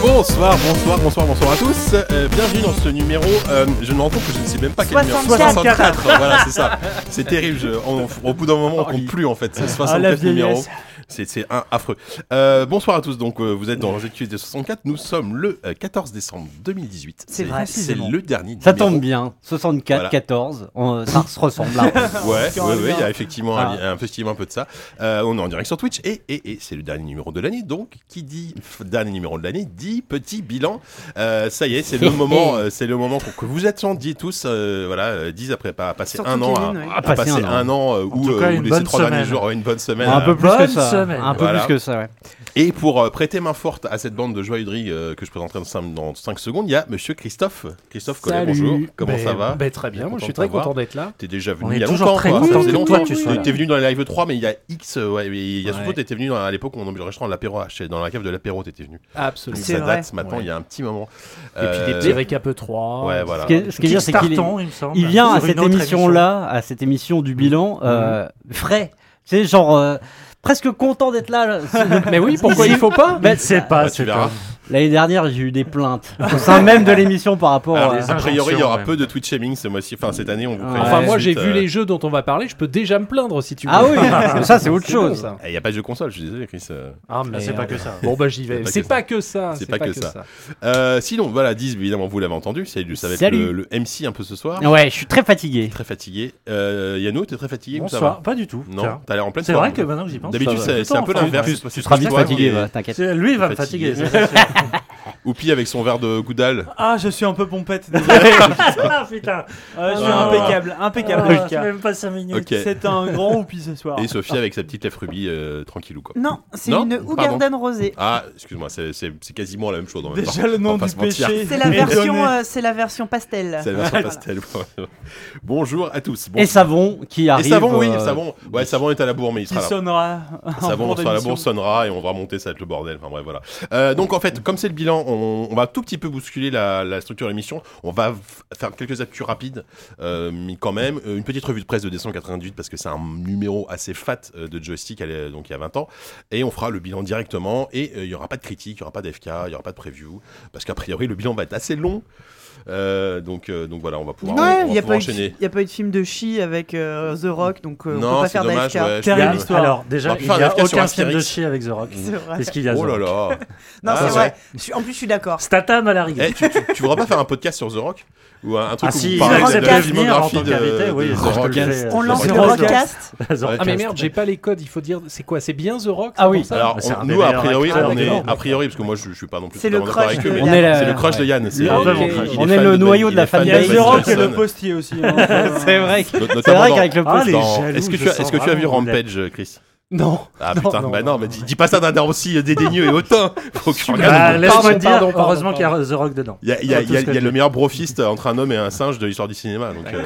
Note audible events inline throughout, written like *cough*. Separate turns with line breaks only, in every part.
Bonsoir, bonsoir, bonsoir, bonsoir à tous. Euh, bienvenue dans ce numéro. euh, je me rends compte que je ne sais même pas quel numéro.
64.
64. voilà, c'est ça. C'est terrible. je- on- au bout d'un moment, on compte plus en fait. C'est
Ah, la
64
vieillesse.
numéros. C'est c'est un affreux. Euh, bonsoir à tous. Donc, euh, vous êtes dans ZQSD de 64. Nous sommes le euh, 14 décembre 2018.
C'est vrai,
C'est
précisément.
le dernier.
Ça
numéro.
tombe bien, 64,
Voilà.
14, on- ça se ressemble. là.
Ouais, ouais,
Sur un
ouais, il y
lien.
a effectivement un, li- un petit un peu de ça. Euh, on est en direct sur Twitch et, et, et c'est le dernier numéro de l'année. Donc, qui dit f- dernier numéro de l'année dit petit bilan. Euh, ça y est, c'est le moment, euh, c'est le moment qu'on- que vous attendiez tous. euh, voilà, euh, 10 après pas passer
Surtout
un an, à,
Kevin, oui.
à passer un an, euh, ou,
tout cas,
euh, ou
une
les
bonne
trois derniers
semaine.
jours, ouais, une bonne semaine.
un
*laughs* euh,
peu plus que
Bonne
ça.
semaine.
Un peu
Voilà.
plus que ça, ouais.
et pour euh, prêter main forte à cette bande de joyeux de riz, euh, que je présenterai dans 5, secondes, il y a Monsieur Christophe, Christophe Collet.
Salut.
Bonjour. Comment
Ben-
ça va
ben, Très bien,
Content
moi je
de
suis très
t'avoir.
content d'être là.
T'es déjà venu
On est
il y a
toujours
longtemps.
très
quoi.
content
Enfin,
que
c'est
toi,
longtemps.
tu sois
T'es-
là.
T'es venu dans les live 3, mais il y a X. euh, Ouais, mais il y a surtout,
Ouais.
t'étais venu dans- à l'époque où on enregistrait dans l'apéro, à- chez- dans la cave de l'apéro, t'étais venu. Donc
Absolument.
C'est
ça
vrai.
date maintenant,
Ouais.
il y a un petit moment.
Et puis des
Euh,
petits récaps E3.
Ouais, voilà.
Ce qui est, ce qui est bien, c'est qu'il est-
Kickstarton, il me semble.
il vient à
Sur une
cette
autre
émission-là, à cette émission du bilan, euh, frais. Tu sais, genre, euh, presque content d'être là. là. C'est-
Mais oui, pourquoi il faut pas
Ben,
émission. C'est pas,
bah, tu
c'est
verras.
pas.
L'année dernière, j'ai eu des plaintes *laughs* au sein même de l'émission par rapport
Alors,
à-
a priori, il y aura
même.
peu de Twitch shaming ce mois-ci. Enfin, cette année, on vous
Ouais.
prévient
Enfin,
tout
moi
de
j'ai
suite,
vu
euh,
les jeux dont on va parler, je peux déjà me plaindre si tu veux.
*laughs*
Ah oui, mais ça, c'est autre chose.
bon, ça.
eh, Il n'y a pas de jeu console, je suis désolé, Chris. euh.
Ah, mais
C'est pas que ça.
Bon, bah j'y vais.
C'est
C'est
pas
pas que ça. C'est pas que ça.
Euh, sinon, voilà, 10, évidemment, vous l'avez entendu. c'est- Ça va être
Salut.
le, le MC un peu ce soir.
Ouais, je suis très fatigué.
Très fatigué. Euh, Yano, t'es très fatigué ou ça va
Bonsoir. Pas du tout.
Non,
tiens.
t'as l'air en pleine
C'est
forme.
vrai que maintenant que j'y pense.
D'habitude,
ça va.
c'est c'est un peu
Tout le temps en
l'inverse.
forme.
parce que
Tu seras
c'est
vite
toi qui
fatigué,
est-
va, t'inquiète.
C'est- Lui, il va me
Fatigué.
fatiguer.
*laughs*
ça, c'est sûr.
Oupi avec son verre de goudal.
Ah, je suis un peu pompette.
*laughs*
désolé.
Ah putain.
Ah, je suis
Ah.
impeccable, impeccable.
Ah,
Lucas.
même pas 5 minutes.
Ok.
C'est un grand oupi ce soir.
Ah.
Et Sophie avec sa petite lèvre rubis, euh, tranquillou quoi.
Non, c'est
Non
une
Pardon.
Ougarden rosée.
Ah, excuse-moi, c'est c'est- c'est quasiment la même chose en même temps.
Déjà le
On
nom
va
du
pas se mentir.
péché.
C'est la
est donné.
version, euh, c'est la version pastel.
C'est la version
*laughs* Voilà.
pastel. ouais. Bonjour à tous. Bon-
Et Savon qui
Et
arrive.
Savon, oui,
euh,
Savon. Ouais, Savon est à la bourre, mais il
Qui
sera là.
sonnera. *laughs* en
Savon
cours
on sera à la
d'émission.
bourre sonnera et on va monter, ça va être le bordel. Enfin bref, voilà. Euh, donc en fait, comme c'est le bilan, on, on va tout petit peu bousculer la, la structure de l'émission. On va f- faire quelques actus rapides, euh, mais quand même. Euh, Une petite revue de presse de décembre 98 parce que c'est un numéro assez fat euh, de joystick, elle est- donc il y a 20 ans. Et on fera le bilan directement. Et euh, il y n'y aura pas de critique, il n'y aura pas d'FK, il n'y aura pas de preview. Parce qu'a priori, le bilan va être assez long. Euh, donc, euh, donc voilà, on va pouvoir, on va
Ouais, il n'y a,
pouvoir
pas eu de-
enchaîner.
y a pas eu de film de chi avec euh, The Rock, donc euh, on peut
non,
pas
c'est
faire
dommage.
d'AFK.
ouais, je
Il y
Terrible
a-
suis-
histoire.
Alors, déjà,
On va
il n'y
faire un
a
FK sur
aucun film de
Astérix.
chier avec The Rock.
C'est vrai.
Qu'est-ce qu'il y a
Oh
The
là
Rock
là
Non,
Ah,
c'est
ouais.
vrai. Je suis- En plus, je suis d'accord.
Statham à la rigueur.
Eh, tu, tu, tu voudras pas faire un podcast sur The Rock Ou un, un truc
Ah
où
si,
vous
il
parlez de,
accepte
la
de venir en
filmographie
tant
de,
qu'invité, oui.
de The
je te
Rock
le fais,
On
euh,
lance
The
le
Rock.
podcast.
Eh,
*laughs* The Rock.
Ah, mais merde, j'ai pas les codes, il faut dire. C'est quoi C'est bien The Rock
Ah oui.
Alors,
C'est
on-
un des
nous, a
meilleurs
priori,
acteurs
on est,
actuellement.
a priori, parce que moi, je, je suis pas non plus
C'est le
totalement d'accord
crush
avec
de
eux, mais
On
Yann.
est la-
c'est le crush de Yann. c'est-
Le-
il-
vraiment
il
crush.
il
On
fan
est le
de-
noyau
il
de la
est fan
Il y a
fanbase.
The
Michael
Rock et
Jackson.
le postier aussi. hein.
*laughs* C'est vrai. que-
Not-
C'est
notamment
vrai
dans-
qu'avec le
Ah,
poste.
les
dans-
jaloux,
Est-ce que tu
je
as- est-ce que
sens
tu as vu
vraiment de la-
Rampage, euh, Chris
Non.
Ah
Non,
putain,
non,
bah
non,
non, mais dis dis pas ça d'un air aussi euh, dédaigneux et hautain. Faut que tu
Bah,
regardes.
Laisse-moi
Pardon,
dire,
pardon, pardon,
heureusement qu'il y a The Rock dedans.
Il y a, il y a- il y a- il y a
Tout ce que
le
je-
meilleur brofiste entre un homme et un singe de l'histoire du cinéma. Donc, euh,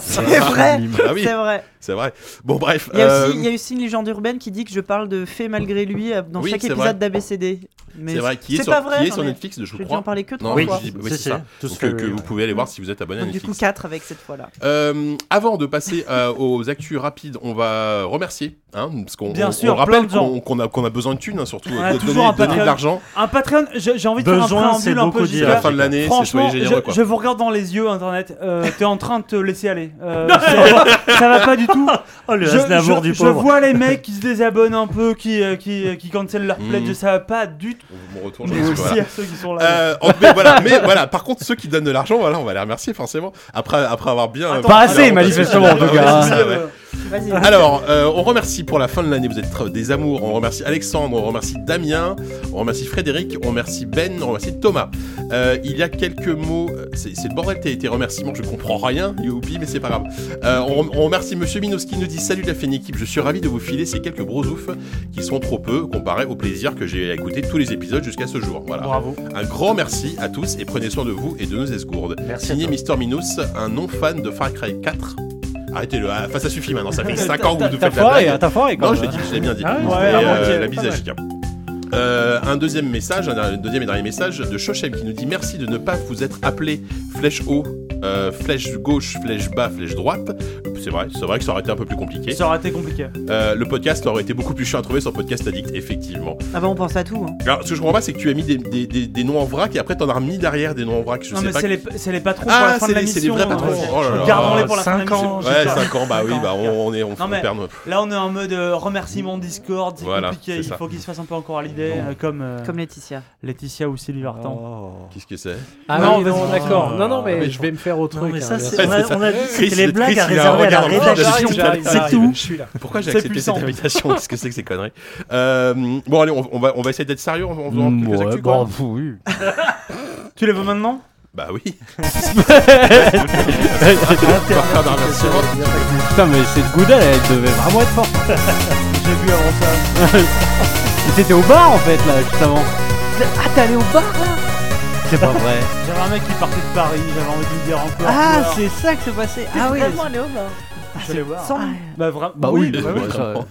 C'est vrai.
ah oui,
C'est vrai.
c'est vrai. Bon, bref.
Il y, a
euh,
aussi, il y a aussi une légende urbaine qui dit que je parle de fées malgré lui euh, dans
Oui,
chaque
c'est vrai.
épisode d'ABCD. Mais
C'est vrai, qui est
c'est
sur,
pas vrai,
qui est
j'en
sur
ai-
Netflix, je
J'ai dû en
crois.
parler que trois
Non,
fois.
je dis- oui,
Si,
c'est
si,
ça.
tout ce
Donc, euh,
que-
que vous pouvez aller voir si vous êtes abonné à
Donc du
Netflix.
coup 4 avec cette fois-là.
Euh, avant de passer euh, aux actus rapides, on va remercier, hein, parce qu'on
Bien
on-
sûr,
on rappelle
plein de gens.
qu'on qu'on a, qu'on a besoin de thunes, hein, surtout
On a
de
toujours
donner,
un
donner de
Patreon.
l'argent.
Un Patreon, j'ai j'ai envie de
Besoin,
faire un
c'est
préambule un peu
beaucoup dire.
C'est la
giga.
fin de l'année, c'est
Franchement,
soyez généreux
je,
quoi.
je vous regarde dans les yeux, Internet. Euh, T'es en train de te laisser aller.
*laughs*
Euh, ça, ça va pas du tout.
Oh, le
je,
Aznavour
je-
du
je
pauvre.
vois les mecs qui se désabonnent un peu, qui, euh, qui, euh, qui cancellent leur
Mm.
pledge, ça va pas du tout.
Mon retour, je
Mais
pense que
aussi
voilà.
à ceux qui sont là.
Euh, en- mais voilà, mais voilà. Par contre, ceux qui donnent de l'argent, voilà, on va les remercier forcément. Après, après avoir bien.
Attends,
Pas
attends,
assez,
attends,
manifestement,
attends,
en tout
attends,
cas.
attends,
Ah, *laughs* ouais.
euh,
Vas-y.
Alors, euh, on remercie pour la fin de l'année, vous êtes tra- des amours. On remercie Alexandre, on remercie Damien, on remercie Frédéric, on remercie Ben, on remercie Thomas. Euh, il y a quelques mots, euh, c'est c'est le bordel, tes, tes remerciements, je comprends rien, Youpi, mais c'est pas grave. Euh, on, rem- on remercie Monsieur Minos qui nous dit Salut la Fénie équipe, je suis ravi de vous filer ces quelques gros oufs qui sont trop peu comparés au plaisir que j'ai à écouter tous les épisodes jusqu'à ce jour. Voilà.
Bravo.
Un grand merci à tous et prenez soin de vous et de nos esgourdes.
Merci à
Signé
toi.
Mister Minous, un non-fan de Far Cry 4. Arrêtez-le, ah, enfin ça suffit maintenant, ça fait 5 ans que vous nous
T'as
faites la blague.
foiré,
hein,
t'as foiré quand
Non,
même. hein.
je l'ai dit, je l'ai bien dit.
Ah ouais,
Et,
ouais,
euh,
avant qu'il-
la bise à Jika. Euh, un deuxième message, un, un deuxième et dernier message de Shoshem qui nous dit merci de ne pas vous être appelé flèche haut, euh, flèche gauche, flèche bas, flèche droite, c'est vrai, c'est vrai que ça aurait été un peu plus compliqué.
Ça aurait été compliqué.
Euh, le podcast aurait été beaucoup plus chiant à trouver sur Podcast Addict, effectivement.
Ah bah on pense à tout. hein.
Alors, ce que je comprends pas, c'est que tu as mis des, des- des- des noms en vrac et après t'en as remis derrière des noms en vrac. Je
Non,
sais
mais
pas.
c'est les, c'est les patrons pour
Ah,
la fin
c'est
de la
les- c'est les
mission.
vrais patrons.
ouais.
Oh là là.
Gardons-les pour la fin de
Cinq
la mission.
ans,
Ouais,
j'ai
5 ans, bah oui,
Cinq ans.
bah on, on est, on,
Non, mais-
on perd. nos-
Là, on est en mode euh, remerciement Discord. C'est
Voilà,
compliqué.
c'est
Il
ça.
faut qu'il se fasse un peu encore à l'idée, euh, comme, euh,
Comme Laetitia.
Laetitia ou Sylvie Vartan.
Qu'est-ce que c'est
Ah
Non,
non,
vas-y,
non,
vas-y.
d'accord. Non, non, mais
Mais
je vais me faire au
Non,
truc.
mais
hein,
ça,
bien
c'est-
sûr.
on, a, on a dit que
Chris,
c'était les
le
blagues
Chris,
à
il a un
réserver à
regard
la
dans le
J'arrive,
rédaction.
j'arrive,
C'est
j'arrive,
tout.
Je suis là.
Pourquoi j'ai
C'est
accepté
puissant.
cette invitation Qu'est-ce que c'est que ces conneries Euh, Bon, allez, on, on va, on va essayer d'être sérieux en en faisant
Mm,
quelques
Ouais,
actus,
bon,
quoi.
pff, oui. *laughs*
Tu les veux maintenant
Bah
*laughs*
oui.
Putain, mais cette Goudal, elle devait vraiment être forte.
J'ai vu avant ça.
*laughs* T'étais au bar en fait là, juste avant.
Ah, t'es allé au bar là
C'est pas vrai.
J'avais un mec qui partait de Paris. J'avais envie de lui dire encore.
Ah,
voilà.
c'est ça que se passait. Ah oui.
vraiment allé au bar.
Je suis allé voir.
Sans-
Bah, vra-
Bah oui,
oui.
bah *laughs* oui, ça-
vraiment.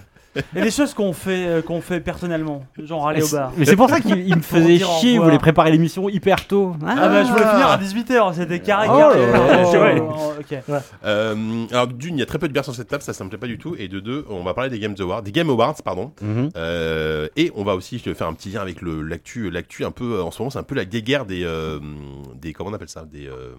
Et les choses qu'on fait, euh, qu'on fait personnellement, genre aller au bar.
Mais c'est pour ça qu'il il me faisait
dire au
chier, il
revoir.
voulait préparer l'émission hyper tôt.
Ah, bah je voulais finir à 18h, c'était carré.
Oh
carré.
là là.
Tu vois, ok.
*laughs* Euh, alors d'une, il y a très peu de bières sur cette table, ça, ça me plaît pas du tout. Et de deux, on va parler des Games Awards, des Game Awards, pardon.
Mhm.
Euh, et on va aussi faire un petit lien avec le- l'actu, l'actu un peu euh, en ce moment, c'est un peu la guéguerre des, euh, des comment on appelle ça, des euh,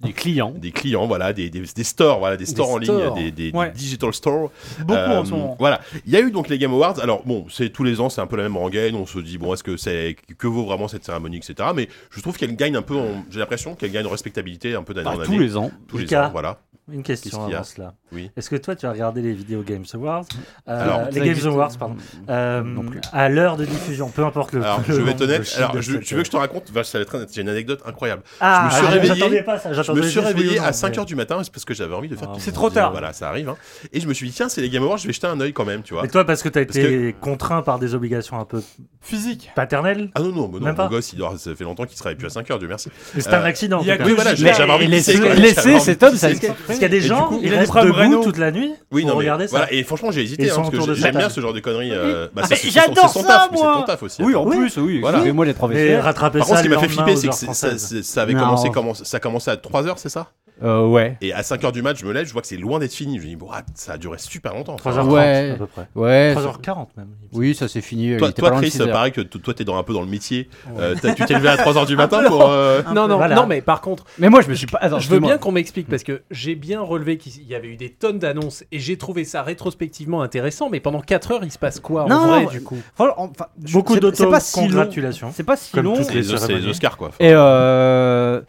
Des clients.
des clients, voilà, des, des, des stores, voilà, des stores en
stores.
ligne, des, des, des
Ouais.
digital stores.
Beaucoup
Euh,
en ce moment.
Voilà, il y a eu donc les Game Awards. Alors bon, c'est tous les ans, c'est un peu la même rengaine. On se dit bon, est-ce que c'est que vaut vraiment cette cérémonie, etc. Mais je trouve qu'elle gagne un peu. en- J'ai l'impression qu'elle gagne en respectabilité un peu d'année
Bah,
en
tous
année.
les ans.
Tous les
Lucas.
ans, voilà.
Une
Qu'est-ce
question
qu'il y a
avant cela.
Oui.
Est-ce que toi, tu as regardé les vidéos Games Awards euh,
Alors,
Les Games Awards, pardon. Euh,
Non plus.
à l'heure de diffusion, peu importe le.
Alors,
le
je vais
nombre
être
de
honnête.
chiffres de
Alors, je-
cette-
tu veux que je te raconte Vache, ça va être un- J'ai une anecdote incroyable.
Ah,
je me suis réveillé-
J'attendais pas ça.
Je me suis réveillé à 5h du matin, c'est parce que j'avais envie de faire.
Ah,
pipi.
c'est trop tard.
Voilà, ça arrive. hein. Et je me suis dit, tiens, c'est les Game Awards, je vais jeter un œil quand même, tu vois.
Et toi, parce que t'as
Parce
été contraint par des obligations un peu
Physique.
paternelles
Ah non, non, mais non, mon
Même pas.
gosse, il dort, ça fait longtemps qu'il se réveille plus à 5h, Dieu merci.
C'est un
Euh,
accident. en
il y a
tout
que-
cas.
Oui, voilà,
Mais-
j'avais envie de pisser, quoi. J'avais
Laissez
envie
cet
de
homme, ça.
pisser.
Parce qu'il y a des
du
gens,
coup,
ils
il a des
restent
problèmes
debout
rénaux.
toute la nuit.
Oui, non,
pour
mais
regarder ça.
voilà. Et franchement, j'ai hésité
Ils
hein,
sont
parce que
autour de
j'ai- j'aime
sa
bien
table.
ce genre de conneries. euh, bah,
Ah,
c'est
mais
c'est son c'est
j'adore
son
ça,
taf, mais c'est
moi.
ton taf aussi.
Oui, en
Oui.
plus, oui.
Voilà.
Mais moi, les
Mais
travestis.
rattraper
Par
ça.
contre, ce qui
le
m'a fait
lendemain
flipper,
aux
c'est que c'est-
heures
ça,
françaises.
c'est- ça avait
Non.
commencé, comment- ça commençait à 3h, c'est ça
Euh, ouais.
Et à 5h du match, je me lève, je vois que c'est loin d'être fini. Je me dis, bon, ah, ça a duré super longtemps.
3h30
Ouais.
à peu près.
Ouais.
3h40 même.
Oui, ça c'est fini. euh, il
Toi,
était pas
toi
loin de
Chris,
6 heures.
pareil que t- toi, t'es dans un peu dans le métier. Euh, t'as- tu t'es levé à 3h du matin pour. euh,
Un
Non,
peu.
non,
Voilà.
non, mais par contre,
Mais moi, je me suis pas. Attends,
je veux
excuse-moi.
bien qu'on m'explique parce que j'ai bien relevé qu'il y avait eu des tonnes d'annonces et j'ai trouvé ça rétrospectivement intéressant, mais pendant 4 heures, il se passe quoi en
Non,
vrai
non,
du coup
Enfin, enfin, je-
Beaucoup
c'est- C'est pas si long.
d'auto-congratulations.
C'est pas si
Comme
long.
toutes
C'est
les
les, c'est les
cérémonies.
Oscars, quoi.
Et euh,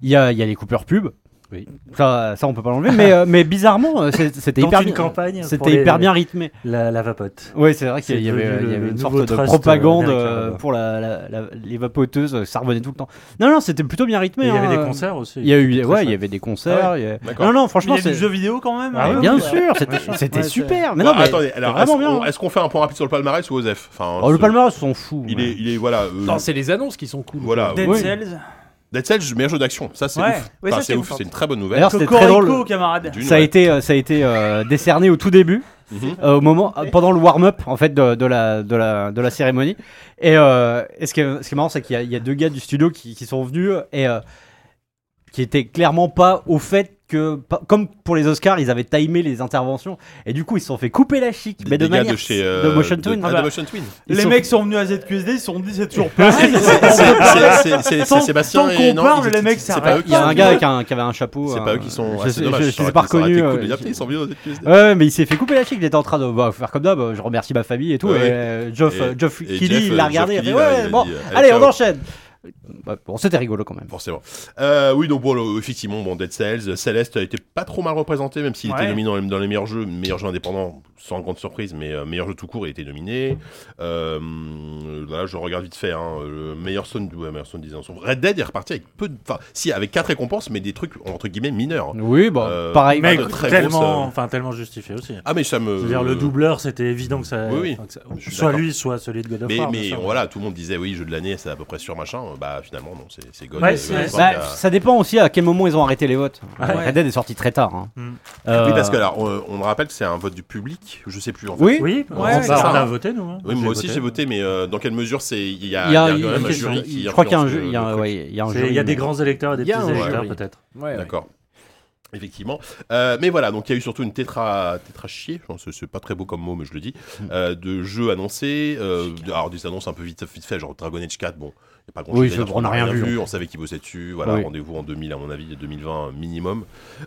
il y, a, il y a les coupeurs pub.
Oui.
Ça, ça on peut pas l'enlever. mais, euh, mais bizarrement, euh, c'est- c'était
Dans
hyper,
une
bien-
campagne. pour
c'était
les-
hyper bien rythmé.
La, la vapote.
Oui, c'est vrai qu'il
C'est
y avait,
devenu
il y avait
le
une sorte
nouveau
de
trust, euh,
propagande
américain,
euh,
là-bas.
pour la, la- la- les vapoteuses. Ça revenait tout le temps. Non, non, c'était plutôt bien rythmé.
Et il y
hein.
avait des concerts aussi.
Il y, a eu,
Très
ouais, il y
chouette.
avait des concerts.
Ah
il y a-
D'accord.
Non, non,
Il y
franchement,
a du
c'est.
jeu vidéo quand même.
Ah
hein.
ouais,
Bien
ouais.
sûr, c'était c'était
Ouais, c'est- Bah,
super. Mais
Bon,
non, mais
attendez, alors, est-ce
vraiment bien.
qu'on est-ce qu'on fait un point rapide sur le palmarès ou Osef enfin,
Oh, le
ce-
palmarès, on s'en fout.
Il
ouais.
est, il est, voilà. euh,
Non, c'est les annonces qui sont cool.
voilà.
Dead
Oui.
Cells.
Dead Cells, meilleur jeu d'action. Ça, c'est
Ouais.
ouf.
Ouais,
Enfin,
ça,
c'est
c'est
ouf,
ouf.
c'est une très bonne nouvelle.
D'ailleurs, c'était très
Cocorico,
drôle.
camarade.
D'une,
Ça a
ouais.
été, euh, ça a été euh, décerné au tout début.
Mhm.
euh, au moment euh, pendant le warm-up en fait de, de la, de, la, de la cérémonie et, euh, et ce, qui est, ce qui est marrant c'est qu'il y, a- il y a deux gars du studio qui, qui sont venus et euh, qui étaient clairement pas au fait que pas- comme pour les Oscars ils avaient timé les interventions et du coup ils se sont fait couper la chic
Des-
mais de
des gars
manière
de chez euh,
de Motion
de-
Twin
ah,
Ah
de
bah,
Motion Twin.
ils
Les
sont-
mecs sont venus à ZQSD, ils se sont dit c'est toujours pas.
*laughs* C'est- c'est- c'est- C'est c'est
Tant-
Sébastien
tant
et
qu'on
non,
parle,
ils-
les mecs,
c'est
ça
pas eux
arrête.
qui
il y a
sont
un gars qui, a un- qui avait un chapeau
C'est
euh,
pas eux qui sont.
je
ah,
sais-
C'est dommage.
je- je
ça aurait
sais pas
été- ça aurait été hein.
reconnu
cool de
euh,
dire, putain, ils sont venus dans cette pièce.
Ouais, mais il s'est fait couper la chic, il était en train de bah, faire comme d'hab, euh, je remercie ma famille et tout.
Ouais.
Et, euh, Geoff,
Et-
euh, Geoff
et
Keighley,
Jeff,
il l'a
euh,
regardé, il
Geoff
a fait
Keighley, il a
ouais,
dit,
bon,
euh,
allez,
ciao.
on enchaîne. Ouais, bon, c'était rigolo quand même.
Forcément. Euh, oui, donc bon, le- effectivement, bon, Dead Cells, euh, Celeste a été pas trop mal représenté, même s'il était
Ouais.
nominé dans les, dans les meilleurs jeux, meilleur jeu indépendant, sans grande surprise, mais euh, meilleur jeu tout court, il était nominé. Euh, voilà, je regarde vite fait, hein, le meilleur sound, ouais, meilleur sound design. Red Dead est reparti avec peu de, enfin, si, avec quatre récompenses, mais des trucs entre guillemets mineurs.
Oui, bon,
Euh,
pareil.
mais-
Mais
de très
tellement,
grosses, euh,
enfin, tellement justifié aussi.
Ah mais ça me.
Je veux dire, le doubleur, c'était évident que ça.
Oui, oui.
enfin, que ça-
Je suis
soit
d'accord.
lui, soit celui de God of
Mais,
War.
mais
bien sûr.
voilà, tout le monde disait oui, jeu de l'année, c'est à peu près sûr, machin. Euh, Bah finalement, non, c'est c'est God.
Ouais,
euh,
c'est-
God of
Bah,
War qui a-
ça Ah dépend aussi à quel moment ils ont arrêté les votes.
Ouais.
Red Dead est sorti très tard. hein.
Mm.
Euh,
Oui, parce que là, on, on le rappelle que c'est un vote du public, je sais plus en fait.
Oui,
Oui, on,
Ouais,
bah,
c'est
on
ça.
a voté, nous. hein.
Oui, moi aussi j'ai voté, mais euh, dans quelle mesure c'est il y a,
il y a,
il y a quand même un
il-
jury qui euh,
je crois qu'il y a un
influence
jeu,
le-
il y a,
le
un-
truc.
ouais, il y a un
C'est-
jury,
Il y a des
mais-
grands électeurs et des
Il y a
petits
un
électeurs,
jury.
peut-être.
Ouais, ouais.
D'accord. Effectivement. Euh, mais voilà, donc il y a eu surtout une tétra, tétra chier, c'est, c'est pas très beau comme mot, mais je le dis, euh, de jeux annoncés. euh, de- alors des annonces un peu vite, vite fait, genre Dragon Age 4, bon, il n'y a pas grand
Oui,
chose. à
ça,
dire,
on n'a rien vu,
On savait qui bossait dessus. Voilà,
Oui.
rendez-vous en 2000, à mon avis, 2020 minimum.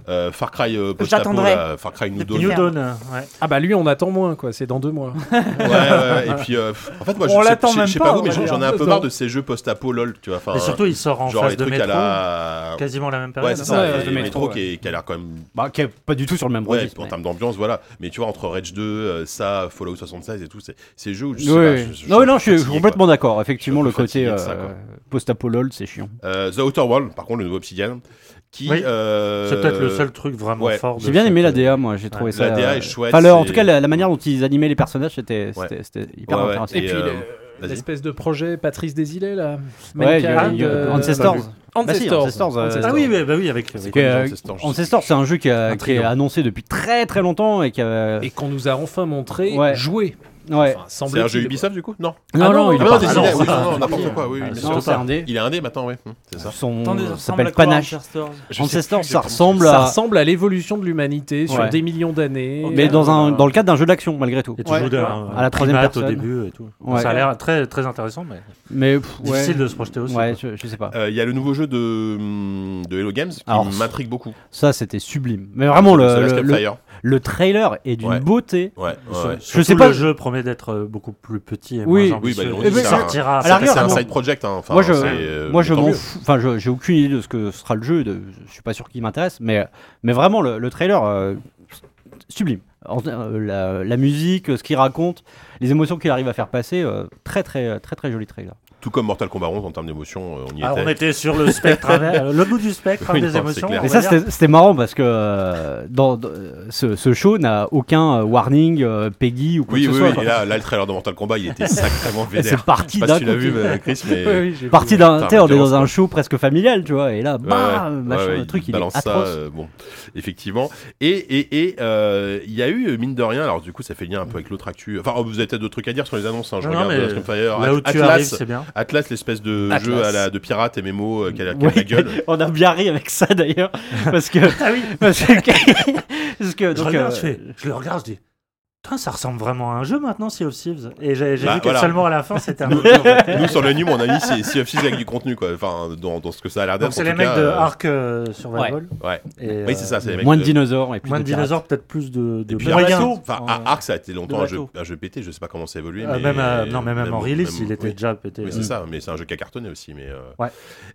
Euh, Far Cry euh, post
J'attendrai.
Far Cry New
Depuis
Dawn.
New
faire.
Dawn, euh, ouais.
Ah bah lui, on attend moins, quoi. C'est dans deux mois.
Ouais, ouais, et puis, euh, pff, en fait, moi, je
On
sais-
l'attend
je sais-
même
je sais
pas,
pas vous,
on
mais
va
j'en j'en ai
dire.
un peu
Non.
marre de ces jeux post-apo LOL, tu vois. enfin,
Mais surtout, il sort en
genre
phase
les
de
trucs à
métro.
la.
Quasiment la même période.
Ouais, c'est
hein.
ça,
Ouais,
et
phase de
le
métro,
métro
ouais.
qui, est- qui a l'air quand même
Bah, qui est pas du tout sur le même
Ouais, et
registre,
puis en
mais-
termes d'ambiance, voilà. Mais tu vois, entre Rage 2, euh, ça, Fallout 76 et tout, c'est ces jeux où je sais pas,
Oui, oui. Non, non, je suis
fatigué,
complètement d'accord. Effectivement,
Je suis
le
un peu
côté
fatigué de ça, quoi.
euh, post-apo LOL, c'est chiant.
quoi. Euh, The Outer World, par contre, le nouveau Obsidian, qui.
Oui.
euh,
C'est peut-être le seul truc vraiment
ouais.
fort. de
J'ai bien aimé la
cette-
DA, moi, j'ai trouvé
ouais,
ça.
la DA est
euh,
chouette,
enfin, le- en
c'est-
tout cas, la, la manière dont ils animaient les personnages, c'était
Ouais.
c'était- c'était hyper
Ouais, ouais.
intéressant.
Et,
Et,
puis
euh,
le-
vas-y.
l'espèce de projet Patrice Desilets là.
Ouais, il y a-
Mankind,
il y a-
euh,
Ancestors. Bah si,
Ancestors.
Ancestors, euh,
Ancestors.
Ah oui, bah, bah oui, avec. avec-
que, euh,
Ancestors, je sais.
Ancestors, c'est un jeu qui, a-
Un
qui est
trio.
annoncé depuis très très longtemps et qui a.
Et qu'on nous a enfin montré
Ouais.
jouer.
Ouais.
Enfin,
C'est un
semble-t-il.
jeu Ubisoft, du coup Non.
Non,
Ah
non,
non,
il
Ah
non,
est
non,
pas-
c'est
ah
Disney,
non,
oui,
ça,
non, non,
c'est
n'importe
parti.
quoi, oui, oui,
Ah,
bien
non,
sûr.
non, c'est un dé.
Il a un dé maintenant, oui. Hum, C'est ça.
Son
Attendez,
ça
ressemble à
s'appelle
quoi,
Panache.
Ancestors
Je sais
Ancestors,
plus
ça
exactement.
ressemble
Ça
à.
ressemble à l'évolution de l'humanité sur
Ouais.
des millions d'années.
Mais dans un dans le cadre d'un jeu d'action, malgré tout.
Et tu
Ouais.
joues d'un-
À la troisième
hein. primate au
personne.
début et tout.
Ouais.
Ça a l'air très, très intéressant, mais
Mais pff, ouais.
difficile de se projeter aussi.
Ouais,
quoi.
je, je sais pas.
Euh, Il y a le nouveau jeu de, hum, de Hello Games qui
Alors,
m'intrigue beaucoup.
Ça, c'était sublime. Mais vraiment,
The
le,
Last
le, le,
Campfire.
le trailer est d'une
Ouais.
beauté.
Ouais, ouais, ouais.
Surtout
sais pas-
Le jeu promet d'être euh, beaucoup plus petit et
Oui. Eh ben,
moins
Oui, bah,
ambitieux.
ils l'ont
Il
dit, ça.
sortira.
À la
C'est
rigueur,
un
moi-
side project, hein. Enfin,
moi, je-
c'est, euh,
Moi, je
tant
m'en
mieux.
fous. Enfin, je- j'ai aucune idée de ce que sera le jeu. de- je suis pas sûr qu'il m'intéresse. Mais, mais vraiment, le, le trailer, euh, sublime. En- euh, la, la musique, euh, ce qu'il raconte, les émotions qu'il arrive à faire passer, euh, très, très, très, très joli trailer.
Tout comme Mortal Kombat 11 en termes d'émotion, euh, on y
Ah,
était.
on était sur le spectre,
*laughs*
euh, le bout du spectre hein,
Oui, non,
des
c'est
émotions.
clair.
on
Et
va
ça,
dire.
c'était c'était marrant parce que euh, dans, dans- ce, ce show n'a aucun euh, warning, euh, Peggy ou quoi
Oui,
que
oui,
ce soit.
oui.
quoi.
Et là, là, le trailer de Mortal Kombat, il
*laughs*
était sacrément
Et
vénère.
c'est parti
Je sais pas
d'un
si tu l'as
coup,
vu, euh, Chris,
*laughs*
mais.
Ouais, oui, j'ai vu,
parti
ouais.
d'un
Putain,
terre, on est
violence,
dans un
quoi.
show presque familial, tu vois, et là, bah,
Ouais, ouais.
machin,
Ouais, ouais,
le truc, il est
balance
atroce.
ça, euh, bon, effectivement. Et et et euh, il y a eu euh, mine de rien. Alors du coup, ça fait lien un peu avec l'autre actu. Enfin, oh, vous avez peut-être d'autres trucs à dire sur les annonces. hein, je
Non,
regarde
non, mais
Last Campfire,
Là où tu
Atlas,
arrives, c'est bien.
Atlas, l'espèce de
Atlas.
jeu à la de pirate et mémo euh, qui
*laughs*
a, qui a
Ouais,
de la gueule.
*laughs* on a bien ri avec ça
*laughs*
d'ailleurs, parce que.
Ah oui.
*laughs* parce que. parce que,
Je
donc,
regarde,
euh,
je, fais- je le regarde, je dis. Putain, ça ressemble vraiment à un jeu maintenant, Sea of Thieves. Et j'ai j'ai
Bah,
vu que
voilà.
seulement à la fin, c'était un
Nous,
autre jeu, en fait.
Nous sur le num, on a mis c'est Sea of Thieves avec du contenu quoi. Enfin, dans, dans ce que ça a l'air d'être.
Donc, c'est
en
les
tout
mecs
cas,
de
euh,
Ark euh, Survival.
Ouais.
Et, euh,
Oui, c'est ça, c'est les mecs.
moins de
de-
dinosaures et plus
Moins de
pirates.
dinosaures, peut-être plus de, de
Et puis
moyens.
Ark, enfin,
En-
à Arc, ça a été longtemps
de
un jeu,
bateau.
un jeu pété. Je sais pas comment c'est évolué,
euh,
mais
ah, même, euh, non, mais même, en release,
même-
il était
oui.
déjà pété.
Oui,
euh,
c'est ça, mais c'est un jeu qui a cartonné aussi. Mais euh,
Ouais.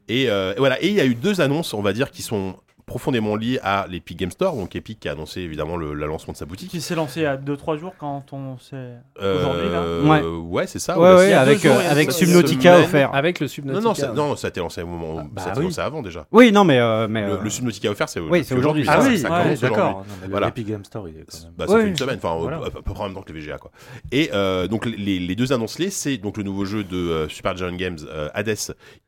Et euh, et voilà, et il y a eu deux annonces, on va dire, qui sont profondément liées à l'Epic Game Store. Donc Epic qui a annoncé évidemment le, le lancement de sa boutique.
Qui s'est lancé il y a 2-3 jours quand on s'est.
Euh,
Aujourd'hui, là.
Ouais, c'est ça.
Ouais,
Ah,
ou la-
bah,
ouais,
a
avec,
deux jours,
euh,
il y a
avec
deux
Subnautica
semaines.
offert.
Avec le
Non,
Subnautica.
non, ça, non, ça a été lancé au moment,
bah
ça a été
oui.
lancé avant déjà.
Oui, non, mais. euh, mais
Le,
euh,
le Subnautica offert, c'est
Oui, c'est aujourd'hui.
ça,
Ah oui,
ça
ouais,
commence aujourd'hui.
d'accord. Non, mais le-
Voilà.
L'Epic Game Store, il est quand même.
Bah, ça
Oui.
fait une semaine, enfin au-
Voilà.
à peu près en même temps que le VGA quoi. Et euh, donc les, les deux annonces les, c'est donc le nouveau jeu de euh, Super Giant Games euh, Hades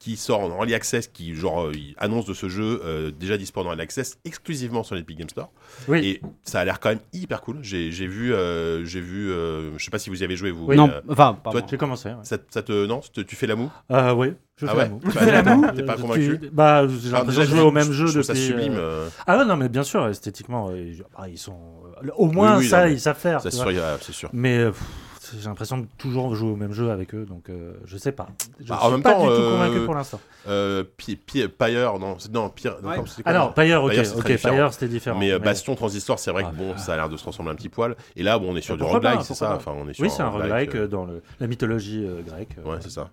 qui sort en early access, qui genre euh, il annonce de ce jeu euh, déjà disponible en early access exclusivement sur l'Epic Game Store.
Oui.
Et ça a l'air quand même hyper cool. J'ai j'ai vu, euh, j'ai vu, euh, je sais pas si vous y avez joué vous.
non,
mais, euh,
enfin, pardon.
toi,
J'ai commencé. Ouais.
ça, ça te non, tu tu fais la moue.
Euh, oui, je
Ah
fais
ouais.
la moue.
Tu
Je
fais
fais
la
la
moue
moue.
T'es pas
Tu-
convaincu
Bah, j'ai
Alors,
l'impression de
je-
jouer au même
je
jeu
trouve
depuis.
Ah, ça sublime.
euh,
euh,
Ah ouais, non, mais bien sûr, esthétiquement, euh, ils- bah, ils sont. euh, Au moins,
Oui, oui,
ça,
non, mais-
ils savent faire.
ça
tu
se
vois.
regarde, c'est sûr.
Mais euh, pff, j'ai l'impression de toujours jouer au même jeu avec eux, donc euh, je sais pas. Je
Bah, en
suis
même
pas
temps,
du tout
euh,
convaincu pour l'instant.
Euh, Pi- Pi- Pyre, non, c'est- non, Pyre. non,
Ouais.
comment- c'était quoi,
Ah non, Pyre, ok,
Pyre, c'est très
ok,
différent.
Pyre, c'était différent.
Mais euh, Bastion Transistor, c'est vrai
Ah,
que bon,
bah.
ça a l'air de se transformer un petit poil. Et là, bon, on est sur du
Pourquoi
roguelike,
pas,
c'est
pourquoi
ça
pas.
Enfin, on est sur
Oui, c'est un roguelike
euh,
euh, dans le- la mythologie euh, grecque. euh,
Ouais, c'est ça.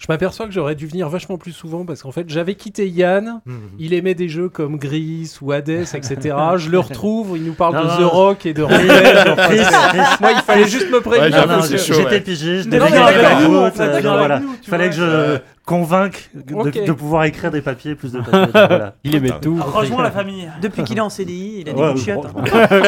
Je m'aperçois que j'aurais dû venir vachement plus souvent parce qu'en fait, j'avais quitté Yann.
Mhm.
Il aimait des jeux comme Gris ou Hades, etc. Je *laughs* le retrouve, il nous parle
Non,
de
non.
The Rock *laughs* et de Rampage. Enfin, c'est- Moi, il fallait juste me
ah,
Ouais,
prévenir.
Non,
j'avoue,
non,
c'est
j'ai-
chaud, ouais.
J'étais pigiste, j'étais
Mais non, mais
bien
avec
la
nous, en
route, euh,
fait, avec
voilà.
nous, tu
Fallait que
vois,
je convainque de,
Ok.
de pouvoir écrire des papiers, plus de papiers. voilà.
Il aimait
Putain.
tout.
Rejoins la famille.
Depuis qu'il est en CDI, il a des
Ouais,
coups de chiottes.
bon,
hein.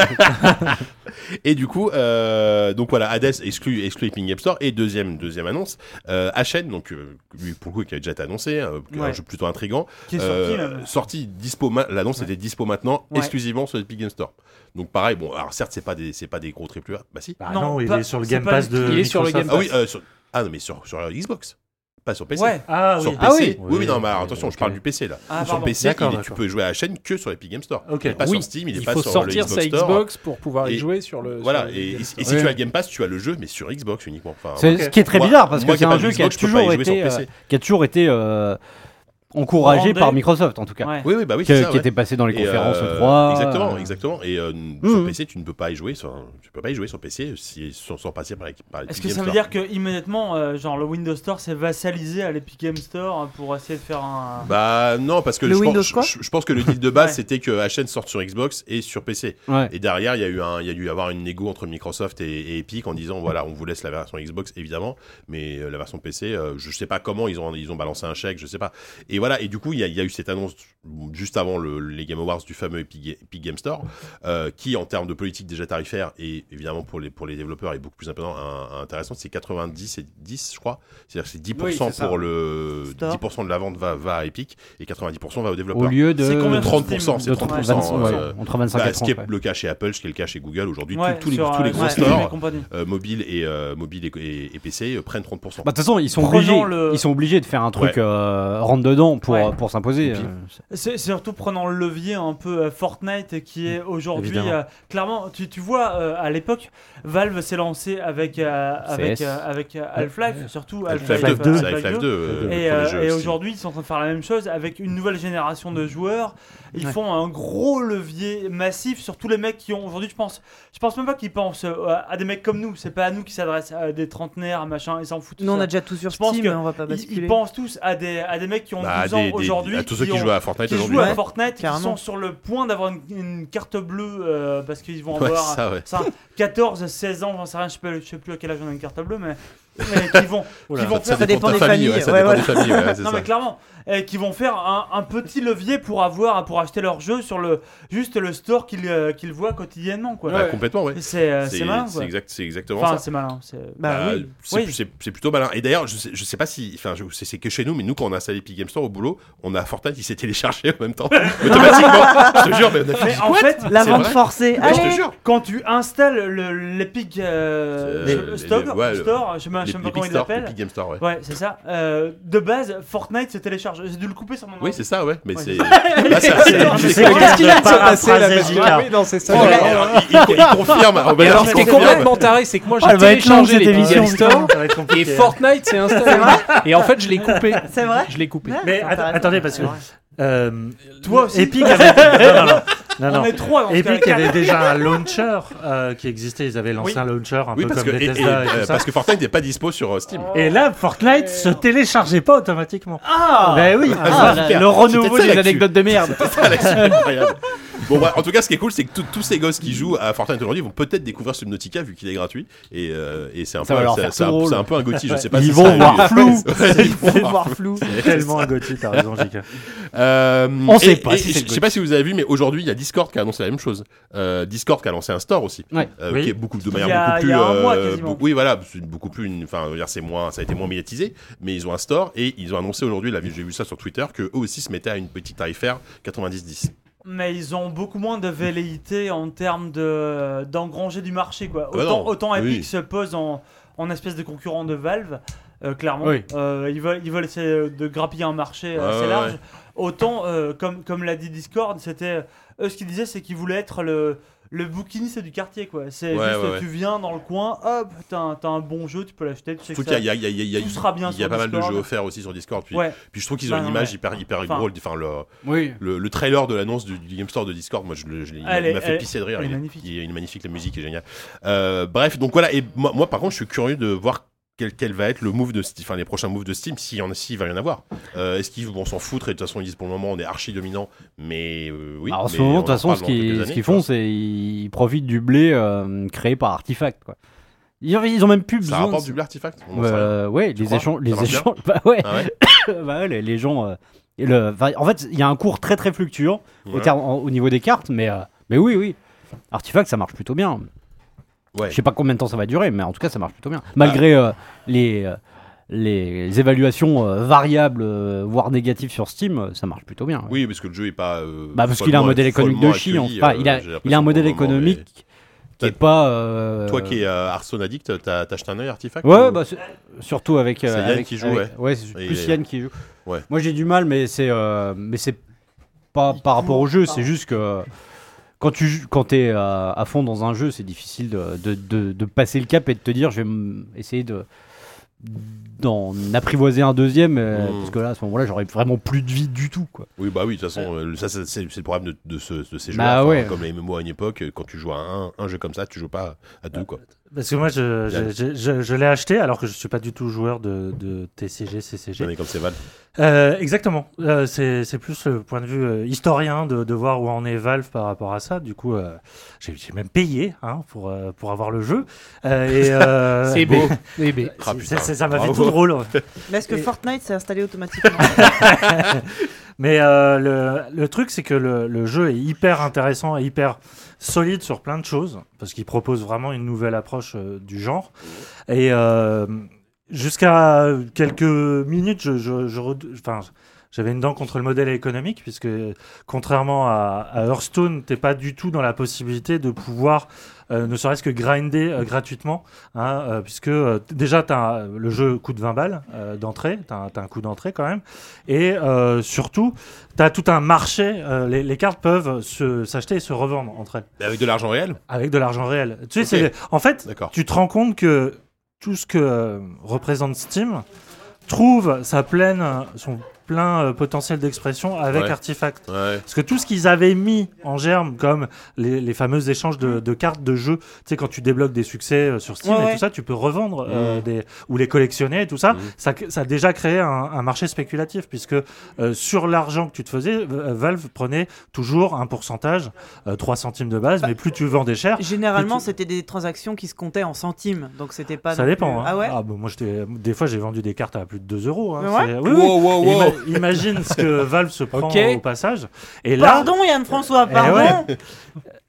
Et du coup, euh, donc voilà, Hades exclut, exclut Epic Game Store. Et deuxième, deuxième annonce, euh, HN, donc euh, lui, pour le coup, qui avait déjà été annoncé, euh, un
Ouais.
jeu plutôt intrigant.
Qui est sorti
euh,
même.
sorti dispo, ma- l'annonce était dispo maintenant,
Ouais.
exclusivement sur Epic Game Store. Donc pareil, bon, alors certes, c'est pas des, c'est pas des gros triple A, bah si.
Bah
Non,
non, il
pas-
est sur le
c'est
Game
pas
Pass
lui.
de.
Il est sur le
Microsoft.
Game
Ah oui, euh, sur- ah non, mais sur, sur Xbox. pas sur PC.
Ouais.
Ah
sur
oui.
PC.
Ah
oui,
oui.
oui, non, mais alors, attention,
ok.
je parle du PC là.
Ah,
sur
pardon.
PC,
D'accord,
il est- tu
d'accord.
peux jouer à la chaîne que sur l'Epic Game Store.
Ok.
Il est pas
Oui.
sur Steam, il est
Il
pas
faut
sur
sortir
le
sa
Xbox Store.
Xbox pour pouvoir
Et-
y jouer sur le.
Voilà,
sur le
et, et-
Game
et
Store.
si tu
Ouais.
as Game Pass, tu as le jeu, mais sur Xbox uniquement. Enfin,
C'est-
moi-
Ce qui est très
moi-
bizarre parce
moi
que
qui
c'est
ai
un
pas
jeu qui a
Xbox, je peux pas y
toujours
jouer sur
été, euh,
PC.
qui a toujours été euh, encouragé
Rendez.
par Microsoft en tout cas,
Ouais.
Oui, oui, bah oui,
qui,
c'est ça.
qui
ouais.
était passé dans les
Et,
conférences
euh,
3.
Exactement,
euh,
exactement. Et euh, sur
Mhm.
PC, tu ne peux pas y jouer. Sur, tu peux pas y jouer sur PC si, sans, sans passer par, par
Est-ce
l'Epic
que
Game
ça veut
Store.
dire que immédiatement, euh, genre le Windows Store s'est vassalisé à l'Epic Game Store hein, pour essayer de faire un.
Bah non, parce que
Le
je,
Windows
pense,
quoi
je, je pense que le deal de base
Ouais.
c'était que HN sorte sur Xbox et sur PC.
ouais.
Et derrière, il y a eu un, il y a dû y avoir une négo entre Microsoft et, et Epic en disant voilà, on vous laisse la version Xbox évidemment, mais euh, la version PC, euh, je sais pas comment ils ont, ils ont balancé un chèque, je sais pas. Et voilà, et du coup, il y a, il y a eu cette annonce juste avant le- les Game Awards du fameux Epic, Epic Game Store, euh, qui en termes de politique déjà tarifaire et évidemment pour les pour les développeurs est beaucoup plus important- un- intéressant, c'est 90 et 10, je crois, c'est-à-dire que c'est 10%
Oui, c'est ça.
pour le
Store.
10% de la vente va, va à Epic et 90% va aux
Au
développeurs.
lieu de
C'est combien
30%, c'est
de
30%.
25, ouais,
euh,
entre 25
bah,
et
ce
30.
qui est
ouais.
le cas chez Apple, ce qui est le cas chez Google aujourd'hui,
Ouais,
tous- tous les,
sur,
tous les
euh,
gros
Steam et
stores
compagnie.
euh, mobiles et, euh, mobile et, et- et PC euh, prennent 30%.
Bah, De toute façon, ils sont,
Prenons
obligés,
le-
ils sont obligés de faire un truc euh, rentre dedans pour,
Ouais.
pour s'imposer.
Et puis-
hein.
euh,
C'est c'est surtout prenant le levier un peu euh, Fortnite qui
Mm,
est aujourd'hui
Évidemment.
euh, clairement tu, tu vois euh, à l'époque Valve s'est lancé avec euh, avec
CS.
euh, avec euh, Half-Life surtout
Half-Life
Half-Life
2,
euh,
c'est Half-Life 2, euh, le
Et,
premier
euh,
jeu
et
Steam.
aujourd'hui, ils sont en train de faire la même chose avec une nouvelle génération de joueurs. Ils font un gros levier massif sur tous les mecs qui ont aujourd'hui, je pense. Je pense même pas qu'ils pensent euh, à, à des mecs comme nous. C'est pas à nous qui s'adressent à des trentenaires, machin. Ils s'en foutent.
Nous, on
ça.
a déjà tout sur
Je pense
Steam,
que
on va pas
Ils- ils,
basculer.
pensent tous à des à des mecs qui ont
Bah,
12
des-
ans
des-
aujourd'hui,
à tous ceux qui,
ont-
jouent à Fortnite
qui
aujourd'hui.
jouent à
ouais.
Fortnite, qui
Carrément.
sont sur le point d'avoir une, une carte bleue euh, parce qu'ils vont
Ouais,
avoir
ça, ouais.
ça, 14, 16 ans, j'en sais rien, je sais, pas- je sais plus à quel âge on a une carte bleue, mais, mais qui vont,
Oula.
qui vont
Ça
faire
dépend de
dépend
ta
des
famille, ouais, ça
familles,
dépend
ouais,
des familles, ouais, *laughs* c'est
non
ça.
mais clairement, et qui vont faire un, un petit levier pour avoir, pour acheter leur jeu sur le juste le store qu'ils euh, qu'ils voient quotidiennement quoi.
Bah, Complètement, ouais.
C'est euh, c'est
C'est
malin
c'est
quoi.
exact- c'est exactement
Enfin
ça.
c'est malin. c'est-
Bah
Bah,
oui.
c'est
Oui.
plus- c'est- c'est plutôt malin. Et d'ailleurs, je sais, je sais pas si. Enfin, je- c'est c'est que chez nous, mais nous, quand on a installé Epic Game Store au boulot, on a Fortnite, il s'est téléchargé en même temps. Automatiquement. Je te jure, mais on a fait.
Mais en fait,
La
C'est
vente
vrai
forcée. Ah
Mais je te
Allez.
jure.
quand tu installes le- l'Epic euh,
C'est,
je-
euh, les-
Store,
ouais, le-
Store, je sais pas je sais pas comment
L'Epic
il
Store,
l'appelle.
Epic Game Store, ouais.
Ouais, c'est ça. Euh, de base, Fortnite se télécharge. J'ai dû le couper sur mon
Oui,
ordi.
c'est ça, ouais. Mais
Ouais,
*laughs*
c'est.
c'est
Bah, c'est- c'est-
Je sais
c'est-
que-
Qu'est-ce qu'il a de se passer là parce
Paraphrasé,
que-
Gicard.
Ah oui, non, c'est ça.
Oh, alors, il, il- il confirme. Robert,
Et alors,
il
ce qui est
confirme.
complètement taré, c'est que moi, j'ai
Ah, elle va être
téléchargé
longue, cette
les Big Game
émission,
Store
Ça va être
et
compliqué.
Fortnite s'est installé. Et en fait, je l'ai coupé.
C'est vrai
Je l'ai coupé.
Ouais,
Mais
c'est
att-
intéressant.
attendez, parce que. euh,
Toi aussi.
Epic avait. non, non, non.
On
non, non.
est trois. euh, dans ce cas-là.
Epic avait déjà
*laughs*
un launcher euh, qui existait. Ils avaient lancé
Oui.
un launcher un
Oui,
peu
parce que,
comme
et- et,
Bethesda et,
euh,
tout ça.
parce que Fortnite n'est pas dispo sur euh, Steam. *laughs*
Et là, Fortnite se téléchargeait pas automatiquement.
Ah,
Ben oui.
Ah,
c'est
la-
clair.
le renouveau
C'était ça,
des
l'actu.
anecdotes de merde.
C'est ça, là, c'est incroyable. Bon, bah, en tout cas, ce qui est cool, c'est que tout- tous ces gosses qui jouent à Fortnite aujourd'hui vont peut-être découvrir Subnautica vu qu'il est gratuit. Et, euh, et c'est un,
Ça
peu-
va leur
c'est-
faire
c'est un,
tout
bah, c'est un
drôle.
peu un gothi, je sais pas
Ils
si
vont
ça a
voir
eu-
flou.
Ouais, ils vont voir
Voir flou.
Tellement un Gauthier, t'as raison, Jika.
Euh,
On
et-
sait pas
et
si c'est
je
le
je sais pas si vous avez vu, mais aujourd'hui, il y a Discord qui a annoncé la même chose. Euh, Discord qui a lancé un store aussi,
Ouais.
Euh,
Oui.
qui est beaucoup de
y
manière
a-
beaucoup
il
plus.
y a un mois,
euh,
quasiment.
beaucoup- oui, voilà, c'est beaucoup plus. une- Enfin, je veux dire, c'est moins, ça a été moins médiatisé, mais ils ont un store et ils ont annoncé aujourd'hui, là, j'ai vu ça sur Twitter, que eux aussi se mettaient à une petite tarifaire 90-10.
Mais ils ont beaucoup moins de velléité en termes de d'engranger du marché quoi.
Ah bah
Autant,
non,
autant Epic
oui.
se pose en, en espèce de concurrent de Valve, euh, clairement.
Oui.
Euh, ils veulent ils veulent essayer de grappiller un marché euh,
Ouais,
assez
ouais,
large.
ouais.
Autant euh, comme comme l'a dit Discord, c'était eux ce qu'ils disaient c'est qu'ils voulaient être le le bouquiniste du quartier quoi. C'est
Ouais,
juste
ouais, ouais.
tu viens dans le coin, hop, t'as un, t'as un bon jeu, tu peux l'acheter, tu sais que
Surtout
ça...
qu'il y a, il y a- il y a- il y a-
tout sera bien
il y a
sur
pas mal de
Discord.
jeux offerts aussi sur Discord. Puis,
Ouais.
puis je trouve qu'ils ont
Bah,
une
non,
image
ouais.
hyper, hyper
Enfin.
drôle. Enfin, le,
Oui.
le, le trailer de l'annonce du, du Game Store de Discord, moi, je, le- je l'ai- il m'a-
Elle est-
il m'a fait
elle-
pisser de rire.
elle est
il,
magnifique.
il est- il est magnifique, la musique est géniale. Euh, bref, donc voilà. Et moi, moi, par contre, je suis curieux de voir quel, quel va être le move de Steam, enfin, les prochains moves de Steam, s'il y en a, s'il va y en avoir. Euh, Est-ce qu'ils vont s'en foutre Et de toute façon, ils disent pour le moment, on est archi dominant. Mais euh, oui.
Alors, en ce
mais
moment,
on
de toute façon,
parle
ce
dans
qu'ils
quelques
ce
années,
qu'ils
quoi.
font, c'est ils profitent du blé euh, créé par Artifact. Quoi. Ils, ont- ils ont même plus
Ça
besoin.
rapporte
de-
du l'artefact. on en sait rien.
Euh, ouais, les
crois
échanges,
Ça
les
marche bien
échanges, *laughs* bah ouais,
Ah ouais
bah ouais, les, les gens. euh, et le, enfin, en fait, il y a un cours très très fluctuant au,
Ouais.
terme- en- au niveau des cartes, mais euh, mais oui, oui. Artifact, ça marche plutôt bien.
Ouais. Ah.
Je sais pas combien de temps ça va durer, mais en tout cas, ça marche plutôt bien. Malgré euh, les, euh, les évaluations euh, variables, euh, voire négatives sur Steam, euh, ça marche plutôt bien. ouais.
Oui, parce que le jeu est pas. euh,
Bah parce qu'il a un
follement-
modèle économique de
follement
chi. en-
accueilli,
enfin,
euh,
il a,
j'ai
il a un
l'impression
modèle
pour le moment, mais-
économique qui est pas. euh,
Toi qui es euh, Hearthstone addict, t'as t'as acheté un œil
*laughs*
artefact
Ouais,
ou-
bah, c'est- surtout avec. euh,
C'est Yann
avec-
qui joue,
avec- ouais. c'est
Et-
plus Yann qui joue.
Ouais.
Moi j'ai du mal, mais c'est euh, mais c'est pas par rapport au jeu, c'est juste que quand tu joues- quand t'es euh, à, à fond dans un jeu, c'est difficile de, de, de- de passer le cap et de te dire je vais m- essayer de d'en apprivoiser un deuxième euh,
Mm.
parce que là à ce moment-là j'aurais vraiment plus de vie du tout quoi.
Oui, bah oui, de toute façon, euh, ça, ça, c'est c'est le problème de, de ce- de ces jeux
Bah ouais.
comme les MMO à une époque, euh, quand tu joues à un, un jeu comme ça, tu joues pas à
Ah,
deux, quoi.
Parce que moi, je,
Yann.
je- je- je- je l'ai acheté alors que je suis pas du tout joueur de, de TCG, CCG.
Jamais comme c'est Valve.
Euh, exactement. Euh, c'est c'est plus le point de vue euh, historien de, de voir où en est Valve par rapport à ça. Du coup, euh, j'ai j'ai même payé hein, pour, euh, pour avoir le jeu.
*laughs*
Euh, et, euh,
C'est beau. Eh ben,
Ah,
C'est-
putain,
c'est- ça m'a fait
bravo.
tout drôle.
Mais est-ce que
Et-
Fortnite s'est installé *laughs* automatiquement
Mais euh, le, le truc, c'est que le, le jeu est hyper intéressant et hyper solide sur plein de choses, parce qu'il propose vraiment une nouvelle approche euh, du genre. Et euh, jusqu'à quelques minutes, je, je- je redou- enfin, j'avais une dent contre le modèle économique, puisque contrairement à, à Hearthstone, t'es pas du tout dans la possibilité de pouvoir euh, ne serait-ce que grinder euh, gratuitement, hein, euh, puisque euh, t- déjà t'as un- le jeu coûte 20 balles euh, d'entrée, t'as un- t'as un coût d'entrée quand même, et euh, surtout, t'as tout un marché, euh, les, les cartes peuvent se- s'acheter et se revendre entre elles,
Mais Avec de l'argent réel
avec de l'argent réel. Tu sais,
Ok.
c'est- en fait,
D'accord.
tu te rends compte que tout ce que euh, représente Steam trouve sa pleine, son plein euh, potentiel d'expression avec
Ouais.
Artifact.
Ouais.
Parce que tout ce qu'ils avaient mis en germe, comme les, les fameux échanges de, de cartes de jeu, tu sais, quand tu débloques des succès euh, sur Steam
Ouais,
et
ouais.
tout ça, tu peux revendre euh,
Mhm.
des, ou les collectionner et tout ça.
Mhm.
Ça, ça a déjà créé un, un marché spéculatif, puisque euh, sur l'argent que tu te faisais, euh, Valve prenait toujours un pourcentage, euh, 3 centimes de base, mais plus tu vendais cher,
Généralement,
Et tu-
c'était des transactions qui se comptaient en centimes, donc c'était pas.
ça
non
dépend.
plus-
hein.
Ah ouais.
bon, moi, j'étais- des fois, j'ai vendu des cartes à plus de 2 euros. hein.
Mais ouais.
C'est- oui, oui.
Wow, wow, wow.
Ima- imagine
*laughs*
ce que Valve se prend
Ok.
au passage. Et là,
Pardon, Yann François,
Eh
pardon.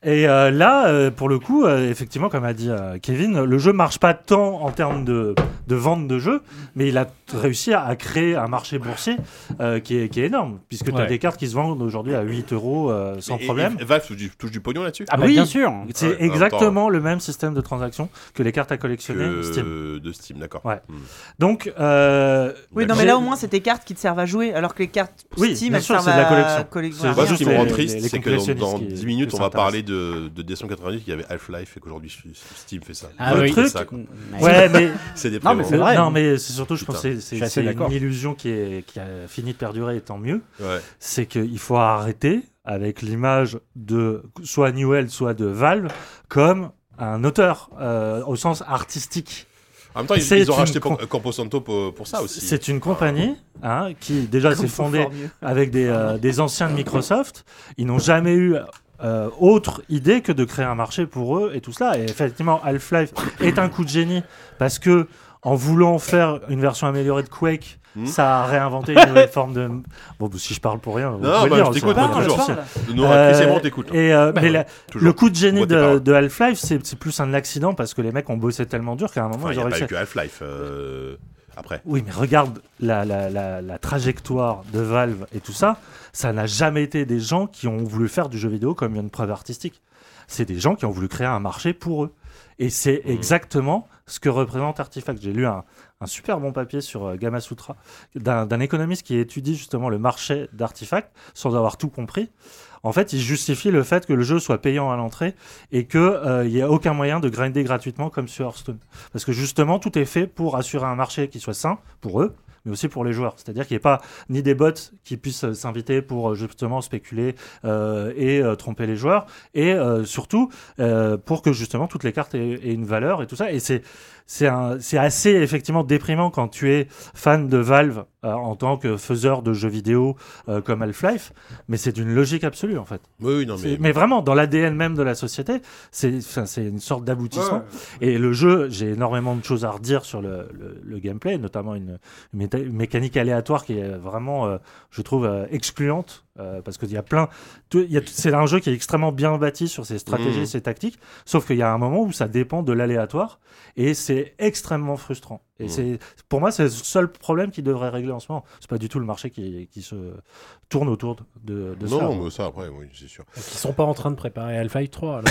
Et euh, là, euh, pour le coup, euh, effectivement, comme a dit euh, Kevin, le jeu marche pas tant en termes de, de vente de jeux, mais il a t- réussi à, à créer un marché boursier euh, qui, est, qui est énorme, puisque tu as
Ouais.
des cartes qui se vendent aujourd'hui à 8 euros euh, sans
Et- et-
problème.
et euh, Valve touche du, touche du pognon là-dessus
Ah bah, oui. bien
sûr.
Ouais, en
C'est
même temps,
exactement le même système de transaction que les cartes à collectionner
Que-
Steam.
De Steam, d'accord.
Ouais.
Hmm.
Donc, euh,
Oui, non,
D'accord.
mais
J'ai-
là au moins c'était cartes qui te servent à jouer, alors que les cartes
Oui,
Steam,
bien
elles
sûr,
servent
c'est de la
à
collection.
collection.
C'est
à
Moi, ce
rien.
qui me rend
les-
triste,
les
c'est que dans, dans
complétionnistes qui-
10 minutes,
qui
on va
s'intéressent.
parler de, de décembre 90 qui avait Half-Life et qu'aujourd'hui Steam fait ça.
Ah
Le
oui.
truc,
Le
c'est ça, quoi.
ouais, mais
C'est des
Non, mais
préventes.
vrai.
non, mais c'est surtout, je
Putain.
pense, que c'est-
suis
c'est
assez
c'est
d'accord.
une illusion qui, est, qui a fini de perdurer, et tant mieux.
Ouais.
c'est qu'il faut arrêter avec l'image de soit Newell, soit de Valve comme un auteur euh, au sens artistique.
En même temps, ils,
C'est
ils ont
une
racheté
con-
Por- Campo Santo pour, pour ça aussi.
C'est une compagnie hein, qui déjà s'est fondée avec des, euh, des anciens de Microsoft. Ils n'ont jamais eu euh, autre idée que de créer un marché pour eux et tout cela. Et effectivement, Half-Life est un coup de génie parce que en voulant faire une version améliorée de Quake,
Mhm.
ça a réinventé une nouvelle forme de. Bon, si je parle pour rien, vous
Non,
pouvez
bah,
dire,
je
c'est
t'écoute,
un peu
parle,
toujours.
parle.
Nous,
Euh,
Chris et moi, on t'écoute.
Et euh, mais la-
ben Toujours.
le coup de génie
Boîte et
de,
paroles.
de Half-Life, c'est c'est plus un accident parce que les mecs ont bossé tellement dur qu'à un moment
Enfin, il
ils
n'y
ont
a pas
réussi.
eu que Half-Life euh, après.
Oui, mais regarde la, la- la- la trajectoire de Valve et tout ça. Ça n'a jamais été des gens qui ont voulu faire du jeu vidéo comme une preuve artistique. C'est des gens qui ont voulu créer un marché pour eux. Et c'est
Mhm.
exactement ce que représente Artifact. J'ai lu un, un super bon papier sur euh, Gamma Sutra d'un d'un économiste qui étudie justement le marché d'Artifact sans avoir tout compris. En fait, il justifie le fait que le jeu soit payant à l'entrée et qu'il n'y a aucun moyen de grinder gratuitement comme sur Hearthstone. Parce que justement, tout est fait pour assurer un marché qui soit sain pour eux, mais aussi pour les joueurs. C'est-à-dire qu'il n'y ait pas ni des bots qui puissent euh, s'inviter pour euh, justement spéculer euh, et euh, tromper les joueurs, et euh, surtout euh, pour que justement toutes les cartes aient, aient une valeur et tout ça. Et c'est c'est un- c'est assez effectivement déprimant quand tu es fan de Valve euh, en tant que faiseur de jeux vidéo euh, comme Half-Life, mais c'est d'une logique absolue en fait.
Oui, oui, non,
C'est-
mais.
Mais vraiment, dans l'ADN même de la société, c'est enfin, c'est une sorte d'aboutissement. Et le jeu, j'ai énormément de choses à redire sur le, le- le gameplay, notamment une, une méta- une mécanique aléatoire qui est vraiment, euh, je trouve, euh, excluante Euh, parce qu'il y a plein. tout- il y a- C'est un jeu qui est extrêmement bien bâti sur ses stratégies
Mhm.
et ses tactiques. Sauf qu'il y a un moment où ça dépend de l'aléatoire. Et c'est extrêmement frustrant. Et
Mhm.
c'est pour moi, c'est le seul problème qui devrait régler en ce moment. C'est pas du tout le marché qui, qui se tourne autour de, de- de ça.
Non, mais ça après, oui, c'est sûr.
Ils sont pas en train de préparer Half-Life 3.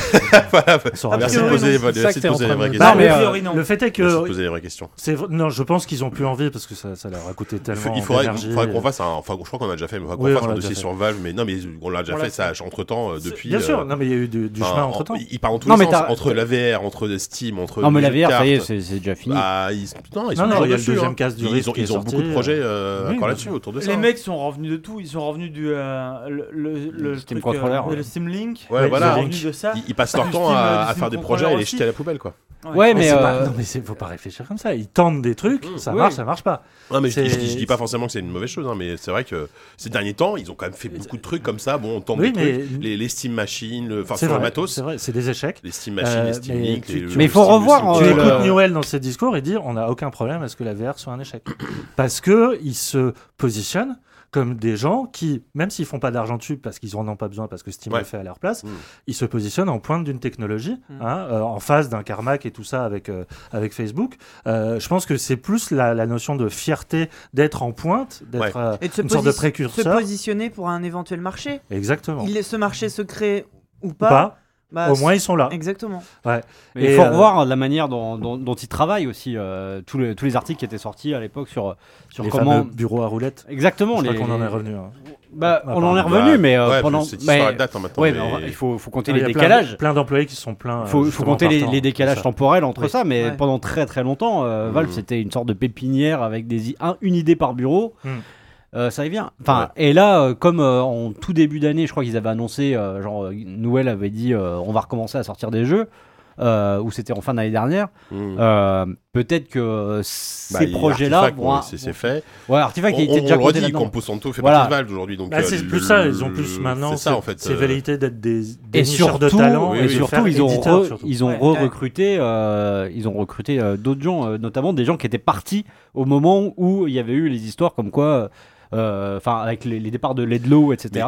Voilà,
Ça aura
Ah, merci
l'air-
de poser les
c'est ça
merci
que t'es
de
en
poser les
train
vraies
de-
questions.
a
mais, euh,
priori, non.
le fait est
Merci de
que
poser les vraies questions.
c'est v- non, je pense qu'ils ont plus envie parce que ça, ça leur a coûté
Il faut-
tellement.
il faudrait,
d'énergie.
faudrait qu'on fasse un. Enfin, je crois qu'on a déjà fait, mais faudrait
Oui,
qu'on
on
fasse un
l'a
dossier
déjà fait.
sur Valve. Mais non, mais on l'a déjà
On l'a
fait, ça entre temps depuis.
Bien sûr,
euh,
non mais il y a eu du, du
enfin,
chemin
en-
entre temps.
Il part en tous
Non,
les
mais
sens,
t'as-
entre la VR, entre Steam, entre.
Non, mais
les
la
jeux de
VR, ça y est,
cartes.
c'est c'est déjà fini.
Bah, ils... Non, ils sont toujours
Non, non, il y a le
dessus,
deuxième
hein.
casse du
Ils
risque
ont,
qui est
ils ont beaucoup
sorti,
de projets
oui,
euh,
bah,
encore là-dessus autour de ça.
Les
hein.
mecs sont revenus de tout, ils sont revenus du euh, le, le, le
Steam
truc, euh,
Controller, ouais.
le Steam Link,
Ouais,
Oui,
ils sont
voilà.
ils ont-
revenus de ça.
Ils, ils passent leur
Du
temps
Steam, euh,
à,
du
à
Steam
faire des projets et les
Controller
jeter à la poubelle, quoi.
Ouais,
Oh,
Mais
mais.
c'est
euh,
pas- non, mais c'est- faut pas réfléchir comme ça. Ils tentent des trucs,
Mmh.
ça
Oui.
marche, ça marche pas.
Non, mais je,
C'est-
je dis- je dis pas forcément que c'est une mauvaise chose, hein, mais c'est vrai que ces derniers temps, ils ont quand même fait beaucoup de trucs comme ça. Bon, on tente
Oui,
des
mais-
trucs, les, les Steam Machines, le, enfin,
c'est
sur le
vrai,
matos,
c'est vrai, c'est des échecs.
les Steam Machines, les
Euh,
Steam
mais
Link.
tu-
les-
tu-
le
Mais il faut
Steam- le
revoir,
Steam-
euh,
Tu
le-
écoutes
le-
Newell dans ses discours et dit on n'a aucun problème à ce que la VR soit
*coughs*
un échec. Parce que ils se positionnent comme des gens qui, même s'ils font pas d'argent dessus parce qu'ils en ont pas besoin, parce que Steam
Ouais.
le fait à leur place,
Mm.
ils se positionnent en pointe d'une technologie,
Mm.
hein, euh, en face d'un Carmack et tout ça avec, euh, avec Facebook. Euh, je pense que c'est plus la, la notion de fierté d'être en pointe, d'être
Ouais.
euh,
Et de se,
une sorte de
posi- se
précurseur.
positionner pour un éventuel marché.
Exactement.
Il, ce marché se crée ou
Ou
pas,
pas,
bah,
au moins ils sont là.
Exactement.
Mais
Et,
il faut
euh,
revoir la manière dont, dont, dont ils travaillent aussi. euh, tous, les, tous les articles qui étaient sortis à l'époque sur, sur
les
comment.
fameux bureaux à roulettes.
Exactement.
je crois
les-
qu'on en est revenu. hein.
Bah,
Ah,
on en est
pardon.
revenu, mais euh,
Ouais,
pendant.
cette
mais-
histoire date hein, maintenant.
ouais,
mais-
mais en vrai, il faut, faut compter
Ah, Il y
les
a plein-
décalages.
Plein d'employés qui se sont pleins. euh,
Il faut, faut compter les, les décalages temporels entre
hein, Oui.
ça, mais
Ouais.
pendant très très longtemps, euh, Valve
Mm.
c'était une sorte de pépinière avec des i- un- une idée par bureau.
Mm.
Euh, ça y vient. Enfin, et là, euh, comme euh, en tout début d'année, je crois qu'ils avaient annoncé, euh, genre euh, Noël avait dit, euh, on va recommencer à sortir des jeux, euh, ou c'était en fin d'année dernière.
Mmh.
euh, Peut-être que euh,
Bah,
ces
il y a
projets-là,
Artifact,
vont
bon,
un-
c'est c'est fait.
ouais, artefact
On,
qui était
on,
déjà
on le
compté
redit,
là-dedans.
Compos Santo fait
Voilà.
partie de Valve aujourd'hui. donc,
Bah,
euh,
c'est
le-
plus ça, ils ont plus maintenant.
C'est ça en fait.
C'est
euh,
validé d'être des, des
Et
nicheurs
surtout,
de talent.
oui,
et
oui,
surtout, ils ont, re- ils ont
Ouais.
recruté, euh, ils ont recruté euh, d'autres gens, euh, notamment des gens qui étaient partis au moment où il y avait eu les histoires comme quoi, euh, enfin avec les, les départs de Ledlow, etc.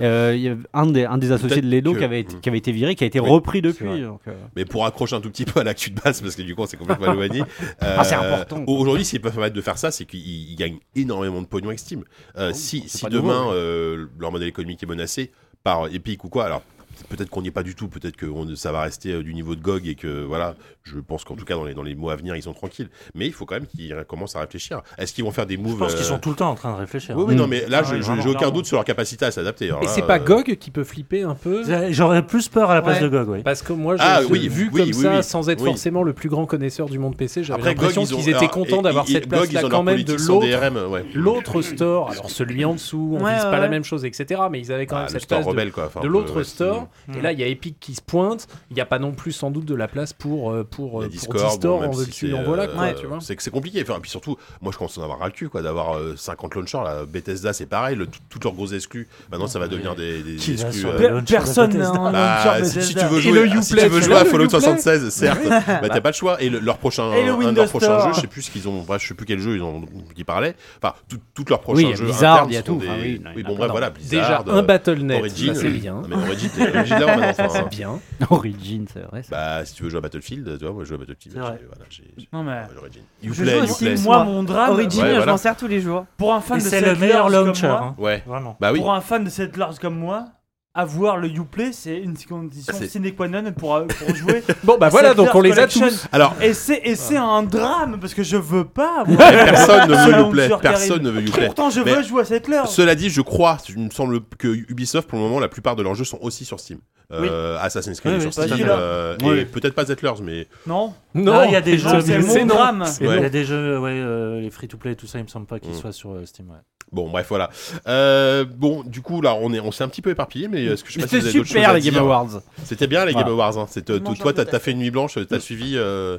euh, il y avait un des un des associés de Ledlow
que-
qui avait été,
Mm.
qui avait été viré, qui a été
Oui,
repris
vrai.
depuis. donc, euh, *laughs*
Mais pour accrocher un tout petit peu à l'actu de base, parce que du coup, on
*laughs*
s'est complètement éloigné. euh,
Ah, c'est important.
Aujourd'hui, s'ils peuvent permettre de faire ça, c'est qu'ils ils gagnent énormément de pognon avec Steam.
Ah
Euh, si
c'est
si
pas
demain,
nouveau,
euh, leur modèle économique est menacé par Epic ou quoi, alors peut-être qu'on n'y est pas du tout, peut-être que on- ça va rester euh, du niveau de GOG et que voilà, je pense qu'en tout cas, dans les, dans les mois à venir, ils sont tranquilles. Mais il faut quand même qu'ils ré- commencent à réfléchir. Est-ce qu'ils vont faire des moves
Je pense qu'ils
euh,
sont tout le temps en train de réfléchir.
Oui, oui,
Mm.
non, mais là,
Ah
je-
oui,
je-
vraiment,
j'ai aucun
clairement.
doute sur leur capacité à s'adapter. Alors
Et
là,
c'est pas
euh,
GOG qui peut flipper un peu
J'aurais plus peur à la place
Ouais.
de GOG, oui.
Parce que moi, je
Ah,
je-
oui,
vu
oui,
comme
oui,
ça,
oui.
sans être
Oui.
forcément le plus grand connaisseur du monde PC, j'avais
Après, GOG,
l'impression
ils ont-
qu'ils étaient
alors,
contents
et-
d'avoir
et-
cette
GOG, ils
place-là
ont leur
quand même de
politique sans
l'autre.
DRM, ouais.
L'autre store, alors celui en dessous, on
Ouais,
vise pas
ouais,
la
ouais.
même chose, etc. Mais ils avaient quand
Ah,
même
le
cette
store
place de,
rebelle, quoi. Enfin,
de
un peu,
l'autre
ouais, c'est-
store.
Mm.
Et là, il y a Epic qui se pointe. Il n'y a pas non plus sans doute de la place pour euh, pour euh,
Il y a
pour
Discord, bon,
Discord,
même
en
si
veux-tu,
c'est,
en voilà,
euh,
quoi, tu vois.
C'est que c'est compliqué. Enfin, et puis surtout, moi je commence à en avoir ras le cul, quoi, d'avoir euh, 50 launchers. Là. Bethesda, c'est pareil, le- tout- toutes leurs grosses exclus. Maintenant, ça va devenir des, des
Qui va
exclus.
sur
euh,
le-
Pe-
launcher
Personne
Bethesda.
n'a un
bah,
launcher
si, si tu
Bethesda.
veux
Et
jouer,
le
ah, si
Uplay,
tu veux
c'est
jouer
là,
à
le
Fallout
Uplay.
76, certes, bah, t'as pas de choix. Et le- leur prochain,
Et le
un de
Windows
leurs prochains
Store.
jeux, je sais plus ce qu'ils ont, bref, je sais plus quel jeu ils ont, qui parlaient. Enfin, tout- toutes leurs
Oui,
prochains
il y a
jeux.
Blizzard,
internes
il y a
seront
tout.
des-
Enfin, oui, il y
oui,
en a
bon,
plein.
bref, voilà,
Déjà
Blizzard.
un
euh,
BattleNet,
Origin, euh,
ça, c'est bien.
Non, mais Origin, t'es- Origin, là, maintenant, enfin,
C'est bien.
Origin, c'est vrai. ça.
Bah, si tu veux jouer à Battlefield, tu vois, moi je joue à Battlefield.
C'est vrai.
j'ai- Voilà, j'ai- j'ai-
Non mais
j'ai Origin.
Je
Uplay,
joue aussi,
Uplay.
moi.
moi mon drame
Origin,
Ouais,
je
voilà.
m'en sers tous les jours.
pour un fan
Et
de
c'est le
cette
meilleur
large comme
launcher.
moi-
hein.
Ouais.
Vraiment.
Bah oui.
Pour un fan de cette large comme moi, avoir le Uplay, c'est une condition
Ah, c'est-
sine qua non pour, euh,
*laughs*
pour jouer.
Bon, bah
à
voilà,
cette
donc
large
on les a
collection.
tous.
Alors,
Et c'est et c'est un drame parce que je veux pas. moi.
personne ne
Ce
veut
launcher
Uplay.
qui arrive.
Personne ne veut Uplay.
Pourtant, je
Mais-
veux jouer à cette l'heure.
Cela dit, je crois, il me semble que Ubisoft, pour le moment, la plupart de leurs jeux sont aussi sur Steam. Euh, Assassin's Creed
Oui,
est
oui,
sur
c'est
Steam,
ça.
euh,
Oui.
et peut-être pas Settlers, mais
Non,
Non, il y
*laughs*
a des
je-
gens,
c'est
c'est
mon
non.
drame.
Et
Ouais.
Il y a des jeux, ouais, euh, les free-to-play, tout ça, il me semble pas qu'ils
Mm.
soient sur euh, Steam. ouais.
bon, bref, voilà. Euh, bon, du coup, là, on est, on s'est un petit peu éparpillé, mais Bah, est-ce que je sais pas si
C'était
vous avez d'autres choses
super
à
les Game
dire.
Awards.
C'était bien les Game
Voilà.
Awards. Hein. C'est, euh,
Mange un
toi,
peu
t'as,
ta
t'as fait une nuit blanche, t'as suivi euh,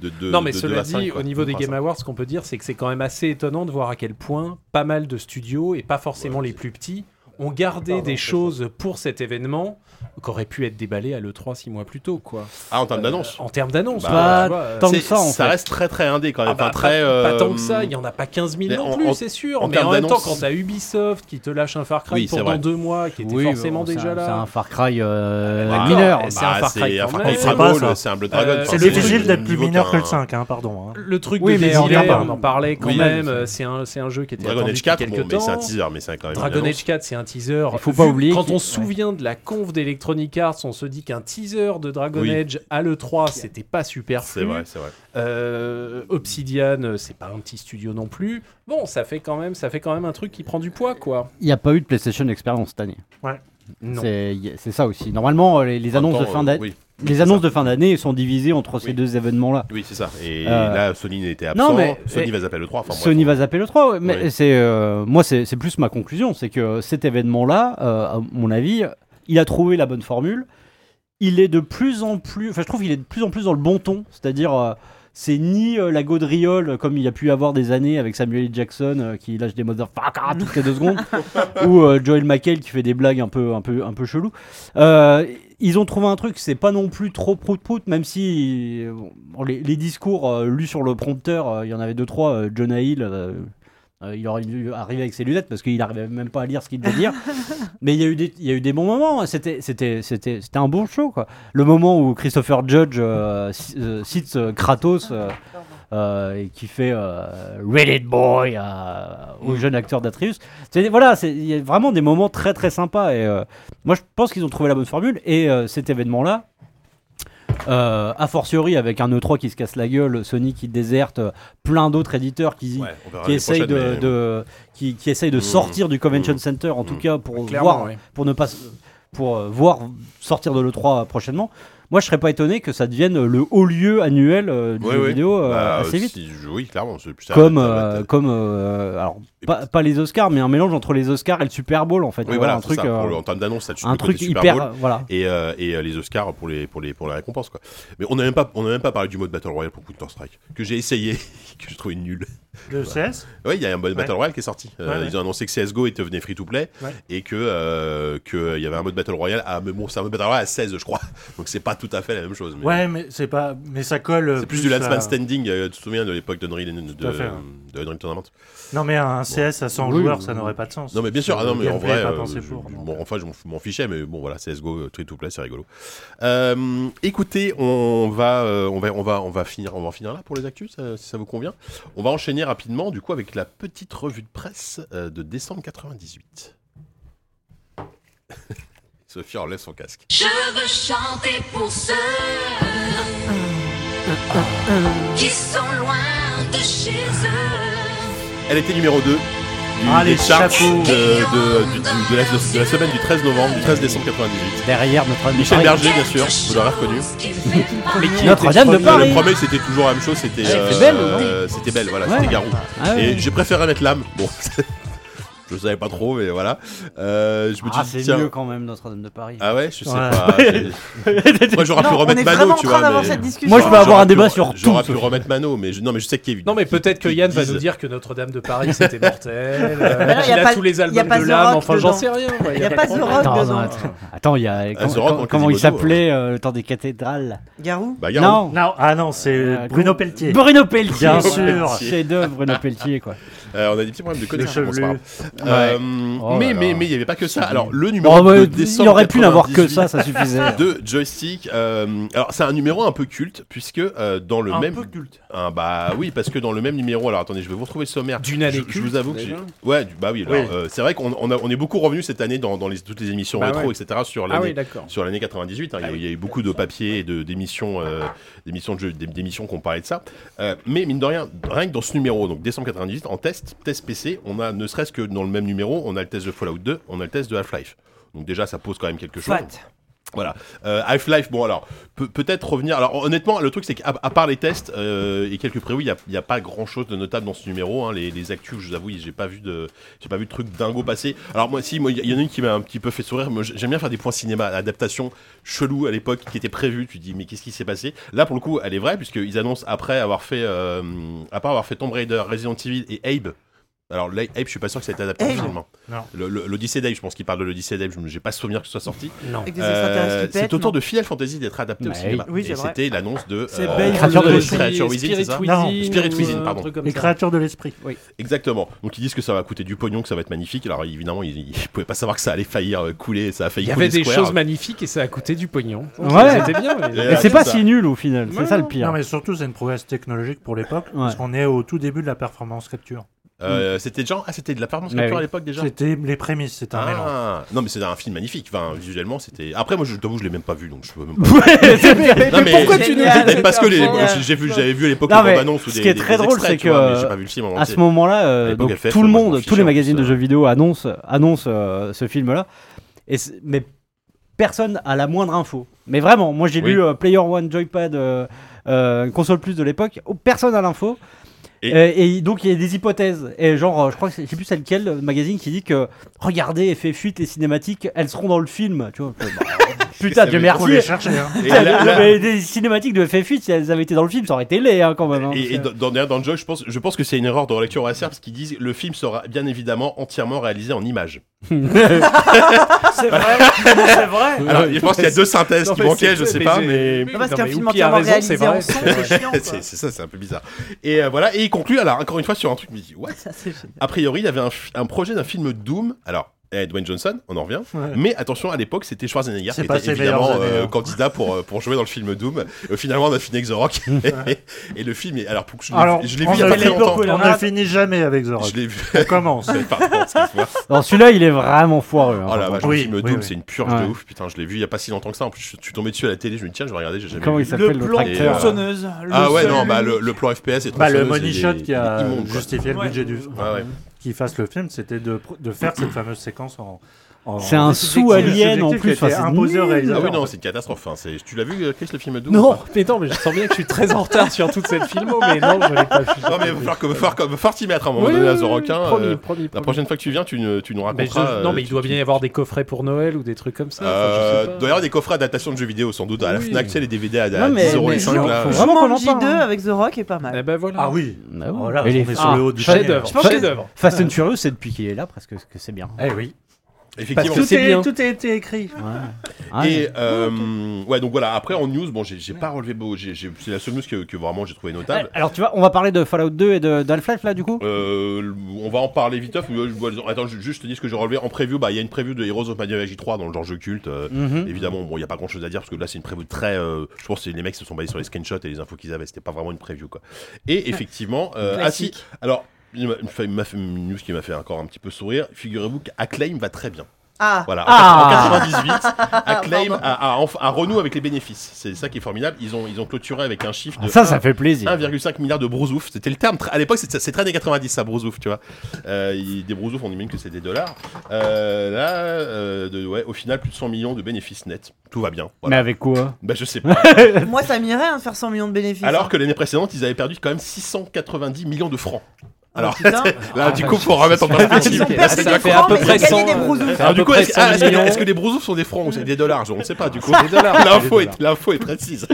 de, de
Non, mais
de- de
cela
la cinq,
dit,
quoi.
au niveau des
Enfin,
Game
ça.
Awards, ce qu'on peut dire, c'est que c'est quand même assez étonnant de voir à quel point pas mal de studios, et pas forcément
Ouais,
les plus petits, ont gardé
Pardon,
des
c'est
choses pour cet événement qu'auraient pu être déballées à l'E3 six mois plus tôt, quoi.
Ah, en
euh,
termes d'annonce.
En termes d'annonce,
Bah,
tu vois, euh,
tant que
C'est-
ça, en fait.
reste très très indé quand même.
Ah bah,
Enfin, très,
pas, pas
euh,
tant que ça, il n'y en a pas 15 000
mais
non
en-
plus,
en-
c'est sûr.
en
mais
termes
en même temps,
d'annonce-
quand t'as Ubisoft qui te lâche un Far Cry
Oui, c'est
pendant
vrai.
deux mois, qui était
Oui,
forcément
bon, c'est
déjà
un-
là.
C'est un Far Cry euh,
bah,
mineur.
d'accord. c'est un Far Cry
c'est un
quand
Far
même.
Cry, c'est un
C'est pas
Brawl,
ça.
c'est un Blood Dragon.
Euh,
Enfin,
C'est
c'est
difficile
du
d'être plus
niveau
mineur que le
qu'un
5, hein, pardon. hein.
Le truc
Oui,
de
mais on
Desiler,
en parle.
on en parlait quand
Oui,
même.
oui,
euh, C'est un, c'est un jeu qui était
Dragon
attendu
Age 4,
depuis
bon,
quelques
mais c'est un
temps.
teaser, mais c'est quand même. une
Dragon
annonce.
Age 4, c'est un teaser.
Il faut pas
Vu-
oublier
Quand
qu'il-
on se souvient de la conf d'Electronic Arts, on se dit qu'un teaser de Dragon
Oui.
Age à l'E3, c'était pas super.
C'est vrai, c'est vrai.
Euh, Obsidian, euh, c'est pas un petit studio non plus. Bon, ça fait quand même, ça fait quand même un truc qui prend du poids, quoi.
Il n'y a pas eu de PlayStation Experience cette année.
Non.
C'est y- c'est ça aussi. Normalement, euh, les, les
En
annonces
même
de
temps,
fin
euh,
d'année,
Oui,
les annonces de fin d'année sont divisées entre ces
Oui.
deux événements-là.
oui c'est ça. Et
Euh,
là, Sony n'était absent.
non, mais-
Sony va zapper le 3. Enfin, bref.
Sony va zapper le 3, ouais, mais
Oui.
c'est euh, moi c'est c'est plus ma conclusion, c'est que cet événement-là, euh, à mon avis, il a trouvé la bonne formule. Il est de plus en plus, enfin je trouve qu'il est de plus en plus dans le bon ton, c'est-à-dire euh, c'est ni euh, la gaudriole comme il y a pu y avoir des années avec Samuel L. Jackson euh, qui lâche des motherfuckers ah, toutes les deux secondes, ou euh, Joel McHale qui fait des blagues un peu un peu un peu chelou. Euh, ils ont trouvé un truc, c'est pas non plus trop prout-prout, même si euh, bon, les, les discours euh, lus sur le prompteur, euh, il y en avait deux, trois. euh, Jonah Hill, euh, euh, il aurait dû arriver avec ses lunettes parce qu'il n'arrivait même pas à lire ce qu'il devait dire. Mais il y, a eu des, il y a eu des bons moments, c'était c'était- c'était- c'était un bon show. Quoi. Le moment où Christopher Judge euh, ci- euh, cite euh, Kratos euh, euh, et qui fait euh, Read it boy euh, au jeune acteur d'Atreus. C'est- Voilà, c'est- il y a vraiment des moments très très sympas et. euh, moi, je pense qu'ils ont trouvé la bonne formule et euh, cet événement-là, euh, a fortiori avec un E3 qui se casse la gueule, Sony qui déserte, euh, plein d'autres éditeurs qui,
Ouais, on verra
qui
l'année
essayent de,
prochaine, mais- euh,
de- qui, qui essayent de
Mmh.
sortir du Convention
Mmh.
Center, en tout
Mmh.
cas pour
Clairement,
voir,
ouais.
pour ne pas s- pour euh, voir sortir de l'E3 prochainement. Moi, je serais pas étonné que ça devienne le haut lieu annuel euh, du
Ouais,
jeu
ouais.
vidéo euh,
Bah,
assez vite.
si- Oui, clairement. c'est plus ça,
Comme,
ça va
euh,
être-
comme euh, alors pas, pas les Oscars, mais un mélange entre les Oscars et le Super Bowl en fait.
Oui,
Euh,
voilà,
un truc,
ça,
euh,
pour le- en termes d'annonce, ça tue
un
le côté
truc
Super
hyper,
Bowl.
euh, voilà.
et, euh, et, euh, les Oscars pour les pour les pour la récompense quoi. Mais on n'a même pas on n'a même pas parlé du mode Battle Royale pour Counter Strike que j'ai essayé *laughs* que je trouvais nul.
Le CS
Oui, il y a un mode Battle Royale qui est sorti. Euh,
Ouais, ouais.
Ils ont annoncé que CS:GO était devenu free to play
Ouais.
et que euh, que il y avait un mode Battle Royale à mais bon, c'est un mode Battle Royale à 16 je crois. *laughs* Donc c'est pas tout à fait la même chose mais
Ouais, mais c'est pas. Mais ça colle. euh,
c'est plus, du last
à-
man standing euh, tu te souviens de l'époque d'Unreal de,
Tout à fait, ouais.
de Unreal Tournament.
Non, mais un CS à 100
Oui,
joueurs,
oui.
ça n'aurait pas de sens.
Non mais bien sûr, ah non mais
Le
en
gameplay
vrai,
est pas
euh,
pensé
je-
pour, donc.
bon, enfin je m'en f- m'en fichais, mais bon voilà, CS:GO, Tree to Play, c'est rigolo. Euh, écoutez, on va, euh, on va, on va, on va finir, on va en finir là pour les actus, ça- si ça vous convient. On va enchaîner rapidement du coup avec la petite revue de presse euh, de décembre 98. *laughs* Sophie enlève son casque.
Je veux chanter pour ceux qui sont loin de chez eux.
Elle était numéro 2 du,
Ah,
des
les
charts de,
chapeaux.
de- du- du- de la, de la semaine du 13 novembre, du 13 décembre
Ah,
98.
Derrière notre ami
Michel
Paris.
Berger, Ah, bien sûr, vous l'aurez reconnu.
*laughs* Notre-Dame de
Le-
Paris.
Le premier, c'était toujours la même chose, c'était
Ouais,
euh,
c'était Belle, non
euh, c'était belle, voilà,
Ouais.
c'était Garou.
Ah ouais.
Et j'ai préféré mettre l'âme. Bon, *laughs* je savais pas trop, mais voilà. Euh, je me
Ah,
suis dit,
c'est
tiens.
mieux quand même Notre-Dame de Paris.
Ah ouais, je sais
Ouais.
pas. c'est- *laughs* Moi, j'aurais pu
Non, on
remettre
est vraiment
Mano,
en
tu
train
vois.
d'avoir
mais-
cette discussion.
Moi, je peux
J'aurais
avoir un
pu-
débat sur
J'aurais
tout,
pu
Sophie.
remettre Mano, mais je, non, mais je sais qu'il y a eu-
Non, mais peut-être que
qui
Yann va
disent-
nous dire que Notre-Dame de Paris c'était
*laughs*
mortel, euh,
Mais non, y
qu'il
a
a
pas-
tous les
y a
albums
pas
de
The
l'âme,
Rock
enfin j'en
dedans.
sais rien. Il
Y a pas The Rock
Attends, attends,
dedans.
attends. Attends, il y a
Ah,
comment,
The Rock
comment-
en
comment il
Quasimodo,
s'appelait euh, le temps des cathédrales
Garou
Bah, Garou.
Non,
Non, ah non, c'est
Euh, comment-
Bruno Pelletier.
Bruno Pelletier.
Bien
voilà.
sûr.
Chef d'œuvre Bruno Pelletier quoi.
Euh, on a des petits problèmes de connexion, bon, c'est pas grave.
Ouais.
Euh,
Oh
mais,
là
mais,
là.
mais il n'y avait pas que ça.
C'est
Alors, le numéro
Non,
de
mais bah,
décembre
il aurait pu n'avoir que
98,
ça, ça
*laughs*
suffisait.
de joystick. euh, alors c'est un numéro un peu culte puisque euh, dans le
Un
même
peu culte.
Ah, bah oui parce que dans le même numéro alors attendez je vais vous retrouver le sommaire
D'une année
je, je vous
culte,
avoue que j'ai-
déjà.
ouais du- bah oui, alors,
Oui.
euh, c'est vrai qu'on on a- on est beaucoup revenu cette année dans, dans les- toutes les émissions
Bah
rétro
ouais.
etc sur
Ah
l'année
oui, d'accord. Ah
sur l'année 98. hein, il, y a, il y a eu beaucoup de papiers et de- d'émissions, euh, d'émissions de jeux, d'é- d'émissions qu'on parlait de ça. Euh, mais mine de rien, rien que dans ce numéro, donc décembre 98, en test, test PC, on a ne serait-ce que dans le même numéro, on a le test de Fallout 2, on a le test de Half-Life. Donc déjà, ça pose quand même quelque chose.
Fat.
Voilà. Euh, Half-Life, bon alors, peut- peut-être revenir. Alors honnêtement, le truc c'est qu'à à part les tests euh, et quelques prévus, il n'y a, il y a pas grand-chose de notable dans ce numéro. hein. Les, les actus, je vous avoue, j'ai pas vu de, j'ai pas vu de truc dingo passer. Alors moi, si, moi, il y en a une qui m'a un petit peu fait sourire. Moi, j'aime bien faire des points cinéma, adaptation chelou à l'époque qui était prévue. Tu dis mais qu'est-ce qui s'est passé Là pour le coup, elle est vraie puisqu'ils annoncent après avoir fait, euh, après avoir fait Tomb Raider, Resident Evil et Abe. Alors, l'Ape, je suis pas sûr que ça a été adapté
Ape.
finalement.
Non.
Le- le- L'Odyssée d'Ape, je pense qu'il parle de l'Odyssée d'Ape, je j'ai pas souvenir que ce soit sorti.
Non.
Avec des
Euh,
extraterrestres qui
c'est
pètent,
au tour
non
de Final Fantasy d'être adapté au
Bah
cinéma.
oui. Oui,
Et
c'est vrai.
c'était l'annonce de
C'est
euh,
Bane,
Créature de
euh,
l'esprit.
Creature Within,
Spirit
c'est ça
Non,
Within,
Spirit
ou,
Within,
euh, un
pardon.
truc comme
Les
ça.
créatures de l'esprit.
Exactement. Donc ils disent que ça va coûter du pognon, que ça va être magnifique. Alors évidemment, ils, ils *laughs* pouvaient pas savoir que ça allait faillir euh, couler, ça a failli
Il y
couler
avait des
Square. Euh,
choses magnifiques et ça a coûté du pognon.
Ouais.
C'était bien.
Et
mais-
Mais
là,
c'est pas
ça.
si nul au final,
Ouais,
c'est ça
non.
le pire.
Non, mais surtout, c'est une prouesse technologique pour l'époque, parce
Ouais.
qu'on est au tout début de la performance capture.
Euh, c'était genre ah c'était de la performance
Mais
capture
Bah
à
oui.
l'époque déjà.
C'était les prémices, c'était un mélange.
Ah, non mais c'est un film magnifique. Enfin, visuellement c'était. Après moi je t'avoue je l'ai même pas vu donc
*laughs*
je peux même pas. Non, mais-
pourquoi tu nous
Génial.
Peut-être *laughs* parce que les... euh,
Génial.
j'ai vu j'avais vu à l'époque
Non,
les
mais
bandes annonces ou
ce
des,
qui est
des-
très
des
drôle,
extraits,
c'est
tu vois,
que,
mais j'ai pas vu le film en
À
entier.
ce moment-là,
À
euh,
l'époque,
donc,
FF,
tout le
moi, je m'en
monde, tous les
fichais un peu de
magazines de
ça.
jeux vidéo annoncent, annoncent euh, ce film-là, et c'est- mais personne a la moindre info. Mais vraiment, moi j'ai
Oui.
lu euh, Player One, Joypad, euh, euh, console plus de l'époque, oh, personne a l'info.
Et-
Et... et donc il y a des hypothèses. Et genre, euh, je crois que c'est- je sais plus c'est lequel euh, magazine qui dit que regardez effet fuite et cinématiques, elles seront dans le film. Tu vois, bah, putain,
Ça
Dieu
veut dire
Faut
merci.
les chercher, hein.
*laughs*
*laughs*
Et là- là-
Mais des cinématiques de FF8, si elles avaient été dans le film, ça aurait été laid hein, quand même. hein.
Et, et dans, dans- d'ailleurs, dans le jeu, je pense, je pense que c'est une erreur de relecture à parce qu'ils disent le film sera bien évidemment entièrement réalisé en images.
C'est vrai, c'est
*laughs*
vrai.
Alors, je pense qu'il y a deux synthèses
Non,
qui
mais
manquaient,
c'est-
je sais pas, *laughs*
c'est-
mais.
Non, parce
Non,
qu'un
mais
film
Whoopi a
entièrement
raison, c'est
réalisé en
vrai.
son,
*laughs*
c'est chiant. quoi.
C'est c'est ça, c'est un peu bizarre. Et euh, voilà, et il conclut, alors encore une fois, sur un truc, il me dit, what
Ça, c'est génial.
A priori, il y avait un, fi- un projet d'un film Doom. Alors. eh, Dwayne Johnson, on en revient.
Ouais.
Mais attention, à l'époque, c'était Schwarzenegger qui
C'est pas
était
ses
évidemment
meilleures années,
euh,
hein.
candidat pour, euh, pour jouer dans le film Doom. Euh, finalement, on a fini avec The
*laughs*
Rock. et, le film est. Alors, pour que je l'ai vu-
Alors,
je l'ai vu
on
il y a
ne
pas très
finit-
longtemps.
On ne finit jamais avec The Rock.
Je l'ai vu. *laughs*
On commence.
Pardon, excuse-moi.
Alors celui-là, il est vraiment foireux. hein,
Oh la
par
vache,
contre.
le
Oui,
film
oui,
Doom,
oui.
c'est une purge
Ouais.
de ouf. Putain, je l'ai vu il y a pas si longtemps que ça. En plus, je je suis tombé dessus à la télé, je me dis tiens, je vais regarder, j'ai jamais
Comment
vu.
il
Le
s'appelle l'autre
plan
acteur
tronçonneuse. le
Ah ouais,
seul
non, bah le,
unique.
le plan FPS est trop
Bah, le
sonneuse,
money
il est-
shot
il
qui
est
a
immonde, quoi.
justifié le
Ouais.
budget du
Ouais, ouais.
qui fasse le film, c'était de, de faire cette fameuse séquence en. en-
C'est un
en-
sous alien en plus.
subjectif qui était
enfin, c'est
imposé au
nul.
Ah
réalisateur.
oui, non, c'est une catastrophe. Enfin, c'est- tu l'as vu, euh, Chris, le film Doom ou
Non,
pas
mais non, mais je sens bien que je suis très en retard sur toute cette filmo, mais non, je l'ai pas vu.
Non, mais il va falloir que- va falloir que- va falloir t'y mettre à un moment
Oui,
donné à The
oui, oui,
Rock, hein,
promis,
euh,
promis,
La
promis.
prochaine fois que tu viens, tu, ne- tu nous
Mais je-
raconteras.
non,
euh,
mais il
tu-
doit
tu-
bien y avoir des coffrets pour Noël ou des trucs comme ça.
Euh,
enfin, je sais pas.
doit y avoir des coffrets d'adaptation de jeux vidéo sans doute à la
Oui.
Fnac, tu sais, les DVD à, à
Non, mais-
10,05
mais-
là.
faut
euh,
vraiment qu'on en
Jumanji
parle,
2
hein.
avec The Rock est pas mal.
Eh ben voilà.
Ah oui.
Ah oui.
Voilà,
Et les-
on est sur le haut du
chef
panier.
d'œuvre.
Je pense
Chef
que-
d'œuvre.
Ah.
Fast and Furious, c'est depuis qu'il est là, presque que c'est bien.
Eh oui.
Effectivement.
Parce que- c'est bien.
tout a été écrit.
Ouais. Ah,
Et euh, ouais, donc voilà. Après en news, bon, j'ai j'ai pas relevé beau. j'ai- j'ai- C'est la seule news que, que vraiment j'ai trouvé notable.
Alors tu vois, on va parler de Fallout 2 et de d'Half-Life là du coup
Euh, on va en parler vite. off. Euh, je- Attends, ju- juste je te dis ce que j'ai relevé. En preview, bah, il y a une preview de Heroes of Magic 3 dans le genre jeu culte. euh,
Mhm.
Évidemment, bon, il n'y a pas grand chose à dire parce que là, c'est une preview très. euh, je pense que les mecs se sont basés sur les screenshots et les infos qu'ils avaient. C'était pas vraiment une preview, quoi. Et effectivement, euh, ah si, alors, il m'a- il m'a fait- il m'a fait une news qui m'a fait encore un petit peu sourire. Figurez-vous qu'Acclaim va très bien.
Ah,
Voilà. En,
*laughs* Ah.
98, Acclaim
Pardon.
a, a, enf- a renoué avec les bénéfices. C'est ça qui est formidable. Ils ont, ils ont clôturé avec un chiffre de
Ah, Ça, ça fait plaisir.
1,5 milliard de brousouf. C'était le terme. tr- À l'époque, c'est c'est très des 90, ça, brousouf, tu vois. Euh, il- des brousouf, on dit même que c'est des dollars. Euh, là, euh, de- ouais, au final, plus de 100 millions de bénéfices nets. Tout va bien.
Mais
Voilà.
avec quoi
Bah, je sais pas.
moi ça m'irait hein, de faire 100 millions de bénéfices.
Alors que l'année précédente, ils avaient perdu quand même 690 millions de francs. Alors,
putain.
là, du coup, pour remettre en perspective,
Ils ont
là, c'est
perdu
bien
ça fait
con.
à
francs,
peu
mais ils ont
près
gagné
100.
des brousoufs.
Ça
Alors, du
fait
coup,
à peu
est-ce
près
ah, est-ce
100
que,
millions.
est-ce que les brousoufs sont des francs ou c'est des dollars On ne sait pas, du coup.
dollars.
L'info est, l'info est précise.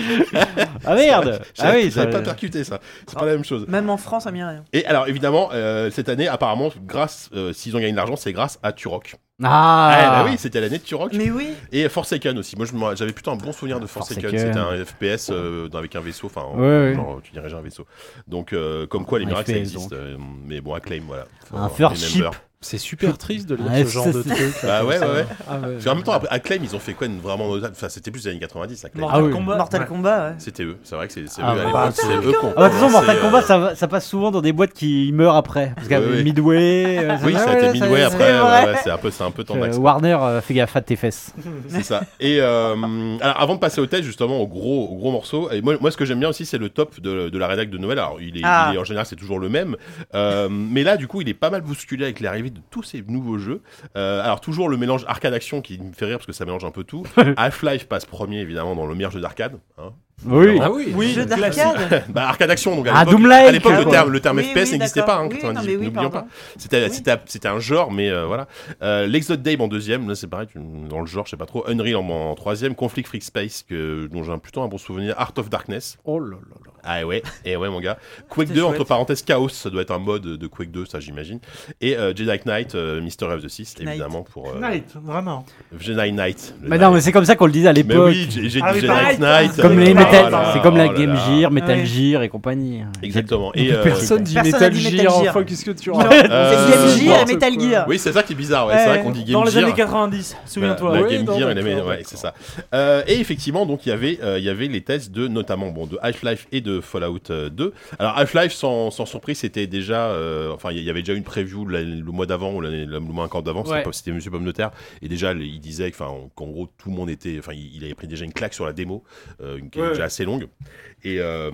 Ah merde Ah
J'avais-
oui, ça-
j'avais pas percuté ça. C'est pas la même chose.
Même en France, ça m'irait.
Et alors évidemment, euh, cette année, apparemment, grâce, euh, s'ils ont gagné de l'argent, c'est grâce à Turok.
Ah
Ah, bah oui, c'était l'année de Turok.
Mais oui,
Et Forsaken aussi. Moi, je m'en- j'avais plutôt un bon souvenir de Forsaken.
Forsaken.
C'était un FPS euh, avec un vaisseau. Enfin,
Ouais, ouais.
genre, tu dirigeais un vaisseau. Donc, euh, comme quoi, les
Un
miracles, ça
FPS,
existe. euh, mais bon, Acclaim, voilà. Faut
Un
avoir-
first
remember.
ship.
C'est super triste de lire
Ouais,
ce genre de
ça,
truc.
Bah
comme
ouais,
ça.
ouais, ouais.
Ah ouais.
Puis en même temps, après, Acclaim, ils ont fait quoi une vraiment notable Enfin, c'était plus les années 90,
Ah
Acclaim. Ah
Mortal
oui.
Kombat.
Mortal
Ouais.
Kombat, ouais.
C'était eux. C'est vrai que c'est c'est eux
Ah,
à l'époque.
Mortal
C'est eux qu'on.
Ah bah de toute façon, Mortal
c'est,
Kombat,
euh,
ça, va- ça passe souvent dans des boîtes qui meurent après. Parce qu'à
Oui, oui.
Midway. euh,
Oui, ça a
ouais,
été Midway
c'est
après.
vrai.
ouais, ouais, C'est un peu- c'est un peu
Euh,
tendax.
Warner, euh, fais gaffe à tes fesses.
C'est ça. Et euh, alors, avant de passer au test, justement, au gros, au gros morceau, et moi, moi ce que j'aime bien aussi, c'est le top de, de la rédac de Noël. Alors, il est,
Ah.
il est- en général, c'est toujours le même. Euh, mais là, du coup, il est pas mal bousculé avec l'arrivée de tous ces nouveaux jeux. Euh, alors, toujours le mélange arcade-action qui me fait rire parce que ça mélange un peu tout.
*laughs*
Half-Life passe premier, évidemment, dans le meilleur jeu d'arcade. hein. *laughs*
Oui.
Ah oui.
Jeu d'arcade.
bah, arcade-action, donc à
Ah,
l'époque,
Doom-like,
à l'époque,
hein,
le
quoi.
terme, le terme
Oui,
FPS
oui,
n'existait
d'accord.
pas en
Oui, non,
98,
mais oui,
n'oublions pas.
pardon.
C'était
Ah
Oui.
c'était- c'était un genre, mais euh, voilà. Euh, L'Exode Dame en deuxième, là c'est pareil, tu- dans le genre, je sais pas trop. Unreal en, en troisième, Conflict Freak Space, que, dont j'ai un- plutôt un bon souvenir. Art of Darkness.
Oh là là là.
Ah ouais, et ouais mon gars. Quake
C'est
2 entre
chouette.
parenthèses Chaos, ça doit être un mode de Quake 2, ça j'imagine. Et euh, Jedi Knight, euh, Mystery of the Sith,
Knight.
évidemment pour euh,
Knight, vraiment.
Jedi Knight. le
Mais
Knight.
non, mais c'est comme ça qu'on le disait à
bah Mais
l'époque.
oui, j'ai j'ai
Ah
dit
oui,
Jedi
pareil,
Knight.
Comme
euh,
les
Oh
Metal,
là là,
c'est comme la
oh là
Game
là.
Gear, Metal
Ouais.
Gear et compagnie.
Exactement. Et euh,
Personne dit
Personne
Metal
a dit
Gear.
Metal Gear.
Enfin, qu'est-ce que tu
Non,
racontes
c'est Game
Euh,
Gear et
bon.
Metal Gear.
oui, c'est ça qui est bizarre. Ouais. C'est vrai qu'on dit Game
Eh, Dans les
Gear.
années 90, souviens-toi.
La, la
Oui,
Game
non,
Gear, elle
d'accord,
aimait- ouais,
d'accord.
c'est ça. Euh, et effectivement, donc il y avait, euh, il y avait les tests de notamment bon de Half-Life et de Fallout euh, 2. Alors Half-Life, sans, sans surprise, c'était déjà, euh, enfin il y avait déjà une preview l'année- le mois d'avant ou l'année- le mois encore d'avant. c'était
Ouais.
pas- C'était Monsieur Pomme de Terre et déjà les- il disait, que, enfin on- qu'en gros tout le monde était, enfin il, il avait pris déjà une claque sur la démo euh, qui est
Ouais.
déjà assez longue. Et, euh,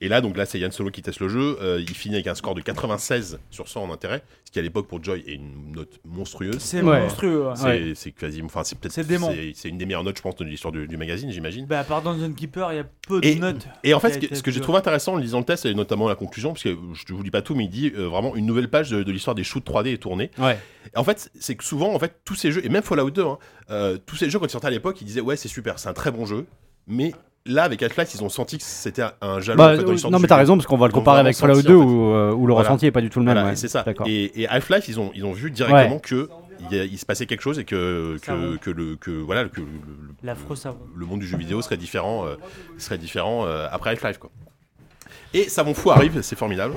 et là donc là c'est Yann Solo qui teste le jeu. Euh, il finit avec un score de 96 sur 100 en intérêt, ce qui à l'époque pour Joy est une note monstrueuse.
C'est
Ouais.
monstrueux. hein. ouais.
C'est
Ouais.
c'est quasiment. Enfin, c'est peut-être.
C'est dément.
c'est- C'est une des meilleures notes, je pense, de l'histoire du, du magazine, j'imagine.
Bah, par Dungeon Keeper, il y a peu de
Et-
notes.
Et en fait,
qui
ce
a
que,
été
ce que j'ai
joué.
trouvé intéressant en lisant le test, et notamment la conclusion, parce que je vous dis pas tout, mais il dit euh, vraiment une nouvelle page de, de l'histoire des shoots 3D est tournée.
Ouais.
Et en fait, c'est que souvent, en fait, tous ces jeux, et même Fallout 2, hein, euh, tous ces jeux, quand ils sortaient à l'époque, ils disaient Ouais, c'est super, c'est un très bon jeu, mais. Là, avec Half-Life, ils ont senti que c'était un- un jalon
Bah,
en fait, dans l'histoire
non,
du
mais
jeu
t'as raison, parce qu'on va le
Donc,
comparer
vraiment
avec Fallout
sorti,
2
en fait.
où, euh, où le
Voilà.
ressenti est pas du tout le même.
Voilà,
ouais.
et c'est ça.
D'accord.
Et, et Half-Life, ils ont, ils ont vu directement que il, y a- il se passait quelque chose et que,
Ça
que,
roule.
que le que voilà que le- le-
L'affreux savon.
le monde du jeu vidéo serait différent, euh, serait différent euh, après Half-Life. Quoi. Et Savon Fou arrive, c'est formidable.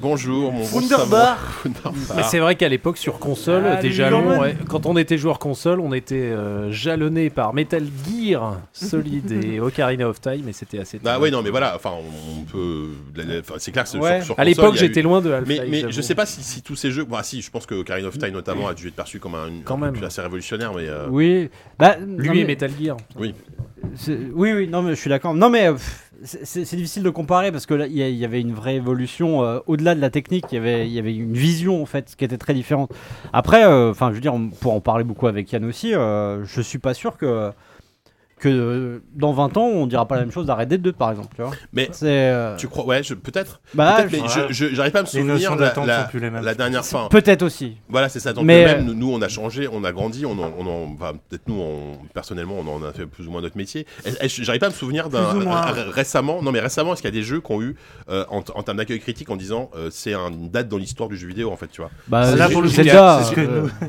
Bonjour mon bon
Wunderbar.
savon. Wunderbar.
Mais c'est vrai qu'à l'époque, sur console,
Ah,
des
les
jalons,
Norman.
ouais. quand on était joueur console, on était euh, jalonné par Metal Gear Solid
*laughs*
et Ocarina of Time, mais c'était assez.
Ah ouais non mais voilà, enfin on on peut, la- la- enfin, c'est clair. que c'est-
Ouais.
sur- sur
à
console,
l'époque,
il y a eu-
j'étais loin de Half-Life.
Mais, mais je
j'avoue.
sais pas si, si tous ces jeux, bah si, je pense que Ocarina of Time notamment a dû être perçu comme un,
Quand
un
même.
truc assez révolutionnaire, mais euh,
Oui, bah,
Lui
non,
et
mais-
Metal Gear.
C'est- Oui, oui, non, mais je suis d'accord. Non, mais euh, pff, c'est c'est- c'est difficile de comparer parce que là, il y, a- il y avait une vraie évolution euh, au-delà de la technique. Il y avait, il y avait une vision en fait qui était très différente. Après, euh, enfin, je veux dire, on- pour en parler beaucoup avec Yann aussi, euh, je suis pas sûr que que euh, dans 20 ans on dira pas la même chose d'arrêter 2 par exemple. Tu vois.
Mais
c'est euh,
tu crois, ouais, je- peut-être.
Ah,
bah,
peut-être, mais
je-
je- je- j'arrive pas à me
Les
souvenir
notions
de la,
d'attente
la-
sont plus les mêmes.
la dernière fin.
peut-être aussi.
Voilà, c'est ça. Donc,
Mais,
même, nous, nous, on a changé, on a grandi, on en, on en- enfin, peut-être nous, on- personnellement, on en a fait plus ou moins notre métier. Est-ce- est-ce- J'arrive pas à me souvenir d'un
Plus ou moins.
un- un- récemment. Non, mais récemment, est-ce qu'il y a des jeux qui ont eu euh, en, en termes d'accueil critique en disant euh, c'est un- une date dans l'histoire du jeu vidéo, en fait, tu vois.
Bah,
Ah, Là,
c'est-
pour le
c'est
coup,
déjà,
c'est ce que
euh, *laughs*
nous-
le
c'est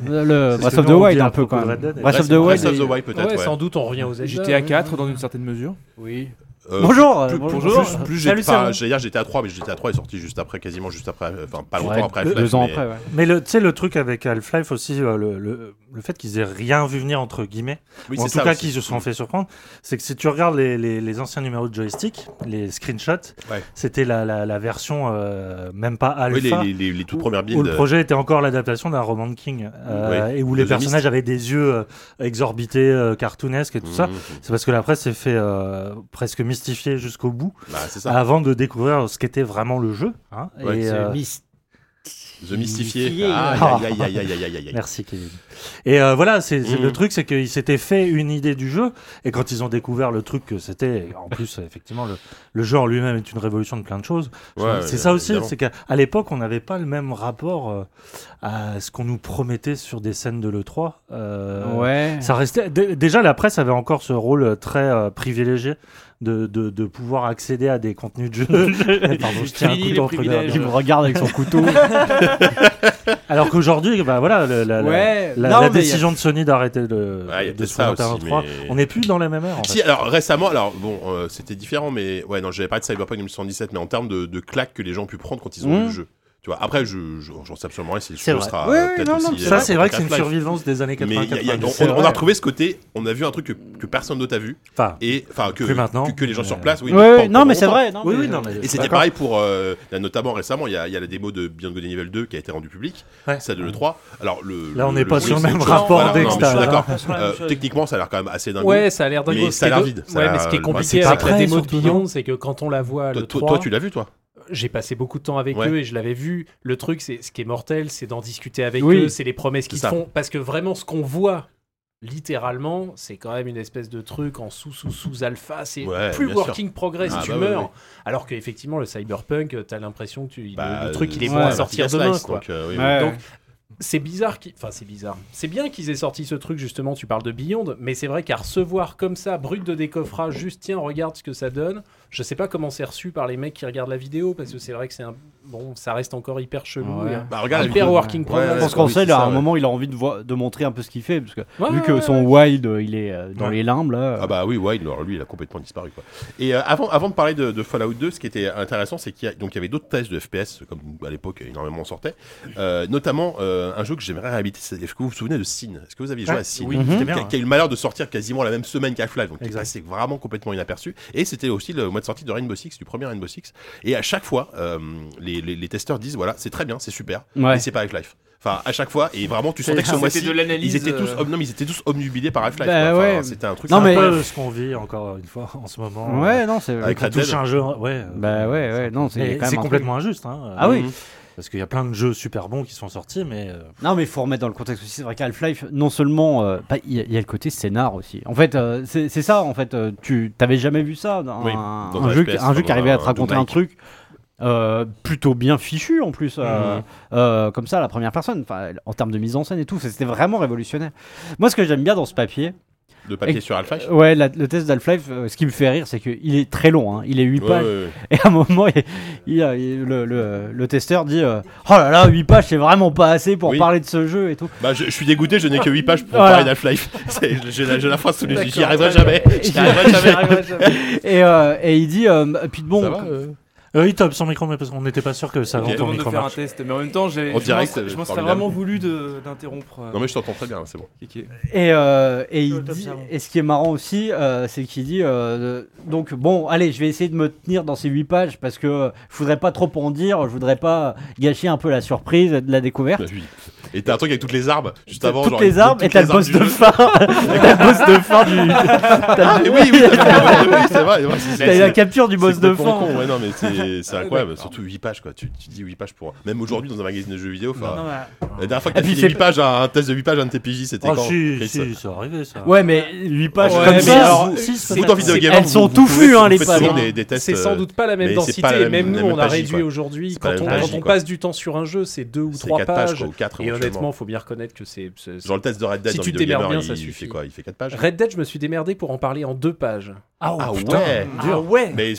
Breath
ce que
of the
nous, on dit
Wild
à
un peu
propos
quand
de
même.
Red Dead.
Breath of the
Breath of
Wild.
the
et-
Wild, peut-être.
Ouais,
ouais.
sans doute, on revient aux
GTA 4 dans une certaine mesure.
Oui.
Euh,
Bonjour,
plus-
euh,
plus-
bonjour.
Plus, plus
Salut,
j'ai- enfin,
Savon.
j'allais dire GTA 3, mais GTA 3 est sorti juste après, quasiment juste après, euh, enfin pas
Ouais,
longtemps après.
deux
Half-Life,
ans
mais-
après. ouais.
Mais le- tu sais, le truc avec Half-Life aussi, euh, le, le, le fait qu'ils aient rien vu venir, entre guillemets,
Oui,
ou en
c'est
tout
ça
cas
aussi.
qu'ils se sont fait surprendre, c'est que si tu regardes les, les, les anciens numéros de joystick, les screenshots,
Ouais.
c'était la, la, la version euh, même pas alpha.
Oui, les, les- les- les toutes premières
où
builds.
le projet était encore l'adaptation d'un roman de King euh, et où
de
les
The
personnages
Mist.
avaient des yeux euh, exorbités, euh, cartoonesques et tout ça.
Mhm.
C'est parce que la presse s'est fait euh, presque mystifier jusqu'au bout
Bah, c'est ça.
avant de découvrir ce qu'était vraiment le jeu. hein.
Ouais,
Et,
c'est
euh,
The Mystifié.
Mystifié.
Ah, aïe, aïe, aïe, aïe, aïe, aïe, aïe.
Merci Kevin. Et euh, voilà, c'est c'est
Mhm.
le truc, c'est qu'ils s'étaient fait une idée du jeu, et quand ils ont découvert le truc que c'était,
*laughs*
en plus effectivement le, le jeu en lui-même est une révolution de plein de choses.
Ouais,
c'est
ouais,
ça aussi,
évidemment.
c'est qu'à à l'époque on n'avait pas le même rapport euh, à ce qu'on nous promettait sur des scènes de l'E3. euh,
Ouais.
Ça restait dé- déjà la presse avait encore ce rôle très euh, privilégié de, de, de pouvoir accéder à des contenus de
*laughs*
jeu. Pardon, je tiens un
Fini
couteau
les
entre les
privilèges.
Il me
deux.
regarde avec son couteau.
Alors qu'aujourd'hui, bah voilà, le- la, la-
ouais.
la,
non, mais
la
il y a-
décision de Sony d'arrêter de,
Ouais, il y a
Euh, de
peut-être
se
ça
présenter à
aussi,
l'E3,
mais-
on n'est plus dans la même ère. En
Si,
fait.
alors récemment, alors bon, euh, c'était différent, mais ouais, non, j'avais pas de Cyberpunk 2077, mais en termes de, de claques que les gens ont pu prendre quand ils ont
Mm.
vu le jeu. Tu vois, après, je, je- j'en sais absolument rien si le
Mmh. C'est
jeu
vrai.
sera
Oui,
euh,
oui,
peut-être
non, non,
aussi.
ça,
euh,
c'est vrai que c'est une
Half-Life.
survivance des années
Mais
80.
il y a- il y a- on,
c'est
on a
vrai.
retrouvé ce côté, on a vu un truc que, que personne d'autre a vu,
Enfin,
et enfin que,
Plus maintenant, Euh,
que, que les gens
mais-
sur place, oui,
Ouais,
mais pas
ouais,
encore
non, mais c'est
longtemps.
vrai. non,
oui,
mais-
oui, non, mais
Et c'était
d'accord.
pareil pour, euh, là, notamment récemment, il y, a, il y a la démo de Beyond Good and Evil 2 qui a été rendue publique,
Ouais.
celle de l'E3. Alors, le,
Là, on
le-
n'est pas
le-
sur le
c'est
même
autre chose.
rapport
Voilà, non, mais Je suis
d'extérieur.
d'accord.
C'est pas la
Euh,
même chose.
techniquement, ça a l'air quand même assez dingue.
Ouais, ça a l'air dingue.
Mais ça a l'air vide, ça a
Ouais,
l'air-
mais ce qui est
bah,
c'est
compliqué
pas
avec la
prêt,
démo de
surtout,
Beyond, c'est que quand on la voit,
Toi,
le
toi-
3,
toi, tu l'as vu, toi
j'ai passé beaucoup de temps avec
Ouais.
eux et je l'avais vu. Le truc, c'est ce qui est mortel, c'est d'en discuter avec
Oui.
eux, c'est les promesses qu'ils
C'est ça.
font. Parce que vraiment, ce qu'on voit, littéralement, c'est quand même une espèce de truc en sous-sous-sous-alpha. C'est
Ouais,
plus
bien sûr.
working progress,
Ah,
tu
bah ouais,
meurs.
ouais.
Alors qu'effectivement, le cyberpunk, t'as l'impression que tu, le-
Bah,
le, truc, il est
ouais,
bon à
bah,
sortir
Slice,
demain. Quoi.
donc, euh, oui, oui.
Ouais.
Donc, c'est bizarre qu'ils- Enfin, c'est bizarre. C'est bien qu'ils aient sorti ce truc, justement, tu parles de Beyond, mais c'est vrai qu'à recevoir comme ça, brut de décoffrage, juste tiens, regarde ce que ça donne, je sais pas comment c'est reçu par les mecs qui regardent la vidéo, parce que c'est vrai que c'est un... Bon, ça reste encore hyper chelou,
Ouais.
et un-
Bah, regarde la
hyper
vidéo.
working
Ouais,
progress.
ouais,
Je pense
euh,
ouais,
qu'en
oui,
ça,
c'est
il a
ça,
un
ouais.
moment, il a envie de, voir- de montrer un peu ce qu'il fait. Parce que
Ouais,
vu
ouais,
que son wild, euh, il est euh, dans
Ouais.
les limbes, là.
Ah bah oui, Wild, alors lui, il a complètement disparu. Quoi. Et euh, avant, avant de parler de, de Fallout 2, ce qui était intéressant, c'est qu'il y, a- donc, il y avait d'autres tests de FPS, comme à l'époque énormément en sortait, euh, notamment euh, un jeu que j'aimerais réhabiliter, c'est- est-ce que vous vous souvenez de Sin Est-ce que vous aviez joué à Sin
Oui,
Mhm.
c'était
qui,
bien.
a, qui a eu le malheur de sortir quasiment la même semaine qu'Half-Life, donc
Exact.
c'est vraiment complètement inaperçu. Et c'était aussi le mois de sortie de Rainbow Six, du premier Rainbow Six. Et à chaque fois, euh, les, les- les testeurs disent voilà, c'est très bien, c'est super,
euh, Ouais.
mais c'est pas Half-Life. Enfin, à chaque fois, et vraiment, tu sentais que ce mois-ci,
C'était de l'analyse.
ils étaient tous,
euh,
ob- non, mais ils étaient tous obnubilés par Half-Life.
Bah
quoi. Enfin,
ouais.
C'était un truc.
Non,
c'est
C'est
mais-
un peu euh, ce qu'on vit encore une fois en ce moment.
Ouais, non, c'est.
Avec
avec la
Red Dead.
touche un jeu. Ouais. euh,
Bah ouais, ouais, non, c'est il y a
mais
quand même
C'est
un
complètement injuste. hein,
Ah
euh,
oui.
Parce qu'il y a plein de jeux super bons qui sont sortis, mais euh,
truc. Non, mais il faut remettre dans le contexte aussi. C'est vrai qu'Half-Life, non seulement. euh, bah, Il y, a- il y a le côté scénar aussi. En fait, euh, c'est c'est ça, en fait. euh, tu t'avais jamais vu ça. dans
Oui,
un,
dans
un
un
jeu,
FPS,
un jeu qui
dans
arrivait à
un
te raconter
Doom
un
Like.
truc. euh, plutôt bien fichu en plus euh,
Mhm.
euh, comme ça à la première personne enfin, en termes de mise en scène et tout c'était vraiment révolutionnaire moi ce que j'aime bien dans ce papier
de papier
Et-
sur Half-Life.
Ouais, la- le test d'Half-Life, euh, ce qui me fait rire, c'est qu'il est très long, hein. il est 8
Ouais,
pages.
ouais,
Et à un moment, il- il a- il- le, le- le testeur dit euh, Oh là là, 8 pages, c'est vraiment pas assez pour
Oui.
parler de ce jeu et tout.
ouais. Bah, je, je suis dégoûté, je n'ai que 8 pages pour
Voilà.
parler d'Half-Life. *laughs* C'est- J'ai la, j'ai la phrase sous les yeux, j'y arriverai
D'accord.
jamais. J'y
j'ai- *laughs*
arriverai
*laughs*
jamais.
Et, euh, et il dit euh, Puis bon,
Ça va, euh
euh, il top sans micro, mais parce qu'on n'était pas sûr que ça
Ok.
rentre
Tout
en
demande de
micro.
faire un test, mais en même temps, j'ai-
En
je m'en
direct,
serais- je
euh,
m'en serais
formidable.
vraiment voulu de- d'interrompre. euh,
Non, mais je t'entends très bien, c'est bon.
Kiki.
Et, euh, et, il
au top,
dit-
ça va.
et ce qui est marrant aussi, euh, c'est qu'il dit euh, donc bon, allez, je vais essayer de me tenir dans ces 8 pages parce que euh, je voudrais pas trop en dire, je voudrais pas euh, gâcher un peu la surprise de la découverte.
Bah, oui. Et t'as un truc avec toutes les arbres, juste
T'as
avant.
toutes
genre,
les arbres et
toutes
t'as
les
le boss
arbres
de
du jeu.
fin. *laughs* t'as le boss de fin du. t'as
Ah,
le-
mais
*laughs*
oui, oui, t'as le boss de- oui, c'est vrai. ouais, c'est-
t'as
c'est-
la capture du
c'est
boss de
complètement
fin.
con, Ouais, non, mais c'est c'est incroyable. Surtout 8 pages, quoi. Tu, tu dis 8 pages pour. Même aujourd'hui, dans un magazine de jeux vidéo, enfin,
Non, mais-
la dernière fois que
Et
t'as
puis
fini
c'est-
8 pages, à un test de 8 pages, à un de tes PJ, c'était
Ah,
quand
si,
Chris
si, c'est arrivé ça.
Ouais, mais 8 pages
Ouais,
comme
mais
ça.
alors,
vous-
si,
Vous, dans Video
c'est-
Gamer,
elles
vous-
sont
vous
tout
pouvez-
fus, hein,
vous
les
faites
pages,
souvent
hein.
des, des tests.
C'est sans
euh,
doute pas la même
mais c'est
densité,
pas la
et
même-
même
la
nous
même
on a
magie,
réduit
quoi.
aujourd'hui.
C'est pas
Quand, on,
la même
quand
magie,
on
quoi.
passe du temps sur un jeu, c'est deux ou
c'est
trois
4
pages.
pages, quoi, ou 4
et honnêtement, faut bien reconnaître que c'est. c'est-
Genre le test de Red Dead
Si
dans
tu te
Video
démerdes
Gamer,
bien, ça
il
suffit.
fait quoi Il fait 4 pages
Red Dead, je me suis démerdé pour en parler en deux pages.
Ah,
Ah
ouais.
ouais
Ah ouais
Mais,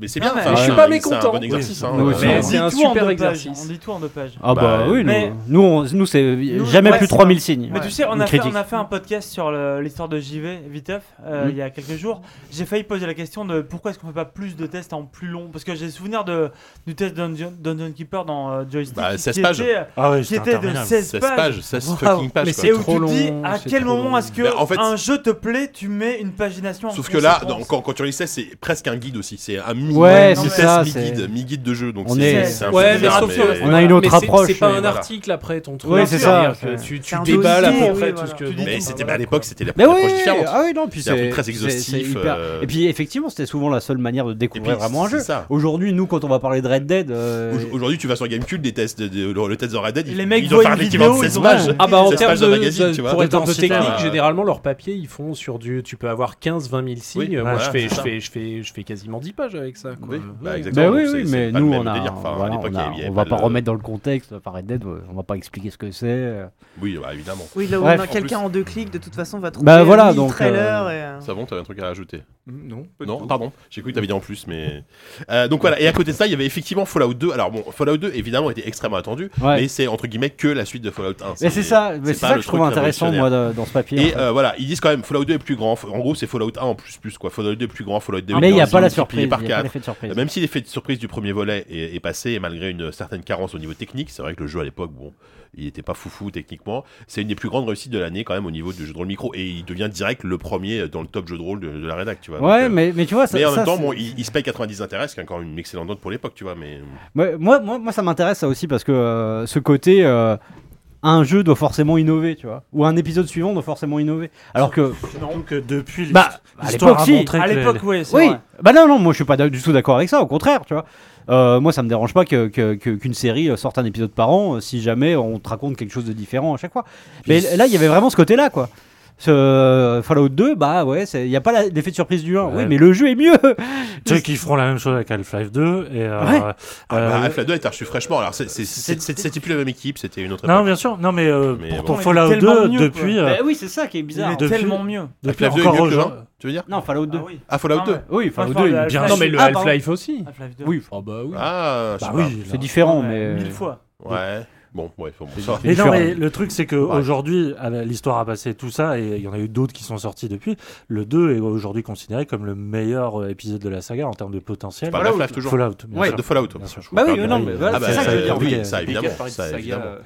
mais c'est
Non,
bien,
mais-
enfin,
Je suis
c'est
pas
un- C'est un
mécontent.
bon exercice. hein,
Oui,
euh,
c'est-
mais-
Mais c'est
On
un
dit tout en
super
deux pages,
exercice.
On dit tout en deux pages.
Ah bah,
Bah,
oui,
mais-
nous, nous, on- nous, c'est
Nous,
jamais
ouais,
plus
c'est
3000 signes.
Mais tu sais, on
Une
a, fait,
critique.
on a fait un podcast sur le- l'histoire de JV, Viteuf, euh,
Mm.
il y a quelques jours. J'ai failli poser la question de pourquoi est-ce qu'on fait pas plus de tests en plus long Parce que j'ai le souvenir de, du test Dungeon, Dungeon Keeper dans euh, Joystick.
Bah,
qui-
16
qui
pages.
Était,
Ah ouais,
qui
c'était
était de
interminable.
16
16
pages.
pages, 16
Waouh.
fucking pages.
Mais
quoi.
Et
c'est
où tu
trop
te dis
long,
à
c'est
quel
trop
moment
long.
est-ce que
Mais en fait,
un jeu te plaît, tu mets une pagination en
Sauf que là,
conséquence.
dans- quand, quand tu relis ça, c'est presque un guide aussi. C'est un mini,
Ouais,
c'est
ça, c'est-
mi-guide, mi-guide de jeu. Donc
On
c'est-
est-
c'est un peu
Ouais, mais
bizarre,
sauf
mais-
que-
On a une autre
mais c'est-
approche,
C'est pas
mais
un
voilà.
article après ton truc.
Oui,
Bien
c'est
sûr.
ça,
C'est-à-dire que
c'est-
Tu, tu
c'est un
déballes à
dossier,
peu près
oui,
tout ce
voilà.
que.
Tu dis
Mais
tout.
c'était
Bah,
bah, à l'époque, c'était la
Mais
première
oui,
approche différente.
ah oui, non, puis
C'est un
c'est
truc très
c'est- c'est
exhaustif,
hyper-
euh,
Et puis effectivement, c'était souvent la seule manière de
Et puis,
découvrir vraiment un
c'est
jeu.
ça.
Aujourd'hui, nous, quand on va parler de Red Dead, euh,
Au- Aujourd'hui, tu vas sur Gamecube, des tests de, de- le, le test de Red Dead, ils-
Les mecs
ils ont
voient
fait un
une
mec qui
vidéo,
vend
ils
16
ont-
pages.
Ah bah en
Ça se
termes
passe
de,
dans le euh, magazine,
de-
tu vois.
pour être un peu
Densité,
technique,
ouais.
généralement leurs papiers ils font sur du tu peux avoir 15 20 000 signes.
Oui,
Euh, Moi
voilà,
je fais
c'est
je
ça.
fais je fais je fais quasiment 10 pages avec ça quoi.
Oui, bah,
Ouais.
exactement.
Bah oui,
Donc,
oui,
c'est-
mais
c'est pas
nous,
le même
on a.
délire. Enfin, à
voilà,
l'époque,
on,
il y
a-
avait- il y
on
avait
va pas
le-
remettre dans le contexte. Enfin, Red Dead, euh, on va pas expliquer ce que c'est. euh.
Oui, bah, évidemment.
Oui, là où
Bref,
on a
en
quelqu'un
plus.
en deux clics, de toute façon, va trouver
Bah voilà,
mille
donc, euh,
trailers. et, euh,
Savon, t'avais un truc à rajouter
Mm, Non, pas du
Non,
tout.
pardon, j'ai cru que t'avais dit en plus, mais. Euh, donc voilà, et à côté de ça, il y avait effectivement Fallout 2. Alors bon, Fallout 2 évidemment était extrêmement attendu,
Ouais.
mais c'est entre guillemets que la suite de Fallout 1.
Mais c'est ça, mais c'est ça
pas le
que je trouve
truc
intéressant, moi, de- dans ce papier. en
Et
fait.
euh, voilà, ils disent quand même Fallout 2 est plus grand. En gros, c'est Fallout 1 en plus, plus quoi. Fallout 2 est plus grand, Fallout 2 est
mais il
plus
n'y a
grand,
pas la
c'est multiplié
surprise.
par
Il n'y a pas
quatre.
l'effet de surprise.
Même si l'effet de surprise du premier volet est, est passé, et malgré une certaine carence au niveau technique, c'est vrai que le jeu à l'époque, bon, il n'était pas foufou techniquement, c'est une des plus grandes réussites de l'année quand même au niveau du jeu de rôle micro, et il devient direct le premier dans le top jeu de rôle de, de la rédac, tu vois.
Ouais,
Donc, euh,
mais, mais tu vois, ça,
mais en
ça,
même temps,
c'est-
bon, il, il se paye 90 intérêts, ce qui est encore une excellente note pour l'époque, tu vois. Mais euh,
Ouais, moi, moi, moi, ça m'intéresse ça aussi parce que euh, ce côté, euh, un jeu doit forcément innover, tu vois, ou un épisode suivant doit forcément innover. Alors que,
Donc euh, depuis l'hist-
bah, à
l'histoire
l'époque,
a
si.
montré
À
que les-
l'époque, oui, c'est
Oui,
vrai.
bah non, non, moi je suis pas d'ac- du tout d'accord avec ça, au contraire, tu vois. Euh, moi ça me dérange pas que- que- que- qu'une série euh, sorte un épisode par an euh, si jamais on te raconte quelque chose de différent à chaque fois. Mais
Puis-
là il y avait vraiment ce côté-là, quoi. ce Fallout 2, bah ouais, il n'y a pas la- l'effet de surprise du 1.
Ouais.
Oui, mais le jeu est mieux.
Tu sais qu'ils feront la même chose avec Half-Life 2 et euh,
Ouais.
euh,
Ah, bah, Half-Life 2 est archi fraîchement. Alors, c'est- c'est- c'est-
C'est-
c'est- c'était plus la même équipe, c'était une autre
non
époque.
bien sûr non mais, euh,
Mais
pourtant
bon.
Fallout
Tellement
2
mieux, quoi.
depuis euh,
Bah oui, c'est ça qui est
Il est
Depuis-
tellement mieux.
depuis
Half-Life 2 est
encore
mieux que le
aujourd'hui.
1, tu veux dire
Non, Fallout 2.
Ah oui.
Ah, Fallout
Non,
2
mais-
Oui,
Moi, je
Fallout
parle
2.
de
il-
Half-Life.
Non, mais le
Ah, pardon.
Half-Life aussi.
Half-Life 2.
Oui,
Ah bah oui.
Ah, je
bah
sais
oui là.
c'est différent,
Ouais,
mais.
Mille fois.
pas. Ouais. Bon, ouais, faut bon, ça va.
Mais non,
différent.
mais le truc, c'est qu'aujourd'hui, bah, l'histoire a passé tout ça, et il y en a eu d'autres qui sont sortis depuis. Le 2 est aujourd'hui considéré comme le meilleur euh, épisode de la saga en termes de potentiel.
Pas Half-Life toujours.
Fallout, bien
Ouais,
sûr.
de Fallout.
Bien sûr, je
Bah
vous
oui,
parle
non,
de-
mais voilà,
Ah bah,
c'est ça
ça,
que je veux dire.
oui,
oui.
ça, évidemment,
Parler de
ça,
saga,
évidemment.
euh,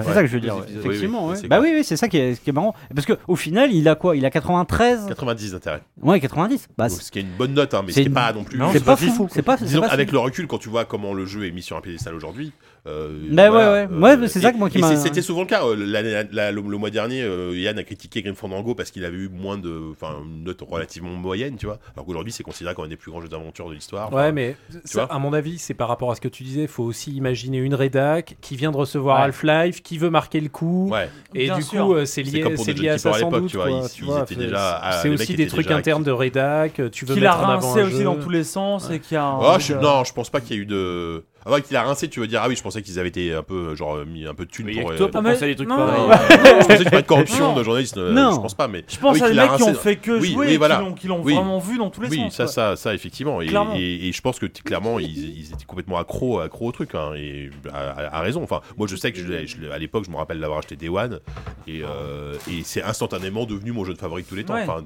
C'est
Ouais.
ça que je veux
Deux
dire, ouais.
épisodes, oui, oui,
effectivement.
c'est-
ouais.
c'est
Bah
clair.
oui, oui, c'est ça qui est, ce qui est marrant. Parce qu'au final, il a quoi Il a 93
90 d'intérêt.
Ouais, 90. Bah,
Donc,
c'est
Ce qui est une bonne note, hein, mais
c'est
ce qui
une-
est pas non plus.
Non,
c'est
c'est
pas
pas
fou.
fou.
C'est pas. c'est
Disons,
pas fou.
avec le recul, quand tu vois comment le jeu est mis sur un piédestal aujourd'hui. Euh,
Bah ouais, ouais. Ouais, mais c'est ça que moi qui
et
m'a-
c'est- C'était souvent le cas. Euh, l'année- la- la- le, le mois dernier, euh, Yann a critiqué Grim Fandango parce qu'il avait eu moins de. Enfin, une note relativement moyenne, tu vois. Alors qu'aujourd'hui, c'est considéré comme un des plus grands jeux d'aventure de l'histoire. Enfin,
Ouais, mais ça,
vois
à mon avis, c'est par rapport à ce que tu disais. Il faut aussi imaginer une rédac qui vient de recevoir
Ouais.
Half-Life, qui veut marquer le coup.
Ouais.
Et
Bien
du
sûr.
coup, euh, c'est
C'est
lié,
comme pour
c'est
des
lié à
jeux
ça
à
sans
l'époque,
doute.
tu vois,
quoi,
ils-
tu
ils
vois,
étaient
c'est-
déjà- ah,
C'est
les
aussi
mecs
des
étaient
trucs
déjà
internes de rédac. euh, Tu veux
Qu'il a
mettre en avant
rincé
un
aussi
jeu.
dans tous les sens et qu'il y a un.
Ah, je-
euh,
non, je pense pas qu'il y ait eu de. Ah ouais, qu'il a rincé, tu veux dire. Ah oui, je pensais qu'ils avaient été un peu, genre, euh, mis un peu de thunes
Mais il y a
pour.
que
euh,
toi pour
mais-
penser à des trucs
non.
pareils.
je pensais qu'il parlait de corruption
Non.
de journalistes. euh,
Non.
Je pense pas, mais.
Je pense
Oui,
à des
qu'il a
mecs qui
rincé
ont
dans-
fait que
Oui,
jouer
oui,
et
voilà.
qui l'ont- qui l'ont
Oui.
vraiment vu dans tous les
oui,
sens.
ça,
quoi.
ça, ça, effectivement. Et,
Clairement.
et- et je pense que t- clairement, ils, ils étaient complètement accros, accros au truc. hein, et à, à- à raison. Enfin, moi, je sais que je l'ai- je l'ai- à l'époque, je me rappelle l'avoir acheté Day One. Et, euh, et c'est instantanément devenu mon jeu de favori de tous les temps.
Ouais.
Enfin,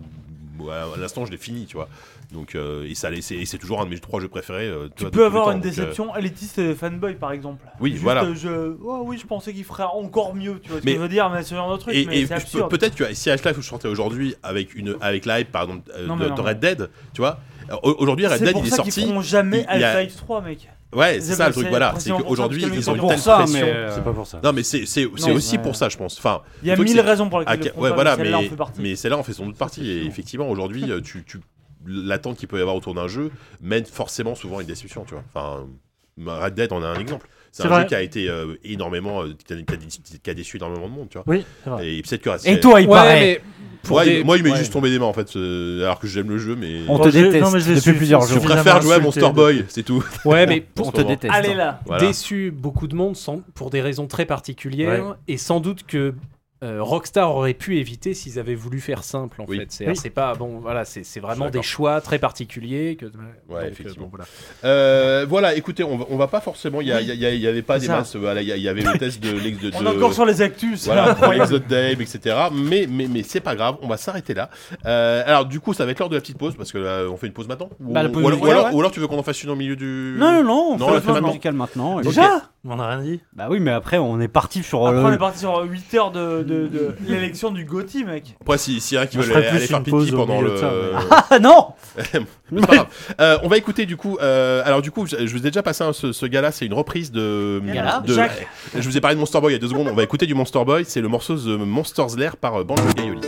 moi, à l'instant, je l'ai fini, tu vois. Donc, euh, et ça, l'est- c'est c'est toujours un de mes trois jeux préférés. euh, tu vois,
Tu
de tous
peux
les
avoir
temps.
une
Donc, euh,
déception élitiste et fanboy par exemple.
Oui,
Juste,
voilà.
euh, Je... Oh oui, je pensais qu'il ferait encore mieux, tu vois ce
Mais-
que je veux dire, mais ce genre de truc.
Et,
mais
et
c'est
pe-
absurde.
peut-être que si Half-Life je sortais aujourd'hui avec une avec la hype par exemple euh,
Non,
de,
mais non,
de
mais-
Red Dead, tu vois. Alors, au- Aujourd'hui Red
C'est
Dead
pour
il est
ça qu'ils
sorti.
feront jamais
il y a-
Half-Life 3, mec.
Ouais, c'est
C'est
ça le
pour-
truc
c'est
voilà, c'est
précisément pour ça,
qu'aujourd'hui
parce que
ils
c'est
ont une
pour
telle
ça,
pression.
mais, euh,
C'est pas pour ça.
Non mais c'est c'est c'est
Non,
aussi
ouais.
pour ça je pense. Enfin,
Il y a
le truc,
mille
c'est-
raisons pour
à
lesquelles. ils
quel-
le font
ouais
pas,
voilà mais
mais celle-là en fait partie.
mais celle-là en fait sans doute partie et effectivement aujourd'hui euh, tu tu l'attente qu'il peut y avoir autour d'un jeu mène forcément souvent à une déception, tu vois. Enfin Red Dead en a un exemple. C'est
C'est
un
vrai.
jeu qui a été euh, énormément euh, qui a, qui a- qui a déçu énormément de monde, tu vois.
Oui, c'est
Ah.
vrai.
Et peut-être que
Et toi, il paraît.
Ouais, mais pour
Ouais,
des-
il- Moi, il m'est
ouais.
juste tombé des mains en fait, euh, alors que j'aime le jeu, mais.
On
Bon,
te
je- non,
déteste
mais je l'ai
depuis
su-
plusieurs jours.
Je préfère
suffisamment
jouer à
insulté
Monster
de-
Boy, c'est tout.
*laughs* Ouais, mais
Pour
on
ce
te
moment.
déteste.
Allez là
Voilà.
déçu beaucoup de monde sans- pour des raisons très particulières et sans doute que euh, Rockstar aurait pu éviter s'ils avaient voulu faire simple en
Oui.
fait. C'est c'est pas bon, voilà, c'est c'est vraiment des
d'accord.
choix très particuliers que. donc, euh,
effectivement.
bon, voilà.
Euh, voilà, écoutez, on va, on va pas forcément. Il y, a-
Oui.
il y a- il y avait pas
C'est
des
ça.
masses. voilà, Il y, a- il y avait le test de l'ex de.
*laughs* On
de-
est encore sur les actus, c'est
Voilà, pour
incroyable.
l'Exode Dame, etc. Mais, mais, mais c'est pas grave, on va s'arrêter là. Euh, alors, du coup, ça va être l'heure de la petite pause, parce que là, on fait une pause maintenant Ou,
Bah, la pause
ou alors, ou
musicale,
alors-
ouais.
ou alors tu veux qu'on en fasse une au milieu du.
Non, non, non, on
Non, on
fait
l'a
la
fait
pause
maintenant.
musicale maintenant. et-
Déjà
On en a rien dit.
Bah oui, mais après, on est parti sur euh,
Après, on est
le.
parti sur 8 heures de, de- de l'élection du Gotti, mec.
Après, s'il si y en a qui
Moi,
veulent
je ferais
aller,
plus
aller faire
une
pipi
pause au
pendant
milieu
le.
de ça, mais-
*laughs*
Ah *laughs* non
Mais c'est pas grave. Euh, on va écouter du coup. euh, alors du coup, je, je vous ai déjà passé hein, ce, ce gars-là. C'est une reprise de.
Gala.
de-
Jacques.
Je vous ai parlé de Monster Boy il y a deux secondes. On va écouter du Monster Boy. C'est le morceau The Monsters Lair par euh, Banjo Gaioli.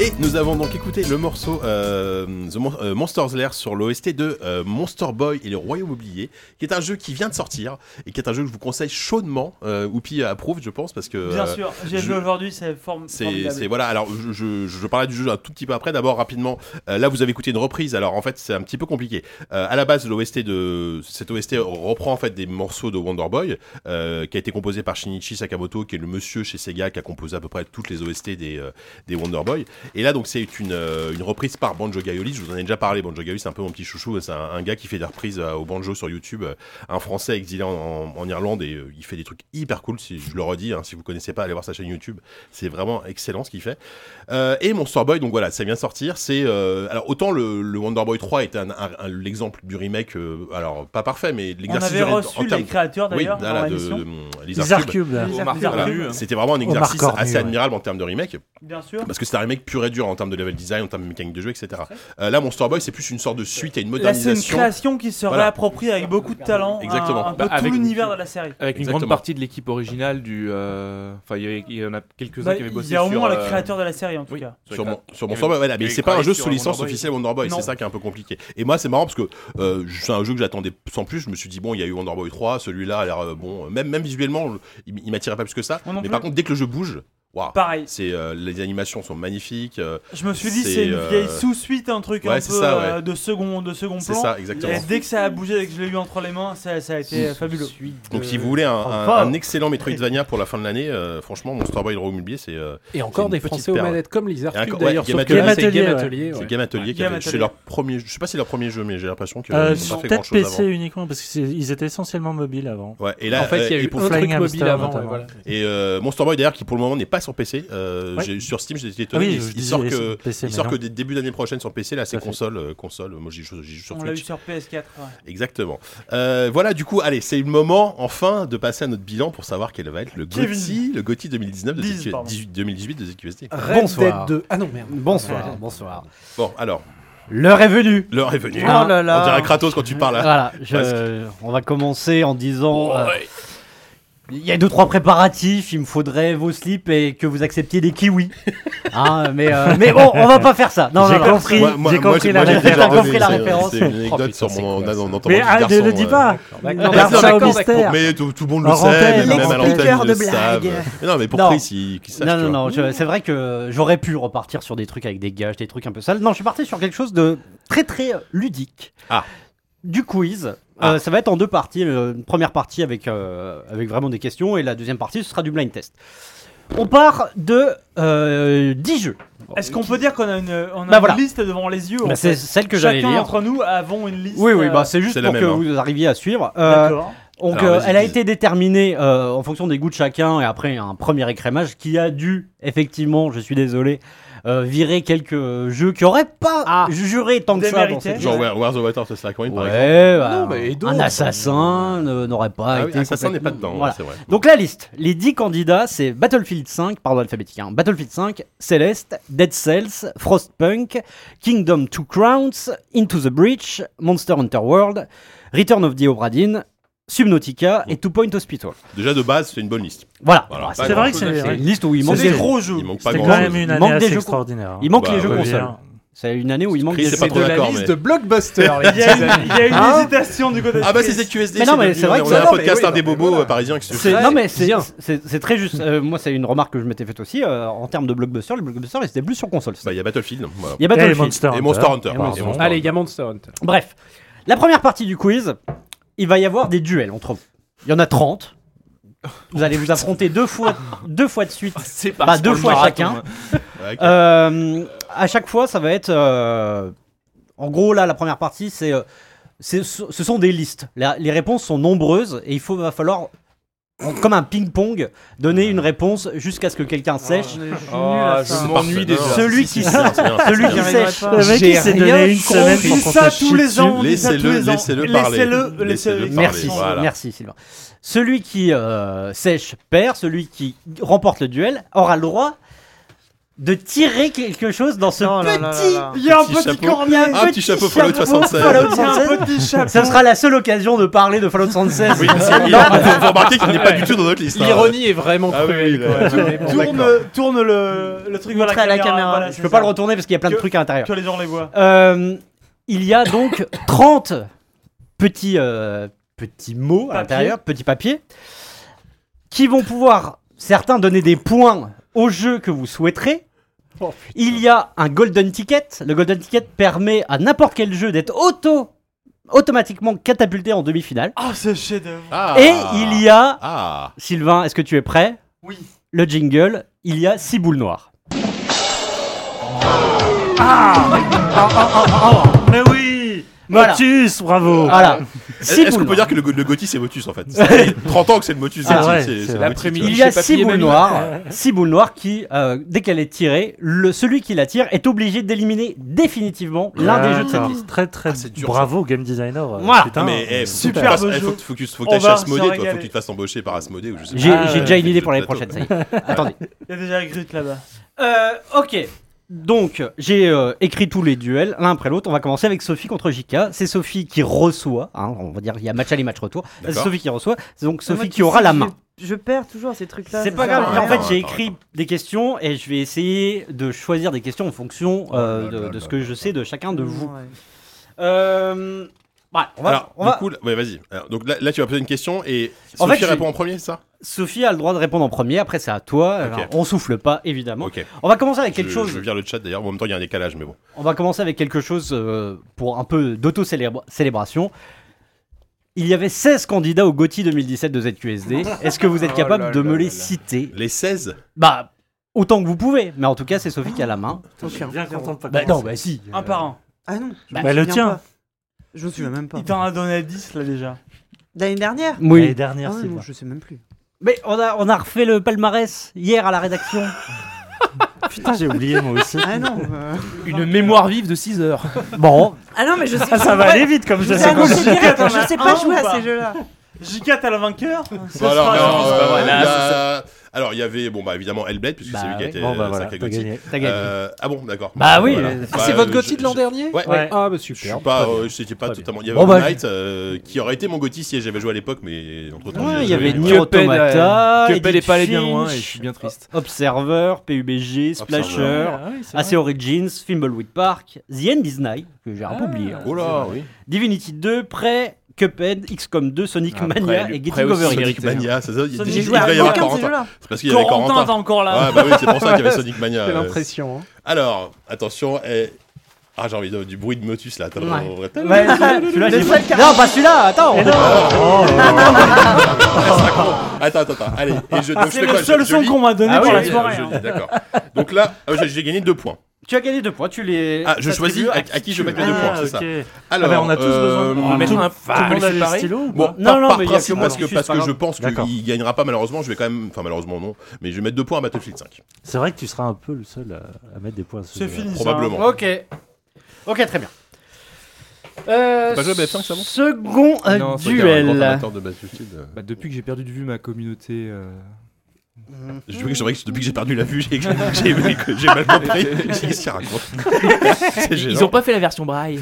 Et nous avons donc écouté le morceau euh, The Mon- euh, Monsters Lair sur l'OST de euh, Monster Boy et le Royaume Oublié, qui est un jeu qui vient de sortir et qui est un jeu que je vous conseille chaudement. Euh, Oupi approuve, je pense, parce que.
Bien
euh,
sûr, j'ai
je-
joué aujourd'hui, c'est form-
C'est
formidable.
c'est- voilà. Alors je, je, je parlerai du jeu un tout petit peu après. D'abord rapidement, euh, là vous avez écouté une reprise. Alors en fait c'est un petit peu compliqué. Euh, à la base l'OST de cet OST reprend en fait des morceaux de Wonder Boy euh, qui a été composé par Shinichi Sakamoto qui est le monsieur chez Sega qui a composé à peu près toutes les OST des euh, des Wonder Boy. Et là donc c'est une euh, une reprise par Banjo Gaioli. Je vous en ai déjà parlé. Banjo Gaioli c'est un peu mon petit chouchou. C'est un, un gars qui fait des reprises euh, au banjo sur YouTube. euh, un Français exilé en, en- en Irlande et euh, il fait des trucs hyper cool. Si je le redis, hein, si vous connaissez pas, allez voir sa chaîne YouTube. C'est vraiment excellent ce qu'il fait. Euh, et Monster Boy, donc voilà, ça vient de sortir. C'est euh, alors autant le, le Wonder Boy 3 est un- un- un- l'exemple du remake, euh, alors pas parfait, mais
On
l'exercice
avait
du- en
reçu
termes-
les créateurs
oui,
d'ailleurs dans
voilà,
la
de,
mission.
de- les
Les
Arcubes.
Arcubes, là.
Les
Omar
arcades,
Cornu,
voilà.
hein.
C'était vraiment un
Omar
exercice
Cornu,
assez
ouais.
admirable en termes de remake.
Bien sûr.
Parce que c'est un remake pur et dur en termes de level design, en termes de mécanique de jeu, etc. Euh, là, Monster Boy, c'est plus une sorte de suite et une
Là, c'est une
modernisation.
création qui se
Voilà.
réapproprie avec beaucoup de talent. un-
Exactement.
Un, peu
Bah,
tout
avec-
l'univers de la série.
Avec une
Exactement.
grande partie de l'équipe originale du. euh, Enfin, il y avait- il y en a quelques-uns
Bah,
qui avaient
il
bossé
y a au
sur,
moins le
euh,
créateur de la série en tout
oui.
cas.
sur, mon, sur
Il y
Monster Boy,
avait-
voilà, mais
il y
c'est
avait
pas un
travaillé
jeu
sur
sous licence
Wonderboy.
officielle Wonder Boy,
Non.
c'est ça qui est un peu compliqué. Et moi, c'est marrant parce que euh, c'est un jeu que j'attendais sans plus. Je me suis dit, bon, il y a eu Wonder Boy 3, celui-là a l'air euh, bon, même, même visuellement, je- il, il m'attirait pas plus que ça. Mais
Moi non plus.
par contre, dès que le jeu bouge, waouh,
Pareil.
c'est euh, les animations sont magnifiques. euh,
Je me suis dit,
C'est,
c'est une
euh,
vieille sous-suite, un truc
ouais,
un peu
c'est ça, ouais.
euh, de second, de second
c'est
plan.
ça, exactement.
Et dès que ça a bougé, dès que je l'ai eu entre les mains, ça, ça a été fabuleux.
Donc, si vous voulez un, un-
Enfin.
un excellent Metroidvania pour la fin de l'année, euh, franchement, Monster Boy et le Royaume Oublié, c'est euh,
Et encore
une
des
petite
Français aux
perle.
manettes comme les Arcubes
Et encore- ouais,
d'ailleurs,
Game
sauf que
Atelier,
là, c'est
ouais.
Game Atelier.
c'est
ouais.
Game Atelier qui
Game
avait-
Atelier.
c'est leur premier, je sais pas si c'est leur premier jeu, mais j'ai l'impression qu'ils
Euh,
n'ont pas fait grand
Peut-être
chose
PC
avant.
uniquement, parce qu'ils étaient essentiellement mobiles avant.
Ouais, et là,
en fait, il y
euh,
a
et
eu
pour
un
Flying
truc mobile
Hamster,
avant.
notamment.
ouais, voilà.
Et euh, Monster Boy d'ailleurs qui pour le moment n'est pas sur PC. Euh,
Ouais.
j'ai- Sur Steam j'étais
Ah
étonné. il,
je
il
disais
sort que
PC,
il
mais
sort
non.
que des débuts d'année prochaine sur PC. Là c'est
Tout à fait.
console, euh, console. Moi j'y joue j'y joue sur
On l'a eu
Twitch.
sur PS4. ouais.
Exactement. Euh, voilà du coup allez c'est le moment enfin de passer à notre bilan pour savoir quel va être le
Kevin.
GOTY le GOTY 2019 de
Dix,
ZQ
pardon.
18 2018 de ZQSD.
Red
Bonsoir.
Dead 2. Ah non, merde.
*laughs* Bonsoir, bonsoir.
Bon alors
L'heure est venue.
l'heure est venue.
Ah,
Oh là là.
On dirait Kratos quand tu parles. hein.
Voilà, je- on va commencer en disant. euh, Il y a deux trois préparatifs, il me faudrait vos slips et que vous acceptiez des kiwis. Hein, mais, euh, mais bon, on va pas faire ça. Non,
J'ai
non, non.
compris,
Moi- moi-
j'ai
moi,
compris
j'ai-
la
moi, j'ai
référence.
déjà
T'as compris
donné,
la
c'est-
référence
C'est une
Oh,
anecdote
putain,
sur
c'est
mon
quoi, ça
on entend
Mais
mon
ah,
petit
ne le
garçon,
dis
euh,
pas
D'accord.
Garde
non,
ça
mais-
au mystère.
Mais tout, tout le monde le
En
sait,
rentaine,
même à l'antenne
l'expliqueur
ils
de
le savent.
blague.
Mais Non mais pour
Non.
Chris ils ils savent.
Non,
tu
non,
vois.
non, je- c'est vrai que j'aurais pu repartir sur des trucs avec des gages, des trucs un peu sales. Non, je suis parti sur quelque chose de très très euh, ludique.
Ah.
Du quiz.
Ah.
Euh, ça va être en deux parties. Euh, Une première partie avec, euh, avec vraiment des questions et la deuxième partie, ce sera du blind test. On part de euh, 10 jeux.
Est-ce qu'on peut dire qu'on a une, on a
Bah,
une
voilà.
liste devant les yeux en
Bah, c'est
fait
celle que j'allais
Chacun
lire.
d'entre nous avons une liste.
Oui, oui,
euh,
bah, c'est juste
C'est
pour
la
que
même, hein.
vous arriviez à suivre. Euh,
D'accord.
donc,
Alors,
euh,
vas-y,
elle a
dis.
été déterminée euh, en fonction des goûts de chacun et après un premier écrémage qui a dû, effectivement, je suis désolé, euh, virer quelques jeux qui auraient pas
Ah.
juré tant que ça. Dans
Démérité.
cette
Genre
Ouais.
Where- Where's the Water c'est la commune par exemple.
Ouais, bah,
Non, mais et d'autres.
un assassin euh, n'aurait pas
Ah oui,
été.
Assassin n'est pas
complètement-
dedans, ouais,
Voilà.
c'est vrai.
Donc la liste, les 10 candidats, c'est Battlefield 5, pardon alphabétique, hein, Battlefield 5, Celeste, Dead Cells, Frostpunk, Kingdom 2 Crowns, Into the Breach, Monster Hunter World, Return of the Obra Dinn, Subnautica et Two Point Hospital.
Déjà de base, c'est une bonne liste.
Voilà.
Voilà,
Bah,
pas
C'est
grand
vrai que
chose.
c'est
c'est
ouais.
une liste où il manque
C'est des
des jeux.
gros jeux.
Il manque pas
C'était
grand
quand
chose.
même une
Il
année
manque des
assez
jeux-
extraordinaire.
Il manque
Bah,
les jeux
ouais,
consoles. C'est une année où il manque
Chris,
des
c'est
jeux.
pas trop
de la
d'accord,
liste
mais-
de blockbuster.
Il y a une, il y a une
Hein
hésitation du côté de
Ah bah c'est
Chris.
ZQSD,
Mais non, mais
devenu-
c'est vrai que
on
ça-
a un
non,
podcast
mais oui,
un des
non, mais
bobos
voilà.
euh, parisiens qui se
C'est-
Ouais,
non mais c'est,
bien.
c'est- c'est très juste. Euh, moi, c'est une remarque que je m'étais faite aussi euh, en termes de blockbuster. Les blockbusters, ils étaient plus sur console.
Bah il y a Battlefield, voilà.
Il y a
Et
Battlefield.
Monster
Et Monster
Hunter.
Hunter,
Et
pardon.
Monster
Et Monster
Allez, il
Hunter.
y a Monster Hunter.
Bref, la première partie du quiz, il va y avoir des duels entre vous. Il y en a 30. Vous allez vous affronter deux fois, deux fois de suite.
*laughs* C'est
Bah, deux fois chacun.
Ouais, ok.
Euh, à chaque fois, ça va être. euh, en gros, là, la première partie, c'est. euh, c'est- ce sont des listes. La- les réponses sont nombreuses et il faut, va falloir, en- comme un ping-pong, donner une réponse jusqu'à ce que quelqu'un sèche.
Oh, je m'ennuie déjà.
Celui
Si,
qui
si, c'est bien, c'est bien,
Celui
c'est
qui
bien.
sèche.
Ah, Le mec, il s'est
rien
donné une semaine
On dit
pour qu'on
ça
sache
tous les ans. on dit ça tous
Laissez-le-
les ans.
laissez-le parler.
Laissez-le, laissez-le.
Laissez-le
Merci,
parler, voilà.
merci Sylvain. Celui qui euh, sèche perd, celui qui remporte le duel aura le droit de tirer quelque chose dans ce
Non, là,
petit.
là, là, là.
Il y a
Petit chapeau.
cornet,
Ah, petit chapeau Fallout 76.
Fallout
Il y a un
76.
petit chapeau.
Ça sera la seule occasion de parler de Fallout 76.
Oui, c'est- il- vous vous remarquez qu'il n'est pas du tout dans notre liste. hein.
L'ironie est vraiment
Ah oui,
cruelle.
là.
quoi. On est- on est-
Tourne, tourne le, le truc vers la
Montrez à
caméra.
la caméra.
voilà,
Je
c'est
Je peux pas
ça.
le retourner parce qu'il y a plein de
Que-
trucs à l'intérieur.
Que les gens les voient.
Euh, il y a *coughs* donc 30 petits, euh, petits mots à l'intérieur, petits papiers, qui vont pouvoir, certains, donner des points au jeu que vous souhaiterez.
Oh,
il y a un golden ticket. Le golden ticket permet à n'importe quel jeu d'être auto automatiquement catapulté en demi-finale.
Oh,
Ah, ce chef-d'œuvre.
Ah.
Et il y a,
Ah
Sylvain, est-ce que tu es prêt
Oui.
Le jingle, il y a 6 boules noires.
Mais oui
Voilà.
Motus,
*laughs*
bravo
Voilà.
Est-ce
Six
est-ce qu'on
boules
peut dire que le, go- le Gotti c'est Motus en fait Ça fait 30 ans que c'est le Motus.
Ah
c'est-
ouais,
c'est-
c'est
c'est le
l'après-midi.
Motus,
Il y
ouais.
a
Chez
six
Papier
boules
Mamie.
noires, six boules noires qui, euh, dès qu'elle est tirée, le, celui qui la tire est obligé d'éliminer définitivement l'un des jeux de cette
D'accord.
liste.
Très très
Ah, c'est dur,
bravo game designer. euh,
Voilà.
putain.
Mais eh, faut que tu
Superbe
fasses-
jeu.
eh, faut que- faut que tu- faut que
On
t'ailles chez
va
Asmodée,
se
toi, faut
régaler.
que tu te fasses embaucher par Asmodée ou je sais
J'ai
Ah,
j'ai
ouais.
déjà une idée
Faites
pour l'année
le plateau.
prochaine, ça y est. Attendez.
Il y a déjà la grute là-bas.
Euh, ok. Donc, j'ai euh, écrit tous les duels, l'un après l'autre. On va commencer avec Sophie contre Jika. C'est Sophie qui reçoit. hein, on va dire il y a match aller, match retour. C'est
D'accord.
Sophie qui reçoit. C'est donc
Ah, Moi,
Sophie
tu
qui aura
sais,
la
je-
main.
Je perds toujours ces trucs-là.
C'est
ça
pas
sert à
grave.
rien.
En fait, j'ai
Attends,
écrit
attends.
des questions et je vais essayer de choisir des questions en fonction euh,
Oh là
de,
là
de
là
ce que je sais de chacun de vous.
Ouais.
Euh, ouais, on va-
Alors,
on va-
du coup, là- ouais, vas-y. Alors, Donc là, là, tu vas poser une question et
En
Sophie
fait,
répond en premier, c'est ça
Sophie a le droit de répondre en premier, après c'est à toi.
Ok.
Alors, on souffle pas, évidemment.
Ok.
On va commencer avec quelque
je,
chose.
Je vire le chat d'ailleurs, Bon, en même temps il y a un décalage, mais bon.
On va commencer avec quelque chose euh, pour un peu d'auto-célébration. Il y avait 16 candidats au GOTY 2017 de ZQSD. Est-ce que
*laughs*
vous êtes
Oh
capable
là
de me
là
les
là.
citer
Les 16
Bah, autant que vous pouvez. Mais en tout cas, c'est Sophie qui a la main.
Je suis bien content de pas
Bah,
commencer.
non, bah si.
Un par un.
Ah non. je
Bah,
me
le
souviens
tien.
pas. Je me souviens même pas.
Il t'en a donné 10 là déjà.
L'année dernière
L'année
Oui.
Ah
dernière,
ouais,
c'est
non,
bien.
je sais même plus.
Mais on a, on a refait le palmarès hier à la rédaction.
Putain, j'ai oublié moi aussi.
Ah non. euh.
Une mémoire vive de 6 heures.
bon,
Ah non, mais je sais
Ah, ça va aller vite comme
Je
ça.
sais,
c'est
non,
cool.
je sais direct, je sais pas
Un
jouer
ou
à
pas
ces jeux-là.
J4 à la vainqueur Ce
Bon, alors,
sera
non,
la-
euh,
pas vrai.
il y
Là,
a-
ça,
Alors, il y avait, bon, bah évidemment, Hellblade, puisque c'est
Bah
lui qui a
oui.
été
Bon bah
euh,
voilà,
sacré
t'as
Gotti.
gagné.
t'as gagné.
Euh, ah bon, d'accord.
Bah
Bon,
oui,
voilà.
euh,
Ah, c'est
Bah,
votre
je-
Gotti de l'an
je-
dernier
Ouais.
Ouais.
Ah, bah
Je suis
super.
pas,
Très bien.
euh, je sais pas
Très bien.
totalement. Il y avait
Bon, bah,
Knight euh, qui aurait été mon Gotti si j'avais joué à l'époque, mais entre temps.
Ouais, il y avait
Voilà.
Nier Automata,
Cuphead, euh, Cuphead
Edith
est pas allé bien loin
Finch,
et je suis bien triste.
Observer, PUBG, Splasher,
Observer.
Ah oui, c'est
AC Origins, Thimbleweed Park, The End is Night, que j'ai un peu oublié,
Ah,
hein.
Oh là, oui.
Divinity 2, Prey, Cuphead, XCOM 2, Sonic
Ah,
Mania
Prey,
et
le-
Getting
Prey aussi,
Over It.
Sonic Mania, c'est ça. il y a- il
Sonic
J'ai
Mania.
devrait
joué
y
à
avoir
aucun de ces
Corentin.
jeux-là.
C'est parce qu'il y avait
Corentin,
Corentin.
t'es encore là.
Ouais, bah oui, c'est pour ça qu'il y avait Sonic Mania.
J'ai
euh,
l'impression. hein.
Alors, attention. eh, Ah, j'ai envie de- du bruit de Motus là. Attends,
Ouais. Oh,
on va-
Ouais, celui-là,
Le
j'ai-
seul qui a-
Non, pas celui-là, attends.
Attends, attends, attends. Allez, et je, donc, je
Ah, C'est
fais
le
quoi Je-
seul
je
son
lis
qu'on m'a donné
Ah
pour
oui,
la
Je-
soirée.
je
hein.
lis, D'accord. Donc là, euh, j'ai- j'ai gagné deux points.
Tu as gagné deux points, tu les.
Ah, je
t'attribues
choisis à, à qui je mets les deux points,
Ah,
c'est
ok.
ça.
Ah, bah, on a tous
euh,
besoin. de-
On va mettre un
Tout le monde a des
séparé.
stylos ou
Bon,
pas
Non,
par,
non,
par
mais il y a
principe,
que
parce que,
Motus,
parce
c'est
que
pas
je pense
D'accord.
qu'il gagnera pas, malheureusement, je vais quand même. Enfin, malheureusement, non. Mais je vais mettre deux points à Battlefield 5.
C'est vrai que tu seras un peu le seul à, à mettre des points. à ce
C'est
jeu-là.
fini.
Probablement.
Ok. Ok, très bien. Euh,
Pas joué à BF5, ça, bon
second euh,
Non, c'est
duel.
de Battlefield.
*laughs*
euh,
Bah, depuis que j'ai perdu de vue ma communauté. euh,
Je veux que je que depuis que j'ai perdu la vue, j'ai j'ai-
*laughs*
que j'ai mal compris. J'ai dit, Qu'est-ce qu'il raconte C'est
Ils
gênant.
ont pas fait la version
*laughs*
braille.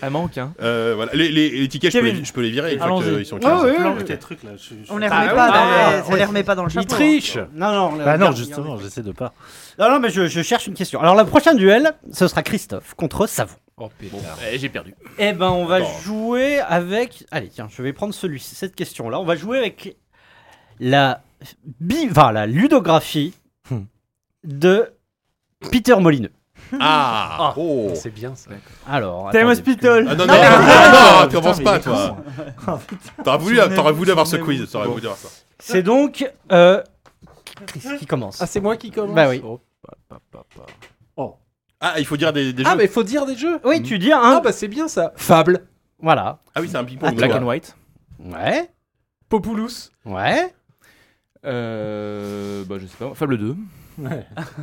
ça manque, hein.
Euh, voilà. les, les, les tickets, je peux les,
Kevin.
je peux les virer une fois
Allons-y.
qu'ils sont
Ah, ouais,
utilisés.
Plein
Ok.
de trucs, là. je suis- je
On
suis-
les
Ah,
remet
ouais,
pas
ouais,
dans le- on
ouais.
les remet pas dans le
Il
chapeau. hein.
triche
Non, non, le-
Bah non,
regarde,
justement, j'essaie de pas.
Non, non, mais je, je cherche une question. Alors, le prochain duel, ce sera Christophe contre Savon.
Oh pétard. Eh, j'ai perdu.
Eh ben, on va
Attends.
jouer avec. Allez, tiens, je vais prendre celui cette question-là. On va jouer avec la, bi... enfin, la ludographie
Hmm.
de Peter Molineux.
Ah Oh
C'est bien ça.
Alors.
Time
attendez.
Hospital.
Ah non, non, non,
Non,
non, non, tu commences
mais
pas,
il est
toi.
Oh,
con.
T'aurais voulu,
Souvenez-vous,
t'aurais voulu avoir ce quiz,
souvenez-vous,
Ah.
t'aurais
c'est
voulu avoir ça.
C'est donc. Euh... Chris qui commence.
Ah, c'est moi qui commence
Bah oui.
Oh.
Ah, il faut dire des, des
Ah,
jeux.
mais faut dire des jeux
Oui, tu dis un.
Ah, bah c'est bien ça. Fable,
Voilà.
Ah oui, c'est un ping-pong.
Ah,
donc,
Black
voilà.
and white.
Ouais.
Populous,
Ouais.
Euh. Bah, je sais pas. Fable 2.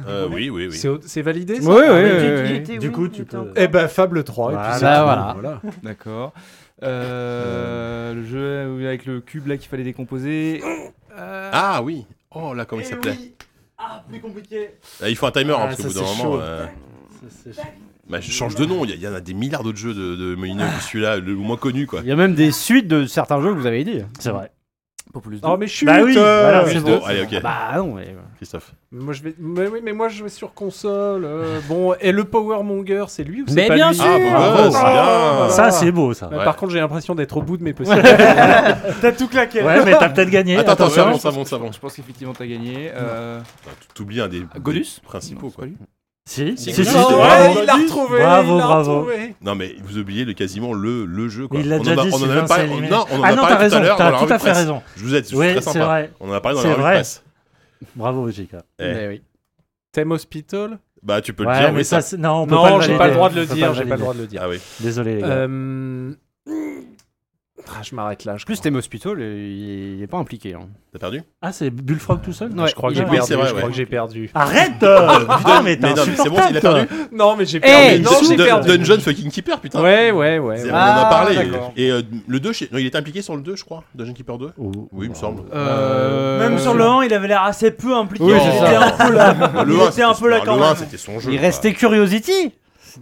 Euh, oui, oui, oui.
c'est au- c'est validé ça
Oui,
Ah,
oui,
Il
oui,
était- il
oui.
était-
Du
oui,
coup,
il
tu
était
peux-
encore-
Eh ben Fable 3 et puis
Voilà,
c'est tout,
voilà.
D'accord. Euh, Le jeu avec le cube là qu'il fallait décomposer.
Eh
Ah oui. Oh là, comment il s'appelait
Ah, plus compliqué.
Là, il faut un timer hein,
Ah,
parce qu'au
ça,
bout d'un
c'est
moment.
chaud.
euh,
C'est- c'est-
bah, je change de nom. Il y, a- il y en a des milliards d'autres jeux de, de Molineux que celui-là, le moins connu quoi.
Il y a même des suites de certains jeux que vous avez dit.
C'est vrai.
Populous
Oh, mais chut
Bah oui,
euh,
voilà,
Plus
c'est
de-
bon.
Allez, ok,
Bah non, mais...
Christophe.
Moi, je vais... mais, oui, mais moi, je vais sur console. euh, bon, et le Power Monger, c'est lui ou c'est
Mais
pas
bien
lui
sûr
Ah, bon,
bravo.
ouais, c'est bien.
Ça, c'est beau, ça.
Bah,
Ouais.
Par contre, j'ai l'impression d'être au bout de mes possibilités.
T'as tout claqué.
Ouais, mais t'as peut-être gagné.
Attends, attends, ça
ouais,
monte,
je
ça
pense
monte, ça
Bon,
monte.
je pense qu'effectivement, t'as gagné. Euh...
T'oublies un
Ah,
des
Godus
principaux
Non, c'est
quoi.
pas lui.
Si, si,
Si,
si,
si,
si,
si,
bravo.
il l'a retrouvé.
Bravo,
il l'a
bravo.
retrouvé.
Non mais vous oubliez le quasiment le le jeu quoi.
Mais il l'a
On en
déjà
a-
dit,
on en a
Sylvain,
même pas.
c'est
on-
éliminé.
Non, on en
Ah
a parlé
non, t'as
tout à
raison,
l'heure dans la
t'as tout
revue
à
de
fait
presse.
raison.
Je vous aide, je suis
Oui,
très
c'est
sympa.
vrai.
On en a parlé dans
C'est
la revue de
vrai.
presse.
Bravo, JK.
Eh.
mais oui.
Thème Hospital
Bah tu peux le
Ouais,
dire,
mais
oui
ça,
ça.
c'est- non, on peut pas
Non, j'ai pas le
valider.
droit de le
On peut
dire. J'ai
valider.
pas le droit de le dire.
Ah oui.
Désolé, les gars.
Euh, ah, je m'arrête là. Je
Plus
crois.
Thème Hospital, euh, il est pas impliqué. hein.
T'as perdu
Ah, c'est Bullfrog tout seul
Ouais.
je crois que
il
j'ai
a-
oui,
perdu.
c'est vrai,
je crois
ouais.
que j'ai perdu.
Arrête euh, Putain, mais t'es
Mais non, mais c'est bon, il a
insupportable, toi.
perdu.
Non, mais j'ai
Eh,
perdu.
Mais
non,
Dun-
j'ai
Dun-
perdu.
Dungeon fucking Keeper, putain.
Ouais, ouais, ouais.
C'est-
ouais.
on en a
Ah,
parlé.
d'accord.
Et euh, le 2, non, il était impliqué sur le 2, je crois. Dungeon Keeper 2
Oh.
Oui, il me semble.
Euh,
Même sur le 1, il avait l'air assez peu impliqué.
Oui,
Il
c'est
était
ça.
un peu là.
Bah, *laughs*
Il
le 1,
était un peu là quand
le 1,
même.
c'était son jeu.
Il
quoi.
restait Curiosity,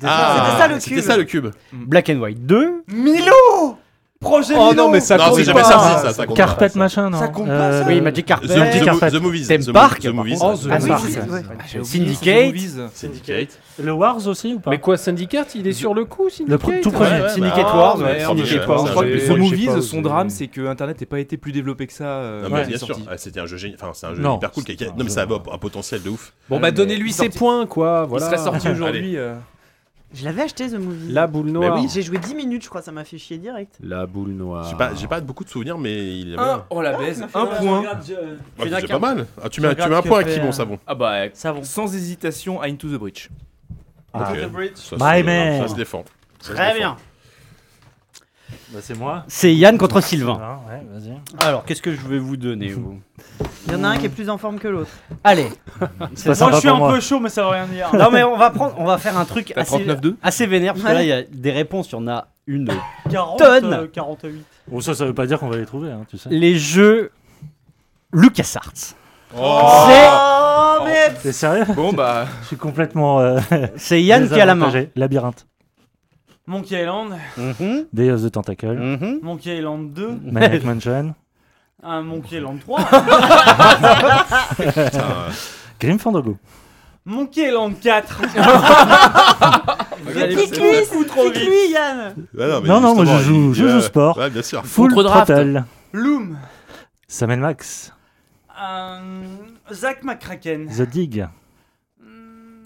Ah,
C'était ça, le
C'était
cube.
ça le cube.
Black and White 2.
Milo Projet
Oh
Milo
non, mais ça
Non,
compte
c'est jamais
pas.
sorti, ça. ça compte pas.
Carpet machin, non
Ça compte pas,
Euh,
ça
Oui, Magic
The,
Carpet.
the,
Carpet.
the Movies.
Theme
the,
Park,
The
par
Movies.
contre. Oh, The
Ah
oui,
Park.
c'est- ouais.
Syndicate.
Syndicate.
Le Wars aussi ou pas
Mais quoi, Syndicate, il est sur le coup,
Le
Syndicate
pr- tout
Ouais,
premier.
ouais,
Syndicate
bah,
Wars,
ouais,
ouais,
c'est
Syndicate
obligé,
Wars,
c'est
Je
un
crois
jeu-
que
j'ai-
The
j'ai pas
Movies, son
osé.
drame, c'est que Internet n'est pas été plus développé que ça.
Non,
euh, quand
mais
il
bien
est
sûr,
sorti.
Ah, c'était un jeu génial, enfin c'est un jeu
Non.
hyper cool. qui a- qui a-
C'est un
Non, mais
jeu.
ça a un potentiel de ouf.
Bon, bah,
Mais
donnez-lui ses
sorti-
points, quoi.
Il serait
Voilà.
sorti
Allez.
*laughs* aujourd'hui. euh,
Je l'avais acheté The Movie.
La boule noire.
oui.
J'ai joué 10 minutes, je crois, ça m'a fait chier direct.
La boule noire.
J'ai pas, j'ai pas beaucoup de souvenirs, mais il y
Ah,
avait.
un- oh la baisse, un point.
Ah,
Fais-en
c'est
qu'un.
pas mal. Ah, tu
Je
mets, un- tu
regarde
mets un
ce que
point à qui
fait,
bon
euh,
savon.
Ah bah,
Ça va.
sans hésitation, à Into the Breach.
Ah.
Ok. Ça,
My
c'est-
man.
Ça se défend. Ça se
Très
défend.
bien.
Bah, c'est moi.
C'est Yann contre Sylvain.
Ah, ouais, vas-y.
Alors, qu'est-ce que je vais vous donner vous
Il y en a un qui est plus en forme que l'autre.
Allez,
C'est
Moi, je
sympa
suis
pour
un
moi.
peu chaud, mais ça veut rien dire.
non
*laughs*
mais on va prendre, on va faire un truc
T'as
assez,
39-2
assez vénère parce que
Ouais.
là il y a des réponses, il y en a une.
40,
Tonne.
euh, 48.
Bon, ça, ça veut pas dire qu'on va les trouver, hein, tu sais.
Les jeux LucasArts.
Oh
Oh, mais
T'es sérieux
Bon bah,
Je suis complètement. euh,
C'est c'est Yann qui a la main.
désavantagé. Labyrinthe.
Monkey Island,
Mhm,
Day of the Tentacle.
mhm.
Monkey Island 2,
Maniac Mansion.
*laughs* un Monkey Island 3,
putain.
Grim Fandango.
Monkey Island 4.
*laughs*
regardez,
pique
c'est-
lui,
Beaucoup trop
pique
vite.
lui, Yann.
Ah non, mais
Non, non, moi, je
justement,
joue-
il-
je joue
ouais,
sport.
Ouais, bien sûr.
Full
Draft.
Throttle.
Loom,
Samuel Max.
euh, Zach McCracken.
The Dig.
Hmm,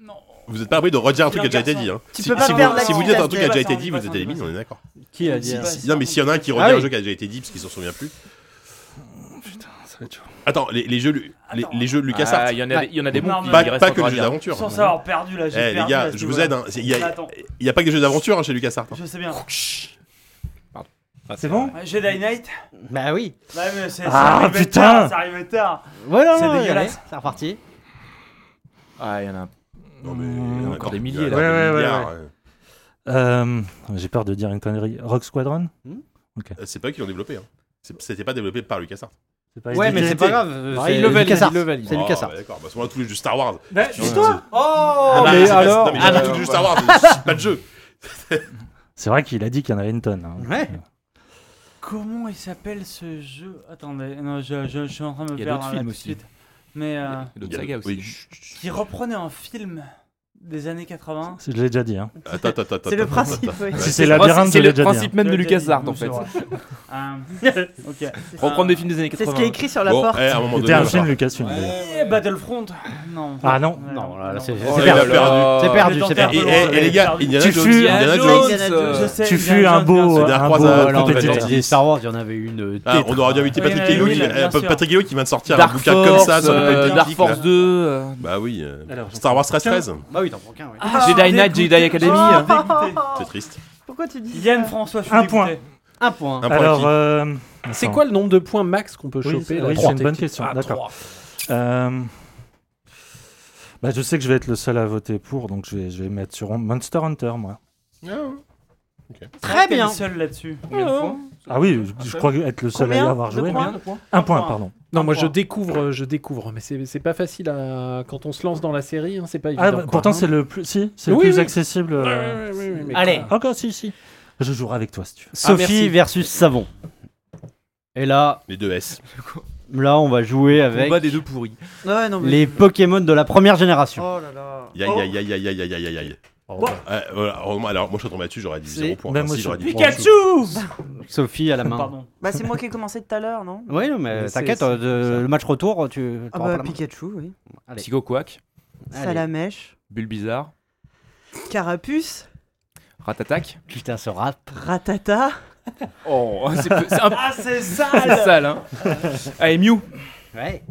Non.
Vous êtes pas abri de redire un truc qui a déjà été
garçon.
dit. hein.
Tu
Si
peux pas
si
perdre
vous-
la
si vous dites
petite
un truc qui a
affaire.
déjà été dit, vous
Passe,
êtes
passe,
éliminé,
passe.
on est d'accord.
Qui a dit
Si,
Non, mais s'il y en a un qui redit
Ah
un
oui.
jeu qui a déjà été dit parce qu'ils s'en souvient plus.
ça va être chaud.
Attends, les, les jeux, lu- les,
Attends.
les jeux LucasArts,
Ah, il y en a, il y en a des bons.
Non,
qui
mais-
pas,
restent
pas que les
encore à
jeux
dire.
d'aventure.
Sans savoir perdu là, j'ai
hein. Eh les
perdu,
gars,
là,
je
ce
vous
niveau-là.
aide. hein. Il y, a-
Attends,
il y a pas que des jeux d'aventure hein, chez LucasArts.
je sais bien.
Ah,
C'est bon
Ouais, Jedi Knight
Bah oui.
Ouais, mais c'est.
Ah,
ça arrivait
putain.
tard, Ça arrivait tard
Voilà.
C'est
allez,
dégueulasse.
C'est reparti.
Ah, il y en a.
Non, mais il y en a
Mmh, Encore des
il y
milliers,
en a
là.
des
Ouais, ouais, ouais,
milliards, hein.
Euh, J'ai peur de dire une connerie. Rock Squadron
C'est pas eux qui l'ont développé. hein. C'est- C'était pas développé par LucasArts.
C'est pas
Ouais,
édité.
mais c'est pas grave. euh,
Ah,
c'est
il le valide,
LucasArts.
il le valide.
C'est
Ah,
LucasArts.
bah, D'accord, bah, ce moment, tous les jeux Star Wars.
Bah,
Tu vois,
dis-toi Oh
Ah, bah,
mais
c'est pas-
alors-
non, mais j'ai
Ah,
tous les jeux
bah.
Star Wars, c'est pas de jeu.
C'est vrai qu'il a dit qu'il y en avait une tonne. hein.
Ouais.
Comment il s'appelle ce jeu Attendez, non, je, je- je suis en train de me
Il y a
perdre
d'autres
là, tout de
films aussi.
suite. Mais euh,
Il y a D'autres sagas
Oui.
aussi.
qui reprenait un film des années 80.
Je l'ai déjà dit. Hein.
Attends, attends, attends.
C'est le
attends,
principe,
attends,
ouais.
Si c'est labyrinthe, je
c'est
l'ai
le
déjà dit. hein.
hein.
principe même de LucasArts en fait. *laughs*
Euh, *laughs* ok.
Reprendre des films des années
C'est
80.
ce qui est écrit sur
attends.
la
Bon,
porte.
eh, à un moment
C'était
donné,
un
on
film
va-
Lucasfilm. d'ailleurs.
Eh, Battlefront Non.
Ah non.
Non, là, là, c'est-
non.
c'est
Oh
Il a
là
perdu.
là.
C'est perdu, c'est
Mais t'en
Et,
perdu.
perds
et- et Eh, les gars, Indiana
Tu
Jones,
fus-
Indiana Jones.
Indiana Jones.
Je
euh,
sais,
Tu
Indiana
fus un
Jones,
beau,
bien
C'est
sûr.
un
un
croisade,
beau
euh,
Voilà, on avait déjà
Peut-être dix.
dit
compétiteur.
Star Wars, il y en avait une. euh,
Ah, on aurait dû inviter
Oui,
Patrick
oui,
Hello,
oui,
qui-
bien
euh,
sûr.
Patrick Hello qui vient de sortir un
Dark
bouquin comme
Force,
ça sur le
euh,
Patrick
Dark
Geek,
Force
là.
2, euh,
Bah oui. euh,
Alors,
Star Wars 13
Bah oui, t'en prends qu'un, ouais.
Ah,
Jedi Knight,
dégoûté.
Jedi Academy.
hein, *laughs*
Ah, dégoûté.
C'est triste.
Oh Pourquoi tu dis
Yann François, je suis
Un
dégoûté.
point.
Un
Oh.
point.
Un point
Alors,
qui-
euh,
C'est
attends.
quoi le nombre de points max qu'on peut
Oui,
choper
c'est-
là
oui,
Trois,
c'est une bonne
t'es-
question,
Ah,
d'accord.
trois.
Euh, Bah, je sais que je vais être le seul à voter pour, donc je vais, je vais mettre sur Monster Hunter, moi.
Très bien. Oh.
seul là-dessus.
Combien de points
Ah oui, je- je crois être le seul à y
Combien
avoir
de
joué.
points
Combien de points
Un point,
Un point.
pardon.
Non,
Un
moi je
point.
découvre, euh, je découvre, mais c'est c'est pas facile à... quand on se lance dans la série, hein, c'est pas évident.
Ah, bah,
quoi.
pourtant, c'est le plus, si, c'est le
Oui,
plus
oui.
accessible.
Ouais,
euh,
ouais, ouais, ouais, mais
Allez.
quoi.
Encore, si, si. Je jouerai avec toi si tu veux.
Sophie
merci.
versus Savon. Et là,
Les deux S.
là, on va jouer
Avec...
avec
des deux pourris.
Ouais, non, mais-
les Pokémon de la première génération.
Oh là là.
Aïe, aïe, aïe, aïe, aïe, aïe, aïe, aïe, aïe.
Oh,
Bon. Euh, voilà, heureusement, alors, moi, je suis tombé là-dessus, j'aurais dit
C'est-
0 points.
Même
Enfin,
moi,
si,
je-
j'aurais dit
Pikachu
Sophie à la main.
Pardon.
Bah, c'est moi qui ai commencé tout à l'heure, non
Oui, non, mais
Mais
t'inquiète,
c'est-
euh, de- le match retour, tu. t'auras
Ah bah,
pas la main.
Pikachu, oui.
Allez.
Psychoquack,
Allez.
Salamèche,
Bulbizarre,
Carapuce,
Ratatac.
Putain, ce rat.
Ratata.
Oh, *laughs* c'est peu- c'est un
Ah, c'est
*laughs* peu
sale
sale, hein. Allez, Mew,
Ouais.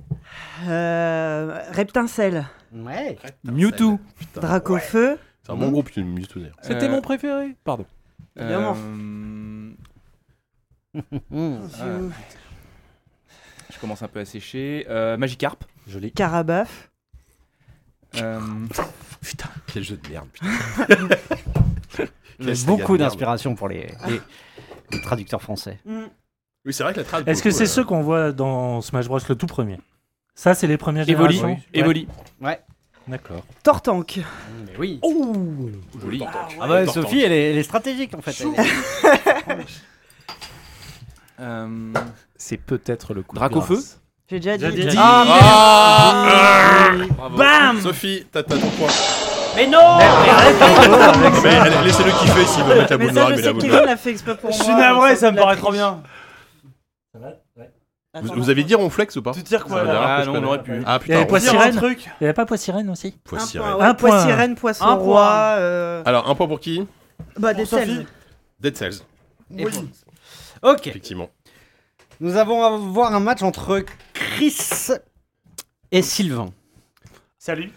Euh, Reptincelle,
Ouais.
Mewtwo.
Putain,
Dracofeu,
C'est un bon groupe, une musique tout
C'était mon préféré. Pardon.
Évidemment.
Euh,
Mmh.
euh, Je commence un peu à sécher. Euh, Magikarp.
Joli.
Carabaf,
Euh,
Quel jeu de merde,
J'ai
Quelle saga de
Mmh. beaucoup
merde.
d'inspiration pour les, les- les traducteurs français.
Mm.
Oui, c'est vrai que la trad.
Est-ce que c'est ceux qu'on voit dans Smash Bros le tout premier Ça, c'est les premières
Evoli.
générations. Ouais.
Evoli.
D'accord.
Tortank.
Mais oui.
Oh
Joli.
Ah bah,
Tortank.
Sophie, elle est, elle est stratégique en fait. Elle est-
Euh,
C'est peut-être le coup. de
Dracofeu
grâce.
J'ai déjà
J'ai
dit.
dit.
Ah, merde.
Ah,
bravo.
Bam
Sophie, t'as t'as ton point.
Mais non
Eh ben, allez, Laissez-le kiffer s'il veut mettre la
Mais
boule
ça,
noire, il met
je sais
la
que
boule
Kevin
noire.
l'a fait exprès pour
Je
moi.
suis navré,
donc
ça me
la
paraît
triche.
trop bien.
Vous,
Attends,
vous avez dit ronflex ou pas
Tu tires quoi
Ça va,
là
Ah
que je
non, on
connais.
aurait pu.
Ah
Il y avait
putain,
hein. pas
ronflex.
Dire un
sirène.
truc.
Il n'y avait pas poids sirène aussi
Poids
Un
sirène.
point, ouais,
Un
poids
point.
sirène, poisson
Un
roi.
point.
euh,
Alors, un point pour qui
Bah, des
Sophie.
selles.
Dead Cells,
Oui.
ok.
effectivement.
Nous avons à voir un match entre Euh, Chris et Sylvain.
Salut.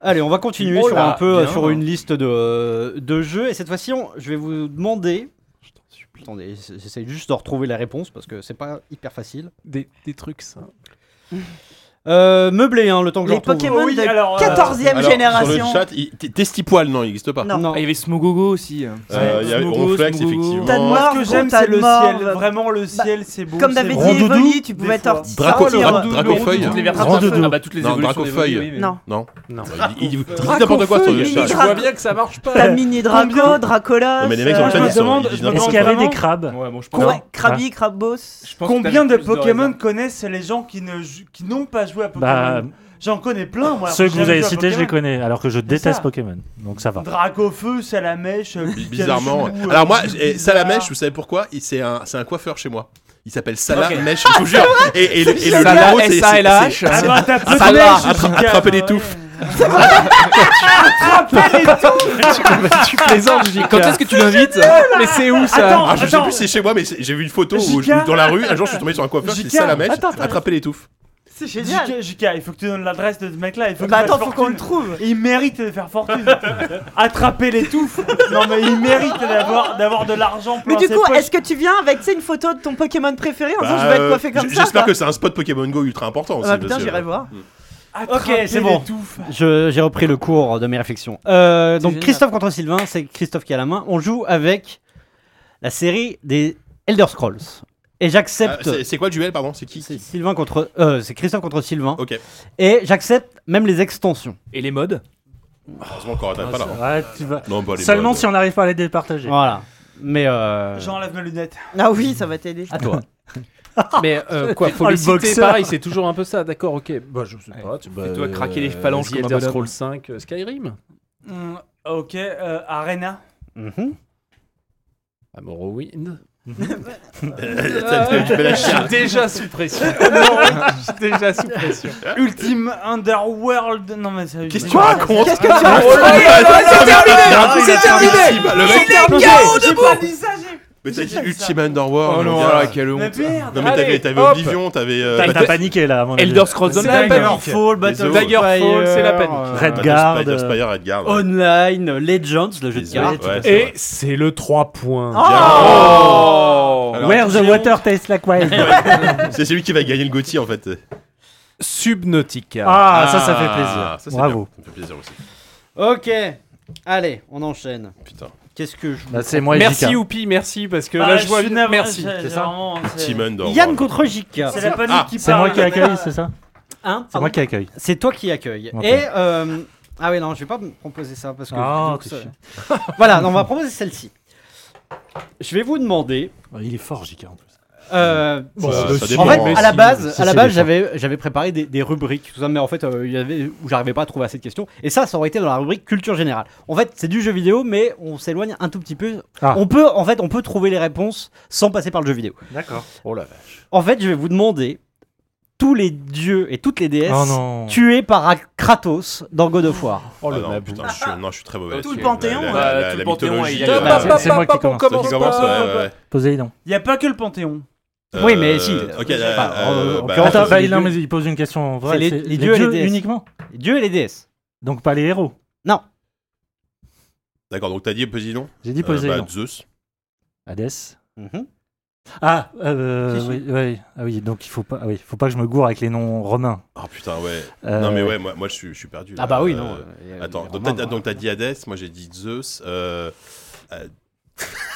Allez, on va continuer
Oh
sur
là,
un peu euh,
bien.
sur une liste de, euh, de jeux et cette fois-ci, on- je vais vous demander. Attendez, j- j'essaie juste de retrouver la réponse parce que c'est pas hyper facile.
Des, des trucs, ça.
Euh, meublé, hein, le temps que je
Les
retrouve.
Pokémon
Oui,
de
alors, euh,
14e
Alors, Sur
génération.
le chat, il- t- Testipoil, non, il n'existe pas.
Non.
Ah, il y avait Smogogo aussi. Euh,
Euh, il y avait
Smogogo,
Ronflex,
Smogogo.
effectivement.
T'as de
Moi, ce
Morve,
que j'aime,
t'as
c'est
de
le
morve.
ciel. Vraiment, le ciel, c'est beau.
Comme
c'est
d'avais
beau.
dit
Rondoudou,
Evoli, tu pouvais
fois.
sortir.
Draco-
sortir-
Dra-
Rondoudou,
Dracofeuille.
Toutes les versions.
Rondoudou.
Ah bah toutes les
Non,
évolutions.
Dracofeuille.
d'Evoli, oui, oui.
Non.
Non.
Non.
Bah, Il il- il dit
Dracofeu,
n'importe quoi sur le
mini
chat.
Je vois bien que ça marche pas.
T'as mini Draco, Dracola.
Non, mais les mecs dans
Moi,
le
je
chat,
me
ils sont-
demande-
ils disent
je me
n'importe
Est-ce
demande
qu'il y avait des
vraiment-
crabes
Ouais, bon, je pense.
Ouais, Krabi, Krabos.
Je pense que
Combien de
t'avais plus
Pokémon
hasard.
connaissent les gens qui ne jou- qui n'ont pas joué à
Bah,
Pokémon J'en connais plein, moi.
ceux que
j'ai
vous
jamais
avez
joué à
cités, je les
Pokémon.
connais, alors que je déteste
ça.
Pokémon. Donc ça va.
Dracofeu, Salamèche, Pikachu,
Bizarrement.
euh,
Alors moi, eh,
Bulbizarre.
Salamèche, vous savez pourquoi Il- C'est un, c'est un coiffeur chez moi. Il s'appelle Salamèche, je vous jure. Et, et, le- et le
Salah,
numéro, c'est- c'est-
S-A-L-A-H.
Ah bah, t'as
c'est-
peu de
Salah,
mèches,
attra-
Jika.
attraper les
Ouais. *laughs*
touffes. *laughs*
Tu plaisantes, J.K. Quand est-ce que tu l'invites Mais c'est où ça
Attends,
Ah, je sais
attends.
plus si c'est chez moi, mais c'est- j'ai vu une photo où,
Jika.
où dans la rue, un jour, je suis tombé sur un coiffeur, c'est
Jika.
Salamèche,
Attends, attends.
attraper les touffes.
C'est génial.
Jika, Jika, il faut que tu donnes l'adresse de ce mec-là. Il faut
Bah,
qu'il fasse
attends, faut qu'on le
fortune.
trouve.
Il mérite de faire *laughs* fortune. Attraper les touffes. Non, mais il mérite d'avoir, d'avoir de l'argent pour
Mais du
ses
coup,
poches.
est-ce que tu viens avec tu sais, une photo de ton Pokémon préféré en disant
Bah,
je vais être
euh,
coiffé comme
j-
ça
J'espère
quoi.
que c'est un spot Pokémon Go ultra important aussi.
Ah bah, putain,
parce que-
j'irai voir.
Attraper
c'est
les
bon.
touffes.
Je- J'ai repris le cours de mes réflexions. Euh, donc
génial.
Christophe contre Sylvain, c'est Christophe qui a la main. On joue avec la série des Elder Scrolls. Et
Ah,
j'accepte.
c'est- C'est quoi le duel, pardon C'est qui
c'est Sylvain contre. euh, c'est Christophe contre Sylvain.
Ok.
Et j'accepte même les extensions.
Et les modes
Heureusement qu'on
Ah,
rattrape pas là. hein.
ouais, tu vas-
Non, bah, les
Seulement
modes.
si on
*laughs*
n'arrive pas à les départager.
Voilà. Mais euh,
J'enlève mes lunettes.
Ah oui, ça va t'aider.
à toi.
Mais euh, *laughs* quoi, faut
Oh,
les
le
citer,
boxeur.
pareil, c'est toujours un peu ça, d'accord, ok. Bah, je sais pas, tu
Et toi, craquer les phalanges
vas-y,
comme
Elder
un bonhomme.
Scrolls 5, euh, Skyrim,
Hmm, ok, euh, Arena.
Mhm.
à
*laughs*
*laughs* Morrowind.
Euh, t'as- t'as- tu mets la
*laughs*
chienne.
suis déjà sous
*laughs*
pression. je suis déjà sous pression.
Ultime Underworld. Non, mais sérieux.
Qu'est-ce que tu racontes
Qu'est-ce que tu as
Oh Ah, C'est terminé
C'est terminé
Le mec,
J'ai pas dit ça, j'ai.
mais t'as dit
J'ai dit
Ultimate
Oh
Underworld,
non,
mon gars.
voilà, quelle
Mais
honte
merde.
Non mais
Allez,
t'avais t'avais
hop.
Oblivion, t'avais euh,
T'as t'as paniqué là, à mon avis.
Elder Scrolls
C'est
Online
la
alors.
panique.
Fall, Battle
autres.
Daggerfall, c'est la panique.
euh,
Red
Battle
Guard,
Spider,
euh,
Spider, Redguard. ouais.
Online, Legends, le jeu
Les
de
autres,
cartes.
ouais, c'est
Et
vrai. Ah,
c'est le 3
Ah,
points.
Oh
Alors,
Where the water tastes like wine.
C'est celui qui va gagner le Gauthier en fait.
Subnautica.
Ah, ça, ça fait plaisir.
ça, c'est bien.
Bravo.
Ça me fait plaisir aussi.
Ok. Allez, on enchaîne.
Putain.
Qu'est-ce que je. vous
Bah, c'est moi et
Merci
Jika.
Oupi, merci, parce que là
Ah,
je vois.
suis navré,
Merci.
j'ai- j'ai
ça
vraiment, c'est-
Simon dans
Yann
World.
contre Jika.
C'est la panique
Ah,
qui parle.
C'est moi qui
là,
accueille,
là.
c'est ça
Hein
C'est moi qui accueille.
C'est toi qui accueille.
Ok.
Et. euh, Ah ouais, non, je vais pas me proposer ça parce que.
Ah,
donc,
t'es
ça-
chiant.
voilà, non, on va proposer celle-ci. Je vais vous demander.
Il est fort, Jika en plus.
euh,
Ça-
bah,
ça
si.
dépend,
en fait,
hein.
à la base,
si,
à la
si,
base,
les
j'avais, j'avais préparé des, des rubriques, tout ça, mais en fait, euh, il y avait où j'arrivais pas à trouver assez de questions. Et ça, ça aurait été dans la rubrique culture générale. En fait, c'est du jeu vidéo, mais on s'éloigne un tout petit peu.
Ah.
On peut, en fait, on peut trouver les réponses sans passer par le jeu vidéo.
D'accord.
Oh la vache. En fait, je vais vous demander tous les dieux et toutes les déesses
Oh non.
tués par Ak- Kratos dans God of War.
Oh
Ah
le
non,
nabou.
putain, je suis, non, je suis très mauvais.
Tout
là-dessus.
le panthéon,
La- la-
bah,
la-
tout
la
le panthéon,
mythologie,
il y a-
euh,
Bah,
c'est-
bah,
c'est
bah, moi qui commence.
toi qui commence, ouais, ouais.
Poséidon.
Il n'y a pas que le Panthéon.
Oui, mais si.
Ok,
Enfin,
euh,
en- en
bah,
l'occurrence,
Attends,
c'est
bah,
les
Oh, non,
dieux-
mais il pose une question vraie.
les-
c'est
les dieux et les déesses.
uniquement.
les dieux et les déesses.
Donc pas les héros.
Non.
D'accord, donc t'as dit Poséidon
J'ai dit
Euh, bah,
Poséidon.
Zeus.
Hadès.
Mhm.
Ah, euh,
Si, si.
oui, oui. Ah oui, donc il faut pas, ah oui, faut pas que je me gourre avec les noms romains.
Oh putain, ouais.
Euh,
Non, mais ouais, moi, moi je, suis, je suis perdu.
Ah
là.
bah oui,
Euh,
non. euh,
Attends,
les
donc
Romains,
t'as-
quoi.
donc t'as dit Hades, moi j'ai dit Zeus. Euh... euh, *laughs*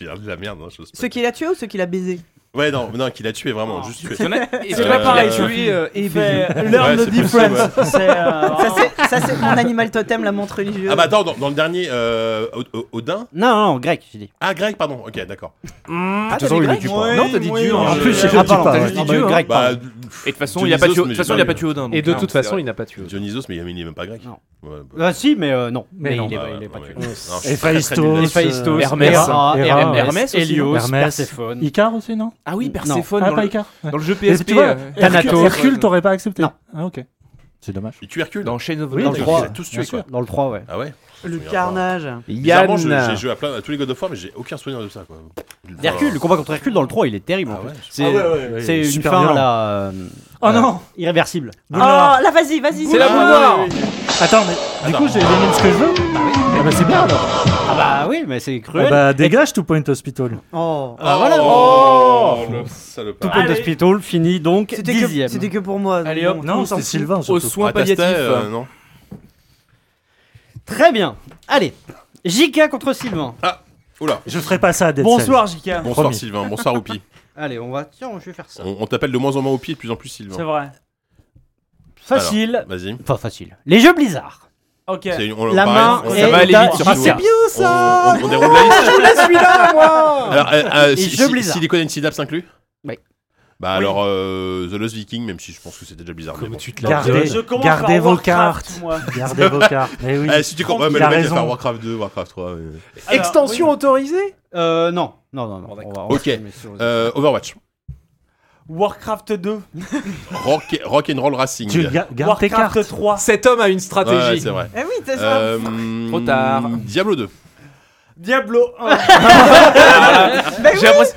J'ai l'air de la merde, hein, je sais
Ceux qui l'a tué ou ceux qui l'a baisé
pas. Ouais, non, non qu'il a tué vraiment, juste tué.
*laughs* Il y en a- et
Euh,
c'est pas pareil,
euh,
celui euh, et
Fait,
*laughs*
baiser.
learn
Ouais,
the
c'est possible,
difference. C'est, euh,
Ça, c'est- Ça, c'est mon animal totem, la montre religieuse.
Ah bah attends, dans, dans le dernier, euh, O- O- Odin
Non, non, non, grec, j'ai dit.
Ah, grec, pardon, ok, d'accord.
Ah,
t'as dit grec
Ouais,
Non, t'as dit
ouais,
Dieu.
ouais,
en
ouais.
plus.
j'ai-
Ah,
dit
pardon,
pas,
t'as
ouais.
juste
Ah,
dit
bah,
Dieu, hein.
Grec, bah,
Et de toute façon, il n'a pas
Dionysos,
tué- de
mais
toute
j'ai
façon,
pas
il a
eu.
pas tué Odin. donc,
Et de
hein,
toute
c'est
façon,
vrai.
il n'a pas tué. Odin.
Dionysos, mais il il n'est pas grec.
Non.
Ouais, bah,
Ah si, mais euh, non.
Mais
Mais
non.
il est
bah,
pas- il
ouais,
est pas
ouais.
tué.
Non, je suis très, très
Héphaïstos,
nul.
Héphaïstos,
Hermès,
Hera,
Hera,
Hermès,
Hermès aussi,
Helios,
Hermès.
Perséphone.
Icar aussi, non
Ah oui,
Non.
Perséphone
Ah,
dans,
pas
le,
Icar. ouais.
dans le jeu
Et
PSP.
tu vois,
euh,
Hercule-
Thanatos.
Hercule, t'aurais pas accepté.
Non.
Ah, ok. C'est dommage.
Il tue Hercule
Dans Chain of
Oui,
dans
dans le
Putain, il
le jeu.
3.
a tous
bien
tué,
sûr.
quoi.
Dans le 3, ouais.
Ah ouais
Le
Regarde,
carnage.
Bizarrement, je-
Yann.
j'ai joué à, plein, à tous les God of War, mais j'ai aucun souvenir de ça, quoi. Enfin,
Hercule, le combat contre Hercule dans le 3, il est terrible. en fait.
Ah ouais.
C'est
ouais,
c'est
ouais,
une
super
fin
violent.
à la. euh,
Oh
euh,
non Ah,
Irréversible.
Oh, là, vas-y, vas-y.
C'est la
Ah,
Ah,
boule noire
Attends, mais du
Attends.
coup, j'ai éliminé ce que je veux Ah bah c'est bien alors
Ah bah oui, mais c'est
Ah
cruel.
Bah dégage tout point hospital
Oh.
Ah,
voilà.
Oh, le
Tout
salopard.
point
Allez.
d'hospital finit donc
C'était que,
dixième.
c'était que pour moi.
Allez hop,
donc
Non,
on
c'est
s'en
Sylvain,
fout. Aux
surtout.
soins
Atastai,
palliatifs.
euh, non
Très bien. Allez, JK contre Sylvain.
Oula.
Je ferai pas ça à Dead
Bonsoir, Jika.
Bonsoir
Promis.
Sylvain, bonsoir Oupi.
Allez, on va. Tiens, je vais faire ça.
On, on t'appelle de moins en moins Oupi et de plus en plus
C'est
Sylvain.
vrai.
Facile.
Vas-y.
Enfin, facile. Les jeux Blizzard.
Ok.
C'est une- on-
La
pareil,
main
on-
est
Ça va aller
d'un-
vite, surtout.
Ah,
C'est
c'est
bien,
bien
on-
ça
Oh,
on, on déroule la
*laughs*
liste.
celui-là, moi
Alors, euh, euh, si,
jeux
si-
Blizzard.
si les codes une synapse inclus
Oui.
Bah alors, euh, The Lost Viking, même si je pense que c'est déjà bizarre. mais
Comme
bon.
tu te la
Gardez,
Ah, Je commence
gardez
par
vos
Warcraft,
cartes
moi.
Gardez vos cartes Mais oui
Eh, si tu comprends,
Il
mais
a
le mec il va
raison.
faire Warcraft 2, Warcraft 3. euh.
Alors,
Extension
oui.
autorisée
*laughs* Euh, non. Non, non, non.
Bon,
on va-
d'accord.
on va
Ok.
se mettre sur-
Euh, Overwatch.
Warcraft 2.
Rock, rock and Roll Racing.
Tu ga- gardes tes cartes
Warcraft 3.
Cet homme a une
Ouais, ouais,
stratégie.
c'est vrai.
Eh oui, t'es ça.
Euh,
Trop tard.
Diablo 2.
Diablo *laughs* 1.
J'ai l'impression-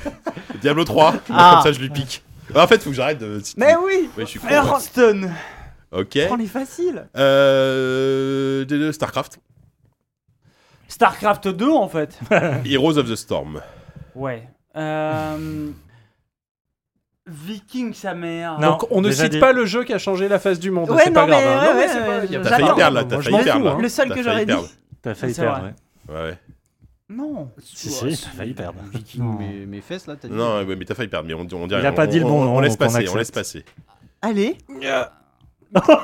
Diablo 3.
Ah.
Comme ça, je lui pique. Bah, En fait, faut que j'arrête de.
Mais oui.
Oui, je suis con, ouais.
Hearthstone.
Ok.
Prends les faciles.
Euh, de- de Starcraft.
Starcraft 2, en fait.
Heroes of the Storm.
Ouais. Euh... Viking, sa mère.
Non.
Donc on ne
Déjà
cite
dit.
pas le jeu qui a changé la face du monde.
Ouais,
c'est pas
non,
grave.
mais
hein.
ouais,
Non, mais
ouais,
c'est pas- y
ouais,
a pas-
je-
T'as
J'adore.
failli perdre là,
Moi,
t'as
je
failli
m'en
perdre
fous,
là.
Le seul
T'as
que
failli
j'aurais dit.
perdre.
T'as failli
C'est
perdre
vrai.
ouais.
Ouais.
Non.
Si si t'as failli perdre
Viking, mes, mes fesses là, t'as dit.
Non, ouais, mais t'as failli perdre, mais on, on dirait.
Il a
on-
pas dit le
on-
bon
on-
nom,
On laisse
donc on
passer, on,
accepte.
laisse passer.
Allez.
*laughs*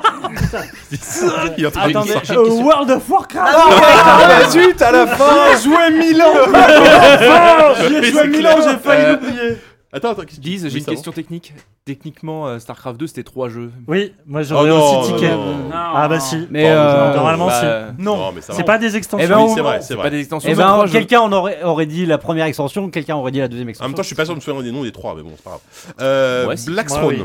Il est en train de
Attendez,
sortir.
j'ai une question.
World of Warcraft.
Ah bah zut, à la fin
joué Milan
Mais
*laughs* J'ai
c'est
joué Milan,
clair.
j'ai failli
Euh,
l'oublier
Attends, attends, qu'est-ce que tu
Guise, j'ai
oui,
une
ça va.
question technique. Techniquement, euh, StarCraft 2, c'était trois jeux.
Oui, moi j'aurais
Oh non,
aussi ticket
non, non.
Ah bah si
Mais
Bon,
euh,
non, normalement,
bah,
Non,
Non,
mais ça va.
C'est pas des
Oui,
extensions
Eh ben,
c'est
on-
vrai, c'est
Pas
vrai.
des extensions.
eh
mais
ben,
trois jeux.
quelqu'un en aurait, aurait dit la première extension, quelqu'un aurait dit la deuxième
En
extension.
même temps, je suis pas sûr de me souvenir des noms des trois, mais bon, c'est pas grave. Euh,
Ouais, si.
Black
Ouais,
Throne.
oui.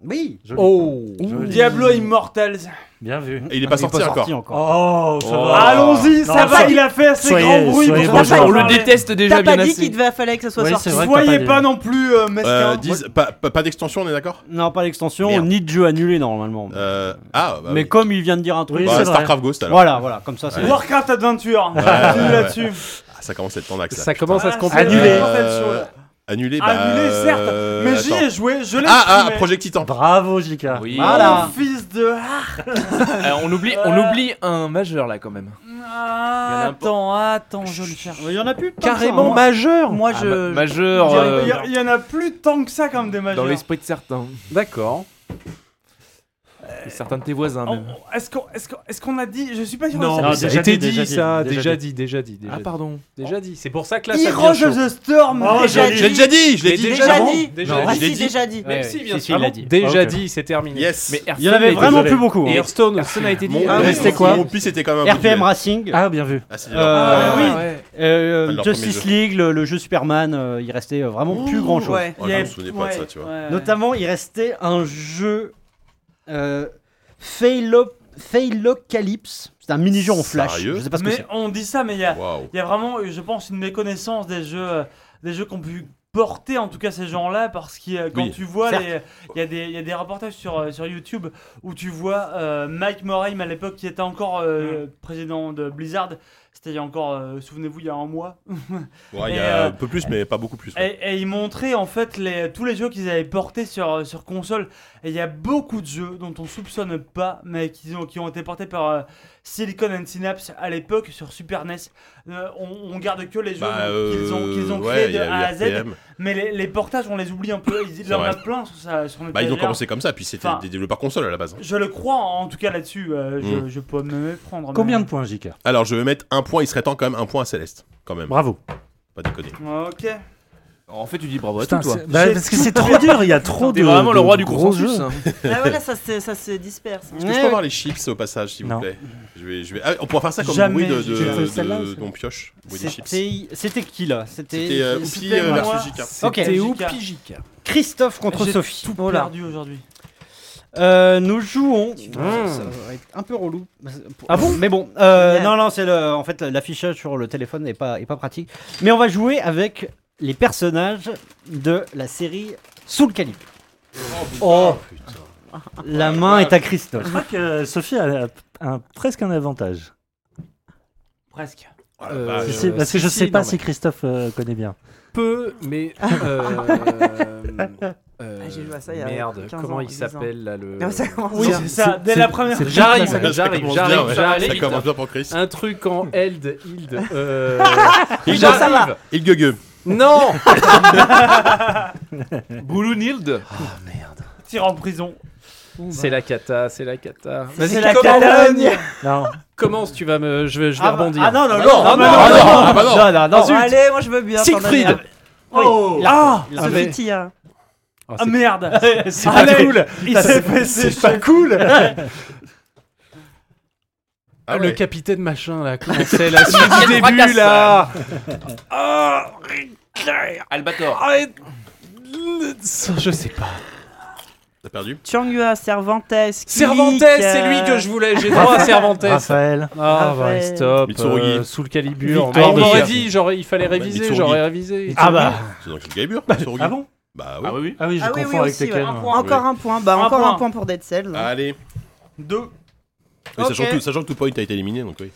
Oui.
Oh
Joli.
Diablo Immortals.
Bien vu
Et il est pas
Ah, Il est
sorti encore.
sorti
Oh, ça
Oh.
va
Allons-y,
Non,
ça va,
soyez-
il a fait assez
soyez-
grand bruit
soyez
pour
bon
qu'on
genre.
en
on le
parle.
déteste déjà
T'as
bien
pas dit
assez.
qu'il devait, fallait que ça soit
Oui,
sorti.
c'est vrai que t'as
Soyez
pas
pas
dit.
non plus euh, mesquin.
Euh, dix- pas, pas- pas d'extension, on est d'accord
Non, pas l'extension,
Merde.
ni de jeu annulé normalement.
euh, Ah, bah,
mais
oui.
comme il vient de dire un truc,
Oui,
Bah,
c'est vrai.
Starcraft Ghost alors.
voilà, voilà, comme ça c'est.
Allez.
Warcraft Adventure.
ouais,
Continue
ouais.
là-dessus.
Ah, ça commence à être en axe. là.
Ça commence à se
Ah,
compliquer.
annulé.
c'est-
Euh, Annulé, bah.
Annulé, certes,
euh,
Mais j'y
attends.
ai joué, je l'ai
Ah, ah,
streamé.
Project Titan.
Bravo, Jika.
Oui.
Mon fils de. Ah,
Euh, on, oublie, on oublie un majeur là quand même.
Ah,
Il y en a un
Attends, attends, je le cherche.
Il y en a plus tant que ça,
Carrément
hein.
majeur
Moi,
Ah,
je.
ma-
Il
majeur
y,
euh,
a- il y a- il y en a plus tant que ça comme des
dans
majeurs.
l'esprit de certains.
D'accord.
Et certains de tes voisins
Oh,
même.
Est-ce qu'on est-ce qu'on- est-ce qu'on a dit Je suis pas sûr.
Non,
de
Ça a
ça.
déjà
été
dit,
dit,
déjà dit,
ça,
déjà
déjà dit, déjà dit, déjà
Ah
dit.
pardon.
Oh.
Déjà dit. C'est pour ça que là, ça
Heroes
devient
of
chaud.
the Storm.
Oh,
déjà
Je l'ai
j'ai
dit.
déjà dit, je l'ai dit.
Déjà
Ah bon
dit.
Déjà
Ah,
Je l'ai
si,
dit.
déjà dit.
Mais
Ouais,
si,
ouais,
bien
si,
sûr.
si, il l'a
Ah bon
dit.
Déjà
Ok.
dit, c'est terminé.
Yes.
Mais
Il y en avait vraiment plus beaucoup.
Et
hein.
Hearthstone, personne n'a été dit.
Mon,
Ah
mon-
oui. C'était quoi
mon piste était quand même un peu
RPM
duel.
Racing,
Ah, bien vu.
Ah, c'est dur.
Euh,
Ouais,
oui.
ouais, ouais.
ouais.
euh,
Enfin, leur
Justice
premier
League, le, le jeu Superman, euh, il restait euh, vraiment plus grand chose.
Ouais.
Oh,
Il y
je me
a-
souvenais pas de ça, tu vois.
ouais.
Notamment, il restait un jeu euh, Phalo- Phalocalypse. C'est un mini-jeu en flash.
Sérieux
je sais pas ce que
Mais
c'est.
on dit ça, mais il y a,
Waouh.
il y a vraiment, je pense, une méconnaissance des jeux, euh, des jeux qu'ont pu porter en tout cas ces gens-là, parce que euh, quand
Oui,
tu vois,
certes.
les- il y, a des- il y a des reportages sur, euh, sur YouTube où tu vois euh, Mike Morheim à l'époque qui était encore euh, président de Blizzard. C'était il y a encore, euh, souvenez-vous, il y a un mois.
Ouais, il y
Et,
a
euh,
un peu plus, mais pas beaucoup plus. ouais.
Et, et ils montraient en fait les, tous les jeux qu'ils avaient portés sur, euh, sur console. Et il y a beaucoup de jeux dont on soupçonne pas, mais qui ont, qui ont été portés par euh, Silicon and Synapse à l'époque sur Super NES. Euh, on, on garde que les jeux
Bah,
qu'ils ont, qu'ils ont
euh, ouais,
créés
il
de
y a eu
A à Z.
RPM.
Mais les, les portages, on les oublie un peu. Ils, il
C'est
en a
vrai.
plein sur, sa- sur notre
Bah, ils ont
étagère.
commencé comme ça, puis c'était
Enfin.
des développeurs console à la base. hein.
Je le crois en tout cas là-dessus. euh, je,
Mm.
je peux me prendre.
Combien de points, Jika
Bah,
Alors, je vais mettre un point, il serait temps quand même un point à Céleste. Quand même,
Bravo.
pas déconner.
Ok.
En fait, tu dis bravo à tout,
Putain,
toi.
c'est- bah,
J'ai
parce que c'est trop dur, il y a trop de.
T'es vraiment le
de
roi du
gros jeux.
consensus. hein.
Ah, voilà, ça se ça se disperse.
Est-ce que je peux avoir les chips au passage, s'il vous
Non.
plaît je vais, je vais... Ah, On pourra faire ça comme
Jamais
bruit de,
j'ai
de,
fait
de-
celle-là aussi.
mon pioche. Bruit des chips.
C'était- C'était qui là C'était
C'était euh, Oupi
c'était
euh,
moi.
versus Jika.
Ok.
C'était
Ou
Jika.
Pijica.
Christophe contre
J'ai
Sophie.
Tout
Voilà.
perdu aujourd'hui.
Euh, nous jouons.
Mm.
Ça va être un peu relou.
Ah bon
Mais bon. euh,
Merde.
Non, non, c'est le. En fait, l'affichage sur le téléphone n'est pas, est pas pratique. Mais on va jouer avec les personnages de la série Soul Calibur. Oh, La main est à
Je
Christophe.
crois que Sophie a un- presque un avantage.
Presque.
Oh la vache.
Euh,
Si, si, parce que je
si,
sais
non,
pas
mais-
si Christophe euh, connaît bien.
Peu, mais. euh, euh,
Ah, j'ai joué à ça il y a
Merde,
15 ans,
comment il
10 ans.
s'appelle là le.
Comme ça commence.
Oui, c'est ça. Dès
c'est-
la première.
c'est-
J'arrive,
*laughs*
Ça
Ça
j'arrive,
commence bien,
j'arrive,
ouais.
j'arrive. Hein
Ça commence bien pour Chris.
Un truc en Eld, Hild. Euh...
Hild, ça va.
Il gueugue.
Non Boulunild
Tire en prison.
C'est la cata, c'est la cata.
C'est
Vas-y,
la
commence,
Catalogne.
Non,
commence, tu vas me. Je vais, je vais
Ah, bah-
rebondir.
Ah non, non, non, non, non,
Ah non,
non,
ah bah non.
non, non, non.
Bon, Allez, moi je veux bien.
Siegfried.
attendez.
Oh
Ah,
Ah, Sophie
mais-
Tia.
Oh,
Ah
c'est-
merde
c'est
Ah,
pas
mais-
cool.
Il s'est fait sécher.
pas cool.
Ah
Le
ouais.
capitaine machin là,
*laughs*
comment c'est la suite du début
Fracas,
là *laughs* Oh,
Albator.
Je sais pas.
T'as perdu
Tiangua, Cervantes. Click,
Cervantes, c'est lui
euh,
que je voulais,
*laughs*
j'ai droit à Cervantes.
Raphaël.
Ah bah
Raphaël.
stop,
Mitsurugi.
euh, sous le calibre.
Victoire
on
de
m'aurait
Pierre.
dit, j'aurais, il
Bah,
fallait réviser,
Mitsurugi.
j'aurais révisé.
Ah bah.
C'est dans Kill Gamer Tsurugi
Ah bon
Bah
Ah
oui.
oui, oui.
Ah oui, je
Ah oui,
confonds
oui,
avec
aussi, ouais,
Tekken.
un
ouais.
point. Encore un point. Bah,
Un
encore
point.
un point pour Dead Cells.
Allez.
Deux.
Mais
Ok.
sachant, que tout, sachant que tout point a été éliminé, donc oui.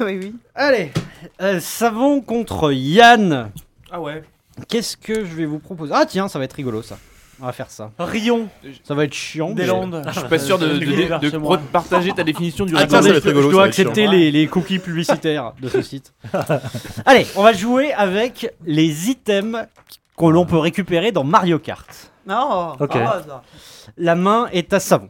oui, oui.
Allez, euh, Savon contre Yann.
Ah ouais.
Qu'est-ce que je vais vous proposer Ah tiens, ça va être rigolo ça. On va faire ça.
Rion
Ça va être chiant.
des
mais-
Landes.
Je suis pas sûr de, de- de- de- de partager ta définition du
Attends,
rigolo.
ça
Attendez,
va être
je, je
rigolo, ça
dois
va être
accepter
chiant.
les, les cookies publicitaires de ce site. *laughs* Allez, on va jouer avec les items que l'on peut récupérer dans Mario Kart.
Non.
Ok.
ah, ça.
La main est à savon.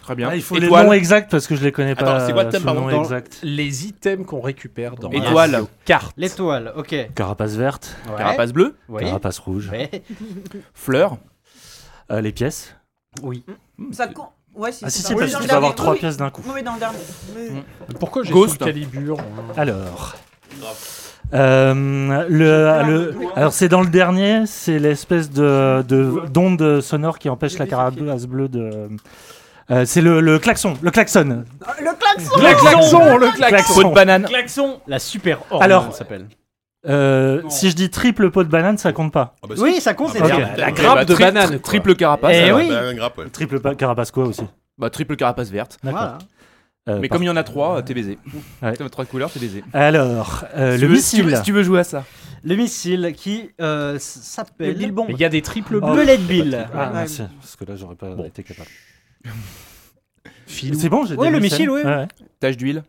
Très bien.
Ah, il faut
Et
les
toi,
noms exacts parce que je les connais pas. euh,
Attends, c'est quoi le thème,
sous
pardon,
nom
dans-
exact
Les items qu'on récupère dans
Étoile.
Mario Kart.
L'étoile, ok. Ouais.
Carapace verte,
Carapace bleue,
Oui.
carapace rouge,
Ouais.
fleur.
Euh, les pièces.
Oui.
Ça compte. Ouais, si.
Ah si
c'est
si
dans-
parce
dans
que
le
tu vas avoir
dernier.
trois
Oui,
pièces d'un coup.
oui. Oui, dans le dernier.
Pourquoi j'ai
Ghost.
sous le calibre hein
Alors. Euh, le, le- alors c'est dans le dernier, c'est l'espèce de de- d'onde sonore qui empêche la carapace bleue de. Euh, c'est le, le klaxon, le klaxon.
Le klaxon.
Le klaxon, le
klaxon.
klaxon.
Peau de banane.
Klaxon
La super orbe,
Alors-
ça s'appelle.
Euh, si je dis triple pot de banane, ça compte pas.
Ah bah si.
Oui, ça compte.
Ah
c'est
bah
bien.
oui,
La
putain,
Eh bah,
grappe de
tri- tri-
banane.
Triple carapace.
Eh
alors.
oui.
Bah, un grappe, ouais.
Triple pa- carapace quoi aussi.
Bah, triple carapace verte.
D'accord.
Voilà.
Euh,
Mais
par-
comme il y en a trois, t'es baisé.
Ouais.
T'as trois couleurs, t'es baisé.
Alors, euh,
Si tu
le
veux- si tu veux-
missile.
Si tu veux jouer à ça.
Le missile qui euh, s- s'appelle
Bill
Il y a des triples
Oh,
bleus.
Bullet Bill.
Ah,
Ouais.
merci, parce que là, j'aurais pas été capable.
Filou.
C'est bon, j'ai
Ouais,
des
le
missiles.
missile, ouais.
Tache d'huile.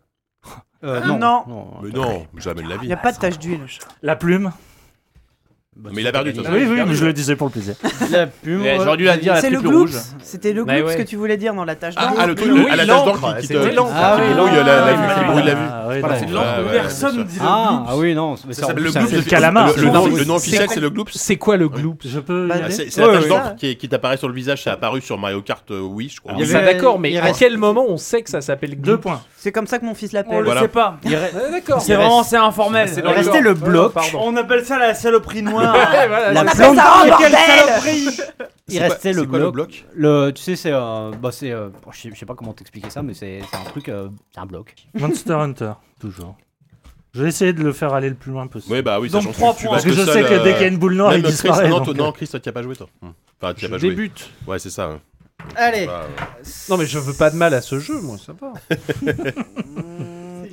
Euh,
Ah, non.
Mais non, jamais de la
Il
vie.
n'y a pas de tache d'huile.
La plume.
Mais il a perdu, de toute
Ah
façon.
Oui, oui,
perdu.
mais je le disais pour le plaisir.
La plume. ouais.
Eh, J'aurais dû la dire la
C'est le
triple
gloops.
rouge.
C'était le
Bah
Mais
gloops
ouais.
que tu voulais dire dans la tache
Ah,
d'encre.
ah, le truc de-
Oui,
à la
l'encre,
d'encre qui te- qui
c'était l'encre.
Ah oui,
brouille la- la
Ah,
vue, qui
ouais.
brouille la vue.
Ah, ouais,
Voilà,
non.
c'est de
l'encre,
Ah, ouais,
Personne
ouais,
dit le
Ah,
gloops.
ah oui, non. mais
Ça
ça-
s'appelle le
ça-
gloops.
le calamar,
Le, le
ça.
nom, le nom
C'est
officiel,
con-
c'est le gloops.
C'est quoi le gloop
Je peux.
Bah,
y
Ah,
aller
C'est c'est la
Ouais,
tache
ouais.
d'encre qui, est- qui t'apparaît sur le visage, ça a apparu sur Mario Kart euh, Wii, je crois.
Il y
Ça
avait-
d'accord, mais
il
à
reste-
quel moment on sait que ça s'appelle
Deux
gloop
points.
C'est comme ça que mon fils
On
l'appelle.
le
Voilà.
sait pas.
Ouais,
*laughs*
D'accord.
C'est vraiment c'est informel.
C'est
Il restait le bloc.
Pardon.
On appelle ça la saloperie
*laughs*
noire.
La
appelle
plante.
ça un
Quelle
bordel
saloperie
C'est
Il
quoi-
restait
c'est
le
quoi le
bloc.
bloc
Le, tu sais, c'est, euh, bah, c'est, euh, bon, je, sais, je sais pas comment t'expliquer ça, mais c'est, c'est un truc, euh, c'est un bloc.
Monster Hunter, toujours. Je vais essayer de le faire aller le plus loin possible.
Oui, bah oui,
Donc,
sachant que
trois
tu- tu
points.
vas
Parce que
tout
je
seul,
sais que dès
euh,
qu'il y a une boule noire,
même
il
Chris-
disparaît.
non,
donc, euh.
toi- non, Chris, toi, tu as pas joué, toi. Enfin, tu
Je
as pas joué.
débute.
Ouais, c'est ça. hein.
Allez.
Bah,
Non mais je veux pas de mal à ce jeu, moi, ça va.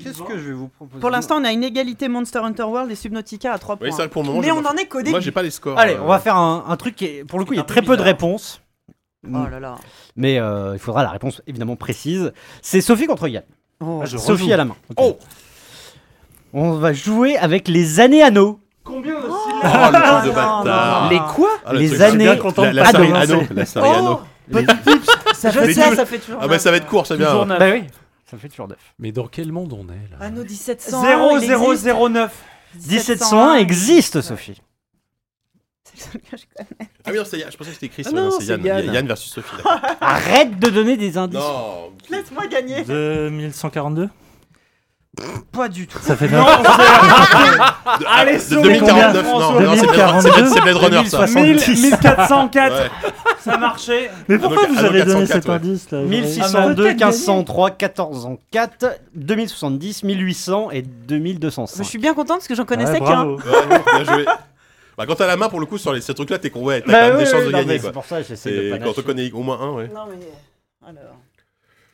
Qu'est-ce que je vais vous proposer
Pour l'instant, on a une égalité Monster Hunter World et Subnautica à 3 points.
Oui, c'est vrai que pour le moment,
Mais
j'ai
on
pas-
en est qu'au début.
moi,
*laughs*
j'ai pas les scores.
Allez,
euh,
on va faire un, un truc qui, est- pour le coup, il y a
Un
très
peu
peu de
bizarre.
réponses, Mm.
Oh là là.
mais euh, il faudra la réponse évidemment précise. C'est Sophie contre Yann.
Oh.
Ah, je
Sophie
rejoue.
à la main. Oh.
Ok.
On va jouer avec les années anneaux.
Combien
Oh,
de
le truc de
Non, non,
bâtard.
non. Oh,
Les quoi
Ah, le
Les
truc de-
années
Je suis bien content
La,
de
la
pas
série
commencer.
Anno. La série Anno.
Ça
Les
fait ça,
doubles.
ça fait toujours.
Ah, bah, ça va être court, ça vient.
Toujours
Bah oui. Ça fait toujours neuf.
Mais dans quel monde on est là
Anneau 1700.
0009.
1701 existe,
*laughs*
Sophie.
Ah oui, non, c'est Yann. Je pensais que c'était Chris.
Ah
ouais,
non,
c'est
c'est
Yann.
Yann.
Yann. Yann versus Sophie. là.
Arrête de donner des indices.
non.
Laisse-moi gagner.
2142
Pas du tout.
Ça fait
Non,
neuf.
Allez,
sauvez-toi,
2049.
François.
Non, Ah, non, c'est Blade-
2042.
c'est Blade- c'est Blade Runner, ça.
1070.
1404.
Ouais.
Ça marchait.
Mais pourquoi
Ah, donc-
vous
ah, donc
avez donné
404,
cet
ouais.
indice là
1602,
Peut-être gagner.
1503, 1404, 2070, 1800 et
Je
2205.
suis bien contente parce que j'en connaissais
Ouais,
qu'un.
bravo.
Ouais, bien joué. Bah, quand t'as la main, pour le coup, sur les, ces trucs-là, t'es con. Ouais,
Bah
t'as quand même des Bah chances de gagner. quoi.
pour ça que j'essaie
C'est quand on connaît au moins un, ouais.
Non mais alors.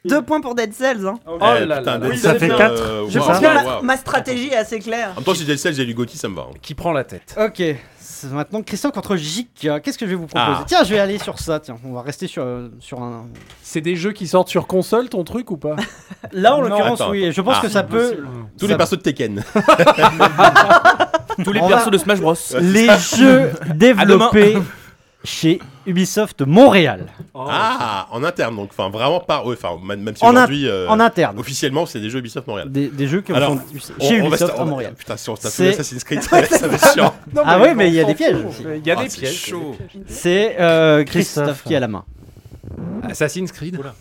Deux points pour Dead Cells. Hein.
Eh,
Oh là là là.
Ça fait
euh,
quatre.
Je pense que ma, ma stratégie est assez claire.
En même temps, si j'ai le sel, j'ai du Gotti, ça me va. hein.
Qui prend la tête
Ok, c'est maintenant Christophe contre J.K. Qu'est-ce que je vais vous proposer
Ah.
Tiens, je vais aller sur ça. Tiens, on va rester sur, euh, sur un.
C'est des jeux qui sortent sur console, ton truc ou pas
Là, en
Non.
l'occurrence,
Attends.
oui. Je pense
Ah.
que ça peut.
Tous
Ça Oh,
les
va.
persos de Tekken.
Tous les
On
persos
va-
de Smash Bros.
*laughs*
Les jeux développés chez Ubisoft Montréal
Oh,
Ah, en interne, donc, enfin, vraiment pas. ouais, Enfin, même même si
En
aujourd'hui, euh,
en interne.
officiellement, c'est des jeux Ubisoft Montréal.
Des, des jeux qui
Alors,
sont chez
On- on
Ubisoft
reste-
à
on-
Montréal.
Putain, si on se tape
C'est- *laughs*
Assassin's Creed, ça va être chiant.
Ah ouais, mais il y a des pièges aussi.
Il y a
Ah,
des
c'est
pièges.
chaud.
C'est euh, Christophe,
Christophe.
qui a la main.
Assassin's Creed
Ah,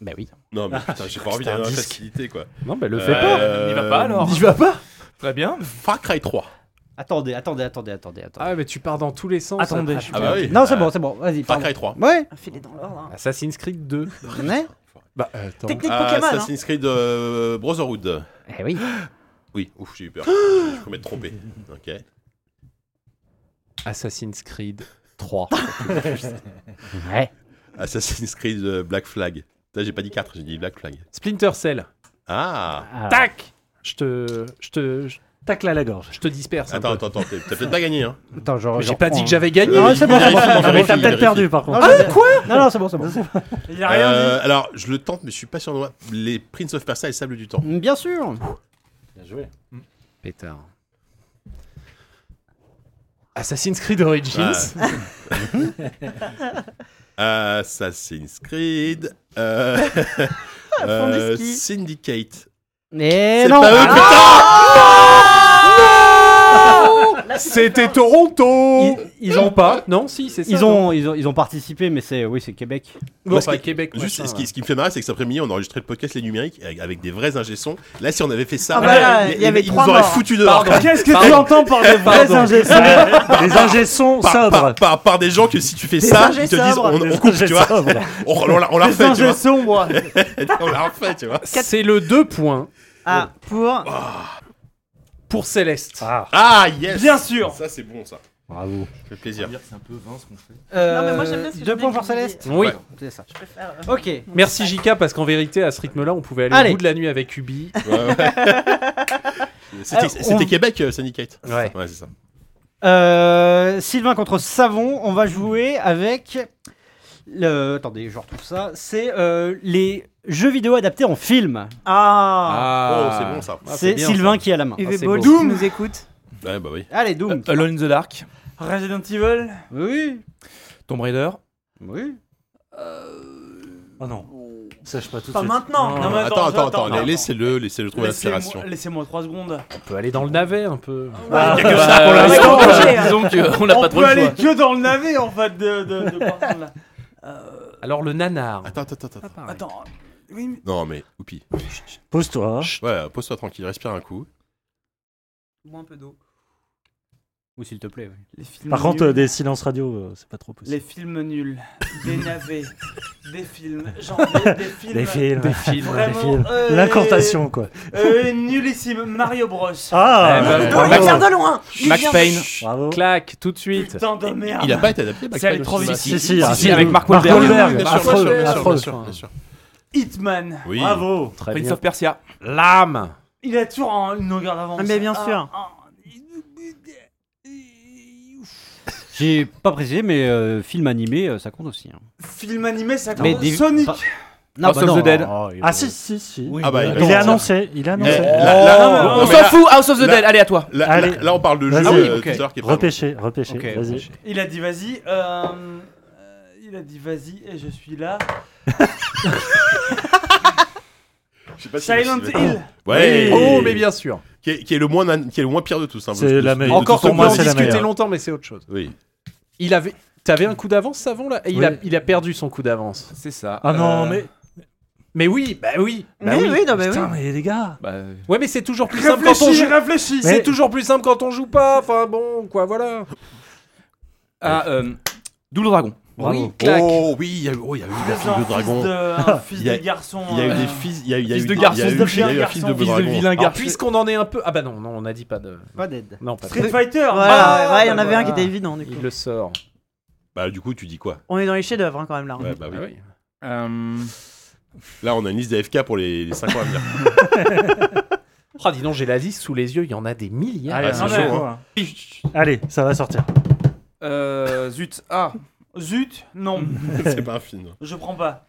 Bah oui.
Non, mais putain, j'ai pas envie d'aller dans la facilité, quoi.
Non, mais le
Euh,
fais pas.
Il va pas alors.
N'y va pas
Très bien.
Far Cry 3.
Attendez, attendez, attendez, attendez. attendez.
Ah, mais tu pars dans tous les sens.
Attendez.
après.
Ah bah oui.
non, c'est
Euh,
bon, c'est bon. Vas-y.
Far
pardon.
Cry 3.
Ouais.
Un filet dans l'ordre. hein.
Assassin's Creed 2.
Ouais.
Bah, attends.
Technique
Ah,
Pokémon. hein.
Assassin's Creed euh, Brotherhood.
Eh oui.
*gasps* Oui, ouf, j'ai
*gasps*
eu peur. Je peux m'être trompé. Ok.
Assassin's Creed 3.
Ouais.
Assassin's Creed euh, Black Flag. Putain, j'ai pas dit 4, j'ai dit Black Flag.
Splinter Cell.
Ah
Ah.
Tac Je te. Je te.
Tac là la gorge.
Je te disperse. un
Attends,
peu.
attends, attends, t'as t'as peut-être pas gagné, hein
Attends, je-
Mais
je
J'ai pas dit
reprends,
que
hein.
j'avais gagné.
Euh,
Non, c'est bon, c'est bon.
vérifie,
c'est bon.
vérifie,
Mais t'as peut-être
vérifie.
perdu par contre.
Non, j'ai- Non, non, c'est bon, c'est bon.
Il a rien
Euh, alors, je le tente, mais je suis pas sûr de moi. Les Prince of Persia et Sable du Temps.
Bien sûr.
Bien joué.
Pétard. Assassin's Creed Origins.
Assassin's Creed. Euh... euh, Syndicate.
Mais
C'est
non.
pas eux,
Ah,
C'était Toronto Ils, ils ont pas Non, si, c'est ça.
Ils ont, ils ont, ils ont participé, mais c'est, oui, c'est Québec.
Bon,
Moi, ce
enfin,
qui-
Québec.
Juste,
machin,
ce, qui, ce qui me fait marrer, c'est que cet après-midi, on a enregistré le podcast Les Numériques avec, avec des vrais ingé-sons. Là, si on avait fait ça,
Ah bah là,
les-
il y avait
ils nous
trois
auraient
morts.
foutu dehors.
Pardon.
Qu'est-ce que tu
Pardon.
entends par des vrais
Pardon.
ingessons Des ingessons
Par, par-
sobres.
par- par des gens que si tu fais
Des
ça,
ingés
ils te disent
sobres.
on,
Des
on coupe, tu
ingés
vois.
sobres.
On, on la- on la
Des
refait, tu vois.
ingés sombres.
On la refait, tu vois.
ça. C'est le 2 points
Ah, pour.
pour Céleste.
Ah,
Ah, yes
Bien sûr.
Ça, c'est bon, ça.
Bravo.
Ça fait plaisir.
dire que c'est un peu vain ce qu'on fait.
Non, mais moi, j'aime bien ce que
Deux
j'aime
points
bien
pour
que vous
Céleste
disiez.
Oui,
Ouais.
c'est ça.
Je préfère. euh,
Ok.
Merci JK parce qu'en vérité à ce rythme-là on pouvait aller
Allez.
au bout de la nuit avec Ubi.
Ouais, ouais. C'était
Alors,
c'était
on-
Québec, euh, Syndicate.
Ouais.
Ouais, c'est ça.
Euh, Sylvain contre Savon, on va jouer avec. Le... Attendez, je retrouve ça. C'est euh, les jeux vidéo adaptés en film.
Ah,
Oh,
Ah.
c'est bon ça.
c'est
bien,
Sylvain qui a la main.
UV
c'est
Ball
beau.
qui nous écoute.
Ouais, bah oui.
Allez,
*laughs*
Doom.
Euh, Alone in the Dark,
Resident Evil
Oui,
Tomb Raider.
oui.
Oh non. Sache pas tout de
Pas
suite.
maintenant.
Euh, Non,
Non, mais
Attends, attends, attends,
attends.
laissez-le, laissez-le trouver
Laissez-moi
l'inspiration.
laissez-moi 3 secondes.
On peut aller dans le navet un peu.
Ah,
Bah,
pour l'instant,
euh,
ouais.
disons qu'on n'a
on
pas trop
peut
le
aller
choix.
que dans le navet en fait de, de, de partir là.
Alors le nanar.
Attends, attends, attends. attends.
Attends. Oui, mais-
Non, mais oupi.
Pose-toi.
Ouais, pose-toi tranquille, respire un coup.
Bois un peu d'eau.
Ou s'il te plaît.
Les films
Par contre,
nuls.
euh, des silences radio, euh, c'est pas trop
les
possible.
films nuls, des navets, des films, genre des, des films.
Des films. Des films.
Vraiment, euh,
L'incantation, quoi.
Euh, nullissime, Mario Bros.
Ah
Eh ben,
Non,
Bravo.
il vient de loin Il
Max
vient de-
Payne.
Bravo.
Claque tout de suite.
Putain de merde.
Il a pas été adapté, Max
C'est allé
Payne, Bah,
trop
au cinéma.
vite.
Si, si,
Si,
un
si,
film.
avec Mark
Mark
Wahlberg.
Oui,
Wahlberg.
bien sûr,
Affreux,
bien sûr,
affreux.
bien sûr, bien sûr.
Hitman.
Oui.
Bravo.
Très
Prince
bien.
of Persia.
L'âme.
Il a toujours un- une longueur d'avance.
Ah, mais bien
Ah,
sûr.
ah.
J'ai pas précisé, mais euh, film animé, euh, ça compte aussi. hein.
Film animé, ça
Mais
compte.
des-
Sonic.
pas-
House of the Dead.
oh, il-
Ah si, si, si.
Ah bah,
Il est
attends.
annoncé. Il est
Mais
annoncé.
là- là-
Oh. On
non, mais
s'en
là-
fout, House of the
là-
Dead, allez à toi.
Là,
Allez.
là- là, on parle de
Vas-y.
jeu
Ah oui,
euh,
ok.
tout à l'heure qui est pas
Repêché, repêché.
Ok,
Vas-y.
Il a dit vas-y. euh, euh, il a dit vas-y et je suis là.
bon. Je sais pas si-
Silent
si-
Hill.
Ouais.
Oh mais bien sûr.
Qui est, qui est le moins nan- qui est le moins pire de tous. hein,
C'est
de- de-
la
de-
meilleure.
de
Encore
tous
qu'on
toute
ceux
peut en
façon,
qu'on
c'est la
a-
discuter
meilleure.
longtemps mais c'est autre chose.
Oui.
Il avait T'avais un coup d'avance Savon là et il, a,
Oui.
il a perdu son coup d'avance.
C'est ça.
Ah non,
Euh,
mais.
Mais oui, bah oui.
Oui, oui, non, mais oui.
Putain, mais les gars.
bah,
Ouais mais c'est toujours plus simple quand on
Réfléchis,
joue.
réfléchis.
C'est
Mais-
toujours plus simple quand on joue pas. Enfin bon, quoi, voilà.
Ah, euh, D'où le dragon.
Bravo.
claque.
Oh oui, il y a eu, oh, il y a eu des
Fils
films de
de
dragon.
dragon. Un fils
Il y a-
de garçon.
Il y a eu
euh,
des fils, il y a eu, il y a eu
Fils de
des-
garçon,
il y a eu-
fils de
il y a eu un
garçon,
fils de
fils de
Fils de
dragon.
vilain
Alors,
garçon.
puisqu'on en est un peu. Ah bah non, non, on n'a dit pas de.
Pas Dead.
Non, pas de-
Street Fighter. Ah,
Ouais, ouais, ouais, il y en avait un qui était évident. Du
Il
coup.
le sort.
Bah du coup, tu dis quoi
On est dans les chefs-d'œuvre hein, quand même là.
Ouais, bah oui.
Ah oui.
Euh,
Là, on a une liste des FK pour les, les 5 ans à venir.
Oh, dis donc, j'ai la liste sous les yeux, il y en a des milliards.
Ah, c'est
non,
chaud,
mais-
hein.
Allez, ça va sortir.
euh, zut. Ah,
Zut, non,
C'est pas un film.
je prends pas.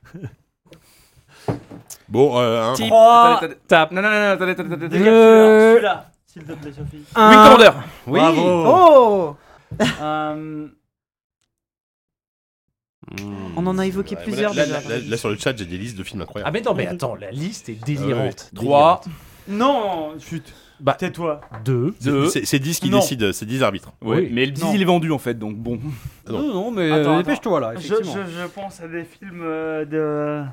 Bon, euh, hein.
type.
Trois.
Attendez, attendez.
Tape.
Non, non, non, attendez, attendez, attendez.
Dégage celui-là, Oh. celui-là, s'il te plaît, Sophie.
Wing
Un-
Commander.
Oui.
Bravo.
Oh
Euh,
On en a évoqué
Ouais,
plusieurs
là,
déjà.
là, là, là, sur le chat, j'ai des listes de films
Ah
incroyables.
mais non, mais attends, la liste est délirante.
3,
non, chut,
Bah.
tais-toi.
2.
C'est-
2.
c'est- C'est 10 qui
Non.
décident, c'est 10 arbitres.
Oui.
Mais le 10,
Non.
il est vendu en fait, donc bon.
Non.
Non, non, mais
Attends,
euh,
attends.
dépêche-toi
bah,
là,
Je,
effectivement.
je- je pense à des films euh, de.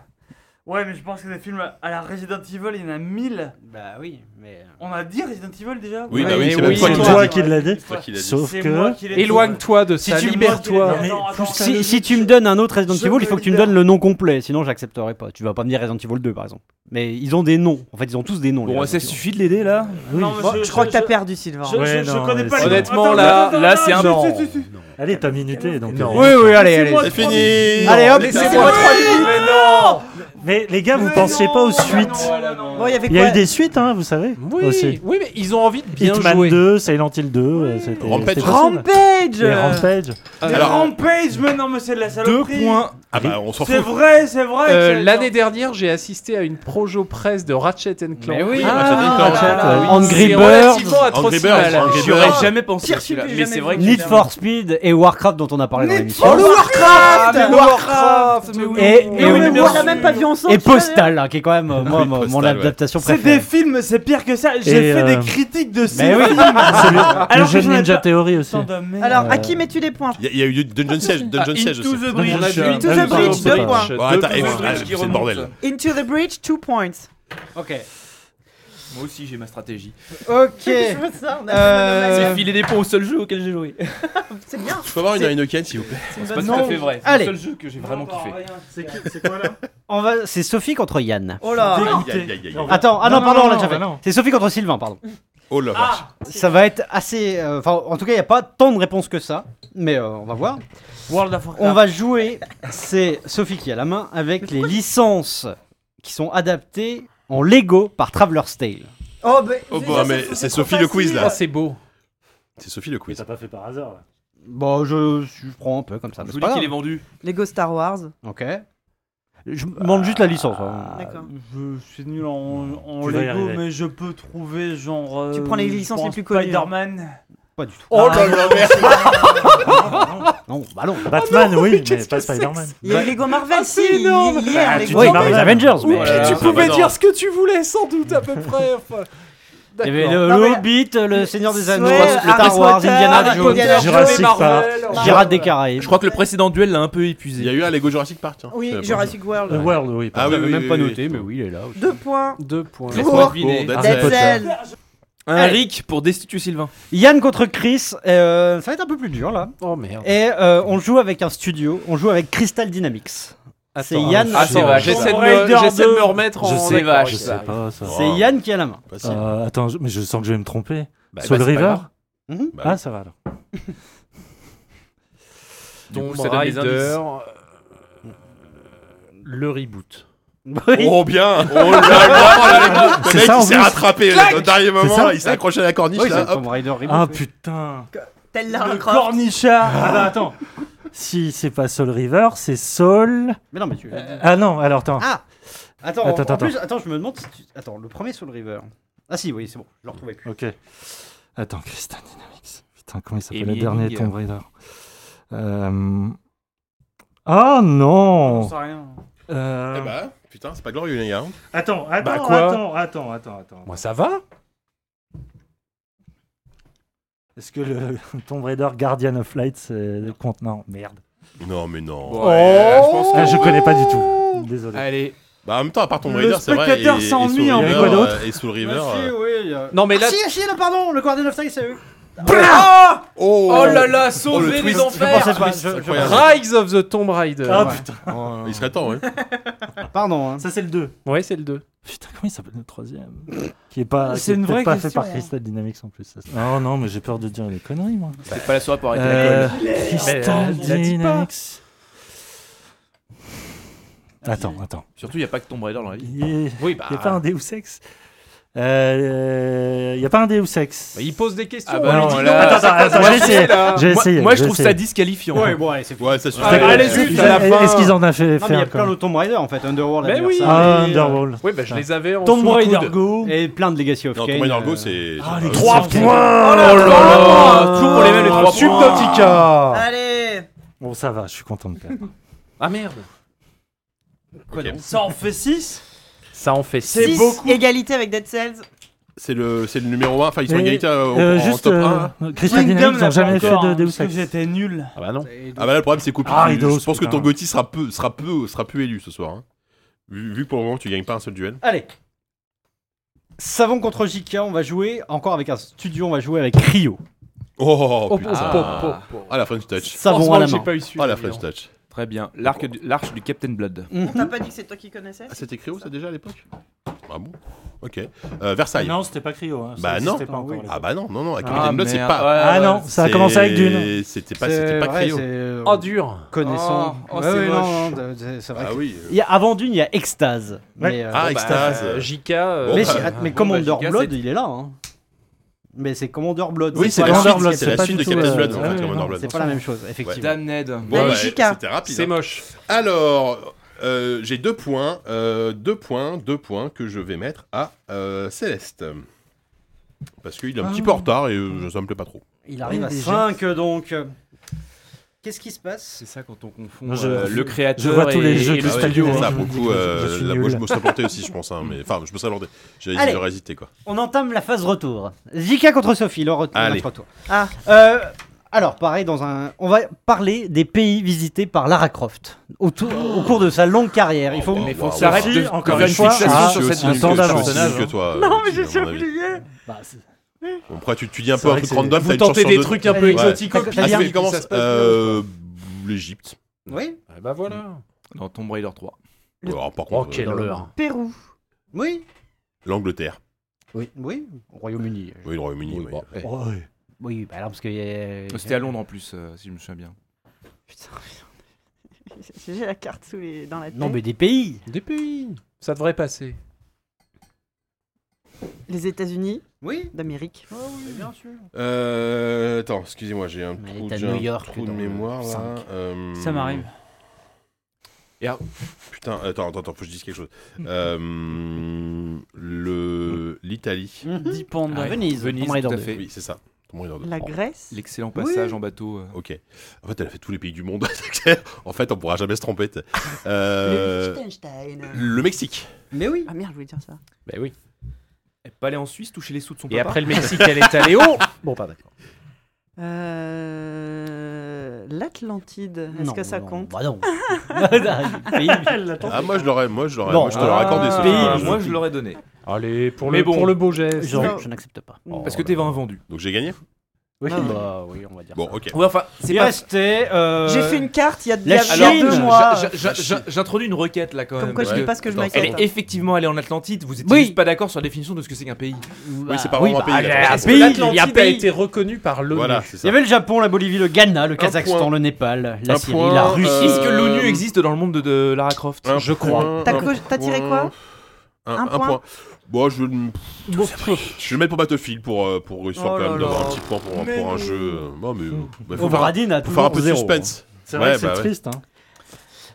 Ouais, mais je pense que des films à la Resident Evil, il y en a mille.
Bah oui, mais.
On a dit Resident Evil déjà
Oui,
Ouais.
bah oui,
mais
c'est même
oui.
toi qui
C'est
l'as
toi
dit.
qui l'as dit.
C'est toi qui l'as dit.
Sauf
C'est
que.
moi qui l'ai dit.
Éloigne-toi de
Si
ça.
tu
libère-toi.
libères-
Mais
Attends,
plus
attends,
Si,
attends.
si tu me donnes un autre Resident
Je
Evil,
me
il faut que tu me
libère.
donnes le nom complet, sinon j'accepterai pas. Tu vas pas me dire Resident Evil 2 par exemple. Mais ils ont des noms, en fait ils ont tous des noms. les
Bon, ça
Resident Evil.
suffit de l'aider là.
Non, mais
Bon, je, crois que Oh, t'as perdu Sylvain.
Je, je-
Ouais,
je
non,
connais
mais
pas les
c'est-
noms.
Honnêtement,
Attends,
là,
attends,
là,
attends,
c'est un
attends,
non.
si, si, si, si.
Allez, t'as minuté. Donc,
Non.
euh,
Oui, oui, allez, allez.
Laissez-moi
C'est
trois
fini
Allez hop,
Laissez-moi 3 minutes. Mais non
Mais les gars, vous
Mais
pensiez
non,
pas aux
mais
suites.
non, mais non.
Bon, il y avait
Il y a
quoi
eu des suites, hein, vous savez.
Oui,
Aussi.
oui, mais ils ont envie de bien
Hitman
jouer.
2, Silent Hill 2. euh, c'était-
Rampage.
c'était possible.
Rampage
Les Rampage.
Des
Alors-
Rampage, mais non, mais c'est de la saloperie.
2 points.
Ah bah, on s'en
C'est
fout.
vrai, c'est vrai.
Euh,
que-
L'année dernière, j'ai assisté à une projo presse de Ratchet Clank.
Mais oui.
Ah,
Ratchet and Clank.
là, là, là.
Angry
C'est
Birds.
relativement atroce.
Angry Birds,
mal.
Angry
J'aurais
Birds.
jamais pensé à
Pire
celui-là.
que j'ai
Mais
jamais
c'est vrai Ah. que.
vu.
Need for Speed et Warcraft dont on a parlé dans
Need
l'émission.
for
Warcraft
Ah, mais Warcraft, mais
Et-
oui.
Mais
Oh, et
on
oui,
ne
bien
l'a
sûr.
même pas vu ensemble.
Et
tu vois,
Postal, hein, qui est quand même euh, moi,
Oui,
mon- mon
Postal, ouais.
adaptation
C'est des
préférée.
films, c'est pire que ça. J'ai
Et,
fait
euh,
des critiques de ces
Mais oui.
films. Alors
Le
que
jeu de
j'en ai
Ninja
pas-
Theory aussi.
Tant de merde.
Alors, à
Euh,
qui mets-tu les points
Il y a- il y a eu Dungeon Siege, Dungeon Siege aussi.
Ah, the
Bridge.
On a vu
Into
Into
the Bridge,
the Bridge,
deux
deux
points.
Bon, attends,
points.
et-
Deux
ah,
Bridge
c'est
qui
le
remonte.
bordel.
Into the Bridge, 2 points.
Ok.
Moi aussi, j'ai ma stratégie.
Ok.
*laughs* Je veux ça, on a
Euh,
C'est filer des points au seul jeu auquel j'ai joué.
C'est bien.
Je peux avoir une Heineken, s'il vous plaît
C'est pas tout à fait vrai. C'est
Allez.
le seul jeu que j'ai vraiment kiffé.
C'est quoi là
On va. C'est Sophie contre Yann.
Oh là.
Aïe, aïe, aïe, aïe.
Attends, ah non,
Non,
pardon,
non,
on l'a
non,
déjà fait.
bah non.
C'est Sophie contre Sylvain, pardon.
Oh la vache.
Ça va être assez. euh, Enfin, en tout cas, il n'y a pas tant de réponses que ça. Mais euh, on va voir.
World of
On
Warcraft.
va jouer, c'est Sophie qui a la main, avec les licences qui sont adaptées en Lego par Traveler's Tale.
Oh, bah,
Oh bah, mais c'est Sophie le quiz là.
Ah, c'est beau.
C'est Sophie le
Mais
quiz.
t'as pas fait par hasard. Là.
Bon, je, je prends un peu comme ça. mais
Je
c'est
vous
pas
dis qu'il est
grave.
vendu.
Lego Star Wars.
Ok. Je me demande juste la licence. hein.
D'accord.
bah, Je suis nul en, en
Tu vas y
Lego,
arriver.
mais je peux trouver genre. euh,
Tu prends les
je
licences
pense
les plus connues,
Spider-Man.
Pas du tout.
Oh là là, merde.
Ah,
Non, bah non.
Batman, oui, mais pas Spider-Man.
Il y a eu Lego Marvel, si
c'est énorme.
il y a
Ah,
un
tu
Lego
dis
Oui,
Marvel.
les Avengers, mais. euh,
Ou puis
là,
tu
ça va,
pouvais
non.
dire ce que tu voulais, sans doute, à peu près. enfin.
Il y avait
D'accord.
le,
Non,
le
mais-
Hobbit, le Seigneur des
Ouais,
Anneaux,
Harry
le Star Wars,
Potter,
Indiana
Harry
Jones,
Potter,
Jurassic
Jurassic Park.
Marvel, enfin.
Pirates des Caraïbes.
Je crois que le précédent duel l'a un peu
Il y a
épuisé.
eu un Lego Jurassic Park. Tiens.
Oui,
Euh,
Jurassic World.
Euh, World, oui.
Ah
Je
oui,
pardon.
l'avais
oui,
même
oui,
pas
oui.
noté, mais oui, il est là.
Deux points.
Deux points.
Laisse-moi
Pour
deviner.
Dead
Harry
Cell.
Dead
Potter.
Cell.
Un Rick pour destituer Sylvain.
Yann contre Chris, euh, ça va être un peu plus dur là.
Oh merde.
Et euh, on joue avec un studio, on joue avec Crystal Dynamics. C'est Yann.
Attends,
sais pas,
j'essaie de,
Tomb
me,
Raider
j'essaie de me
2.
remettre en.
Je sais
d'accord
pas,
avec
je
ça.
sais
pas ça.
C'est Yann qui a la main. *laughs*
Facile.
Euh, attends, je- mais je sens que je vais me tromper. Soul
Bah, bah, c'est pas
River
grave.
Mhm.
Bah
Ah,
oui.
ça va alors.
Donc,
Tomb
ça donne des
Raider,
indices.
euh, Le reboot.
Oui.
Oh bien. Oh là là. Le
C'est
mec
ça, en
il s'est
plus.
rattrapé au dernier moment.
ça.
là, Il s'est accroché à la corniche
Oui, c'est
là. hop.
Tomb Raider reboot,
Ah
oui.
putain.
Tel
Le
Lara Croft.
Cornichard.
Ah bah attends. Si c'est pas Soul River, c'est Soul.
Mais non, mais tu.
Ah non, alors attends.
Ah Attends, en-
Attends,
en
attends.
plus, attends, je me demande si tu... Attends, le premier Soul River. Ah si, oui, c'est bon, je le retrouvais plus.
Ok. Attends, Crystal Dynamics. Putain, comment il s'appelle
Amy
le dernier
Hennig.
Tomb Raider Euh, Ah non
J'en sais rien.
Euh,
Eh bah, Putain, c'est pas glorieux les gars.
Attends, attends,
Bah, quoi
attends, attends, attends, attends.
Moi, ça va
Est-ce que le *laughs* Tomb Raider Guardian of Light c'est le compte Non, merde.
Non mais non.
Bon,
Ouais, je pense que-
Ah, je connais pas du tout. Désolé.
Allez.
Bah en même temps, à part Tomb
Le
Raider, c'est vrai.
spectateur s'ennuie,
Soul
hein,
River,
mais quoi d'autre
euh, Et Soul River. euh,
oui.
Non,
Ah,
mais là.
si, si, le pardon, le Guardian of Time, c'est eux.
Oh,
Oh là là,
Oh,
sauver
le
les
twist.
Je pensais
enfers
pas. je- je-
Incroyable.
Rise of the Tomb Raider.
Ah putain,
Il serait temps, ouais.
Pardon. hein.
ça c'est le 2.
Ouais, c'est le 2.
Putain, comment il s'appelle le troisième Qui est pas,
C'est
qui est
une
peut-être
vraie
pas fait
question,
par
hein.
Crystal Dynamics en plus. ça, c'est- Oh non, mais j'ai peur de dire des conneries moi.
C'est pas la soirée pour arrêter
Euh,
la colle.
Crystal
Mais, euh, la dis pas.
Dynamics. Attends, attends.
Surtout, il n'y a pas que Tomb Raider dans la vie.
Il n'y
Oui, bah.
a pas un Deus Ex Euh, Il n'y a pas un Deus Ex Oh,
bah, Il pose des questions.
Ah
on
bah
lui
non,
dit
là-
non,
Attends,
c'est pas
attends,
ça,
attends,
c'est
j'essaie.
pas ça.
J'ai
Moi-
essayé.
Moi, je trouve ça disqualifiant.
Ouais, bon, allez, c'est
Ouais, ça suffit.
Ah, allez,
Ouais,
c'est
suffit.
juste à la fin.
Est-ce qu'ils en ont fait
Non, mais il y a
faire
plein
comme
de Tomb Raider en fait, Underworld,
Mais oui.
Adversaries,
Ah,
euh,
Underworld.
Oui, bah, je les avais en
Tomb
sous le
Raider
coude.
Go.
Et plein de Legacy of
Non,
Kane.
Tomb Raider Go,
euh,
c'est.
Ah,
c'est
les
pas-
trois
c'est-
points
Oh là là Toujours pour les mêmes, les trois points.
Subnautica
Allez.
Bon, ça va, je suis content de perdre.
Ah merde.
ok.
Ça en fait 6
Ça en fait
C'est
6,
beaucoup.
Égalité avec Dead Cells.
C'est le, c'est le numéro 1. Enfin, ils sont
Mais,
égalité euh, au-
Euh,
en
Juste,
top 1.
euh,
là.
Crystal Dynamics n'ont jamais fait de Deus
que
Ex.
J'étais nul.
Ah bah non.
Ah bah là, le problème, c'est coupé.
Ah,
Je-
Eidos,
je pense que
putain.
ton Gotti sera peu, sera peu, sera peu élu ce soir. hein. Vu, vu que pour le moment, tu gagnes pas un seul duel.
Allez. Savon contre JK, on va jouer encore avec un studio, on va jouer avec Rio.
Oh,
Oh,
putain.
oh, oh, oh, oh, oh.
Ah, la French Touch.
Savon
Heureusement
à la
que
main.
J'ai pas eu celui-là,
Ah, la
dis donc.
French Touch.
Très bien. L'arc du- L'arche du Captain Blood.
Mhm.
T'as pas dit que c'est toi qui connaissais
Ah, c'était Créo, ça déjà à l'époque Ah bon Ok. Euh, Versailles.
Non, c'était pas Cryo. Hein. ça
Bah non.
existait pas encore,
Ah
les
bah non, non, non. Avec
Ah,
Captain Blood, c'est
merde.
pas.
Ouais,
Ah
ouais,
non, ça a commencé avec Dune.
C'est- C'était pas, c'était pas
vrai,
Créo.
c'est- euh,
Oh, dur.
connaissant.
Oh, oh, c'est moche.
non, c'est- c'est vrai.
Ah
que-
oui.
Il y a- avant d'une, il y a Extase.
Ouais.
Mais, euh,
Ah,
Bon,
extase.
bah, JK. euh,
Bon,
mais,
bah,
si-
euh,
mais
bon,
Commander
bah, Giga,
Blood,
c'est-
il est là. hein. Mais c'est Commander Blood.
Oui, c'est
pas
la
la-
Commander
suite,
Blood,
c'est la
pas
suite
du
de
tout,
Captain
euh,
Blood, c'est
ouais,
Commander
ouais,
Blood.
c'est pas la même chose, effectivement.
Damned.
Bon,
Allez,
bah,
Chica.
C'était rapide.
C'est
hein.
moche.
Alors, euh, j'ai deux points, euh, deux points, deux points que je vais mettre à euh, Céleste. Parce qu'il est un petit peu en retard et euh, ça me plaît pas trop.
Il arrive à
Oui,
5 donc. euh, Qu'est-ce qui se passe
C'est ça quand on confond
Non, je-
euh, le créateur
je vois tous les
et-
jeux
et
qui
le
se
studio.
calculent.
Ah ça,
hein, je
beaucoup.
me dis,
euh,
je suis
la-
nul.
moi, je me serais planté aussi, je pense. hein, mais enfin, je me serais planté. J'ai-
Allez.
J'aurais hésité quoi.
On entame la phase retour. Jika contre Sophie, le retour.
Allez.
notre retour.
Ah.
Euh, alors, pareil, dans un, on va parler des pays visités par Lara Croft au, tou- au cours de sa longue carrière. Il faut.
Mais faut
Wow,
que
wow,
ça arrête
wow.
de,
encore
de faire
une
une
fois,
fixation
ah,
sur
Je suis
cette
aussi nul que-
temps
je suis
d'avance.
aussi nul que toi. Non, mais j'ai oublié.
Bah, c'est-
Bon, après, tu, tu dis un
C'est
peu un
vrai
truc
que c'est-
random. t'as
Vous
une chance
tentez
sur
des
deux.
trucs un peu
Ouais.
exotiques.
T'as- t'as
Ah,
dit
c'est
un-
qui commence Euh, L'Égypte.
Oui,
Ah bah voilà.
dans Tomb Raider 3.
Euh, Alors, par
Oh,
contre,
quelle
euh,
leurre.
Pérou.
oui.
l'Angleterre.
Oui, oui, au Royaume-Uni.
Oui, le Royaume-Uni.
Oui,
oui.
bon, eh.
Oui, bah alors parce que. euh,
C'était à Londres en plus, euh, si je me souviens bien.
Putain, *laughs* j'ai la carte sous les... dans la tête.
Non, mais des pays
Des pays. Ça devrait passer.
Les États-Unis
Oui
d'Amérique.
bien sûr.
Euh, attends, excusez-moi, j'ai un
Mais
trou,
t'as
j'ai
New
un
York
trou de
dans le
mémoire là.
cinq.
Euh,
Ça m'arrive.
Putain, attends, attends, attends, faut que je dise quelque
*laughs*
chose. Euh, le l'Italie.
Mm.
Dix pans de-
Ah ouais.
Venise,
Venise,
on est dans
tout à
deux.
fait.
Oui, c'est ça. Ton moyen de-
La
Oh,
Grèce.
L'excellent passage en bateau. euh.
Ok. En fait, elle a fait tous les pays du monde. *laughs* en fait, on pourra jamais se tromper. t'sais. Euh, le Mexique.
Mais oui
Ah merde, je voulais dire ça.
Bah oui.
Elle peut pas aller en Suisse toucher les sous de son
Et
papa.
après le
*laughs*
Mexique, elle est allée haut. Bon, pas d'accord.
Euh, L'Atlantide. Est-ce
Non,
que ça
non,
compte
Bah
*laughs*
non Pays.
Ah, moi je l'aurais, moi je l'aurais,
Non,
moi je te l'aurais
Ah,
accordé. ce
pays,
truc-là.
moi je l'aurais donné.
Allez, pour,
Mais
le,
bon.
pour le beau geste.
Je,
Non.
je n'accepte pas.
Parce que t'es vins vendu.
Donc j'ai gagné.
Oui.
Ah ouais.
Bah oui, on va dire.
Bon, ok.
Ouais, enfin, c'est
Il
pas.
restait. euh,
J'ai fait une carte il y a, il y a-
la
il y a
Chine.
deux mois.
j'a- j'a- j'a- J'introduis une requête là quand
Comme
même.
quoi, je
parce
dis
que
pas ce que je
Attends,
m'accorde.
Elle est effectivement allée en Atlantide. Vous étiez
Oui.
juste pas d'accord sur la définition de ce que c'est qu'un pays.
Oui, c'est pas
Bah,
vraiment un pays. hein.
bah,
attends,
la-
c'est
pays, il y a
L'Atlantide a
pays.
été reconnue par l'ONU.
Voilà, c'est
Il y
ça.
avait le Japon, la Bolivie, le Ghana, le
point.
Kazakhstan, le Népal, la
Un
Syrie,
point,
la Russie.
Euh,
Est-ce que l'ONU existe dans le monde de, de Lara Croft
Un
je crois.
point,
T'as
un
co- t'as tiré quoi
un,
Un
un point.
point.
Bon, je vais le- je vais le mettre pour Battlefield pour, euh, pour histoire
Oh
quand
là
même d'avoir
là.
un petit point pour, un-
Mais
pour un
non.
jeu. euh, Bon, mais euh, bah,
Au
faut, faire,
Varadine a
faut faire un
toujours
peu de
zéro.
suspense.
C'est
Ouais,
vrai que
bah
c'est
ouais.
triste. hein.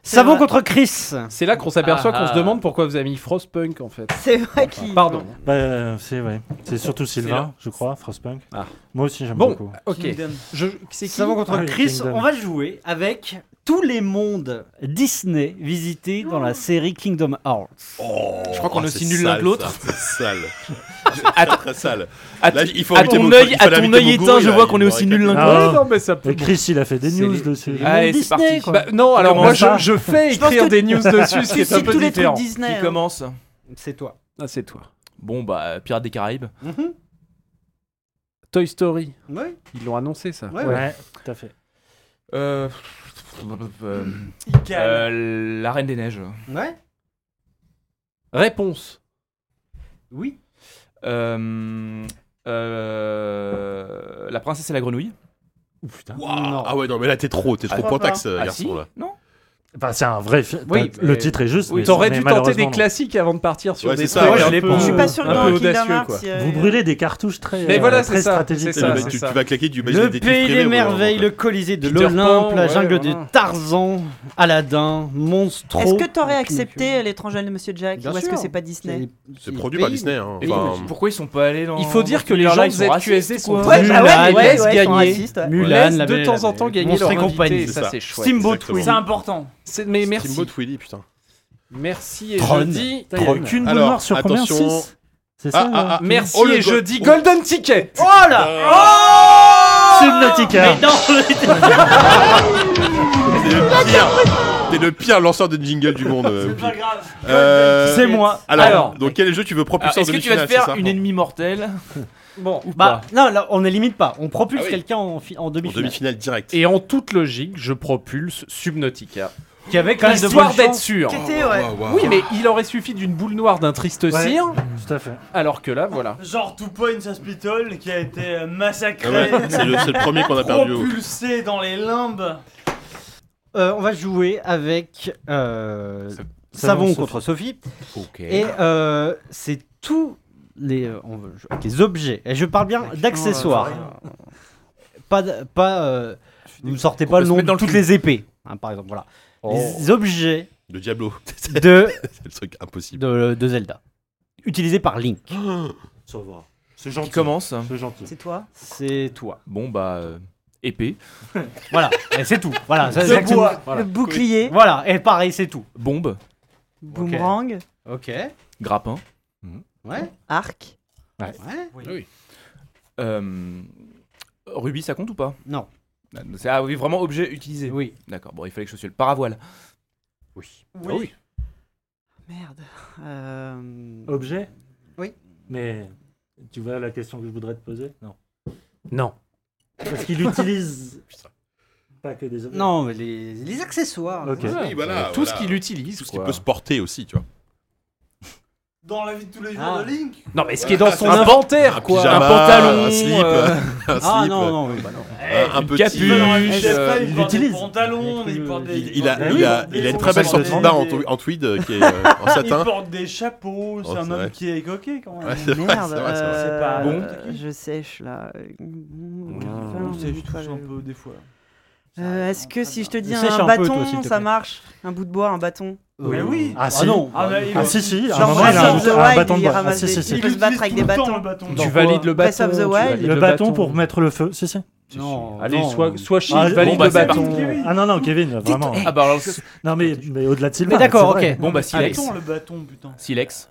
Savon
C'est vrai.
contre Chris.
C'est là qu'on s'aperçoit
Ah,
qu'on
ah.
se demande pourquoi vous avez mis Frostpunk en fait.
C'est vrai qu'il.
Pardon.
Bah, euh, c'est ouais. C'est surtout Sylvain,
là.
je crois, Frostpunk.
Ah.
Moi aussi, j'aime
Bon.
beaucoup.
Ah,
Ok.
Kingdom.
Je... C'est qui
Savon contre
Ah oui,
Chris,
Kingdom.
on va jouer avec tous les mondes Disney visités dans la série Kingdom Hearts.
Oh,
Je crois qu'on est
c'est
aussi nuls l'un
sale,
que l'autre.
ça, C'est sale.
Attends.
Très sale.
À,
Là, il faut
à
inviter
ton
Moko-
œil,
il
à
fallait
ton
inviter
œil
Moko,
éteint, je
il
vois
a-
qu'on
il
est aussi
aurait
nuls l'un que
Ah.
l'autre.
Ouais, non, mais ça peut.
Et Chris, il a fait des
C'est
news
les-
dessus.
les- Allez,
Mondes
c'est
Disney,
parti.
quoi.
Bah, non, alors
Comment
moi
ça
je, je fais
Je pense
écrire
que-
des news
*laughs*
dessus, ce qui
Tu
est un
cites
peu
tous les trucs
différent.
Disney.
Qui
hein.
commence
C'est toi.
Ah, c'est toi.
Bon, bah, Pirates des Caraïbes.
Toy Story.
Oui,
Ils l'ont annoncé ça.
Ouais,
Ouais,
ouais.
tout à fait.
Euh. euh,
Il cale.
euh, la Reine des Neiges.
ouais.
Réponse.
Oui.
Euh, euh, la Princesse et la Grenouille.
putain.
Waouh. Ah ouais, non, mais là, t'es trop, t'es trop
Ah,
pointax,
Ah, si
garçon Euh, là.
Non
Enfin, c'est un vrai film.
Oui,
T'as- le
mais-
titre est juste.
oui,
mais-
T'aurais
mais
dû tenter
malheureusement,
des
non.
classiques avant de partir sur
Ouais,
des
c'est ça,
trucs
ouais,
un
je l'ai
peu-
pas.
Je suis pas sûr que
euh, un
dans
peu
Kingdom
audacieux
Hearts.
quoi.
il y a-
Vous brûlez des cartouches très,
Mais voilà,
euh,
c'est
très
ça,
stratégiques.
c'est ça.
Mais
euh,
tu,
ça.
tu vas claquer du
Le pays des merveilles, le Colisée de
Peter
l'Olympe,
Pan,
la
ouais,
jungle de
voilà.
Tarzan, Aladdin, Monstro.
Est-ce que t'aurais
Pinocchio.
accepté l'étranger de Monsieur Jack
Bien
ou est-ce
sûr.
que c'est pas Disney
C'est produit par Disney. Hein.
Mais
Enfin,
Pourquoi ils sont pas allés dans.
Il faut dire
dans
que les
univers-là,
gens
ils sont racistes,
ZQSD sont
quoi.
très
Mulan,
malades,
ouais, ouais,
laissent
ouais, ils sont
gagner.
racistes, ouais.
Mulan,
Laissent
la Belle
de
et la
temps en
Bête.
temps gagner
Monstre
leur
et
invité,
compagnie.
et
c'est
ça
ça.
c'est chouette.
Steamboat
Exactement.
Willie.
C'est important.
C'est- Mais merci.
Steamboat Willie, putain.
Merci et
Tron.
je dis
Il y a Aucune bonne
Alors,
mort sur combien
attention.
6 C'est ça
Ah,
euh,
ah,
là
ah.
Merci
Oh, le
et je
gold-
dis
oh.
Golden Ticket.
Oh là
Subnautica.
Mais non
T'es le pire. T'es le pire lanceur de jingle du monde. euh,
C'est
Whoopi.
pas grave.
Euh,
C'est moi.
Alors,
Alors.
donc quel jeu tu veux
Ah,
propulser en
Est-ce que tu vas
demi-finale
te faire
c'est ça
une ennemie mortelle
*laughs* Bon.
ou
Bah
pas
non, là, on ne limite pas. On propulse
Ah oui.
quelqu'un en, fi- en
En
demi-finale.
demi-finale direct.
Et en toute logique, je propulse Subnautica.
Qui avait quand même de
Histoire
bonnes
d'être
chances.
sûr.
Qui était, ouais.
Oui, mais il aurait suffi d'une boule noire d'un triste
Ouais.
cire,
Tout à fait.
alors que là, voilà.
Genre Two Points Hospital qui a été euh,
Ah ouais,
massacré,
c'est le, c'est le premier qu'on a perdu. oh. au-
propulsé dans les limbes.
Euh, on va jouer avec euh,
Sa-
Savon
Savon
contre Sophie.
Ok.
Et euh, c'est tous les, euh, on veut- avec les objets. Et je parle bien d'accessoires. Pas, d- pas, euh, vous ne sortez
On
pas
peut
le
se
nom
mettre
de
dans le
toutes
cul.
les épées, hein, par exemple. Voilà.
Oh.
Oh.
Les objets
Le Diablo. c'est
de,
le truc impossible.
de, de Zelda. Utilisés par Link.
Ça va. C'est
Qui
gentil.
commence
C'est gentil.
C'est *laughs* toi
C'est toi.
Bon, bah. euh, Épée.
Voilà. Et c'est tout. Voilà. Ça,
Le
c'est-
bois,
Voilà.
le bouclier,
Voilà. Et pareil, c'est tout.
Bombe.
boomerang,
Ok.
Grappin.
Ouais.
arc.
ouais.
Euh, Rubis, ça compte ou pas
Non.
C'est ah oui, vraiment objet utilisé.
Oui.
D'accord, bon, il fallait que je sois le paravoile.
Oui.
Oui.
Merde. Euh,
Objet
Oui.
Mais tu vois la question que je voudrais te poser Non.
Non.
Parce qu'il utilise pas que des objets.
Non, mais les, les accessoires.
Ok.
Oui, voilà,
Tout
voilà.
ce qu'il utilise.
Tout ce qui
quoi.
peut se porter aussi, tu vois.
Dans la vie de tous les jours
Ah.
de Link
Non, mais ce qui est dans son
Un pan-
inventaire, quoi.
pyjama,
un pantalon,
un slip,
euh,
*laughs* un slip,
Ah non, non, oui, bah non.
Eh,
un, un
une
petit.
capuche.
Je
Euh,
sais pas, il,
il
porte des
l'utilise.
pantalons, il porte des.
Il, il a,
porte des-
il, a, il a une très belle
porte des-
sortie de bain en, tou- en tweed euh, qui est euh, en
Il
satin.
porte des chapeaux, c'est
Oh,
un
c'est
homme
vrai.
qui est coquet quand même.
Ouais, c'est vrai,
Merde,
c'est vrai, c'est vrai.
C'est pas-
euh,
Bon.
je sèche là.
Euh, On sait juste
Enfin,
un peu des fois.
Euh, Est-ce que si je te dis
Sèche
un
un peu,
bâton,
toi, s'il te
ça
plaît.
marche Un bout de bois, un bâton.
Mais oui
Ah, si.
non.
Ah, mais il
Ah si si, à
Genre
un moment il a un,
Breath of the
un
Wild,
bâton de
il
bois. Ah,
ramasse
si,
des-
si, si.
il peut se battre avec des bâtons.
Le bâton.
Tu
Dans-
valides le
Breath
bâton.
of the
tu
Wild.
valides
Le bâton pour mettre le feu, si si.
Non,
Allez,
non.
soit, soit chic,
Ah,
valide
bon, bah,
le
c'est
bâton.
parti. Ah non non Kevin, vraiment.
Ah bah alors,
Non mais, mais au-delà de Sylvain.
Mais d'accord,
c'est vrai.
ok.
bon bah
Allez,
Silex.
attends, le bâton, putain.
Silex.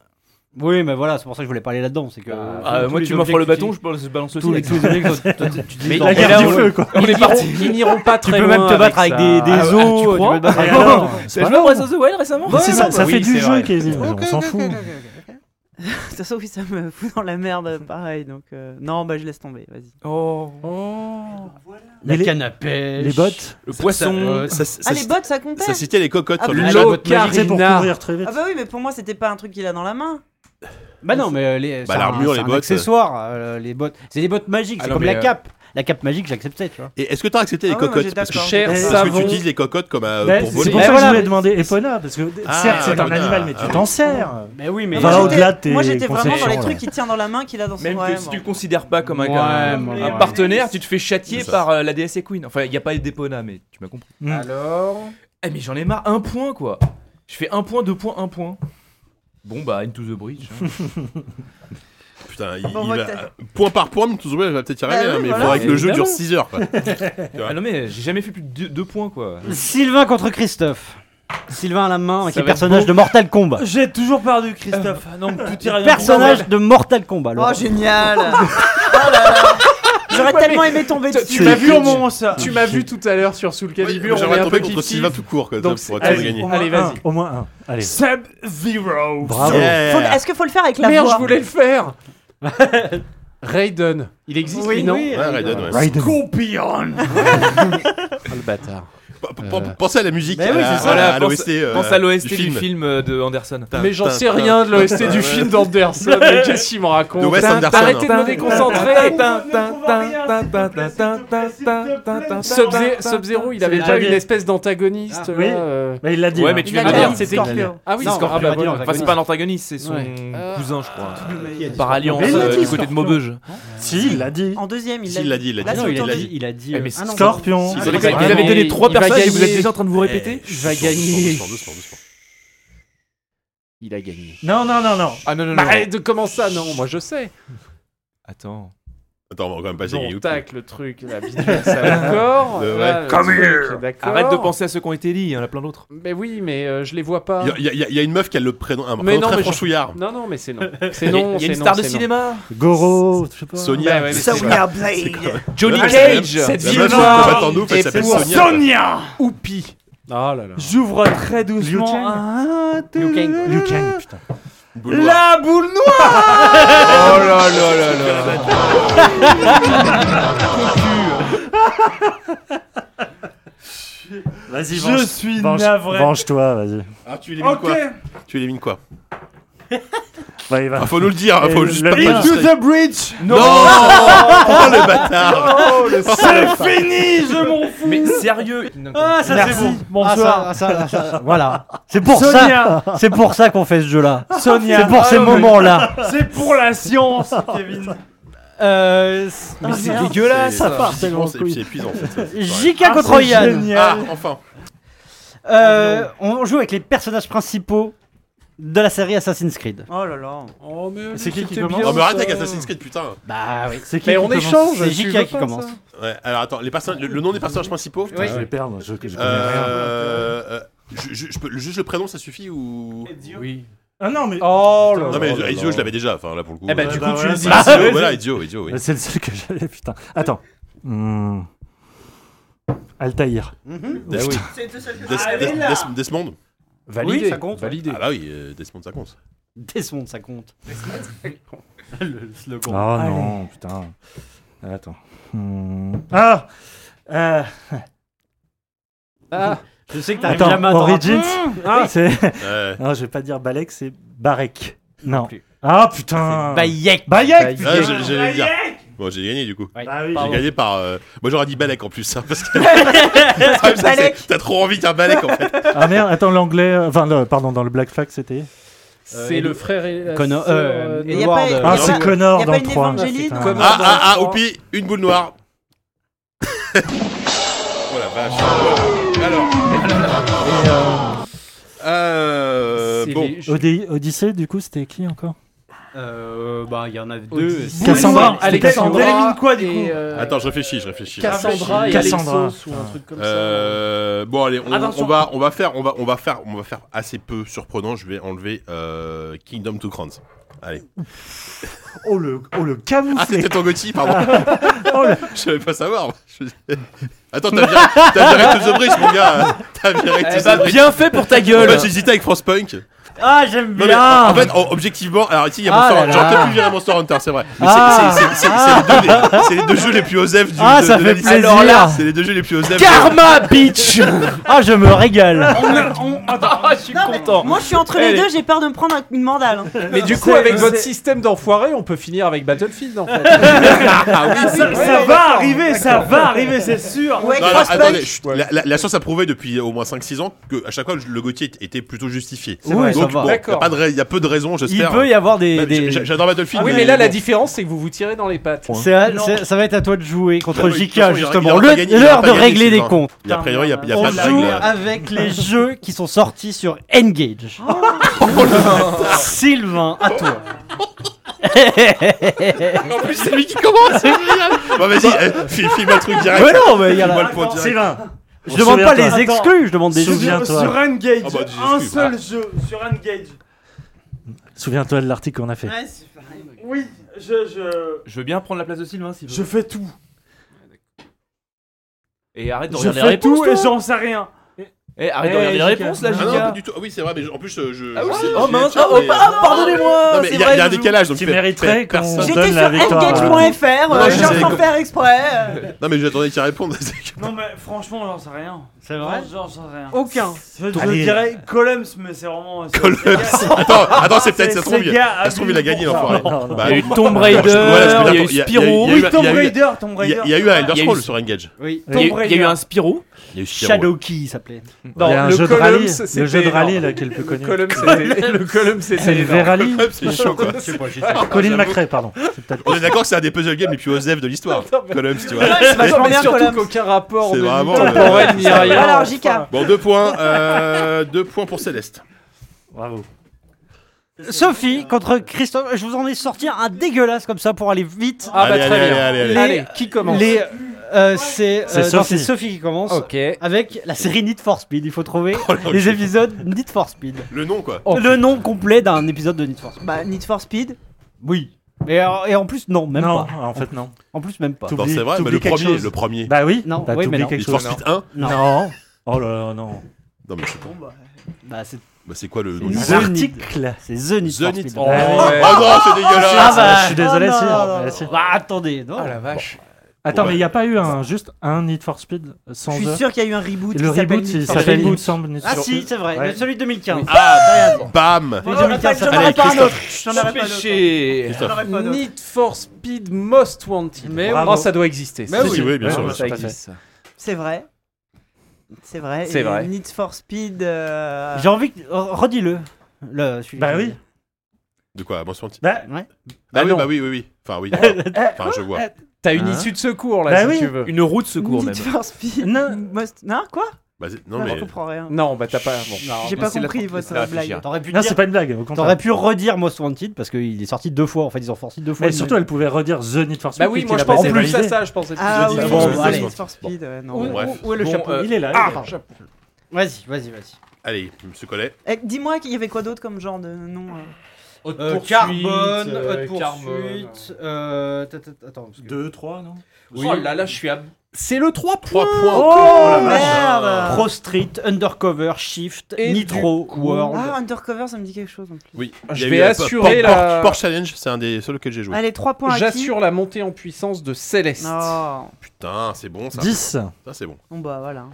Oui, mais voilà, c'est pour ça que je voulais parler là-dedans. C'est que.
Ah, moi tu m'offres le bâton, je balance- je balance le
Tous les
Silex.
tous les objets que toi, tu- tu dis.
Mais
dans-
La
Et là,
guerre du
on-
feu quoi.
On est parti.
Ils n'iront pas très
Tu peux
loin
même te battre avec
ça.
des, des
Ah,
os,
ah, tu
tu, peux
crois
te battre
Et
avec
alors
C'est pas Breath of the Wild récemment
Mais c'est ça, ça
oui,
fait du
c'est
jeu
vrai.
Kevin, on s'en fout.
De toute façon, oui, ça me fout dans la merde, *laughs* pareil. Donc, euh, non, bah je laisse tomber, vas-y.
Oh.
La
Mais les-
canne à pêche.
Les bottes,
Le
Ça,
poisson.
euh, ça- ça-
Ah,
ça-
les bottes, ça comptait
ça citait les cocottes
Ah,
sur le
bah,
chat.
c'est pour
L'ocarina.
courir très vite.
Ah bah oui, mais pour moi, c'était pas un truc qu'il a dans la main.
Bah non, mais euh, les.
Bah,
c'est un-
l'armure,
c'est
les
un
bottes,
Accessoires, euh, les bottes. C'est des bottes magiques,
Ah
c'est
non,
comme
mais,
la
euh,
cape. La cape magique, j'acceptais, tu vois.
Et est-ce que t'as accepté les
Ah ouais, moi,
cocottes
j'étais
Parce que
d'accord.
cher,
Cher
Parce
parce que tu
savon.
utilises les cocottes comme euh,
Ben,
pour
c'est
voler.
pour
Eh
ça que je
voilà.
voulais demander Epona, parce que
Ah,
certes c'est un
Epona.
animal, mais
Ah
tu
oui.
t'en sers.
Mais oui, mais.
Moi,
Va
j'étais-
au-delà de tes
Moi, j'étais vraiment dans les
conceptions,
trucs
là.
qu'il tient dans la main, qu'il a dans son
Même
ouais,
que si
bon.
tu le considères pas comme un,
Ouais,
un-
moi,
un
ouais.
partenaire, tu te fais châtier
C'est ça.
par euh, la DSA Queen. Enfin, il n'y a pas d'épona, mais tu m'as compris.
Mm.
Alors Eh, mais j'en ai marre, un point quoi Je fais un point, deux points, un point. Bon, bah, into the bridge. hein.
Putain, il,
Bon,
il
moi,
va-
t'as-
point par point, tout va peut-être y arriver,
Bah
hein,
oui,
mais il
voilà.
faudrait que le jeu dure
Évidemment.
6 heures. quoi.
ah non, mais j'ai jamais fait plus de deux, deux points
Euh,
quoi.
Sylvain contre Christophe. Sylvain à la main,
Ça
qui est
va être
personnage
beau.
de Mortal Kombat.
*laughs* J'ai toujours perdu, Christophe. Euh, non, tout ira bien.
Personnage de Mortal Kombat,
Oh,
Ah,
Laurent.
génial Oh là là. J'aurais tellement aimé tomber
Tu-
dessus.
tu m'as vu au moment
ça.
Tu m'as vu tout à l'heure sur Soul
Ouais, mais
Calibur. on est
J'aimerais
un peu
tomber contre
kiff-kiff.
Sylvain tout court, quoi,
Donc,
pour
c'est-
être sûr de
allez,
gagner.
on- Allez,
Un,
vas-y.
Au moins un. Allez.
Sub Zero.
Bravo.
Yeah.
Faut- Est-ce qu'il faut le faire avec la
Merde,
voix
je voulais le faire. Raiden. Il existe, lui, non
Ouais, Raiden, ouais.
Raiden.
Scorpion
Ah, le bâtard.
P- p- p- Pensez à la musique,
Mais oui,
à-
c'est ça.
à- à
Pense-
l'OST. euh,
Pense à l'OST du,
film.
film euh, de Anderson.
Mais j'en
Tintin,
sais rien de l'OST
Tintin,
du
ouais.
film d'Anderson. Mais qu'est-ce qu'il me raconte
De Wes
Tintin,
Anderson, hein.
Arrêtez de
Tintin,
me déconcentrer.
Tintin, Tintin, Tintin, Tintin, Tintin, Tintin,
Sub-Ze- Sub-Zero, il avait
C'est
déjà
Javier.
une espèce d'antagoniste.
Ah, oui.
là, euh.
Mais il l'a dit. hein.
Ouais, mais tu
Il
viens
a
de
dit
dire,
c'est
c'était-
Scorpio.
Ah oui,
Non,
Scorpion.
on va dire,
voilà.
Enfin, c'est pas un antagoniste, c'est son
Ouais.
cousin, je crois.
Qui a dit
Par
ça
alliance,
Ah. Mais il l'a
euh,
dit,
du côté de
Scorpion.
Maubeuge.
Si, il l'a dit.
En deuxième, il
Si, il l'a dit, il l'a
Ah
dit.
non, il
il
a
l'a
dit. Il a dit.
Eh, mais
ah
euh,
non,
Scorpion.
Si,
Vous avez-
c'est
vous avez donné
vraiment-
trois
il va
personnages et vous êtes
gagner.
déjà en train de vous répéter
Je vais
Doucement,
gagner.
doucement, doucement, doucement.
Il a gagné.
Non, non, non, non.
Ah non, non,
Bah,
non.
arrête de comment ça Non, moi je sais.
Attends.
Attends, on va quand même pas gagner.
Non, tac, le truc, la bidule, ça
*laughs*
d'accord.
Euh,
là, le
Come
truc,
here.
d'accord.
Arrête de penser à ceux qui ont été lits, il y en a plein d'autres.
Mais oui, mais euh, je les vois pas.
Il y, a- il y a- il y a une meuf qui a le prénom, un
Mais
prénom
non,
très
mais je-
franchouillard.
Non, non, mais c'est
*laughs*
non. C'est non,
Il y
c'est
a une
non,
star de
c'est non.
cinéma
Goro, je sais pas.
Sonia.
Ouais, ouais, mais c'est
Sonia Blade
Johnny
Ouais,
Cage
c'est la même-
Cette
la
ville
même chose
noire
qu'on bat en nous, elle
est
s'appelle
pour
Sonia.
Sonia
Oupi. Ah là là.
J'ouvre très doucement. Ah, un-
Liu Kang.
Liu Kang, putain.
Boule noire.
La boule noire
Oh là là là là
Vas-y,
Je suis
Venge-
navré.
Venge-toi, vas-y.
Ah, tu élimines
Ok
quoi Tu élimines quoi
Va, il va.
Ah, Faut nous le dire, hein,
Et
faut
le-
juste
le
pas
bain.
pas
Into
nous-
the bridge
Non Oh le bâtard
C'est fini, je m'en fous
Mais sérieux
Ah, ça c'est
Merci.
bon
Ah,
Bonsoir
ça, ça, ça- voilà. C'est pour ça.
Sonia
*laughs* C'est pour ça qu'on fait ce jeu-là.
Sonia
C'est pour
Ah,
ces
non, mais- *laughs*
moments-là.
C'est pour la science, Kevin
Euh,
Mais c'est
merde.
dégueulasse,
C'est-
ça part
c'est-
tellement en
c'est-
couille.
C'est épuisant en fait.
*laughs*
ça, c'est pareil.
JK
Ah,
contre
c'est
Yann.
Ah,
génial.
enfin
Euh, on joue avec les personnages principaux de la série Assassin's Creed.
Oh là là
Oh, mais
C'est qui qui
c'était
commence
bien,
Oh, mais arrête avec
ça.
Assassin's Creed, putain
Bah oui.
C'est qui
Mais
qui
on
commence
échange
C'est
tu
JK
veux
qui
pas
commence.
ça
Ouais, alors attends, les personnages- le, le nom des personnages principaux
Putain, Je vais perdre. Je, je connais rien.
Euh, euh, je- je- je peux- Juste le prénom, ça suffit ou.
Oui.
Ah non, mais.
Oh là
Non,
là.
mais
là
Ezio,
là.
je l'avais déjà, enfin là pour le coup.
Eh ben,
euh,
du
bah
coup, tu
voilà,
le
c'est-
dis.
Ah,
ouais,
voilà, idiot, idiot, oui.
C'est le seul que j'avais, putain. Attends. Hmm. Altaïr.
Mhm.
Bah,
Des- Des-
Ah,
Des- Des- Desmond
Validé.
Oui, ça compte.
Validé.
Ah bah oui, euh, Desmond,
*laughs*
ça compte.
Desmond, ça compte. le
Oh
slogan.
non, putain. Ah, Attends. Hmm. Ah euh,
Ah,
Je sais que t'as
Attends,
jamais
Origins.
Ah,
*laughs* C'est.
Ouais.
Non, je vais pas dire Balek, c'est Barek. Non.
plus.
Ah putain
Bayek
Bayek, putain.
Ah, je- j'allais dire. Bon, j'ai gagné du coup.
Ah oui,
J'ai
j'ai-
gagné par. euh, Moi j'aurais dit Balek en plus. hein,
*laughs*
parce que. *laughs* Ah, ça,
Balek.
c'est- T'as trop envie d'un Balek en fait.
Ah merde, attends, l'anglais. euh, Enfin, le- pardon, dans le Black Flag, c'était.
C'est
euh,
le frère et la
Connor.
sœur, euh,
Euh,
y a
Edward,
pas-
euh,
Ah,
non,
c'est
mais-
y
Connor
a
dans
pas
le
une
3.
évangéline
putain.
Connor.
Ah,
dans
ah, ah,
le froid.
Oupi, une boule noire. *laughs* oh la vache. Bon, alors. Euh,
c'est
bon.
les- je-
Odé- Odyssée, du coup, c'était qui encore
euh, bah, il y en a deux.
Odyssey.
Cassandra.
Allez,
C'était
Cassandra.
Cassandra. quoi, du
et,
coup
euh,
Attends, je réfléchis, je réfléchis. je
Cassandra et
Cassandra.
Alexos ou un truc comme ça.
Euh, bon allez, on,
Attention.
on va on va faire on va on va faire on va faire assez peu surprenant. Je vais enlever euh, Kingdom to Crowns. Allez.
Oh le, oh, le
Ah
camouflé
c'était ton Gotti, pardon.
*laughs* Oh le-
je savais pas savoir. Je- Attends, t'as viré, t'as viré To the Bridge, mon gars. T'as viré
Eh
To the
bah,
Bridge.
bien fait pour ta
En
gueule
fait, J'hésitais avec France Punk.
Ah, j'aime
Non, mais, en fait, en- objectivement, alors ici, il y a
Ah
Monster
là
Hunter.
là.
J'aurais peut-être pu virer Monster Hunter, c'est vrai. Mais c'est-
Ah.
c'est- c'est- c'est les deux- c'est les deux jeux les plus osef du
Ah,
de-
ça
de
fait
la liste.
plaisir.
Alors là, c'est les deux jeux les plus osef. de-
Karma, bitch *laughs* Ah, je me régale
Ah, je suis
Non, mais
content
moi je suis entre les
Allez.
deux, j'ai peur de me prendre une mandale. hein.
Mais du coup, avec votre système d'enfoiré, on peut finir avec Battlefield en fait.
Ah
ça, ça va arriver, ça va arriver, c'est sûr.
Ouais,
Non, alors,
cross-punch.
attendez, chut, la, la- la science a prouvé depuis au moins 5-6 ans que à chaque fois le Gauthier était- était plutôt justifié.
Oui, vrai, ça
Donc,
va.
bon, il
D'accord.
y, a peu de raisons,
Il
j'espère.
peut y avoir des.
Bah,
des- Ah
j'a- J'adore Battlefield.
oui, mais là,
bon.
la différence, c'est que vous vous tirez dans les pattes.
C'est à- c'est- ça va être à toi de jouer contre
Bah oui, de toute façon,
JK
il aura-
justement.
il aura
Le-
pas gagné, il aura
L'heure
pas
de
gagné,
régler
c'est
les
bon.
comptes.
Et a priori, il n'y a,
On
pas de
joue
règle.
avec les jeux qui sont sortis sur Engage. *laughs* Sylvain, à toi.
En plus, c'est lui qui commence, c'est génial. Bon, vas-y, eh, file- filme un truc direct.
Mais non, mais il y a la-
Filme-moi le point
Attends,
direct.
Sylvain
Je demande pas les
Attends.
exclus, je demande des jeux.
Sur,
Souviens-toi.
sur Engage,
Ah bah, des
un
excuses,
seul jeu sur Engage.
Souviens-toi de l'article qu'on a fait.
Ouais, c'est pareil.
Oui, je, je,
Je veux bien prendre la place de Sylvain si vous
je fais tout.
Et arrête de
Je
regarder les
fais tout
réponses
et
toi.
j'en sais rien.
Eh, arrête de
Eh,
regarder les
Jika.
réponses là,
Ah non, pas
Jika
du tout. Ah oui, c'est vrai, mais je- en plus, euh, je.
Ah oui,
je-
oh
je-
mince,
je-
ah, oh,
mais-
ah,
Non,
pardonnez-moi
mais
c'est
il y, a
vrai,
il y a un
je joue.
décalage, donc
Tu
pe-
mériterais
pe- personne-
qu'on
J'étais
donne
sur
la victoire. à l'autre.
engage.fr,
Non,
euh,
je
genre
sais.
sans faire exprès. euh,
Non, mais j'attendais qu'ils répondent. c'est que-
Non mais franchement, j'en sais rien.
C'est
Franchement, J'en sais rien.
Aucun.
Je, je
Allez.
dirais Columns, mais c'est vraiment. c'est-
Columns. Attends, *laughs* attends, c'est peut-être, ça se
c'est
trouve, il-
gars
ça se trouve, il a gagné
habile pour
l'enfoiré.
ça.
Non, non.
Bah,
Il y a eu Tomb
Voilà,
Raider,
je-
il y a
voilà,
eu
je- il
Spyro,
y a eu-
Oui, Tomb
il y a eu-
Raider, Tomb
Il y,
Raider.
a- il y a eu un Elder
Il y a eu-
Scroll sur Engage.
Oui.
il y a eu- il y a eu un Spyro
Il y a eu Spyro.
Shadow Key, il s'appelait.
Non,
Il y a un
le
jeu de
Columns,
rallye,
c'était
le jeu de rallye
énorme.
là, qui est le plus
Le
connu.
column, c'était- le column, *laughs*
C'est
c'était
le
énorme.
V-Rally
C'est chaud, quoi.
Colin McRae, pardon. C'est peut-être-
On est d'accord que c'est un des puzzle games les plus osef de l'histoire.
Attends, mais-
Columns, tu vois.
C'est
vachement bien,
surtout
Columns.
qu'aucun rapport
C'est
ne
vraiment
lie
le-
temporel ni ailleurs.
Alors, Jika.
Bon, deux points. euh, deux points pour Céleste.
Bravo.
Sophie contre Christophe. Je vous en ai sorti un dégueulasse comme ça pour aller vite.
Ah bah
Allez,
très
allez,
bien.
allez, allez,
Allez,
allez.
qui commence
Les, euh, c'est
C'est
euh, non,
Sophie.
c'est Sophie qui commence.
Oh.
Ok.
Avec la série Need for Speed, il faut trouver
Oh, là,
les
ok.
épisodes Need for Speed.
Le nom, quoi.
Oh,
le nom complet d'un épisode de Need for Speed.
Bah, Need for Speed.
Oui. Et, en- et en plus, non, même
non,
pas.
en fait, non.
En plus, même pas.
Attends, c'est vrai, mais
t'oublies
le
quelque
premier,
chose.
le premier.
Bah oui.
Non,
bah,
oui, mais
t'oublies
non.
quelque
Need for
chose.
Speed 1
Non.
Non. Oh là là, non.
Non, mais je sais pas.
Bon, bah,
Bah, c'est
Bah, c'est quoi le nom
Need
du
for
jeu
The Article.
c'est The Need
The
for
Need-
Speed.
Oh,
Bah
Oh
ouais.
non, c'est dégueulasse
je suis désolé, si. Bah, si.
Bah, attendez, non.
Ah la vache.
Attends,
Ouais.
mais il n'y a pas eu un, juste un Need for Speed sans
Je suis
eux
sûr qu'il y a eu un reboot.
Le
qui s'appelle
reboot,
Need
il
for
s'appelle
Speed.
il me semble Need
Ah
for
si,
Speed.
c'est vrai,
Ouais.
le- celui de 2015.
Ah, bam
Celui de 2015, ça
J'en
s'appelle
aurais pas un
Christophe.
autre. J'en aurais pas un autre.
Péché.
Christophe.
aurais pas d'autre.
Need for Speed Most Wanted. Mais
Bravo.
oh, ça doit exister.
Mais oui. Si, si, oui, bien sûr, bien
ça
sûr.
existe. ça.
C'est vrai. C'est vrai.
C'est
Et
vrai.
Need for Speed. euh,
J'ai envie que. re- Redis-le. Le, celui-
Bah oui.
De quoi Moi, je pense-
Bah,
Bah oui,
non.
bah oui, oui, oui. Enfin, oui. Enfin, je vois.
T'as une
Hein
issue de secours là
Bah
si
oui.
tu veux.
Une roue de secours même
Need for Speed.
Non.
Most- *laughs* Non, quoi
Bah, c'est- non,
Non, Je
mais.
comprends rien.
Non, bah t'as pas. Bon.
J'ai
mais
pas
c'est la
compris
porte-
votre
c'est la
euh, blague.
fichière.
T'aurais pu,
non,
dire-
c'est pas une blague, au contraire.
t'aurais pu redire Most Wanted parce qu'il est sorti deux fois. En fait, ils ont sorti deux fois.
Mais
le
surtout,
même.
elle pouvait redire The Need for Speed.
Bah oui,
et
moi je
qu'il a pas
pensais
été
plus à
validé.
ça, je pensais plus
Ah
à
oui,
ça.
bon,
oui,
bah, allez.
Need for Speed. ouais, non.
Bon,
Ouais.
bref.
Où est le
Bon,
chapeau
euh,
Il est là.
Ah,
il est là.
Vas-y, vas-y, vas-y.
Allez, monsieur Collet.
Eh, Dis-moi qu'il y avait quoi d'autre comme genre de nom euh,
Euh, carbone,
euh,
haute poursuite. euh, ta- ta- ta- Attends. parce que-
Deux, trois, non
Oh là là, je suis à. C'est le 3 points.
Oh la vache.
Merde
Pro Street, Undercover, Shift,
Et
Nitro, World.
Ah, Undercover, ça me dit quelque chose. en plus.
Oui.
Je
Il y a
vais
eu, euh,
assurer
Por-
la-
Por- Porsche Challenge, c'est un des seuls que j'ai joué.
Allez, 3 points à qui
Oh, J'assure la montée en puissance de Céleste.
Non.
Putain, c'est bon ça.
10.
Ça, c'est bon.
Bon, bah voilà.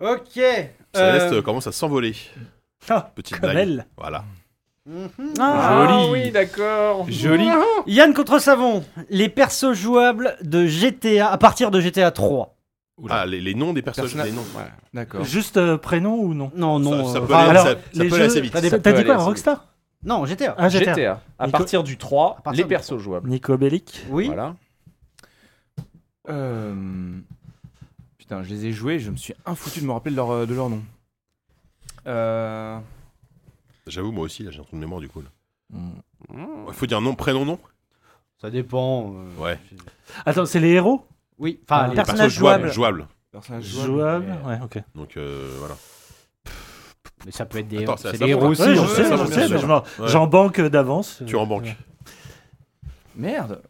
Ok.
Céleste
euh,
euh, commence à s'envoler.
Ah,
Petite
comme
blague.
elle.
Voilà.
Ah,
Joli.
oui, d'accord.
Joli.
Yann contre Savon, les persos jouables de GTA à partir de GTA 3.
Ah, les, les noms des personnages.
Personnage-
Les noms.
Ouais, D'accord.
Juste euh, prénom ou non
Non, non.
ça,
euh,
ça peut
enfin,
aller,
alors,
ça- ça
les
peut aller
jeux-
assez vite.
Ça
T'as dit-
peut
t'as dit
aller
quoi un
assez
Rockstar
Non, GTA.
Ah
GTA.
GTA.
À
Nico-
partir du 3,
partir
les
du
persos jouables.
Nico Bellic.
Oui.
Voilà. Euh, Putain, je les ai joués, je me suis infoutu de me rappeler de leur, euh, de leur nom. Euh...
J'avoue, moi aussi, là, j'ai un trou de mémoire du coup. là.
Hmm.
Il faut dire nom, prénom, nom
Ça dépend. euh,
Ouais.
Attends, c'est les héros
Oui. Enfin,
Ah,
les
les
Les
personnages
persos
jouables.
jouables. jouables.
Personnage jouable.
Jouable. Ouais, ok.
Donc euh, voilà.
Mais ça peut être des,
Attends, c'est à
c'est
ça,
des héros
ouais.
aussi.
Ouais, je
on
hein.
sait,
sais,
ça,
je
bien
sais,
sûr.
mais je m'en-
Ouais.
j'en banque euh, d'avance.
Tu en banque.
Merde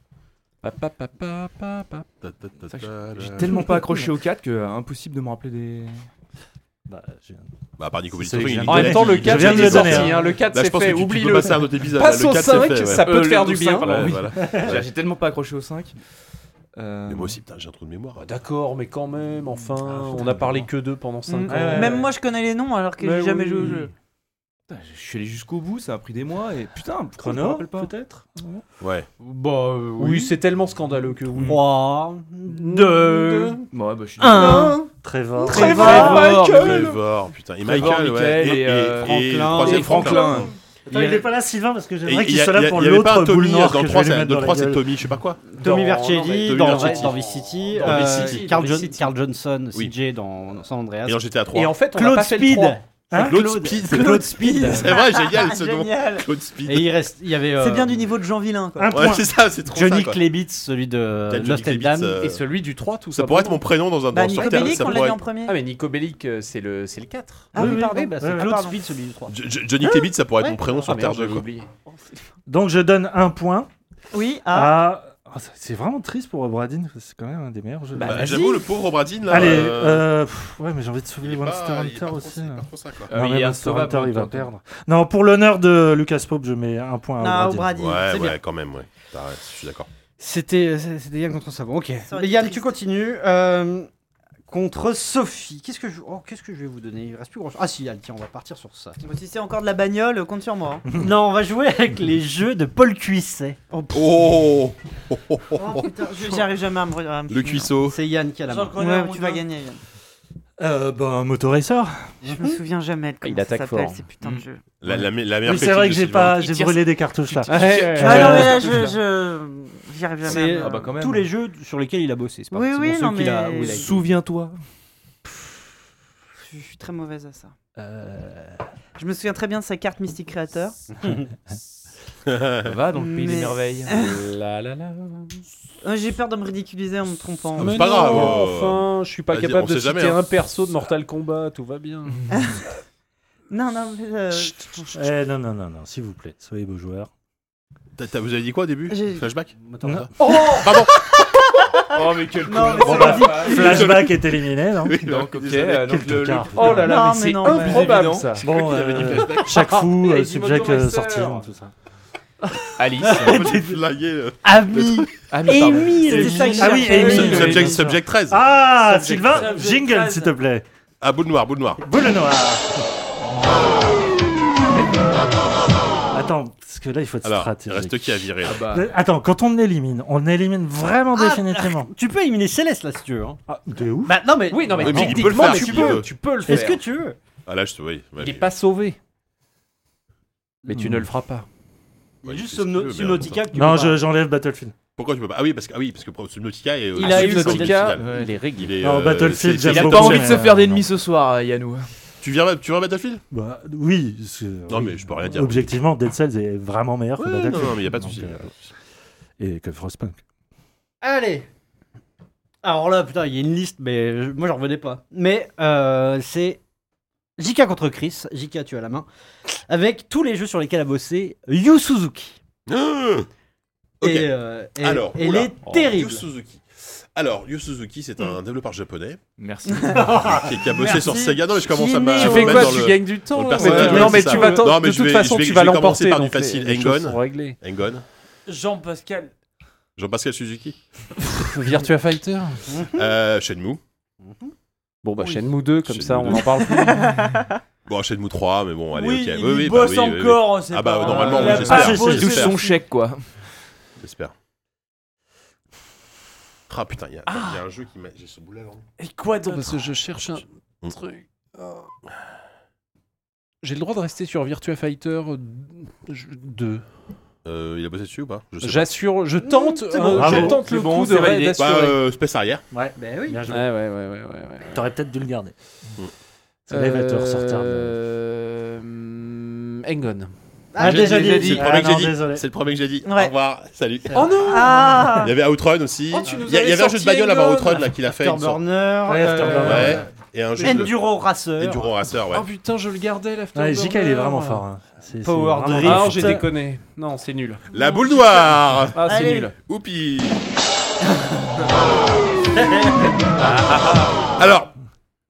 Pa, pa, pa, pa, pa, pa.
Ta, ta, ta,
Ça,
ta, la-
J'ai tellement pas accroché au 4 que euh, impossible de me rappeler des.
Bah, j'ai-
Bah, à part Nico
C'est
Bellic,
celui que j'ai-
il
En
est
même
là,
temps,
il-
le
il-
quatre,
je viens de
il
le
est
donner,
sorti,
hein.
le 4
Là, je pense que tu- tu peux passer à un autre épisode.
Passe
là,
au
le 4, c'est
5,
fait, ouais.
ça peut te faire du bien.
Ouais,
Oui.
voilà.
J'ai j'ai tellement pas accroché au 5. Euh...
Mais moi aussi, putain, j'ai un trou de mémoire.
Ah, D'accord, mais quand même, enfin,
Ah,
on
putain,
a parlé
vraiment.
que d'eux pendant 5
Mm.
ans.
ouais.
Même moi, je connais les noms alors que
Mais
j'ai jamais
oui.
joué au jeu.
Putain, je suis allé jusqu'au bout, ça a pris des mois et putain, pourquoi je me
Chrono,
rappelle pas
peut-être
Ouais.
Bah, euh,
Oui, c'est tellement scandaleux que oui.
3,
Deux.
2,
Bon, ouais, bah, je suis.
1.
Trevor.
Trevor,
Trevor, putain. Et Michael, ouais.
Michael et, euh,
le
Franklin.
troisième,
Et Franklin.
Attends, il est pas là, Sylvain, parce que
Et il
j'aimerais qu'il
y a-
soit
il y
là
a-
pour
il y avait pas un
l'autre boule
Tommy
noire
dans
que
le
je vais
3,
lui
c'est-
mettre
dans
dans
le
la
3 c'est
gueule.
Tommy, je sais pas quoi.
Tommy
Dans-
Vercetti,
Tommy
dans,
Vercetti.
dans Vice City,
Dans
euh,
Vice City.
Carl,
Dans
Jo-
Vice City.
Carl Johnson,
Oui.
CJ dans San Andreas.
Et en GTA 3.
Et en fait, on
Claude
a pas fait
Speed.
le 3.
Hein
Claude Speed.
*laughs* Claude
*laughs*
Speed.
C'est vrai, génial ce nom.
Génial.
Claude
Et
Speed.
il reste, il y avait euh,
C'est bien du niveau de Jean Villain. Quoi.
Un point.
Ouais, c'est ça, c'est trop
Johnny
ça. quoi.
Klebitz, celui de
Johnny
Lost and
Klebitz,
Damned.
euh,
Et celui du 3, tout
Ça pourrait être mon prénom dans un
Bah,
dans sur
Nico
Terre,
Bellic,
ça
on l'a
pourrait
mis en
être-
premier.
Ah, mais Nico Bellic, euh, c'est le, c'est le 4.
Ah oui, pardon.
bah, c'est
Ouais,
Claude
ouais.
Speed, celui du 3.
Jo- Jo- Johnny Klebitz, ça pourrait être mon prénom
Ah,
sur
merde,
Terre
j'avais
2. quoi.
oublié.
Donc je donne un point
Oui, ah.
à. Ah, ça- c'est vraiment triste pour Obradin, parce que c'est quand même un des meilleurs jeux. de
Bah,
la vie.
J'avoue, le pauvre Bradine là.
Allez,
euh,
euh, pff, ouais, mais j'ai envie de
il
soulever
est
Monster
pas- il est
Hunter
pas trop-
aussi. hein.
c'est
là.
pas trop ça, quoi.
Euh,
Non,
il
mais Monster
est insauvable,
Hunter, il va
Monster Hunter.
perdre. Non, pour l'honneur de Lucas Pope, je mets un point à
Ah,
Obradin.
Obradi,
Ouais,
c'est bien.
ouais, quand même, ouais. T'as- Je suis d'accord.
C'était c'était Yann contre Savon. Ok.
Ça aurait été
Yann,
triste.
tu continues. euh, contre Sophie. Qu'est-ce que je oh, qu'est-ce que je vais vous donner Il reste plus grand chose. Ah si, Yann, tiens, on va partir sur ça.
Bon, si c'est encore de la bagnole, compte sur moi. *laughs* hein.
non, on va jouer avec les jeux de Paul Cuisset.
Oh Oh, oh, oh,
Oh
oh.
putain, je- j'y arrive jamais à me à me Oh
Le
finir.
cuisseau.
C'est Yann qui a la
J'en
main.
connais
Ouais,
un,
mais
tu
tu
vas
vas-
gagner. Yann.
Euh, ben, Motoracer.
Je me souviens jamais de comment
Il
ça
attaque
s'appelle
fort.
ces putains de jeux.
La, la, me- la meilleure
Oui, c'est
critique
vrai que
de
j'ai
Sylvain.
pas,
Il
j'ai
tire-
brûlé des cartouches là.
Ah non, mais
Euh,
là, je, je... j'y arrive jamais.
C'est
à me-
Ah bah, quand même.
tous les jeux sur lesquels il a bossé. C'est pas
Oui,
forcément
oui,
ceux
non,
qu'il a-
mais-
où il a-
Souviens-toi.
Je suis très mauvaise à ça.
Euh,
Je me souviens très bien de sa carte Mystique Créateur.
Va dans le pays des
Mais-
merveilles.
La, la, la.
Euh, J'ai peur de me ridiculiser en me trompant.
Mais pas grave, euh,
Enfin, je suis pas
vas-y, on
capable de
sait
citer
jamais, hein.
un perso de Mortal Kombat, tout va bien.
Non, non, mais, euh,
eh, non, non, non, non, s'il vous plaît, soyez beaux joueurs.
T'as- t'as- Vous avez dit quoi au début
*laughs*
J'ai-
Flashback
Non.
Oh, mais quel
Non, mais
Bon, bah, flashback est éliminé, non
Ah, *laughs* Oui,
Donc, ok.
désolé.
euh, donc,
Quel
le-
tocard.
le-
Oh là là,
Non,
mais
mais
c'est
non, mais-
improbable ça.
Bon, euh,
*laughs*
chaque fou,
Ah,
euh,
il dit
subject euh,
Motoracer.
sorti, non, tout ça.
Alice.
On va les flaguer, euh.
Ami,
Ah, mais pardon.
Émile,
C'est
c'est ça que
Émile.
je
Ah oui,
cherchais.
Émile.
Sub-
*laughs* oui,
Subject,
bien sûr.
subject 13. Ah,
Ah,
Subject
Sylvain,
treize.
jingle, s'il te plaît.
boule noire, boule noire.
Boule noire. Attends, parce que là, il faut être
Alors, il
stratégique.
reste qui à virer là
Ah bah.
Euh, Attends, quand on élimine, on élimine vraiment
Ah,
définitivement.
Tu peux éliminer Céleste là si tu veux. hein.
Ah, de ouf.
Bah non mais
Oui, non, mais
Oui, mais il peut le
techniquement,
faire,
tu
s'il
peux,
veut.
tu peux le faire.
est-ce que tu veux
Ah là, je te. Oui.
Il
ouais,
est
mais-
pas sauvé.
Mais tu ne le feras pas.
Ouais,
Juste
c'est ce que tu veux, mais
Subnautica que tu
Non,
peux pas.
je- j'enlève Battlefield.
Pourquoi tu peux pas Ah oui, parce que ah oui, parce que pour- Subnautica est. euh,
Ah,
Il a eu
Subnautica.
final.
les règles.
Il est.
Non,
euh,
Battlefield,
c'est- c'est-
j'aime
Il a
J'avoue,
pas envie de
mais,
se faire
euh,
d'ennemis ce soir, euh, Yannou.
Tu vires, tu vires Battlefield
Bah, oui. c'est-
Non,
oui.
mais je peux rien dire.
Objectivement, Dead Cells est vraiment meilleur que
Ouais,
Battlefield.
non, non, mais y a pas de
Donc,
souci.
euh, Et que Frostpunk.
Allez. Alors là, putain, il y a une liste, mais je- moi j'en revenais pas. Mais euh, c'est JK contre Chris. JK, tu as la main. Avec tous les jeux sur lesquels a bossé Yu Suzuki.
Hum Ok.
Et, euh, et-
Alors,
et il
oula. Oh,
est terrible.
Yu Suzuki. Alors, Yu Suzuki, c'est un développeur japonais
Merci.
*laughs* qui, qui a bossé sur Sega. Non, mais je commence à
Qui
m'a-
est
Tu
Ah,
fais
me
quoi
mettre
Tu
dans le-
gagnes du temps.
dans le
là, mais
personnage,
tu- Non, mais
c'est
tu
ça.
vas t'en-
Non, mais
De
je
toute
vais-
façon,
je vais-
tu
je
vas
vais commencer
l'emporter.
par du
donc euh, les-
facile.
les
Engon.
choses sont réglées.
Engon,
Jean-Pascal.
Jean-Pascal Suzuki,
Virtua Fighter.
euh, Shenmue.
Bon bah
Oui.
Shenmue 2 comme
Shenmue
ça on
*laughs* 2.
en parle plus.
Bon, Shenmue 3, mais bon, allez,
oui,
ok.
il
oui, oui, bah
bosse
oui, oui, oui.
encore. c'est
Ah bah,
pas-
normalement,
il a
oui,
pas
j'espère.
bossé.
Si, si,
Tous
si.
son chèque, quoi.
J'espère. Ah putain, il y, a- il y a un jeu qui m'a. J'ai ce bout là.
Et quoi d'autre
parce que je cherche un
Mm.
truc.
Oh.
J'ai le droit de rester sur Virtua Fighter 2.
Euh, il a bossé dessus ou pas Je sais
J'assure, je tente,
c'est
hein,
bon,
je
bravo.
tente le
C'est bon,
coup
c'est
de ré-
validé.
pas. Bah,
d'assurer.
euh, Space Arrière.
Ouais, bien
Ouais,
joué.
ouais, ouais, ouais, ouais, ouais.
Eh Euh, T'aurais peut-être dû le garder. Ça va te ressortir. de-
Euh, hum, Engon.
Ah,
je
j'ai
l'ai
déjà
dit.
C'est le premier
Ah
que
non,
j'ai
désolé.
dit. C'est le premier que j'ai dit.
Ouais.
Au revoir, salut.
Oh non Ah
Il y avait Outrun aussi.
Oh, tu nous
il y, a- il
avais
y avait un jeu de
sorti
bagnole avant
Egon.
Outrun là qu'il a fait. il me semble.
Afterburner.
Ouais, Afterburner.
Ouais. Et un jeu de-
Enduro Racer.
Enduro Racer, ouais.
Oh putain, je le gardais l'after.
Ouais, JK, il est vraiment fort. hein. C'est- c'est
Power
vraiment-
Drift.
Ah, j'ai déconné. Non, c'est nul.
La boule noire
Ah, c'est
Allez.
nul.
*laughs*
Oupi Alors,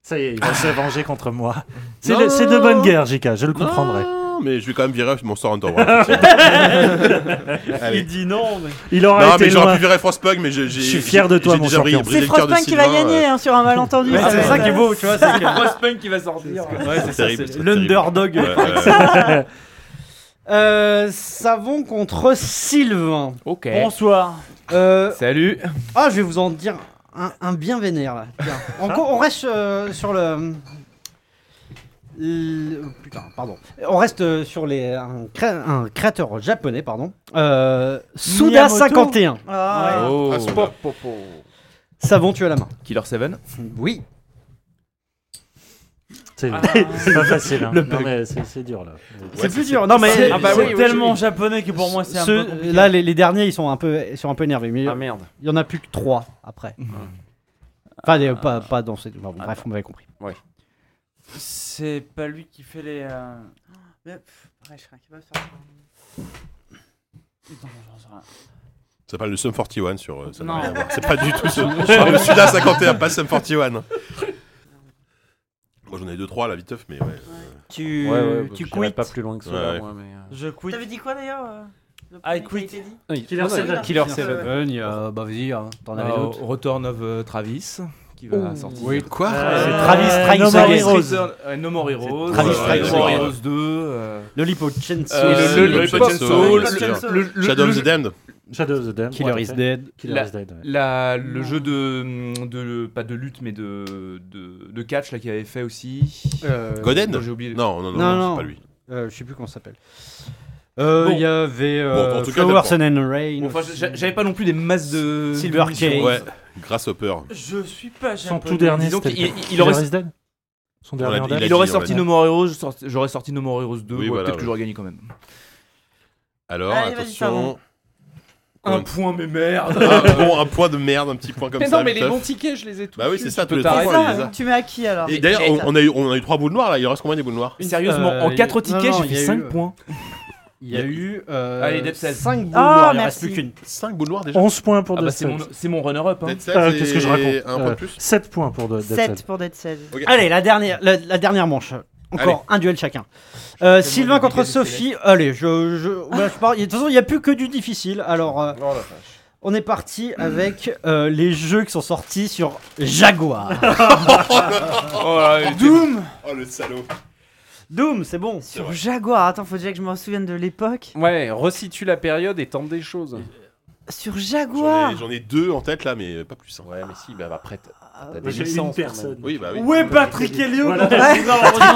Ça y est, il va se venger contre moi. C'est
Non.
le- c'est de bonne guerre, JK, je le comprendrai.
non, mais je vais quand même virer mon sort Hunter. Voilà,
*laughs*
effectivement. Allez.
Il dit non. mais-
Il aura
Non,
été
mais j'aurais
loin.
pu virer France Pug, mais je- j'ai.
Je suis fier de toi,
j'ai
mon
déjà bri-
champion.
brisé le
C'est
cœur de
Frostpunk qui va
Sylvain,
gagner
euh,
hein, sur un malentendu.
Ouais,
ça
c'est
va.
ça qui est beau, tu vois. c'est que-
Frostpunk qui va sortir.
c'est terrible, c'est terrible.
L'underdog.
ouais, ouais.
Euh, Savon contre Sylvain.
Ok.
Bonsoir.
Euh,
Salut.
Ah, je vais vous en dire un, un bien vénère là. Tiens. On, co- on reste euh, sur le. le- oh, Putain, pardon. On reste euh, sur les un, cré- un créateur japonais, pardon. Euh, Suda
Miyamoto.
51.
Ah.
Oh.
Ah, Suda.
Savon, tu as la main.
Killer 7.
Oui.
C'est
Ah,
*laughs* c'est pas facile. hein. Non, mais c'est c'est dur là.
c'est plus dur. Non mais
C'est
Ah bah
c'est
oui, oui,
tellement
oui.
japonais que pour moi c'est un
ceux-
peu compliqué.
là les, les derniers ils sont un peu ils sont un peu énervés mais
Ah merde.
il y en a plus que trois après. Enfin des- pas pas dans ces bon, bref on m'avait compris.
C'est pas lui qui fait les. euh,
Mais, pff, ouais, je serais incapable de sortir.
non, j'en sais rien.
Ça s'appelle le Sum 41 sur. euh, ça n'a
Non.
rien à voir. C'est pas du tout ce. Je parle de Suda 51, pas Sum 41. Moi j'en ai 2-3 là, viteuf, mais ouais.
Tu, tu
j'irai
quittes.
pas plus loin que ça.
Ouais,
là,
ouais.
moi, mais, euh.
Je quitte.
T'avais dit quoi d'ailleurs euh, le
I
premier qui a
Ah,
été
quit.
dit
Killer
non,
Seven.
non,
Killer
non,
Seven.
non,
bah vas-y t'en
Euh, Return of euh, Travis qui va
Oh.
sortir.
Oui,
Quoi
c'est
Euh,
Travis Strikes
No More
Again.
Heroes.
Return- euh, no More Heroes.
Travis
euh,
Strikes
No More
Again.
Heroes 2. euh,
Le Lipochenso.
Euh,
le-
le-
le-
le-
Lipotchen
le-
Soul,
le-
Lipotchen
le- le-
Shadow
le-
of the Damned
Shadow of the Damned.
Killer is dead.
Killer is dead. ouais.
la- le jeu de, mm, de- pas de lutte mais de de, de catch là qui avait fait aussi. Euh,
Goden
J'ai oublié.
Non, non, non,
Non,
non,
non.
c'est pas lui.
Euh, je sais plus comment ça s'appelle. Euh, Il y avait euh,
Bon, en tout cas,
Flowers
d'accord.
and Rain.
Bon, enfin, j'a- j'avais pas non plus des masses de.
Silver Kane.
Ouais, Grasshopper.
Je suis pas
Son
japonais.
tout dernier,
Disons
c'était
qu'il-
le-
il- il
Killer
aurait-
is dead. Son
l'a
dernier en
dit, il
date.
l'a
Il aurait
dit,
sorti
ouais.
No More Heroes, je sort- j'aurais sorti No More Heroes 2,
Oui,
ouais,
voilà,
peut-être
ouais.
que j'aurais gagné quand même.
Alors,
Allez, vas-y,
attention.
Un point, mais merde
Ah, bon, *laughs* un point de merde, un petit point comme
Mais
ça.
non, mais les
viteuf.
bons tickets, je les ai tous.
Bah oui, c'est ça, tous les
C'est
trois
t'arrêter.
points, il les
ça, hein.
a.
tu mets à qui alors
Et d'ailleurs, on, on a eu, on a eu trois boules noires là, il reste combien des boules noires
Sérieusement,
Euh,
en
il y-
4
non,
tickets,
non,
j'ai
il y a
fait 5
eu-
points.
Il y a eu euh,
Allez, Dead Cells. Oh,
5 boules
Ah,
noires, il en reste
merci.
plus qu'une.
5 boules noires déjà
11 points pour
Ah bah,
Dead
c'est mon,
Cells.
c'est mon runner-up. hein.
Dead Cells
Euh, qu'est-ce que je
et
raconte
Un point de plus
7 points pour Dead Cells.
7 pour Dead Cells.
Allez, la dernière, la, la dernière manche. Encore un duel chacun. Euh, Sylvain contre Sophie. Allez, je, je, bah, je pars. De toute façon, il n'y a plus que du difficile. Alors, euh,
Oh,
on est parti avec euh, les jeux qui sont sortis sur Jaguar.
*laughs* Oh là, il était-
Doom
Oh le salaud
Doom, c'est bon.
Sur Jaguar, attends, faut déjà que je m'en souvienne de l'époque.
Ouais, resitue la période et tente des choses.
Sur
J'en
Jaguar
ai- J'en ai deux en tête là, mais pas plus. hein.
Ouais, mais si, bah après, t'as-
Ah,
t'as des
Mais j'ai
licences,
une
quand même.
personne.
Oui, bah oui.
Où est Patrick Elio
Voilà.
Mais là,
Là, il
non, mais
t'a
en
Ah,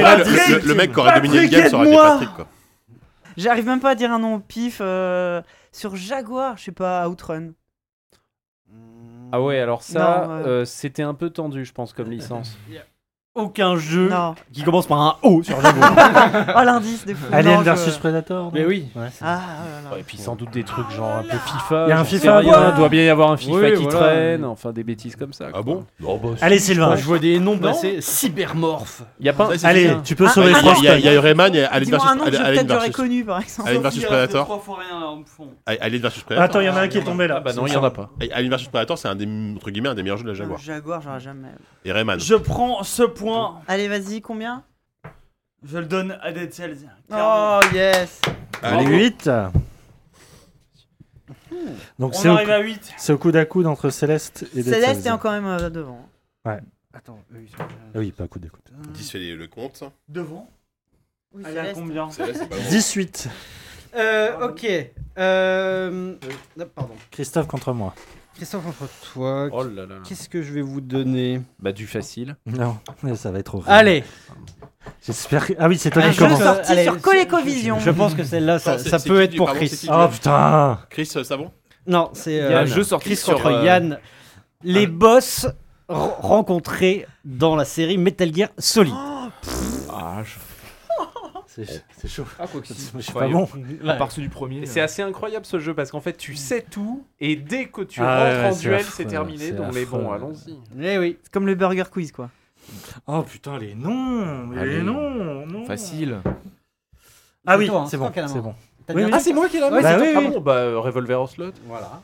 vrai,
la
le, le-
directive.
le mec qui aurait dominé le
Patrick,
game, ça aurait été
aide-moi.
Patrick quoi.
J'arrive même pas à dire un nom au pif. euh, Sur Jaguar, je sais pas, Outrun.
Ah ouais, alors ça,
Non, ouais.
euh, c'était un peu tendu, je pense, comme licence.
Aucun jeu
Non.
qui commence par un O sur Jaguar.
*laughs*
Oh l'indice de fou.
Alien
Non, je-
versus Predator.
Mais oui.
Ah, oh là là.
Et puis sans doute des trucs genre un peu FIFA.
Il y a un
j'en
FIFA,
sais rien,
il y a un-
doit bien y avoir un FIFA
Oui,
qui
voilà.
traîne, enfin des bêtises comme ça.
Ah
quoi.
bon Non, bah,
Allez, Sylvain.
je vois des noms
Non.
passer. Cybermorph.
Y a pas.
Ça, c'est
Allez,
bien.
tu peux
Ah,
Il
sauver
ah,
y, a- il
France.
y a- il y a Rayman, il y a Alien
Dis-moi
versus,
un nom que je-
Alien
peut-être j'aurais
versus-
connu par exemple.
Alien versus
euh,
Predator. Alien- Alien versus Predator.
Attends, il y en a un qui est tombé là.
Ah bah non, il y en a pas.
Alien versus Predator, c'est un des entre guillemets un des meilleurs jeux de la
Jaguar,
Jaguar.
Jaguar j'aurais jamais.
Et Rayman.
Je prends ce point.
Allez, vas-y, combien
Je le donne à Dead Cells. clairement.
Oh yes
Ah,
Allez, 8. Donc c'est
On
au,
arrive à 8.
c'est au coude à coude entre Céleste et Dead
Céleste
Cells.
est quand même euh, devant.
Attends, eux, ils sont.
Ah oui, pas coup d'écoute.
10 fait les- le compte.
Devant
Oui,
Elle est à combien
C'est vrai, c'est pas bon.
18.
Euh, ok. Euh. non, Pardon.
Christophe contre moi.
Christophe, entre toi.
Oh là là.
Qu'est-ce que je vais vous donner
Bah, du facile.
Non, mais ça va être horrible.
Allez
J'espère que. Ah oui, c'est toi
Un
qui
jeu
commence.
sorti
Allez,
sur ColecoVision.
Je pense que celle-là, ça,
Attends, c'est-
ça
c'est
peut
qui
être
qui-
pour
pardon,
Chris.
c'est qui
Oh putain
Chris euh, Savon
Non, c'est
Il y a
euh,
un jeu sorti
Chris
sur,
contre
euh,
Yann. Les boss r- rencontrés dans la série Metal Gear Solid.
Ah, je...
C'est chaud.
ah quoi que
si, Je suis pas bon.
À part ceux du premier.
Et C'est assez incroyable ce jeu parce qu'en fait tu sais tout et dès que tu
Ah ouais,
rentres en
ouais, c'est
duel
affreux,
c'est terminé
c'est
donc les
affreux.
bons allons-y.
Eh oui.
C'est comme le Burger Quiz, quoi.
Oh putain, les noms mais
Allez.
Les noms non.
Facile.
Ah oui,
toi, hein,
c'est
c'est
bon.
toi qui as la
C'est
main.
bon.
T'as
Oui,
bien-
oui.
Ah c'est moi qui l'ai
Ouais, c'est
Ah
toi. Ah
bon bah euh, Revolver au slot.
Voilà.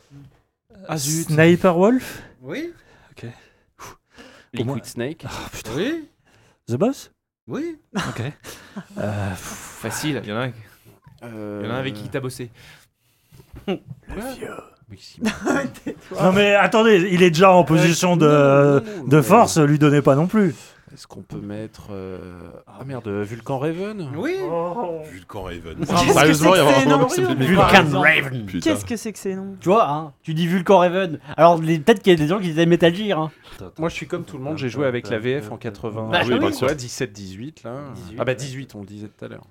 Ah zut.
Sniper Wolf
Oui.
Pour moi.
Liquid Snake.
Oui.
The Boss
Oui.
Ok. Euh, pff,
Facile, il y en a un, il y en a un avec qui t'as bossé.
*laughs*
non mais attendez, il est déjà en position de,
Non,
euh,
non, non,
de
non.
force, lui donnez pas non plus.
Est-ce qu'on peut mettre. euh, Ah merde, Vulcan Raven
Oui.
Oh.
Oh.
Vulcan Raven.
Qu'est-ce que
Sérieusement, Bah, il y a
c'est que
vraiment un moment qui
ces
s'appelait
noms
Vulcan
Vulcan
Raven. Putain.
Qu'est-ce que c'est que ces noms
Tu vois, hein, tu dis Vulcan Raven. Alors les- peut-être qu'il y a des gens qui disaient Metal Gear. Hein.
Moi je suis comme tout le monde j'ai joué avec la VF en Ah 80.
Bah, oui,
je sais pas
oui.
quoi, 17 18 là.
18,
ah bah
ouais.
18 on le disait tout à l'heure.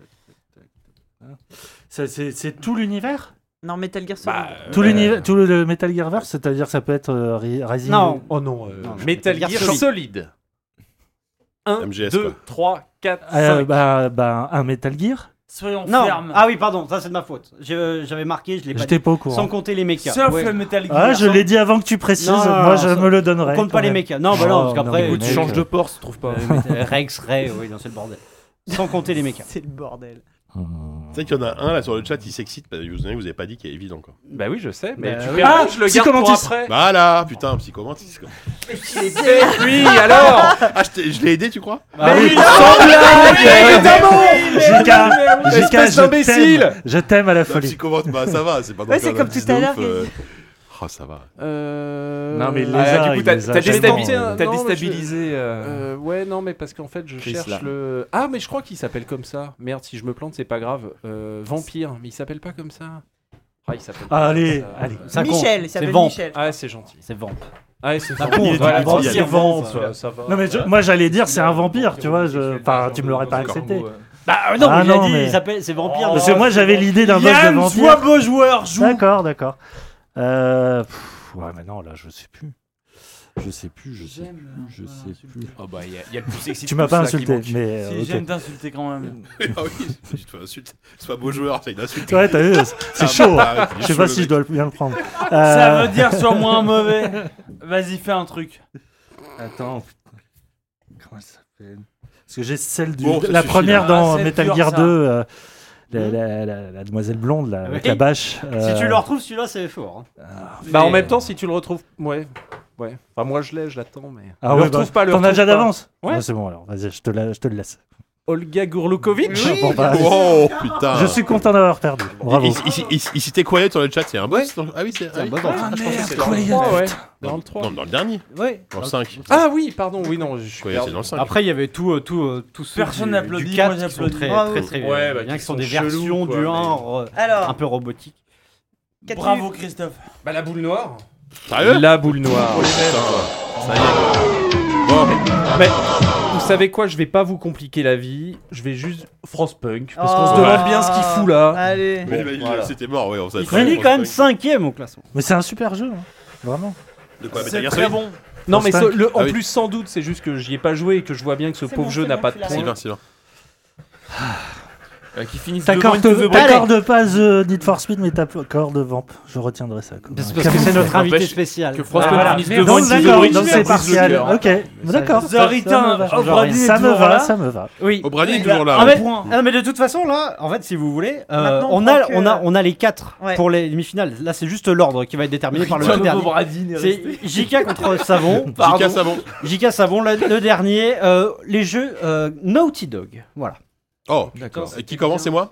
C'est- C'est c'est tout l'univers
Non, Metal Gear Solid.
Euh,
Tout l'univers, tout le, le Metal Gearverse, c'est-à-dire ça peut être euh, Ri- Rising.
Non.
Oh non, euh,
Non,
Metal Gear
Gear
Solid. 1
MGS,
2
quoi.
3 4
Euh,
5
bah, bah, un Metal Gear.
Soyons
Non.
fermes.
Ah oui, pardon. Ça c'est de ma faute. J'ai- euh, J'avais marqué, je l'ai pas.
J'étais pas au
dit. Sans
courant.
compter les mechas.
Sauf
Ouais.
le Metal Gear.
Ah, je l'ai dit avant que tu précises.
Non, non, non,
Moi,
non,
je
ça-
me le donnerai.
On compte pas
quand
les
même.
mechas. Non, bah non,
Non,
parce
non,
qu'après.
mais
Écoute, tu
mec,
changes
euh,
de port, si tu trouves pas.
Euh, Rex, Ray, oui, dans ce bordel. Sans compter les mechas.
C'est le bordel.
Tu sais qu'il y en a un là sur le chat, il s'excite. Bah, vous vous avez pas dit qu'il est évident quoi.
Bah oui, je sais mais
Bah
tu
oui.
perds,
Ah,
je le garde pour
psychomantis.
après.
Voilà, putain, psychomantis quoi.
oui, alors *laughs* Ah
Ah, je, t'ai- je l'ai aidé, tu crois
Ah oui.
Jika, Jika,
Espèce
je
d'imbécile
t'aime. Je t'aime à la
La
folie.
psychomantis, bah ça va, c'est pas non
Ouais,
plus
c'est
un
comme
indice
tout à
de
l'heure,
ouf, euh. Oh, ça va.
Euh,
Non, mais il les
ah,
a,
du
il
coup, t'as
les a
t'as
tellement.
déstabilisé. un-
T'as
non, mais je-
déstabilisé. euh,
Euh, ouais, non, mais parce qu'en fait, je
Chris,
cherche
là.
le. Ah, mais je crois qu'il s'appelle comme ça. Merde, si je me plante, c'est pas grave. Euh, vampire, mais il s'appelle pas comme ça. Ah, il s'appelle. pas
Allez,
comme ça.
allez.
Ça compte.
Michel, il
C'est
s'appelle
Vamp.
Michel.
Ah, c'est gentil.
C'est vent.
Ah, c'est ça.
compte,
Voilà,
la vente,
c'est
il y a
vente,
vente,
ça,
ouais.
ça va.
Non mais je- moi j'allais dire c'est un vampire, tu vois. Je, enfin, tu me l'aurais pas accepté.
Bah euh, non,
Ah,
mais il a
non,
dit,
mais-
il s'appelle, c'est vampire.
Parce que moi j'avais l'idée d'un boss de
Yann, sois
vampire.
beau joueur, joue.
D'accord, d'accord. Euh, pff, ouais, mais non, là je sais plus. Je sais plus, je sais plus, je sais plus.
Oh bah, il y, a- il y a le plus sexy. de
Tu m'as
tous,
pas
là, qui
insulté,
manque.
mais
Si,
euh, ok.
J'aime t'insulter quand même.
ah oui, tu te fais insulte. C'est pas beau joueur, c'est une insulte. Ah, bah,
Ouais, t'as vu, c'est- c'est chaud. hein. Je sais pas si je dois le- bien le prendre. Euh,
Ça veut dire sur moi un mauvais. Vas-y, fais un truc.
Attends. Comment elle s'appelle Parce que j'ai celle du.
Bon, ça
la
suffit,
première
là. Ah,
dans
c'est
Metal
dur,
Gear
ça.
2. euh, la, la- la- la demoiselle blonde là, avec
Oui.
la
Si
bâche. euh,
tu le retrouves, celui-là, c'est fort. hein.
Bah, en même temps, si tu le retrouves. Ouais. Ouais. Enfin, moi, je l'ai, je l'attends, mais.
Ah
le
ouais,
retrouve
bah,
pas, le
T'en as
retrouve
déjà
pas.
d'avance
Ouais.
c'est bon alors, vas-y, je te, la- je te le laisse.
Olga Ah, Gourlukovic
Bon, bah,
Oh putain.
Je suis content d'avoir perdu. Bravo.
Il, il- il- il- il citait Quiet sur le chat, c'est un boss donc- Ah oui, c'est ah, oui.
Ah, merde, ouais. Dans le 3.
Non, dans le dernier,
Ouais.
dans le 5.
Ah oui, pardon, oui, non, je suis
Quiet,
perdu. Ah,
c'est dans le 5.
Après, il y avait tout, euh, tout, euh, tout ceux
Personne
du-
n'applaudit,
du 4
moi
qui sont
j'applaudis.
très,
Ah
très,
oui.
très, euh,
Ouais, bah,
bien,
qui
qui sont
sont
des
chelous,
versions
quoi,
du
mais-
1 euh, un
Alors,
peu robotiques.
qu'as-tu
Bravo,
vu
Christophe.
Bah, la boule noire.
Sérieux
La boule noire.
Putain, ça y est. Bon,
Mais vous savez quoi, je vais pas vous compliquer la vie, je vais juste France Punk parce qu'on se
Oh.
demande bien ce qu'il fout
Ah.
là.
Allez.
mais- mais- c'était mort, ouais, on s'est
Il finit quand même 5ème au classement.
Mais c'est un super jeu, hein. vraiment.
De quoi
C'est
Metal Gear
très
Solid
bon.
Non mais
France
ce- le- en
Ah oui.
plus sans doute, c'est juste que j'y ai pas joué et que je vois bien que ce
C'est
pauvre
bon,
jeu
c'est
n'a
bon,
pas
tu
de
l'as.
points.
Sylvain, Sylvain.
Euh, qui finissent devant
T'accordes
une The Break.
t'accordes pas The Need for Speed, mais t'accordes Vamp. Je retiendrai ça. comme un
Parce que c'est notre invité spécial.
Que France
Ah,
Punk
voilà.
finisse
Donc,
devant une The
d'accord,
Break.
donc c'est partiel. Ok, d'accord.
The
Ça- ça me
Return
va.
of Rodney
Ça me
Tour,
va,
là.
ça me va.
Oui.
O'Brien est
Bah,
toujours là.
en
hein.
fait-
Point.
Ah, mais de toute façon, là, en fait, si vous voulez, euh,
Maintenant, on
on, a,
prend que-
on, a, on a les 4
Ouais.
pour les demi-finales. Là, c'est juste l'ordre qui va être déterminé par le tout dernier. C'est JK contre Savon.
J.K. Savon.
JK Savon, le, le dernier. euh, les jeux euh, Naughty Dog. Voilà.
Oh,
D'accord.
qui commence, c'est moi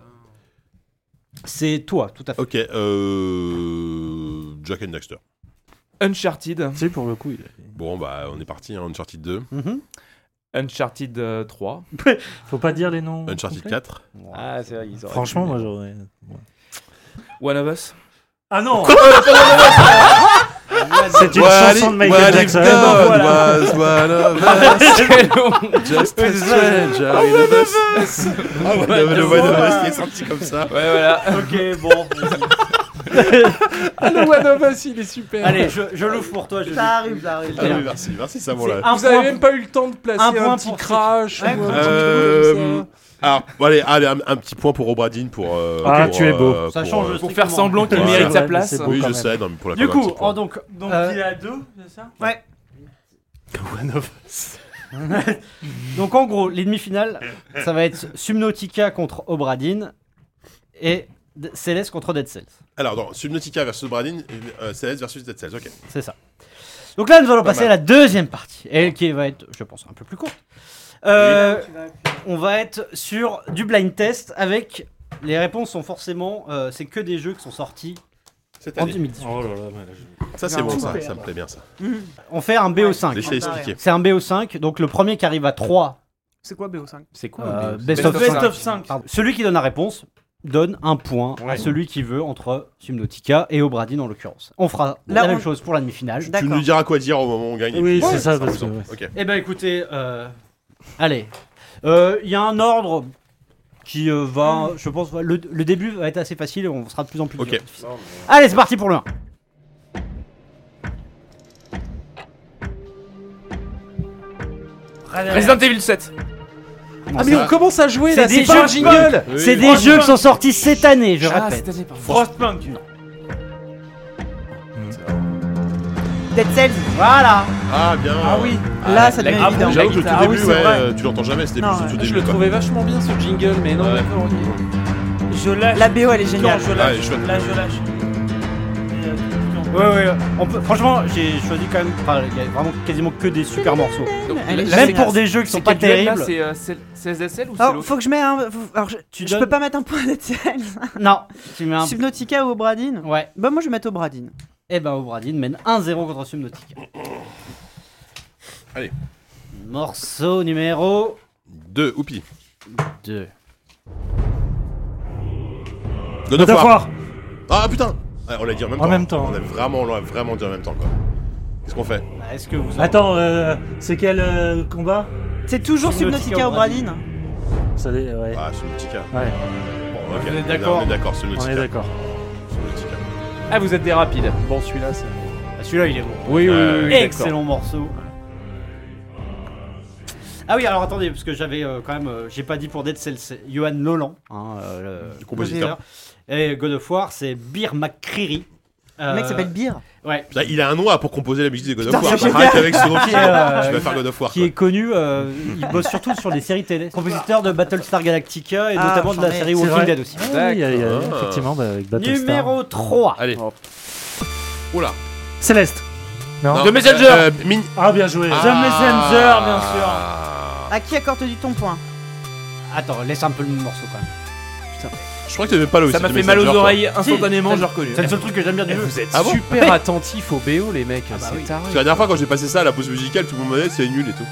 C'est toi, tout à fait.
Ok, euh. Jack and Daxter.
Uncharted,
Si, pour le coup, il
Bon, bah, on est parti, hein, Uncharted 2,
Mhm.
Uncharted euh, 3.
faut pas dire les noms.
Uncharted
complets.
4.
Ah, c'est vrai, ils auraient
Franchement,
pu
moi
le
j'aurais.
One
*laughs*
of Us.
Ah non
mettre.
C'est une
Well,
chanson de
it-
Michael
well, it
Jackson. *laughs*
done
Voilà.
was one of
*laughs*
us. Just a stranger in a bus. Ah ouais, le le One of Us qui est sorti comme ça.
Ouais, voilà.
Ok, bon.
Ah, le One of Us, il est super.
Allez, je, je l'ouvre pour toi. Je
Ça arrive, ça arrive.
Ah oui, merci, merci, ça, bon
C'est
là.
un
Vous avez
point
même pas eu le temps de placer
un
un,
point
petit
pour-
crash.
Ouais,
ou un
Euh,
petit truc comme ça.
Alors, bon, allez, allez, un, un petit point pour Obradine pour. euh,
Ah,
pour,
tu es beau.
euh,
Ça
pour,
change
euh,
Pour faire semblant qu'il
Ouais,
mérite
c'est
sa
vrai, mais
place.
c'est beau.
Oui,
quand
je
même.
sais, non, mais pour la
Du
première,
coup,
c'est
oh,
quoi
donc, donc
Euh.
il est à 2, c'est ça
Ouais.
One of
Donc en gros, les demi-finales, ça va être Subnautica contre Obradine et D- Céleste contre Dead Cells.
Alors, dans Subnautica versus Obradine, euh, Céleste versus Dead Cells, ok.
C'est ça. Donc là, nous allons
Pas
passer
mal.
à la deuxième partie, et qui va être, je pense, un peu plus courte. Euh, on va être sur du blind test avec les réponses sont forcément, euh, c'est que des jeux qui sont sortis
Cette
en
année.
2010.
Oh là là, mais là, je-
Ça, c'est bon, ça, ça me plaît bien ça.
On fait un BO5.
Laissez expliquer.
C'est un BO5, donc le premier qui arrive à 3,
C'est quoi BO5
C'est quoi
euh,
un BO?
best, of
Best
cinq.
of 5.
Pardon. Celui qui donne la réponse donne un point à
Ouais.
celui qui veut entre Subnautica et Obradine en l'occurrence. On fera
Là,
la même
on-
chose pour la demi-finale.
Tu nous diras quoi dire au moment où on gagne. et
Oui,
puis,
c'est
euh,
ça,
en
parce que-
faisant. Ok.
Eh ben écoutez, euh, allez, Euh, il y a un ordre qui euh, va, je pense, va- le, le début va être assez facile et on sera de plus en plus.
Ok.
dur. Allez, c'est parti pour le 1.
Resident Evil 7.
Ah, mais on commence à jouer
C'est
là,
des
c'est pas un
jeux-
jingle
Oui,
C'est
oui.
des jeux qui sont sortis cette année, je
Ah,
répète.
cette année, pardon.
Frostpunk.
Dead Cells Voilà
Ah, bien.
Ah oui Là, ça
la
devient
grave
évident.
J'avoue que le tout
Ah oui,
début,
c'est
ouais,
vrai.
euh, tu l'entends jamais, c'était
Non,
plus
ouais.
tout
Je
début.
le
quoi.
trouvais vachement bien ce jingle, mais non,
Ouais.
d'accord, on y est.
Je lâche.
La BO, elle est
Quand
géniale.
je
Ah, elle est
lâche.
chouette.
Là, je lâche. Et, euh, quand-
Ouais, ouais, on peut- franchement, j'ai choisi quand même. Enfin, il y a vraiment quasiment que des super morceaux.
Donc,
Elle est
là,
Même
c'est-
géniale.
pour des jeux qui
c'est
sont pas
quel duel, là
terribles.
C'est euh, Cel- CSSL ou c'est
Alors,
l'autre
faut que je mette un. faut- Alors, je,
Tu
je
donnes-
peux pas mettre un point à Dead Cells.
Non, tu mets un.
Subnautica ou Obradine
Ouais,
Bah, moi, je vais mettre Obradine.
et ben Obradine mène 1-0 contre Subnautica.
Allez.
Morceau numéro
Deux, oupi.
2.
God of
God of
War.
War.
Ah putain Ouais, On l'a dit en même
En
temps. hein.
même temps.
On a vraiment, on l'a vraiment dit en même temps quoi. Qu'est-ce qu'on fait
Est-ce que vous en-
Attends, euh, c'est quel euh, combat
C'est toujours
Subnautica,
Subnautica ou Obradine
Ça l'est- ouais.
Ah, Subnautica.
Ouais,
Bon, ok.
On est d'accord.
On est d'accord,
on
Subnautica.
est d'accord.
Subnautica.
Ah, vous êtes des rapides. Bon, celui-là, c'est.
Ah, Celui-là, il est bon.
Oui, oui,
Euh,
oui, oui.
Excellent morceau. Ah oui, alors attendez, parce que j'avais euh, quand même, euh, j'ai pas dit pour Dead Cells, c'est Johan Nolan, hein, euh, le
Le compositeur.
Et God of War, c'est Bir McCreary.
Le
Euh,
mec s'appelle Beer.
Ouais.
Putain, il a un noir pour composer la musique de God of
Putain,
War.
c'est génial.
Arrête avec ce nom.
Qui est, euh,
Je vais faire God of War.
Qui est connu, euh, il bosse surtout sur des séries télé. Compositeur de Battlestar Galactica et
Ah,
notamment de la
j'en ai-
série
c'est
Walking
vrai.
Dead aussi.
Ah oui, il y a- il y a-
D'accord.
effectivement, bah, avec Battlestar.
Numéro Oh. 3.
Allez.
Hop.
Oula.
Céleste. Non.
Non,
The Messenger.
euh, euh, Min-
Ah, bien joué.
Ah.
The Messenger, bien sûr.
Ah.
À qui accorde-t-il ton point
Attends, laisse un peu le morceau quand même.
Je crois que t'aimais pas le
Ça
The
m'a fait mal aux
Messenger, toi.
oreilles instantanément, je l'ai reconnu.
C'est le seul truc que j'aime bien du
Eh,
jeu.
Vous êtes
Ah bon
super attentifs au BO, les mecs.
bah
c'est
oui.
taré.
Parce que la dernière fois quand j'ai passé ça à la pause musicale, tout le monde m'a dit c'est nul et tout.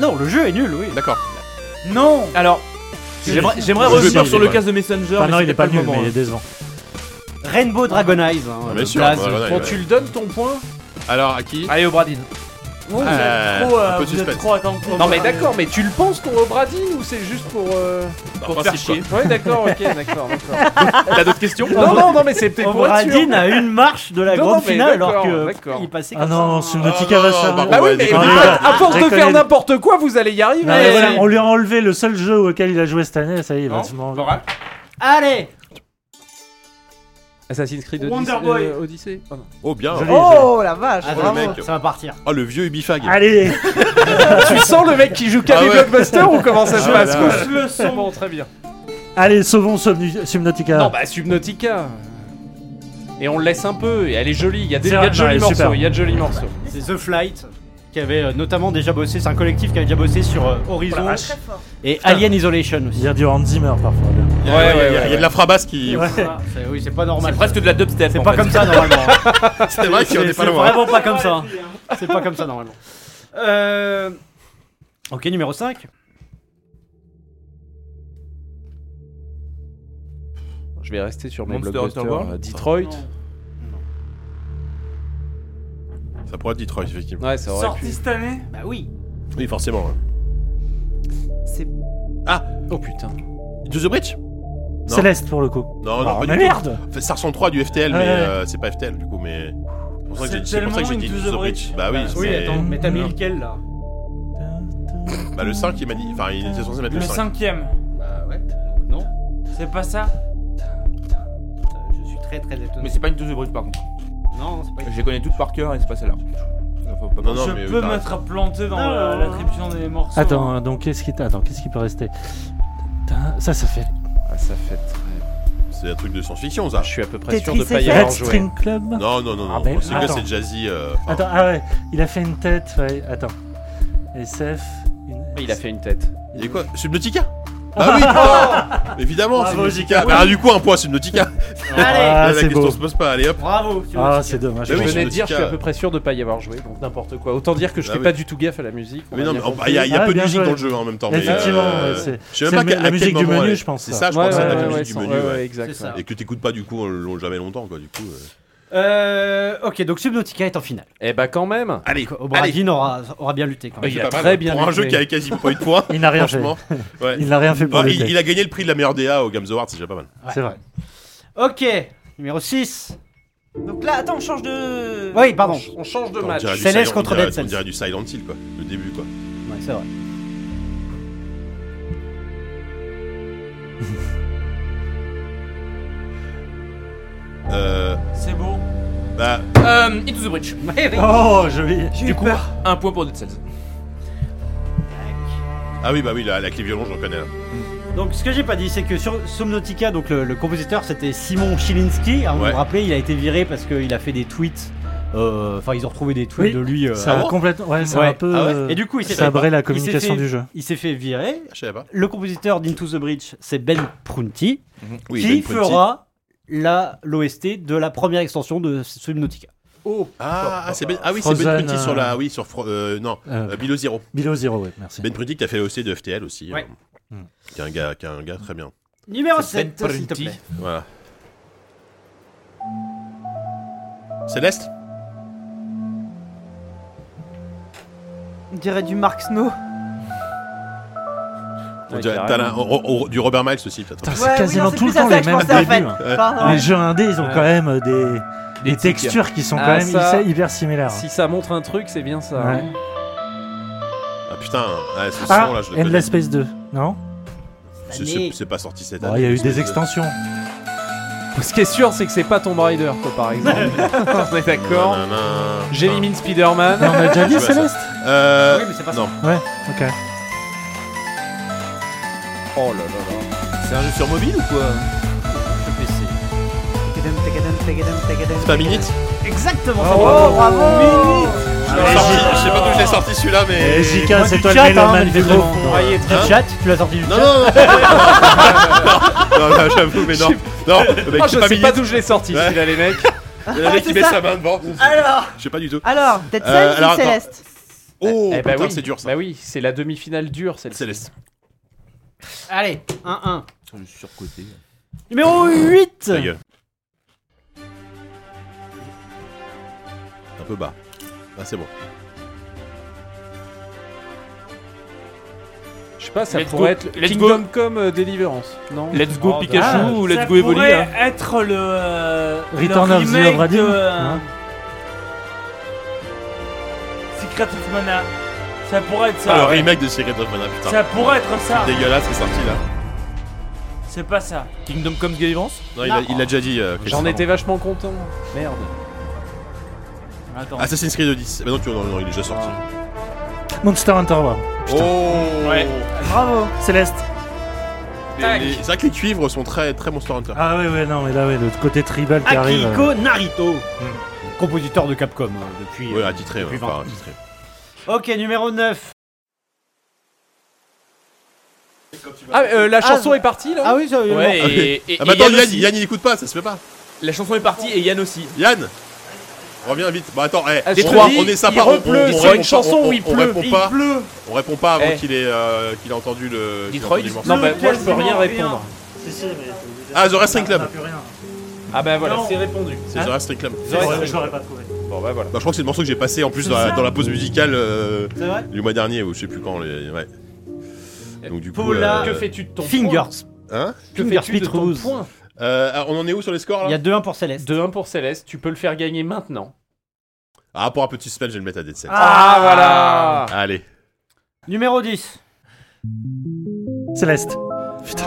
Non, le jeu est nul, oui.
D'accord.
Non
Alors, j'aimerais j'aimerais
Je vais
revenir
pas,
sur
il
le
est
cas de Messenger.
Ah
mais
non, il
c'était
est pas
le
nul,
moment,
mais il
hein.
est décevant.
Rainbow Dragon Eyes. hein,
Bien
le
sûr,
Blaze.
voilà,
Bon,
ouais.
tu le donnes ton point
Alors à qui
Allez, Obradine.
Vous êtes
Euh,
trop,
un
euh,
peu de
vous êtes
suspense.
trop attentif.
Non, mais d'accord, mais tu le penses ton Obradine ou c'est juste pour. euh,
Bah,
Pour te faire
principe, quoi.
Ouais,
chier.
d'accord, ok, d'accord, d'accord.
T'as d'autres questions
Non, non, non, mais c'est peut-être pour être sûr.
Obradine a
*laughs*
une marche de la
Non,
grande
non, mais
finale alors
d'accord,
que
d'accord.
il passait
Ah
comme ça.
non, Subnautica
Ah,
va
non,
se
non, par
faire.
contre,
Bah oui,
Ouais,
mais
déconne.
à force de
Déconne.
faire n'importe quoi, vous allez y arriver.
Non, mais voilà,
Eh,
on lui a enlevé le seul jeu auquel il a joué cette année, ça y est, il va se manger.
Allez,
Assassin's Creed
Wonder
Odyssey.
Boy.
euh, Odyssey. Oh, non.
Oh bien.
Je l'ai.
Oh la vache
Ah,
le
bravo.
mec.
Ah, ça va partir.
Oh le vieux Ubifag.
Allez
tu sens le mec qui joue qu'à
Ah
des
ouais.
blockbusters ou comment ça se
Ah
passe
ouais,
quoi
ouais.
Le son.
Bon, très bien.
Allez, sauvons Subnu- Subnautica.
Non, bah Subnautica. euh, Et on le laisse un peu, et elle est jolie, il y a des il
C'est
y a
vrai,
de
non, elle
jolis
est
morceaux,
super.
il y a de jolis morceaux.
C'est The Flight qui avait euh, notamment déjà bossé, c'est un collectif qui avait déjà bossé sur euh, Horizon
vache.
et Alien Isolation
Il
aussi.
y a du Hans Zimmer parfois. là.
Il y a-
Ouais,
il y a- il y
ouais,
a-
ouais,
il y a de
ouais.
la frabasse qui.
C'est- Oui, c'est pas normal.
C'est presque de la dubstep.
C'est
en
pas
fait.
comme ça
*laughs*
normalement.
*laughs* C'est vrai qu'on
C'est-
n'est pas
c'est
loin.
vraiment pas comme ça. C'est pas comme ça normalement. Euh... Ok, numéro 5.
Je vais rester sur mes
Monster
blockbusters.
Hunter World
euh, Detroit.
Ça pourrait être Detroit, effectivement.
Ouais, ça aurait
Sorti cette année
Bah oui.
Oui, forcément. hein. Ah,
C'est
pu. Oh putain.
To the Bridge
Céleste pour le coup.
Non, non,
Ah,
pas
mais
du tout.
merde
Enfin, Ça ressemble trop à du FTL, mais
Ouais.
euh, c'est pas FTL du coup, mais. C'est pour ça que
C'est
j'ai- C'est pour ça que j'ai
tellement
dit
une
To
To the
the Bridge.
Bridge.
Bah oui,
Bah,
c'est-
Oui, attends, mais t'as mis
Non.
lequel là
Bah le 5, il m'a dit. Enfin, il était censé mettre
Le
le 5.
cinquième.
Bah ouais. Non.
C'est pas ça
Je suis très très étonné.
Mais c'est pas une touche de bruit par contre.
Non, c'est pas
Je les connais toutes par cœur et c'est pas celle-là. Faut pas-
Non, non,
Je
mais. euh, bah,
peux
t'as-
m'être planté dans
Non,
la-
non, non.
l'attribution des morceaux.
Attends, euh, donc qu'est-ce qui, attends, qu'est-ce qui peut rester Putain, Ça, ça fait.
Ah, ça fait très.
C'est un truc de science-fiction, ça.
Je suis à peu près sûr de
Tetris
pas y
Red
avoir joué.
String Club
Non, non, non,
Ah,
non.
ben,
C'est que
attends.
c'est jazzy. euh, enfin,
Attends, ah ouais, il a fait une tête, ouais, attends. SF. Une...
Ah,
Il a fait une tête.
Il est quoi Subnautica Ah oui, putain Évidemment,
Bravo,
Subnautica. Bah, du coup, un point Subnautica.
Allez,
Ah,
la
c'est
question
beau.
se pose pas, allez hop.
bravo.
Ah, c'est dommage.
Mais
Je
oui,
venais de
sur
dire,
le
je suis à
cas.
peu près sûr de pas y avoir joué, donc n'importe quoi. Autant dire que je
Ah
fais
oui.
pas du tout gaffe à la musique. on
Mais
a
non, mais
bien
oh, bah,
compris.
il y a, il y a
Ah,
peu de
bien
musique
joué.
dans le jeu hein, en même temps. mais,
Effectivement,
euh,
ouais, c'est-
Je sais
c'est
même pas
la
à quel
musique du
moment
menu,
elle-
je pense,
C'est
ça.
ça, je crois que c'est
ouais,
la
ouais,
musique
ouais,
du
sans-
menu.
ouais,
ouais.
ouais, exact.
C'est ça.
Et que t'écoutes pas du coup on- l'on- jamais longtemps quoi du coup. euh.
Euh, ok, donc Subnautica est en finale.
Et bah quand même.
Allez, allez.
Obradin aura, aura bien lutté quand
Oui,
même.
C'est
il a
pas mal,
très
hein,
bien
Pour un jeu
joué.
qui avait quasi pas eu de points.
Il n'a rien fait.
Franchement, ouais.
Il n'a rien fait pour
Ah,
le
il,
tech.
il a gagné le prix de la meilleure DA au Games Awards, si j'ai pas mal.
C'est vrai.
Ok, numéro 6.
Donc là, attends, on change de.
Oui, pardon.
On change de
On
match.
dirait du
Céleste
Silent-
contre
on dirait-
Dead Cells.
On dirait du Silent Hill quoi, le début quoi.
Ouais, c'est vrai.
Euh,
C'est beau.
bah,
Euh, Into the Bridge.
Oh, joli.
Du coup, un point pour Dead Cells.
ah oui bah oui la, la clé violon je reconnais. là.
Donc ce que j'ai pas dit, c'est que sur Somnotica, donc le, le compositeur, c'était Simon Chilinski. Hein, Vous
Ouais.
vous rappelez, il a été viré parce qu'il a fait des tweets. euh, Enfin, ils ont retrouvé des tweets
Oui.
de lui. euh,
Ça
Ah
a
bon
complètement. Ouais, c'est
Ouais.
un peu.
Ah ouais
euh,
Et du coup, il s'est fait,
sabré la
il s'est
communication
fait-
du jeu.
il s'est fait virer.
Je savais pas.
Le compositeur d'Into the Bridge, c'est Ben Prunty,
Oui,
qui
Ben Prunty.
fera la l'OST de la première extension de Subnautica.
Ah, ah, c'est Ben, ah oui, c'est
Frozen,
Ben Prunty sur la.
euh,
Oui, sur. Fro- euh, non,
Euh,
euh, Below Zero.
Below Zero, ouais, merci.
Ben Prunty qui a fait l'OC de FTL aussi.
Ouais.
euh,
Hmm.
Qui est un gars, qui est un gars très bien.
Numéro
C'est
7,
Ben
s'il te
Prunty.
plaît.
Voilà. Céleste
On dirait du Mark Snow.
On
Ouais,
dirait-
carrément.
t'as la- oh, oh, oh, Du Robert Miles aussi, peut-être.
Putain, c'est
Ouais, oui,
quasiment
non, c'est
tout le
plus à
temps
ça
les
que je
mêmes
pensais, en
débuts.
fait.
hein.
Euh,
Pardon.
Les jeux indés, ils ont quand même euh, des, des
tickets.
textures qui sont
Ah,
quand même
ça-
hyper- hyper similaires.
Si ça montre un truc, c'est bien ça.
Ouais.
hein.
Ah putain, ouais, ce
Ah,
son là, je le connais.
Endless Space 2, non
C'est- C'est c'est pas sorti cette
Bon, Il
année.
y a eu des extensions.
Ce qui est sûr, c'est que c'est pas Tomb Raider, quoi, par exemple. On est d'accord.
Nanana.
J'élimine Spider-Man.
Mais on a déjà dit
Ouais, ça-
Céleste
Euh,
Oui, mais c'est pas
non,
Ok.
Oh là là
c'est un jeu sur mobile ou quoi
Tagadam, tagadam, tagadam, tagadam.
C'est pas Minute
Exactement.
Oh,
Oh, bravo.
Ah,
Ah,
Je l'ai sorti- je sais pas d'où je l'ai sorti celui-là, mais.
Et JK, c'est
du
toi
chat,
le
hein,
mélomane
mais
du
des
groupe.
gros
Ouais. Hein
Du chat, tu l'as sorti du
Non,
chat.
non, non, non, non, j'avoue, mais non. Non, le
là. Oh,
mec, c'est
je
pas
sais pas
Minute.
d'où je l'ai sorti,
Ouais.
celui-là, les mecs.
Il y en a qui
c'est
met
ça.
sa main devant.
Alors,
Je sais pas du tout.
alors, peut-être
Euh,
celle
alors,
ou
attends.
Céleste
Oh,
Eh bah
putain,
oui.
c'est dur ça.
Bah oui, c'est la demi-finale dure, celle-ci.
Céleste.
Allez, 1-1.
Je suis surcoté.
Numéro 8
Ta gueule. Un peu bas. Ah, c'est bon.
Je sais pas, ça
Let's
pourrait
go.
être
Let's
Kingdom Come euh, Deliverance. Non
Let's go
Oh,
Pikachu
dommage.
ou
ça
Let's go Evoli
pourrait
hein.
être le. euh,
Return
le
of the
remake
Obra Dinn, hein.
de, euh,
non
Secret of Mana. Ça pourrait être
Ah,
ça.
le remake de Secret of Mana, putain.
Ça pourrait être ça.
Dégueulasse, c'est sorti là.
C'est pas ça.
Kingdom Come Deliverance
Non, il a- il l'a déjà dit. euh, Chris.
J'en étais vachement content. Merde.
Attends.
Assassin's Creed Odyssey. Bah non, tu, non, non, il est déjà sorti.
Monster Hunter World.
Oh
Ouais.
Bravo.
Céleste.
Les- les- C'est vrai que les cuivres sont très, très Monster Hunter.
Ah ouais, ouais, non, mais là, ouais, le côté tribal
Ah,
qui arrive. euh,
Akiko Narito, compositeur de Capcom hein, depuis.
Ouais,
euh,
attitré, ouais,
depuis
enfin,
20.
attitré.
Ok, numéro 9.
Ah, euh, la chanson est partie là
Ah oui, ça.
Ouais, et, et-
Ah,
et
mais attends,
Yann
Yann,
aussi.
Yann, il écoute pas, ça se fait pas.
La chanson est partie et Yann aussi.
Yann Reviens vite. Bah attends, eh,
Ah, je
on-
te
on,
dis,
on est sympa.
il
on- on-
repleut,
on
c'est
répond
une
pas,
chanson
on-
où il
on- on
pleut,
répond
il
pas,
pleut.
On répond pas avant
Eh.
qu'il ait, euh, qu'il ait entendu le. qu'il ait
Detroit
entendu le morceau.
Non, bah, moi je peux rien répondre.
Si, si, mais. t'es obligé.
Ah, The Wrestling Club.
On a plus rien.
Ah bah voilà.
C'est répondu.
C'est The Wrestling Club.
Je l'aurais- je l'aurais pas trouvé.
Bon bah voilà.
Bah, je crois que c'est le morceau que j'ai passé en plus dans la, dans la pause musicale euh,
C'est vrai Eh,
du mois dernier ou je sais plus quand. Les... Ouais. Donc du coup.
Paula,
euh,
Que fais-tu de ton point
Fingers.
Hein
Que
Fingers
fais-tu de ton
Beatles.
point
Euh, ah, On en est où sur les scores
Il y
là
a 2-1 pour Céleste.
De 1 pour Céleste, tu peux le faire gagner maintenant.
Ah, pour un petit spell, je vais le mettre à Dead Set.
Ah voilà.
Allez.
Numéro 10.
Céleste.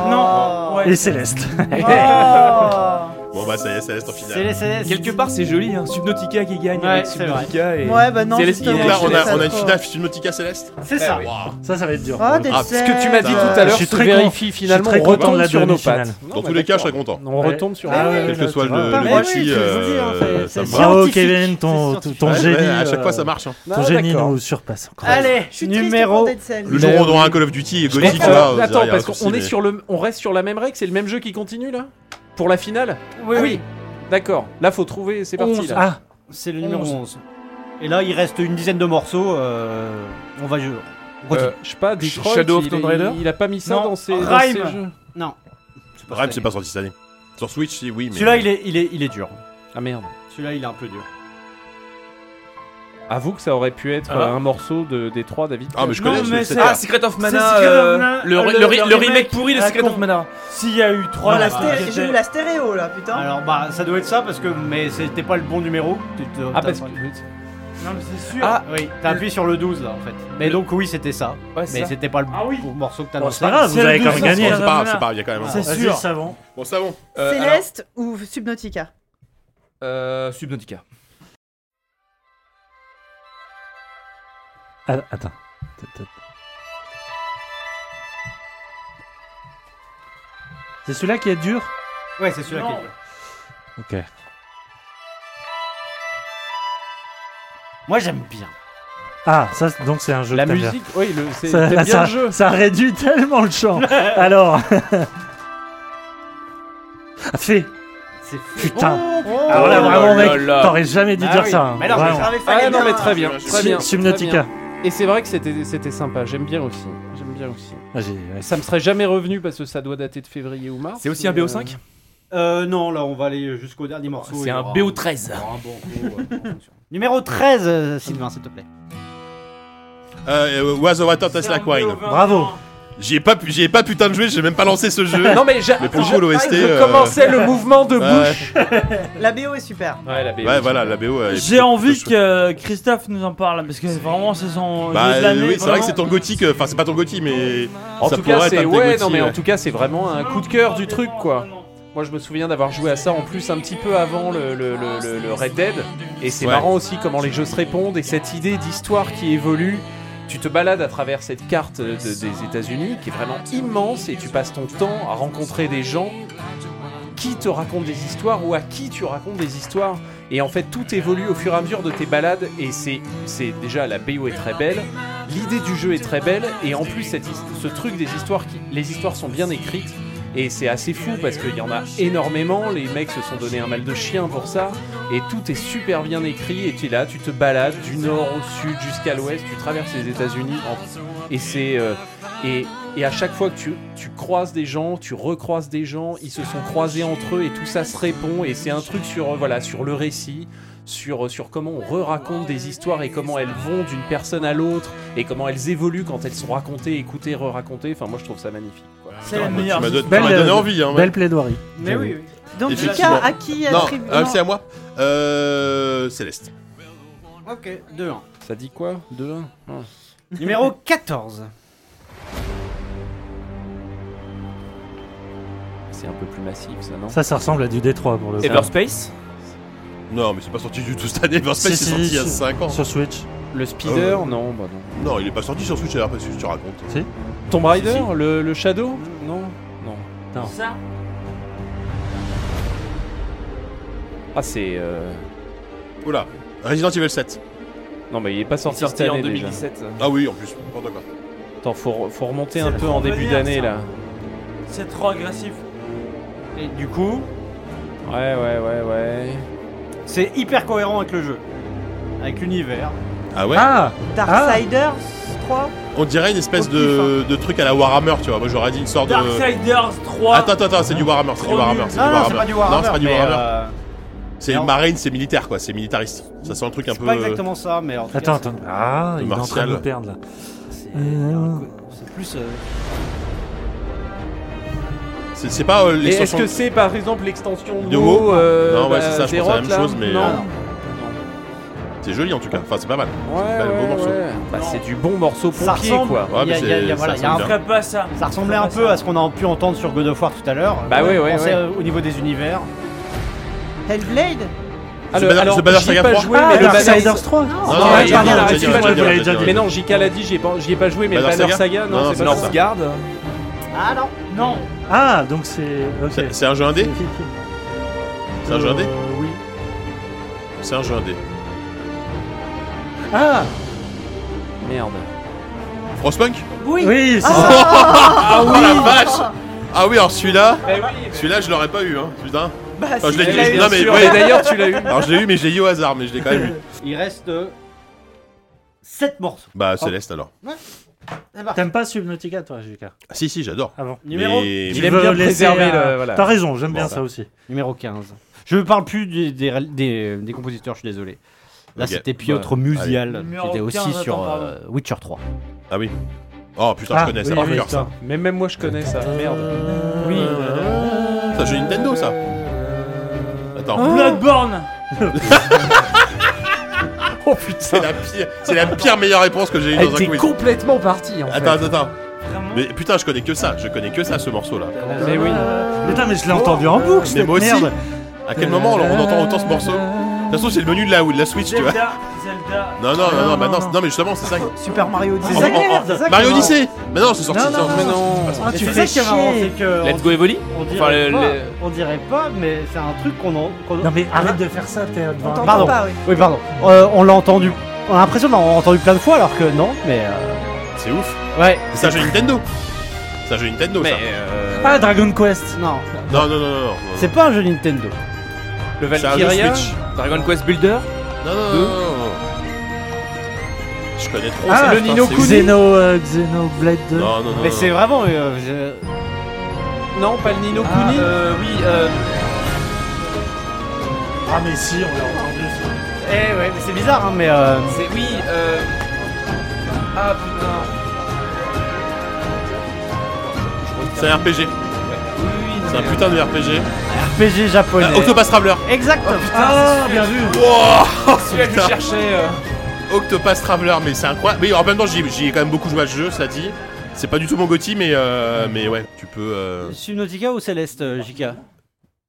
Non, ouais.
Et Céleste. *laughs*
Ah.
Bon bah ça y est, ça reste en finale.
Céleste, Céleste.
Quelque part c'est joli, hein. Subnautica qui gagne
Ouais,
avec
c'est
Subnautica et.
Ouais, bah non,
C'est les-
justement,
Donc là,
je
on
savais
a,
pas
on a une
trop.
finale Subnautica Céleste
C'est ça.
Waouh.
Ça, ça va être dur.
Ah,
Pour le
des
Ah,
sets.
Ce Eh que tu m'as dit
Putain.
tout à
Je
l'heure
suis
se
très con-
vérifie finalement,
très
on
content de
retombe
la
sur nos
demi-finale.
pattes.
Dans tous les cas, je serais content.
On retombe sur
Ah
Ouais.
nos
Ouais.
pattes.
Quel que soit
vois.
le,
Pas
le
mal,
mochi,
oui, je vous dis, hein,
euh,
c'est-
ça me
c'est
braque.
Bravo
Scientifique,
Kevin, ton,
c'est
ton
Ouais,
génie,
ouais, à chaque
euh,
fois ça marche. hein.
Ah,
Ton génie nous surpasse encore.
Allez,
Je suis triste
numéro.
pour Dead Cell.
Le jour où on aura un Call of Duty et
Mais,
Gothic,
euh,
là, on se dira,
attends,
il y a un
parce qu'on
souci,
est
mais-
sur le, on reste sur la même règle, c'est le même jeu qui continue là Pour la finale
Oui,
Ah
oui.
D'accord, là faut trouver, c'est parti
Onze.
là.
Ah,
C'est le numéro 11. Et là, il reste une dizaine de morceaux. euh, on va jouer. on
Euh,
continue.
je sais pas, Detroit,
Shadow of
il,
Tomb Raider
il a pas mis ça
Non,
dans ses, dans
Rime.
ses jeux.
Non. C'est pas
Rhyme,
ça.
c'est pas sorti cette année. Sur Switch, si, oui, mais.
Celui-là, il est, il, est, il est dur.
Ah merde.
Celui-là, il est un peu dur.
Avoue que ça aurait pu être
Ah.
euh, un morceau de, des trois David.
Ah, mais je
Non,
connais.
mais
je-
c'est-
Ah, Secret of
C'est
Mana,
Secret of
euh,
Mana,
le,
euh,
re-
le-
le re-
le
le remake
remake
pourri de
à
Secret
con.
of Mana.
S'il y a eu
Oh,
3
Ah,
la sté- J'ai eu la stéréo là, putain.
Alors, bah, ça doit être ça parce que. Mais c'était pas le bon numéro. Tu te-
Ah
t'as-
parce que
Non, mais c'est sûr.
Ah,
Oui, t'as appuyé sur le 12 là en fait. Mais donc, oui, c'était ça.
ouais,
Mais
c'est ça.
c'était pas le
Ah oui.
bon morceau que
bon,
t'annonçais.
c'est pas grave, vous
C'est le
avez quand
douze
même
Bon,
gagné.
cents.
C'est pas grave, c'est pas grave, il y a quand même un.
C'est
Vas-y,
sûr.
savon.
Bon, ça bon.
Euh, alors,
Céleste ou Subnautica
euh, Subnautica.
Ah, Attends. T'es- t'es- C'est celui-là qui est dur
Ouais, c'est celui-là qui est
Non.
dur.
Ok.
Moi, j'aime bien.
Ah, ça, c'est- donc c'est un jeu
La
que t'aimes bien.
musique, oui, le- c'est
Ça,
t'aimes
là,
bien
ça-
le jeu.
ça réduit tellement le champ. Alors. *laughs* Fait.
C'est
Putain.
Oh,
Alors là,
euh,
Oh
vraiment,
là
mec,
Ah.
là.
t'aurais jamais dû
Ah
Bah
dire
oui.
ça. hein.
Mais alors,
Vraiment.
mais
Ah
ça-
fallait
non mais
bien.
très bien, très bien.
Subnautica.
très bien. Et c'est vrai que c'était c'était sympa, j'aime bien aussi. J'aime bien aussi. Euh,
Ah, j'ai- ouais.
Ça me serait jamais revenu parce que ça doit dater de février ou mars.
C'est aussi un
mais,
BO5
Euh, non, là, on va aller jusqu'au dernier morceau.
C'est
il y
un
aura-
BO13.
il y aura un bon coup, euh, en fonction. Numéro 13, euh, Sylvain, s'il te plaît.
Euh, euh, Was the Water Tastes Like Wine.
Bravo.
J'y ai pas, pu- j'y ai pas putain de jouer, j'ai même pas lancé ce jeu.
euh, Non mais j'ai
Mais pour le coup, l'OST.
je commençais le mouvement de bouche.
La BO est super.
Ouais, la BO.
Ouais, voilà, la BO. elle est
J'ai
plutôt-
envie
plutôt
que euh, Christophe nous en parle parce que vraiment c'est son
Bah
jeu de l'année.
euh, oui, c'est vrai
vraiment.
que c'est ton gothique, enfin c'est pas ton gothique, mais
En
ça
tout
pourrait
cas,
être
c'est
un
ouais,
Tegotti,
non, mais
ouais.
en tout cas, c'est vraiment un coup de cœur du truc, quoi. Moi, je me souviens d'avoir joué à ça en plus un petit peu avant le, le- le- le- le Red Dead, et c'est
Ouais.
marrant aussi comment les jeux se répondent et cette idée d'histoire qui évolue. Tu te balades à travers cette carte de- des États-Unis qui est vraiment immense et tu passes ton temps à rencontrer des gens qui te racontent des histoires ou à qui tu racontes des histoires. Et en fait, tout évolue au fur et à mesure de tes balades et c'est c'est- déjà la BO est très belle. L'idée du jeu est très belle et en plus cette his- ce truc des histoires qui les histoires sont bien écrites et c'est assez fou parce qu'il y en a énormément, les mecs se sont donné un mal de chien pour ça et tout est super bien écrit et tu es là, tu te balades du nord au sud jusqu'à l'ouest, tu traverses les États-Unis en- et c'est euh, et, et à chaque fois que tu, tu croises des gens, tu recroises des gens, ils se sont croisés entre eux et tout ça se répond et c'est un truc sur euh, voilà, sur le récit sur, euh, sur comment on re-raconte des histoires et comment elles vont d'une personne à l'autre et comment elles évoluent quand elles sont racontées, écoutées, re-racontées. Enfin, moi, je trouve ça magnifique. quoi.
C'est la
Tu m'as
meilleure.
don- tu
Belle,
m'as donné
euh,
envie, hein.
Belle plaidoirie.
Mais oui, oui. Donc,
Effectivement.
Lucas, à qui
Non,
attribue.
euh, c'est à moi. Euh, Céleste.
Ok, 2-1.
Ça dit quoi 2-1
Numéro 14.
C'est un peu plus massif, ça, non
Ça, ça ressemble à du D3 pour le coup.
Everspace
Non, mais c'est pas sorti du tout cette année. Everspace
Si,
c'est
si,
sorti il y a
si.
5 ans.
Sur Switch.
Le
Euh,
Speeder Non, bah non.
Non, il est pas sorti sur Switch alors parce que tu racontes.
Tomb Raider le, le Shadow Non Non.
Ça,
Ah, c'est. euh,
euh,
Oula. Resident Evil 7.
Non, mais il est pas sorti,
sorti
cette
en
année déjà.
2017.
Ah oui, en plus, n'importe quoi.
Attends, faut, re- faut remonter
C'est
un
le
peu en
Fort
début
Boyard,
d'année
ça.
là.
C'est trop agressif.
Et du coup,
Ouais, ouais, ouais, ouais.
C'est hyper cohérent avec le jeu, avec l'univers.
Ah ouais
Ah
Darksiders 3
On dirait une espèce
Au
de,
hein.
de truc à la Warhammer, tu vois. Moi j'aurais dit une sorte de.
Euh, Darksiders 3.
Attends, attends, attends, c'est du Warhammer, c'est du
Trop
Warhammer,
nul.
c'est du
Non, non, Ah, c'est
Warhammer.
pas du Warhammer.
Non, c'est pas du
mais,
Warhammer.
euh,
C'est
non. Mm.
marine, c'est militaire quoi, c'est militariste. Ça sent un truc un
c'est
peu.
pas exactement ça, mais en tout
Attends,
cas, c'est-
attends. Ah, il est en train
Martial.
de nous perdre là.
c'est-
Euh,
c'est plus. euh,
C'est c'est pas euh,
Et est-ce
l'extension.
que c'est par exemple l'extension de
De
WoW
WoW
euh,
Non, ouais,
bah,
c'est ça, je pense à la même
Xeroth, là
chose, mais,
Non.
euh, C'est joli en tout cas, enfin c'est pas mal.
Ouais,
pas le beau
ouais,
morceau.
ouais. Bah, c'est du bon morceau
Ça
pompier
ressemble.
quoi.
Ouais,
Il y a-
mais
il y a-
c'est-
il y a- voilà,
ça
il y a un
sonne
On
bien.
ferait pas ça.
Ça ressemblait un peu à ce qu'on a pu entendre sur God of War tout à l'heure.
Bah ouais, ouais,
Pensez,
ouais.
euh, Au niveau des univers.
Hellblade
Ah, le-
Banner-
alors,
The Banner
j'y ai
Saga
pas
3.
joué,
Ah,
mais le Banner-
Darksiders 3
Non,
Non,
non,
arrête,
j'ai
arrête,
dit,
arrête,
j'ai
arrête, arrête,
dit, j'ai
arrête,
dit,
arrête,
j'ai
Mais
dit.
non, JK l'a dit, j'y ai pas, j'y ai pas joué, mais le
Banner
Banner
Bah, Saga
Saga, non,
Non,
c'est
c'est
pas ça.
pas ça.
Northgard.
Ah non
Non.
Ah, donc c'est. Ok.
C'est c'est un jeu indé C'est un jeu indé
Euh, Oui.
C'est un jeu indé.
Ah
Merde.
Frostpunk
Oui, c'est ça.
Ah oui la vache Ah oui, alors celui-là, celui-là je l'aurais pas eu, hein, putain.
Bah
Enfin, je
si,
l'ai
Eh
dit,
oui,
je-
bien
non mais
sûr.
ouais.
Et D'ailleurs, tu l'as eu.
Alors je l'ai eu, mais je l'ai eu au hasard, mais je l'ai quand même eu.
Il reste 7 morceaux.
Bah Céleste alors.
T'aimes pas Subnautica, toi, Jika
Ah, Si si, j'adore.
Ah bon.
Numéro,
Mais-
Tu
Il aime
veux
bien
laisser
préserver
la-
le- voilà.
T'as raison, j'aime bien
Voilà.
ça aussi.
numéro 15. Je parle plus des, des, des- des compositeurs, je suis désolé. Là,
Ok. Bah,
c'était Piotr Musial, qui
Numéro
était aussi
15,
sur
attends, pardon.
euh, Witcher 3.
Ah oui. Oh putain, je
Ah,
connais ça.
oui,
par
oui,
cœur, ça.
Mais même moi, je connais ça. Merde.
Oui. Ça, jeu Nintendo, ça. Attends.
Oh. Bloodborne.
Oh putain.
C'est la pire, c'est la pire meilleure réponse que j'ai eue
Elle
dans un
était
quiz.
complètement partie en fait.
Attends, attends, attends.
Vraiment.
Mais putain, je connais que ça. Je connais que ça, ce morceau-là.
Mais oui.
Putain, mais je l'ai entendu en boucle,
Mais
cette
moi aussi.
merde.
À quel moment on, on entend autant ce morceau De toute façon, c'est le menu de la, de la Switch, tu vois.
Zelda. Zelda.
Non, non, non, non, bah non, c'est- non, mais justement, c'est ça. que-
Super Mario
Oh,
ça
oh,
10.
que-
oh,
merde, ça
Mario
que-
Odyssey Mais non, c'est sorti.
Non,
c'est
non,
sorti.
Mais non.
Ah,
Et
tu
c'est
fais
ça qui est marrant, c'est que
Let's go Evoli
on, on dirait
Enfin, le-
pas,
le-
on dirait pas, mais c'est un truc qu'on... en- qu'on-
Non, mais arrête de faire ça, t'es devant. un-
Pardon.
pas, oui.
Oui, pardon. Euh, on l'a entendu... On a l'impression de l'avoir entendu plein de fois, alors que non, mais... euh,
C'est ouf.
Ouais.
C'est un jeu Nintendo. C'est un jeu Nintendo,
Mais
ça.
euh,
Ah, Dragon Quest
Non,
Non, non, non, non, non. non.
c'est pas un jeu Nintendo.
le
C'est un jeu
Valkyria,
Switch.
Dragon Quest Builder,
Non, non,
Deux.
non, non, non. Je connais trop
Ah,
ça.
le
putain,
Nino
c'est ouf.
Kuni.
Xeno, euh, Xenoblade 2
Non, non, non.
Mais
non.
c'est vraiment... euh, je-
Non, pas le Nino
Ah,
Kuni.
euh, oui, euh... Ah, mais si, on l'a entendu. ça.
Eh ouais, mais c'est bizarre, hein, mais... euh,
C'est oui. euh, Ah putain.
C'est un RPG.
Oui, oui,
C'est un
mais,
putain de RPG.
RPG japonais.
Euh, Octopass Traveler.
Exact
Ah, bien vu
Wow
euh, Celui-là, je
Putain.
cherchais. euh,
Octopass Traveler, mais c'est incroyable. Mais en même temps, j'y j'y ai quand même beaucoup joué à ce jeu, cela dit. C'est pas du tout mon gothi, mais euh, mais ouais, tu peux. Euh,
Subnautica ou Céleste, euh, JK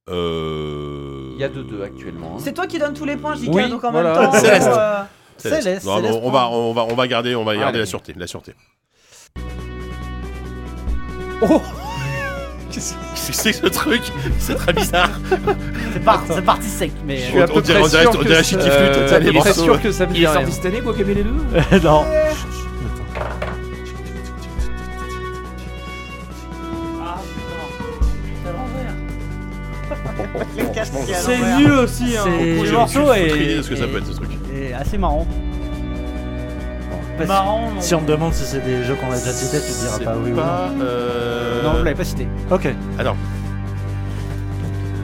euh,
Il y a deux deux actuellement. hein.
C'est toi qui donne tous les points, JK,
Oui,
donc en
voilà.
même temps.
Céleste.
euh, *laughs*
Céleste.
Céleste,
Non,
Céleste
on, on va
prend.
on va on va garder on va garder
Ah, Allez.
la sûreté la sûreté.
Oh *laughs*
Qu'est-ce que c'est que ce truc C'est très bizarre.
C'est par- c'est parti sec, mais.
Je suis à
On-
peu
on dirait-
près
on dirait-
sûr
on
que ça-
dirait Shitty Flute,
euh,
tu sais, les
il est
morceaux,
sûr
ouais.
que ça me
il est
dit rien.
sorti cette année, Guacamele 2
Euh, non.
Ah, putain.
Les casques qui à
C'est
l'envers.
nul aussi. hein.
C'est-
J'ai
Le
aucune
morceau
foutre
est-
idée de ce que ça
est-
peut être ce truc.
Et assez marrant. Parce-
Marrant. non.
Si on me demande si c'est des jeux qu'on a déjà cités, tu diras
C'est
pas oui ou non.
pas, euh,
Non, vous l'avez pas cité.
Ok.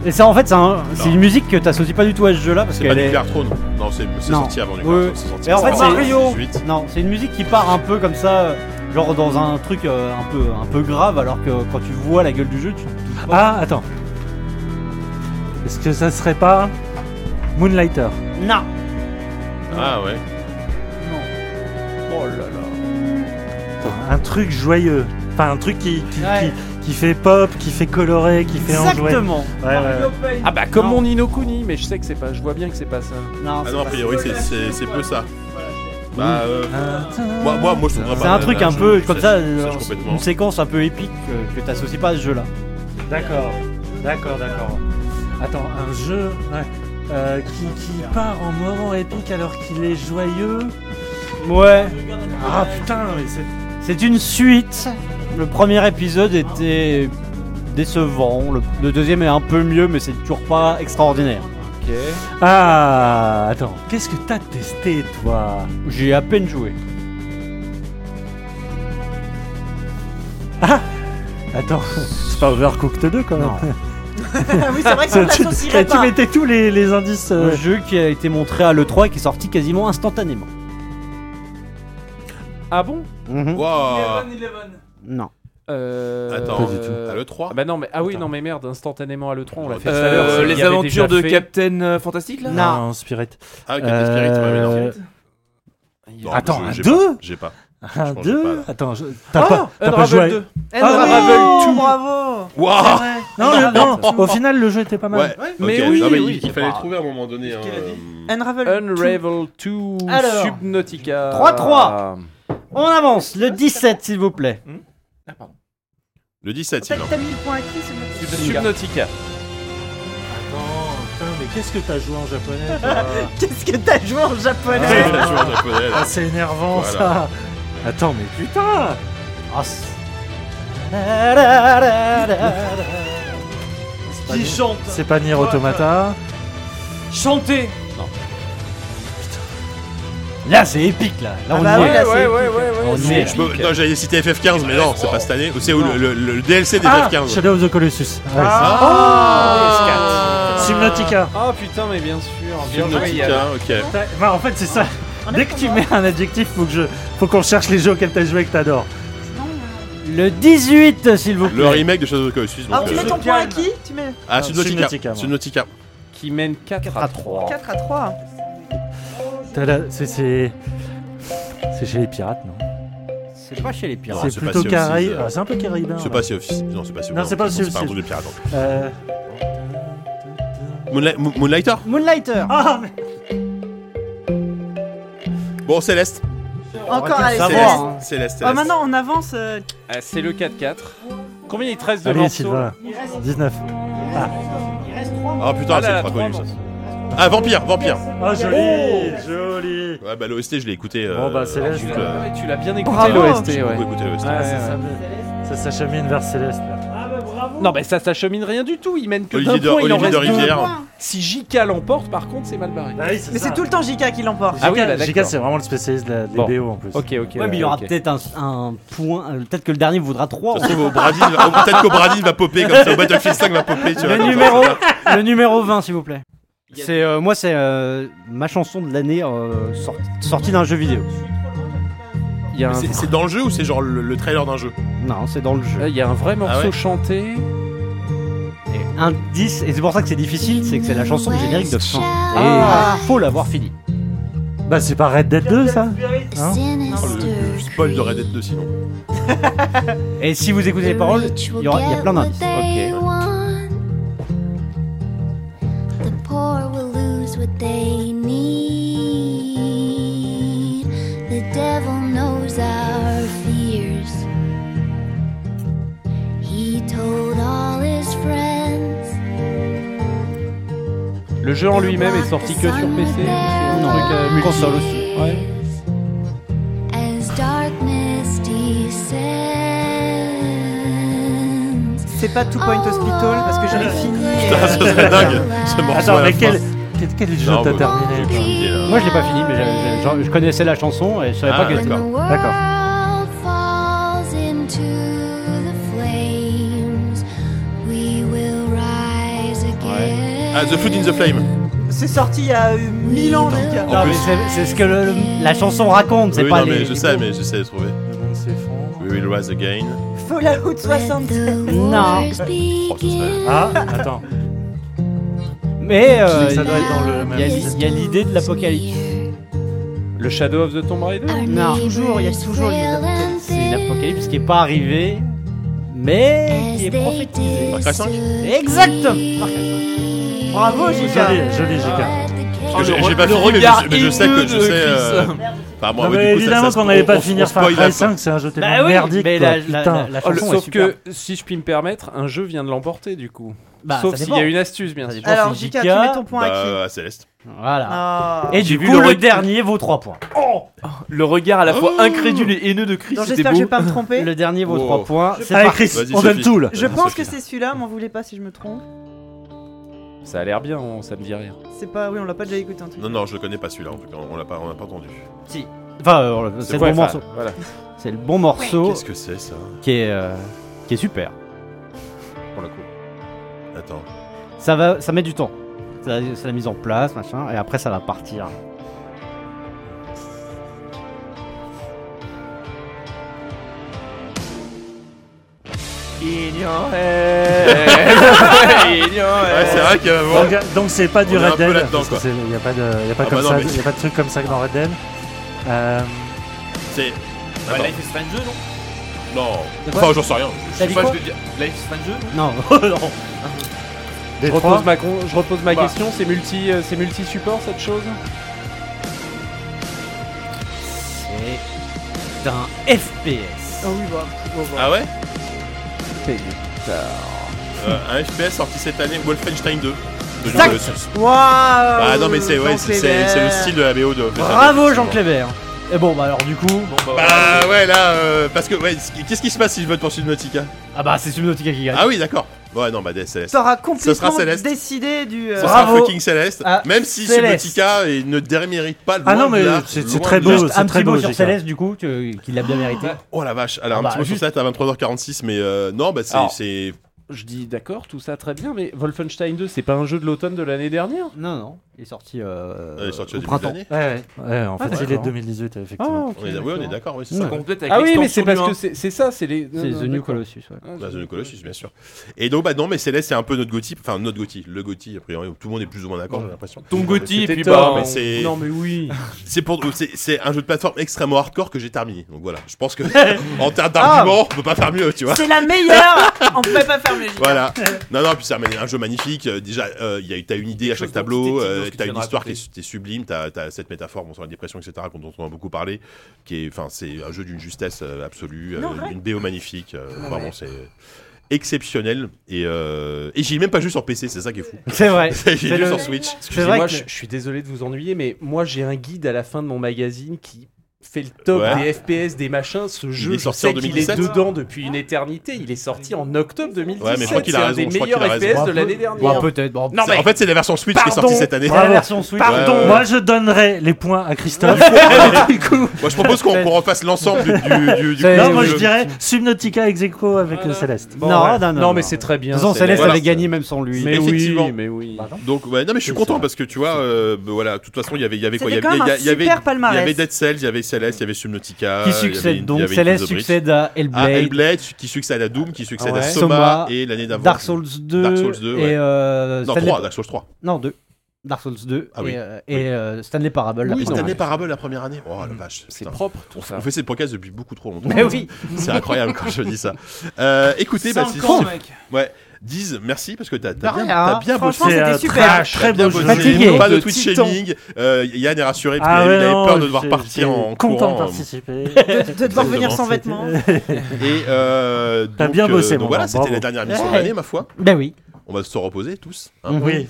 Et ça, en fait, c'est un- c'est
Non.
une musique que t'associes pas du tout à ce jeu-là parce
C'est pas
qu'elle est.
Nuclear Throne. Non, c'est c'est
Non.
sorti avant
Oui,
Nuclear
oui.
Throne. C'est sorti
Mais en fait,
avant
c'est-
2018.
Non, c'est une musique qui part un peu comme ça, euh, genre dans un truc euh, un peu un peu grave, alors que quand tu vois la gueule du jeu, tu. te doutes pas.
Ah, attends. Est-ce que ça serait pas Moonlighter
Non.
Ah ouais.
Oh là là.
Un truc joyeux. Enfin, un truc qui, qui,
Ouais.
qui, qui fait pop, qui fait coloré, qui fait enjoué.
Exactement.
Ouais, ouais.
Ah bah comme
Non.
mon Nino Kuni, mais je sais que c'est pas. Je vois bien que c'est pas ça.
Non,
Ah
c'est
non, a
pas-
priori, c'est- c'est c'est peu ça. Bah, euh, moi, moi, moi, euh, bah, je trouverais pas.
c'est un truc un peu comme ça, euh,
je complètement.
une séquence un peu épique euh, que t'associes pas à ce jeu-là.
D'accord, d'accord, d'accord. Attends, un jeu ouais, euh, qui, qui part en moment épique alors qu'il est joyeux.
Ouais.
Ah putain, mais c'est.
C'est une suite. Le premier épisode était décevant. Le, le deuxième est un peu mieux, mais c'est toujours pas extraordinaire.
Ah, attends, qu'est-ce que t'as testé, toi
J'ai à peine joué.
Attends, *laughs* c'est pas Overcooked 2 quand même.
Non.
oui, c'est vrai que
Ça,
ça
*laughs*
tu,
s'associerait
tu
pas.
mettais tous les, les indices. euh,
Un jeu qui a été montré à l'E3 et qui est sorti quasiment instantanément.
Ah bon
Mhm.
Wow.
Non.
Euh,
Attends,
Pas du tout.
euh,
à l'E3
Ah bah non, mais ah oui,
Attends.
non mais merde, instantanément à le 3 on l'a fait tout à l'heure.
Euh,
il y
les
avait déjà
aventures de
fait.
Captain euh,
*laughs*
Fantastique là
Non, Spirit.
Ah, Captain Spirit, ouais, mais non.
Euh,
Non,
Attends,
je-
un
j'ai
deux
pas- J'ai pas.
Euh, Un,
pense que
deux.
pas, là.
Attends, je- t'as pas, t'as pas joué. à-
Unravel 2.
Ah
Unravel 2.
Bravo
Waouh
Non,
Ah,
Unravel
le- non, au final, le jeu était pas mal.
Ouais,
Mais
ok.
oui,
Non,
oui,
il, il fallait le trouver à un moment donné. hein, euh,
Unravel
Unravel 2
Alors.
Subnautica.
3-3. On avance, le 17 s'il vous plaît.
Le 17,
T'as
il
t'as mis le point à qui c'est bon
Subnautica.
Attends, Oh, putain, mais qu'est-ce que t'as joué en japonais
*laughs*
toi
Qu'est-ce que t'as joué en
*laughs*
japonais
C'est la joueur japonais, là.
Ah, c'est énervant
Voilà.
ça. Attends, mais putain
Ah, c'est- Tarararara.
Qui chante
C'est pas Nier Automata.
Chanter
Là c'est épique là. Là
Ah
on y
bah ouais,
est.
là,
ouais, ouais,
c'est-
ouais, ouais, ouais,
On y
c'est
est.
Je peux-
épique.
Ah,
Non, j'allais citer FF15, mais non, c'est pas cette année. Ou C'est où
Non.
le, le- le DLC des
Ah, Oh,
FF15.
Shadow of the Colossus. Ouais,
Ah,
c'est- Subnautica.
Ah putain, mais bien sûr, bien joué. Yann.
Subnautica, ok.
T'as- Bah, en fait, c'est
*laughs*
ça.
On est
Dès que tu
comment
mets un adjectif, faut que je, faut qu'on cherche les jeux auxquels t'as joué et que t'adores.
Non,
euh.
Le 18 s'il vous
Le
plaît.
remake de Shadow of the Colossus. donc,
Alors Ah, tu
euh,
mets ton point à qui Tu mets
Ah, Subnautica.
Subnautica, moi. Ah,
Subnautica.
Qui mène 4 à 3.
4 à 3.
T'as la- C'est, c'est, c'est chez les pirates, non
C'est pas chez les pirates.
Non,
C'est
c'est
plutôt
pas Sea of
Caraïbes.
Thieves, euh.
c'est un peu caribéen.
C'est
là.
pas Sea of Thieves. Non, c'est pas Sea of
Non,
Thieves,
c'est pas Sea of
C'est pas un
Thieves.
truc de pirate. non.
Euh,
Moonlight- Moon- Moonlighter
Moonlighter.
Ah, mais
Bon, Céleste.
Encore allez,
Ça va,
c'est
Céleste.
bon.
hein.
Céleste,
Ah,
Céleste.
maintenant on avance. euh,
Ah, c'est le 4-4. Combien il te reste de
allez,
morceaux
Sylvain. 19.
Ah putain,
Ah là
c'est
là,
pas
trois
connu ça.
morceaux.
Ah, Vampire, Vampire.
Ah, joli, joli.
Ouais, bah l'OST, je l'ai écouté. euh,
Bon, bah,
Ah,
Céleste.
tu
juste,
l'as-
euh,
ouais, Tu l'as bien écouté
Bravo.
l'OST,
J'ai
ouais.
beaucoup écouté l'OST.
Ouais,
Ça,
ouais, ouais.
s'am- ça s'achemine vers Céleste. Là.
Non, mais ça s'achemine rien du tout. Il mène que d'un
Olivier de,
point, il en
Olivier de
reste deux.
Rivière.
Si JK l'emporte, par contre, c'est mal barré.
Bah
Mais c'est tout le temps JK qui l'emporte.
Ah oui, bah,
JK,
d'accord.
c'est vraiment le spécialiste de la- des
Bon.
BO en plus.
Ok, ok.
Ouais, mais il y aura peut-être un, un point. euh, Peut-être que le dernier voudra 3.
Ça se trouve, au Bradil, va- au- peut-être qu'au Bradil va popper comme ça, au Battlefield 5 va popper. Tu vois,
Le
comme ça,
numéro,
c'est pas-
le numéro 20, s'il vous plaît. C'est euh, moi, c'est euh, ma chanson de l'année euh, sorti- sortie d'un jeu vidéo.
Il y a un-
C'est c'est dans le jeu ou c'est genre le, le trailer d'un jeu
Non, c'est dans le jeu.
Là, il y a un vrai morceau
ouais.
chanté.
Un 10, et c'est pour ça que c'est difficile, c'est que c'est la chanson du générique de Hein fin. Et
Ah.
faut l'avoir fini.
Bah, c'est pas Red Dead 2 ça Hein
Oh, le, le spoil de Red Dead 2 sinon.
Et si vous écoutez les paroles, il y, aura- il y a plein d'indices.
The devil knows our fears. He told all his friends.
Le jeu en lui-même est sorti que sur PC.
Non,
console euh, aussi.
As darkness descends.
C'est pas Two Point Hospital parce que j'avais fini. euh,
Putain, ça serait dingue ce morceau.
Attends,
à la
mais
fin.
quel, quel, quel jeu
Non,
t'as
bah,
terminé toi
J'ai oublié, là.
Moi, je l'ai pas fini, mais j'avais- j'avais- je connaissais la chanson et je savais
Ah,
pas qu'elle était.
d'accord.
D'accord. falls into the flames. We will rise again.
Ah, The Food in the Flame.
C'est sorti il y a euh, 1000 ans JK.
En
Non, mais
plus-
c'est- c'est ce que le- la chanson raconte, c'est
Oui,
pas
non,
les.
mais je sais, mais je sais le trouver.
Le monde s'effondre.
We will rise again.
Fallout 60.
Non.
Oh, ce serait-
Ah, attends.
Mais euh,
Ça doit être dans le même.
il y a- il y a l'idée de l'apocalypse.
Le Shadow of the Tomb Raider.
Non.
Toujours, il y a toujours les apocalypses.
C'est une apocalypse qui est pas arrivée, mais qui est prophétisée.
Marc Rassin
Exact
Bravo JK.
Joli, joli JK.
Parce que
Oh,
j'ai-
le
j'ai pas
Ah, re- le
fini, mais je
regard
sais- mais je sais que je
haineux de
sais. euh,
Chris.
Enfin, moi,
Non,
du
mais
coup, ça-
évidemment
ça-
qu'on
on-
n'allait pas
on-
finir hein.
on
Far
spoil la
Cry
fin.
5, c'est un jeu tellement
Bah oui,
merdique.
mais
quoi,
la, la-
putain.
Ah, la
Oh, le-
chanson est
sauf
super.
que si je puis me permettre, un jeu vient de l'emporter du coup.
Bah,
sauf
ça
s'il
dépend.
y a une astuce, bien
Ça
sûr.
dépend.
Alors
c'est
JK,
JK.
tu mets ton point à qui
Bah, à Céleste.
Voilà.
Ah.
Et du
vu
coup,
le
le,
rec-
dernier vaut 3 points.
Oh
Le regard à la fois incrédule et haineux de Chris,
Non,
c'était
j'espère que je
beau.
vais pas me tromper.
*laughs* Le dernier vaut
Wow.
3 points. C'est
Allez,
parti.
Chris,
Vas-y,
on donne
Sophie.
tout là.
Je
Vas-y,
pense
Sophie.
que c'est celui-là, m'en voulez pas si je me trompe.
Ça a l'air bien, on- ça me dit rien.
C'est pas, oui, on l'a pas déjà écouté en tout cas.
Non, non, je le connais pas celui-là, en tout cas, on l'a pas, on l'a pas entendu.
Enfin, euh, c'est le
Ouais,
bon
enfin,
morceau.
Voilà.
C'est le bon morceau
Qu'est-ce que c'est ça
qui est euh, qui est super. Pour le coup.
Attends.
Ça va, ça met du temps. C'est la, c'est la mise en place, machin, et après ça va partir.
Il y en rêve. Il y en
Ouais, c'est
rêve.
vrai que. bon,
Donc, euh, donc c'est pas du
On est un
Red
peu
Dead.
là-dedans,
parce que
quoi.
c'est- Il n'y a pas de, y a pas
Ah
comme
bah non,
ça,
mais-
il y a pas de truc comme ça que dans Red Dead. Euh,
C'est.
Bah,
Attends,
Life is Strange 2, non
Non.
quoi
Enfin, j'en sais rien. Je-
T'as
Je
dit
sais pas,
quoi
je te dis- Life is Strange 2, non
Non,
Je
Détroit.
repose, ma con- je repose ma
Bah.
question, c'est multi, euh, c'est multi-support cette chose
c'est un FPS.
Ah oui, bah. bon, bah.
Ah ouais
C'est
Euh, Un FPS sorti cette année, Wolfenstein 2. De Jean
Exact.
Clément.
Waouh
Ah non, mais c'est ouais,
Jean
c'est- c'est- c'est le
Clébert.
style de la BO de.
Bravo Jean Clébert. Et bon, bah alors du coup,
Bon, bah, voilà.
Bah ouais, là, euh, parce que, ouais, c- qu'est-ce qui se passe si je vote pour Subnautica
ah bah c'est Subnautica qui gagne.
Ah oui, d'accord. Ouais, non, bah, des- c'est
T'auras
sera
complètement
Céleste.
décidé du. euh,
Ce sera
Bravo.
fucking Céleste.
Ah,
même si
Céleste.
Subnautica il ne démérite pas le
Ah non, mais c'est- c'est très beau.
Juste
c'est
un
très
petit mot
beau,
sur
j'ai ça.
Céleste du coup, tu- qu'il l'a bien mérité.
Oh la vache. Alors,
Ah
un
bah,
petit mot sur
juste.
Céleste à 23h46, mais euh, non, bah, c'est-
Alors.
c'est.
Je dis d'accord, tout ça très bien, mais Wolfenstein 2, c'est pas un jeu de l'automne de l'année dernière
Non non, il est sorti, euh,
euh, il est sorti au
au
début de
printemps. Ah,
l'année.
Ouais, ouais. Ouais, en
Ah,
fait, il est
d'accord.
de 2018, effectivement.
On est- Oui, on est d'accord, oui, c'est
Ouais.
ça.
Ça complète avec
Ah oui, mais
l'extension
c'est
du
parce
un.
que c'est c'est ça, c'est les. non,
C'est
non,
The New
d'accord.
Colossus. ouais.
Ah,
Bah,
The
The
New
Colossus, bien sûr. Et donc, bah non, mais Céleste, c'est un peu notre Gotti. Enfin, notre Gotti. Le Gotti, a priori, tout le monde est plus ou moins d'accord, j'ai l'impression.
Ton Gotti, et
C'était
puis bah.
tort,
on-
mais c'est-
Non, mais *laughs* oui.
C'est pour c'est- c'est un jeu de plateforme extrêmement hardcore que j'ai terminé. Donc voilà, je pense que en termes d'argument, on peut pas faire mieux, tu vois.
C'est la
*laughs*
meilleure On pouvait pas faire mieux.
Voilà. Non, non, puis c'est un, un jeu magnifique. Euh, Déjà, euh, il y a- t'as une idée à chaque
Chose dont
tableau,
tu t'es dit
euh,
dans ce que
t'as
tu
une
viens de
histoire qui
raconter.
est, qui est sublime, t'as as cette métaphore bon, sur la dépression, etc., dont on a beaucoup parlé. Qui est, enfin, c'est un jeu d'une justesse euh, absolue, euh,
Non, vrai.
d'une BO magnifique. euh,
Non,
vraiment,
mais-
c'est exceptionnel. Et, euh, et j'y ai même pas joué sur PC, c'est ça qui est fou. *laughs*
C'est
*laughs*
vrai.
J'ai joué
le-
sur Switch.
C'est vrai
Excusez-moi,
que-
je, je suis désolé de vous ennuyer, mais moi j'ai un guide à la fin de mon magazine qui fait le top
Ouais.
des FPS, des machins. Ce jeu,
est
je
sorti
sais
en
qu'il est
2017.
dedans depuis une éternité. Il est sorti en octobre 2017.
Ouais, mais je crois qu'il a
C'est un
raison,
des
je crois qu'il
meilleurs
a raison.
FPS de l'année dernière.
Bon, peut-être. bon,
Non,
C'est-
mais
En fait, c'est la version Switch qui est sortie
Pardon.
cette année.
c'est la version Switch.
Pardon. Ouais, ouais, ouais.
Moi, je donnerai les points
*laughs*
à Christophe.
Ah,
Moi, je propose qu'on qu'on refasse l'ensemble du, du, du- du-
C'est-
non,
du
moi, je
jeu.
dirais Subnautica ex aequo avec euh, Céleste.
Bon,
Non,
ouais.
non, non,
Non, mais
non.
c'est très
De
bien.
toute façon, Céleste
voilà,
avait
c'est-
gagné même sans lui.
Mais oui,
Effectivement. Euh,
mais oui.
Donc ouais, non mais je suis
C'est
content
ça.
parce que tu vois, euh, bah, voilà, de toute façon il y avait, il y avait quoi, il y
C'était
avait,
quand même
il y
un
a- il y avait,
super
il y
palmarès.
avait Dead Cells, il y avait Celeste, il y avait Subnautica.
Qui
il y avait-
succède
il y
donc
avait
Céleste
Into the Breach.
succède à
à
Hellblade,
Ah, Hellblade, qui succède à Doom, qui succède
Ouais.
à Soma,
Soma,
et l'année d'avant.
Dark Souls 2,
Dark Souls 2, ouais.
et euh,
Non
Stanley-
3, Dark Souls 3.
non, 2. Dark Souls 2
Ah
et,
oui.
euh, et, euh, Stanley Parable. la
Oui,
première
Stanley
année.
Parable la première année. Oh la vache.
C'est
putain.
propre tout ça.
On fait cette podcast depuis beaucoup trop longtemps.
*laughs* Mais oui,
C'est incroyable quand je dis ça. Euh, écoutez, bah, c'est
Cinq ans,
sûr.
mec.
Ouais. Diz, merci parce que t'as t'as
De
bien,
rien.
t'as bien bossé.
Franchement, c'était
euh,
super.
trash, très
T'as bien
beau
bossé.
jeu.
Fatigué.
Pas de
De
Twitch
titan.
shaming. Euh, Yann est rassuré parce
Ah
qu'il
ouais,
avait
non,
peur de devoir
j'ai-
partir
j'étais
en
Content de
courant. euh,
participer.
De, de devoir
*laughs*
venir sans vêtements.
Et euh,
T'as
donc,
bien bossé,
donc
mon
voilà,
gars,
c'était
bravo.
la dernière mission de
Ouais.
l'année, ma foi.
ben oui.
On va se reposer tous. hein.
*laughs* Oui.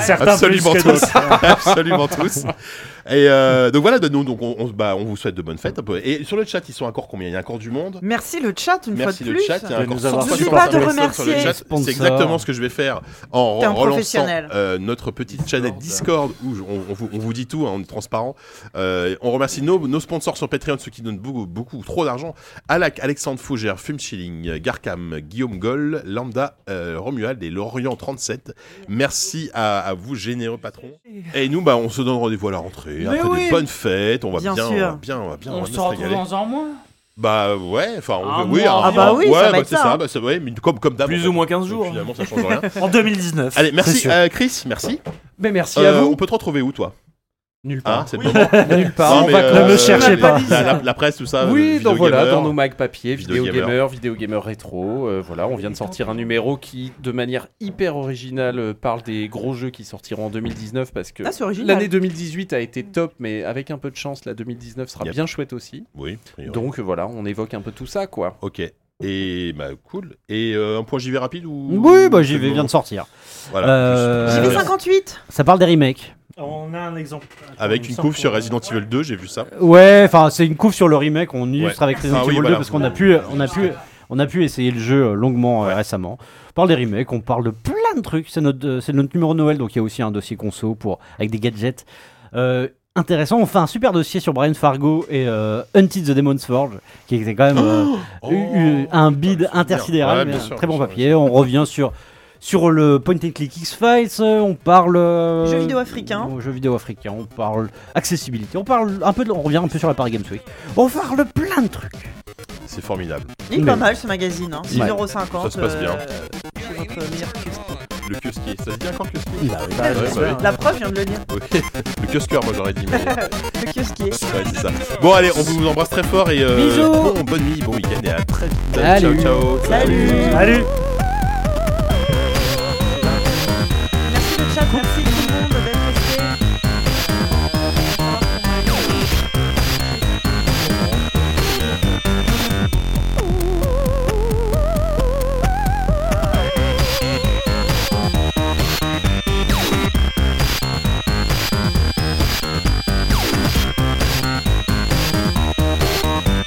Certains
Absolument
plus que
tous. *laughs*
d'autres.
Absolument tous. Et euh, donc voilà, de nous, donc on, on se- bah, on vous souhaite de bonnes fêtes. un peu. Et sur le chat, ils sont encore combien Il y a encore du monde.
Merci le chat une
Merci
fois de
le
plus.
chat. Il y a
de
encore
nous avoir
160
supportés. N'oublie pas de
personnes sur le
remercier.
chat.
Sponsor.
C'est exactement ce que je vais faire en
T'es un
relançant
professionnel.
euh, notre petite chaîne Discord où je- on, on vous, on vous dit tout, hein, on est transparent. Euh, on remercie nos, nos sponsors sur Patreon, ceux qui donnent beaucoup, beaucoup trop d'argent. Alak, Alexandre Fougère, Fume Schilling, Garkam, Guillaume Goll, Lambda, euh, Romuald et Lorient 37. Merci à, à vous, généreux patrons. Et nous, bah, on se donne rendez-vous à la rentrée.
Mais
Après
oui.
des bonnes fêtes, on va bien,
Bien
on
sûr.
va bien, on va bien, on
On
va
se
bien se
retrouve
régaler.
dans un mois.
Bah ouais, enfin, on
Un
veut- oui,
mois
un
Ah
bah
mois.
oui, ça
ouais,
va
bah,
être
c'est
ça,
ça,
hein.
bah, c'est- ouais, mais comme comme d'hab. en
Plus
fait.
ou moins 15
Donc,
jours.
Finalement, ça change rien.
En 2019.
Allez,
c'est
merci
sûr.
euh, Chris, merci.
Mais merci
Euh,
à vous.
On peut te retrouver où toi
Nulle
Hein,
Ah,
part.
c'est le moment.
Nulle part.
Non,
en
mais,
vacances.
Ne me
euh,
cherchez pas.
La, la- la presse, tout ça. euh,
Oui,
Vidéo
donc voilà,
Gamer.
dans nos mags papier,
Vidéo
Vidéo
Gamer.
Gamer, Vidéo Gamer Rétro, euh, voilà, on vient de sortir un numéro qui, de manière hyper originale, euh, parle des gros jeux qui sortiront en 2019 parce que
Ah, c'est original.
l'année 2018 a été top, mais avec un peu de chance, la 2019 sera
Yep.
bien chouette aussi.
Oui. a priori.
Donc euh, voilà, on évoque un peu tout ça, quoi.
Ok. Et bah cool. Et euh, un point j'y vais rapide ou
Oui, bah j'y
C'est
vais,
bon.
vient de sortir.
Voilà.
Euh,
J'y vais
Juste-
ça-
58.
Ça parle des remakes.
On a un exemple.
Avec
Il
une
me semble
couve sur
qu'on-
Resident Evil 2, j'ai vu ça.
Ouais, enfin, c'est une couve sur le remake. On illustre
Ouais.
avec Resident
Ah oui,
Evil 2
voilà.
parce qu'on a pu, on a pu, on a pu essayer le jeu euh, longuement euh, récemment. On parle des remakes, on parle de plein de trucs. C'est notre, euh, c'est notre numéro de Noël, donc il y a aussi un dossier conso pour avec des gadgets. Euh, intéressant, on fait un super dossier sur Brian Fargo et euh, Hunted the Demon's Forge, qui était quand même euh,
Oh.
eu- eu un bid
souvenir.
intersidéral,
Ouais,
mais
bien
un
sûr,
très
bien
bon
sûr,
papier. On revient sur sur le point and click X-Files, euh, on parle euh,
Jeux vidéo africains.
aux jeux vidéo africains, on parle accessibilité, on parle un peu, de- on revient un peu sur la Paris Games Week, on parle plein de trucs.
C'est formidable.
Il est pas mal ce magazine, hein.
Ouais.
6,50€.
Ça se passe bien.
euh, chez votre meilleur kiosque.
Le kiosquier, ça se dit encore kiosquier
Bah,
Ah, Ouais,
j'espère.
La preuve, je viens de le dire.
Oui. Le kiosqueur, moi j'aurais dit. Mais... ouais,
Le kiosquier.
c'est ça. Bon, allez, on vous embrasse très fort et. euh,
Bisous.
bon, bonne nuit, bon week-end et à très vite.
Salut.
Ciao, ciao.
Salut.
Salut
Merci le chat, merci tout le monde d'être resté.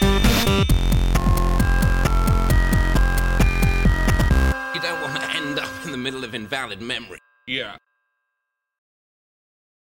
You don't want to end up in the middle of invalid memory. Yeah.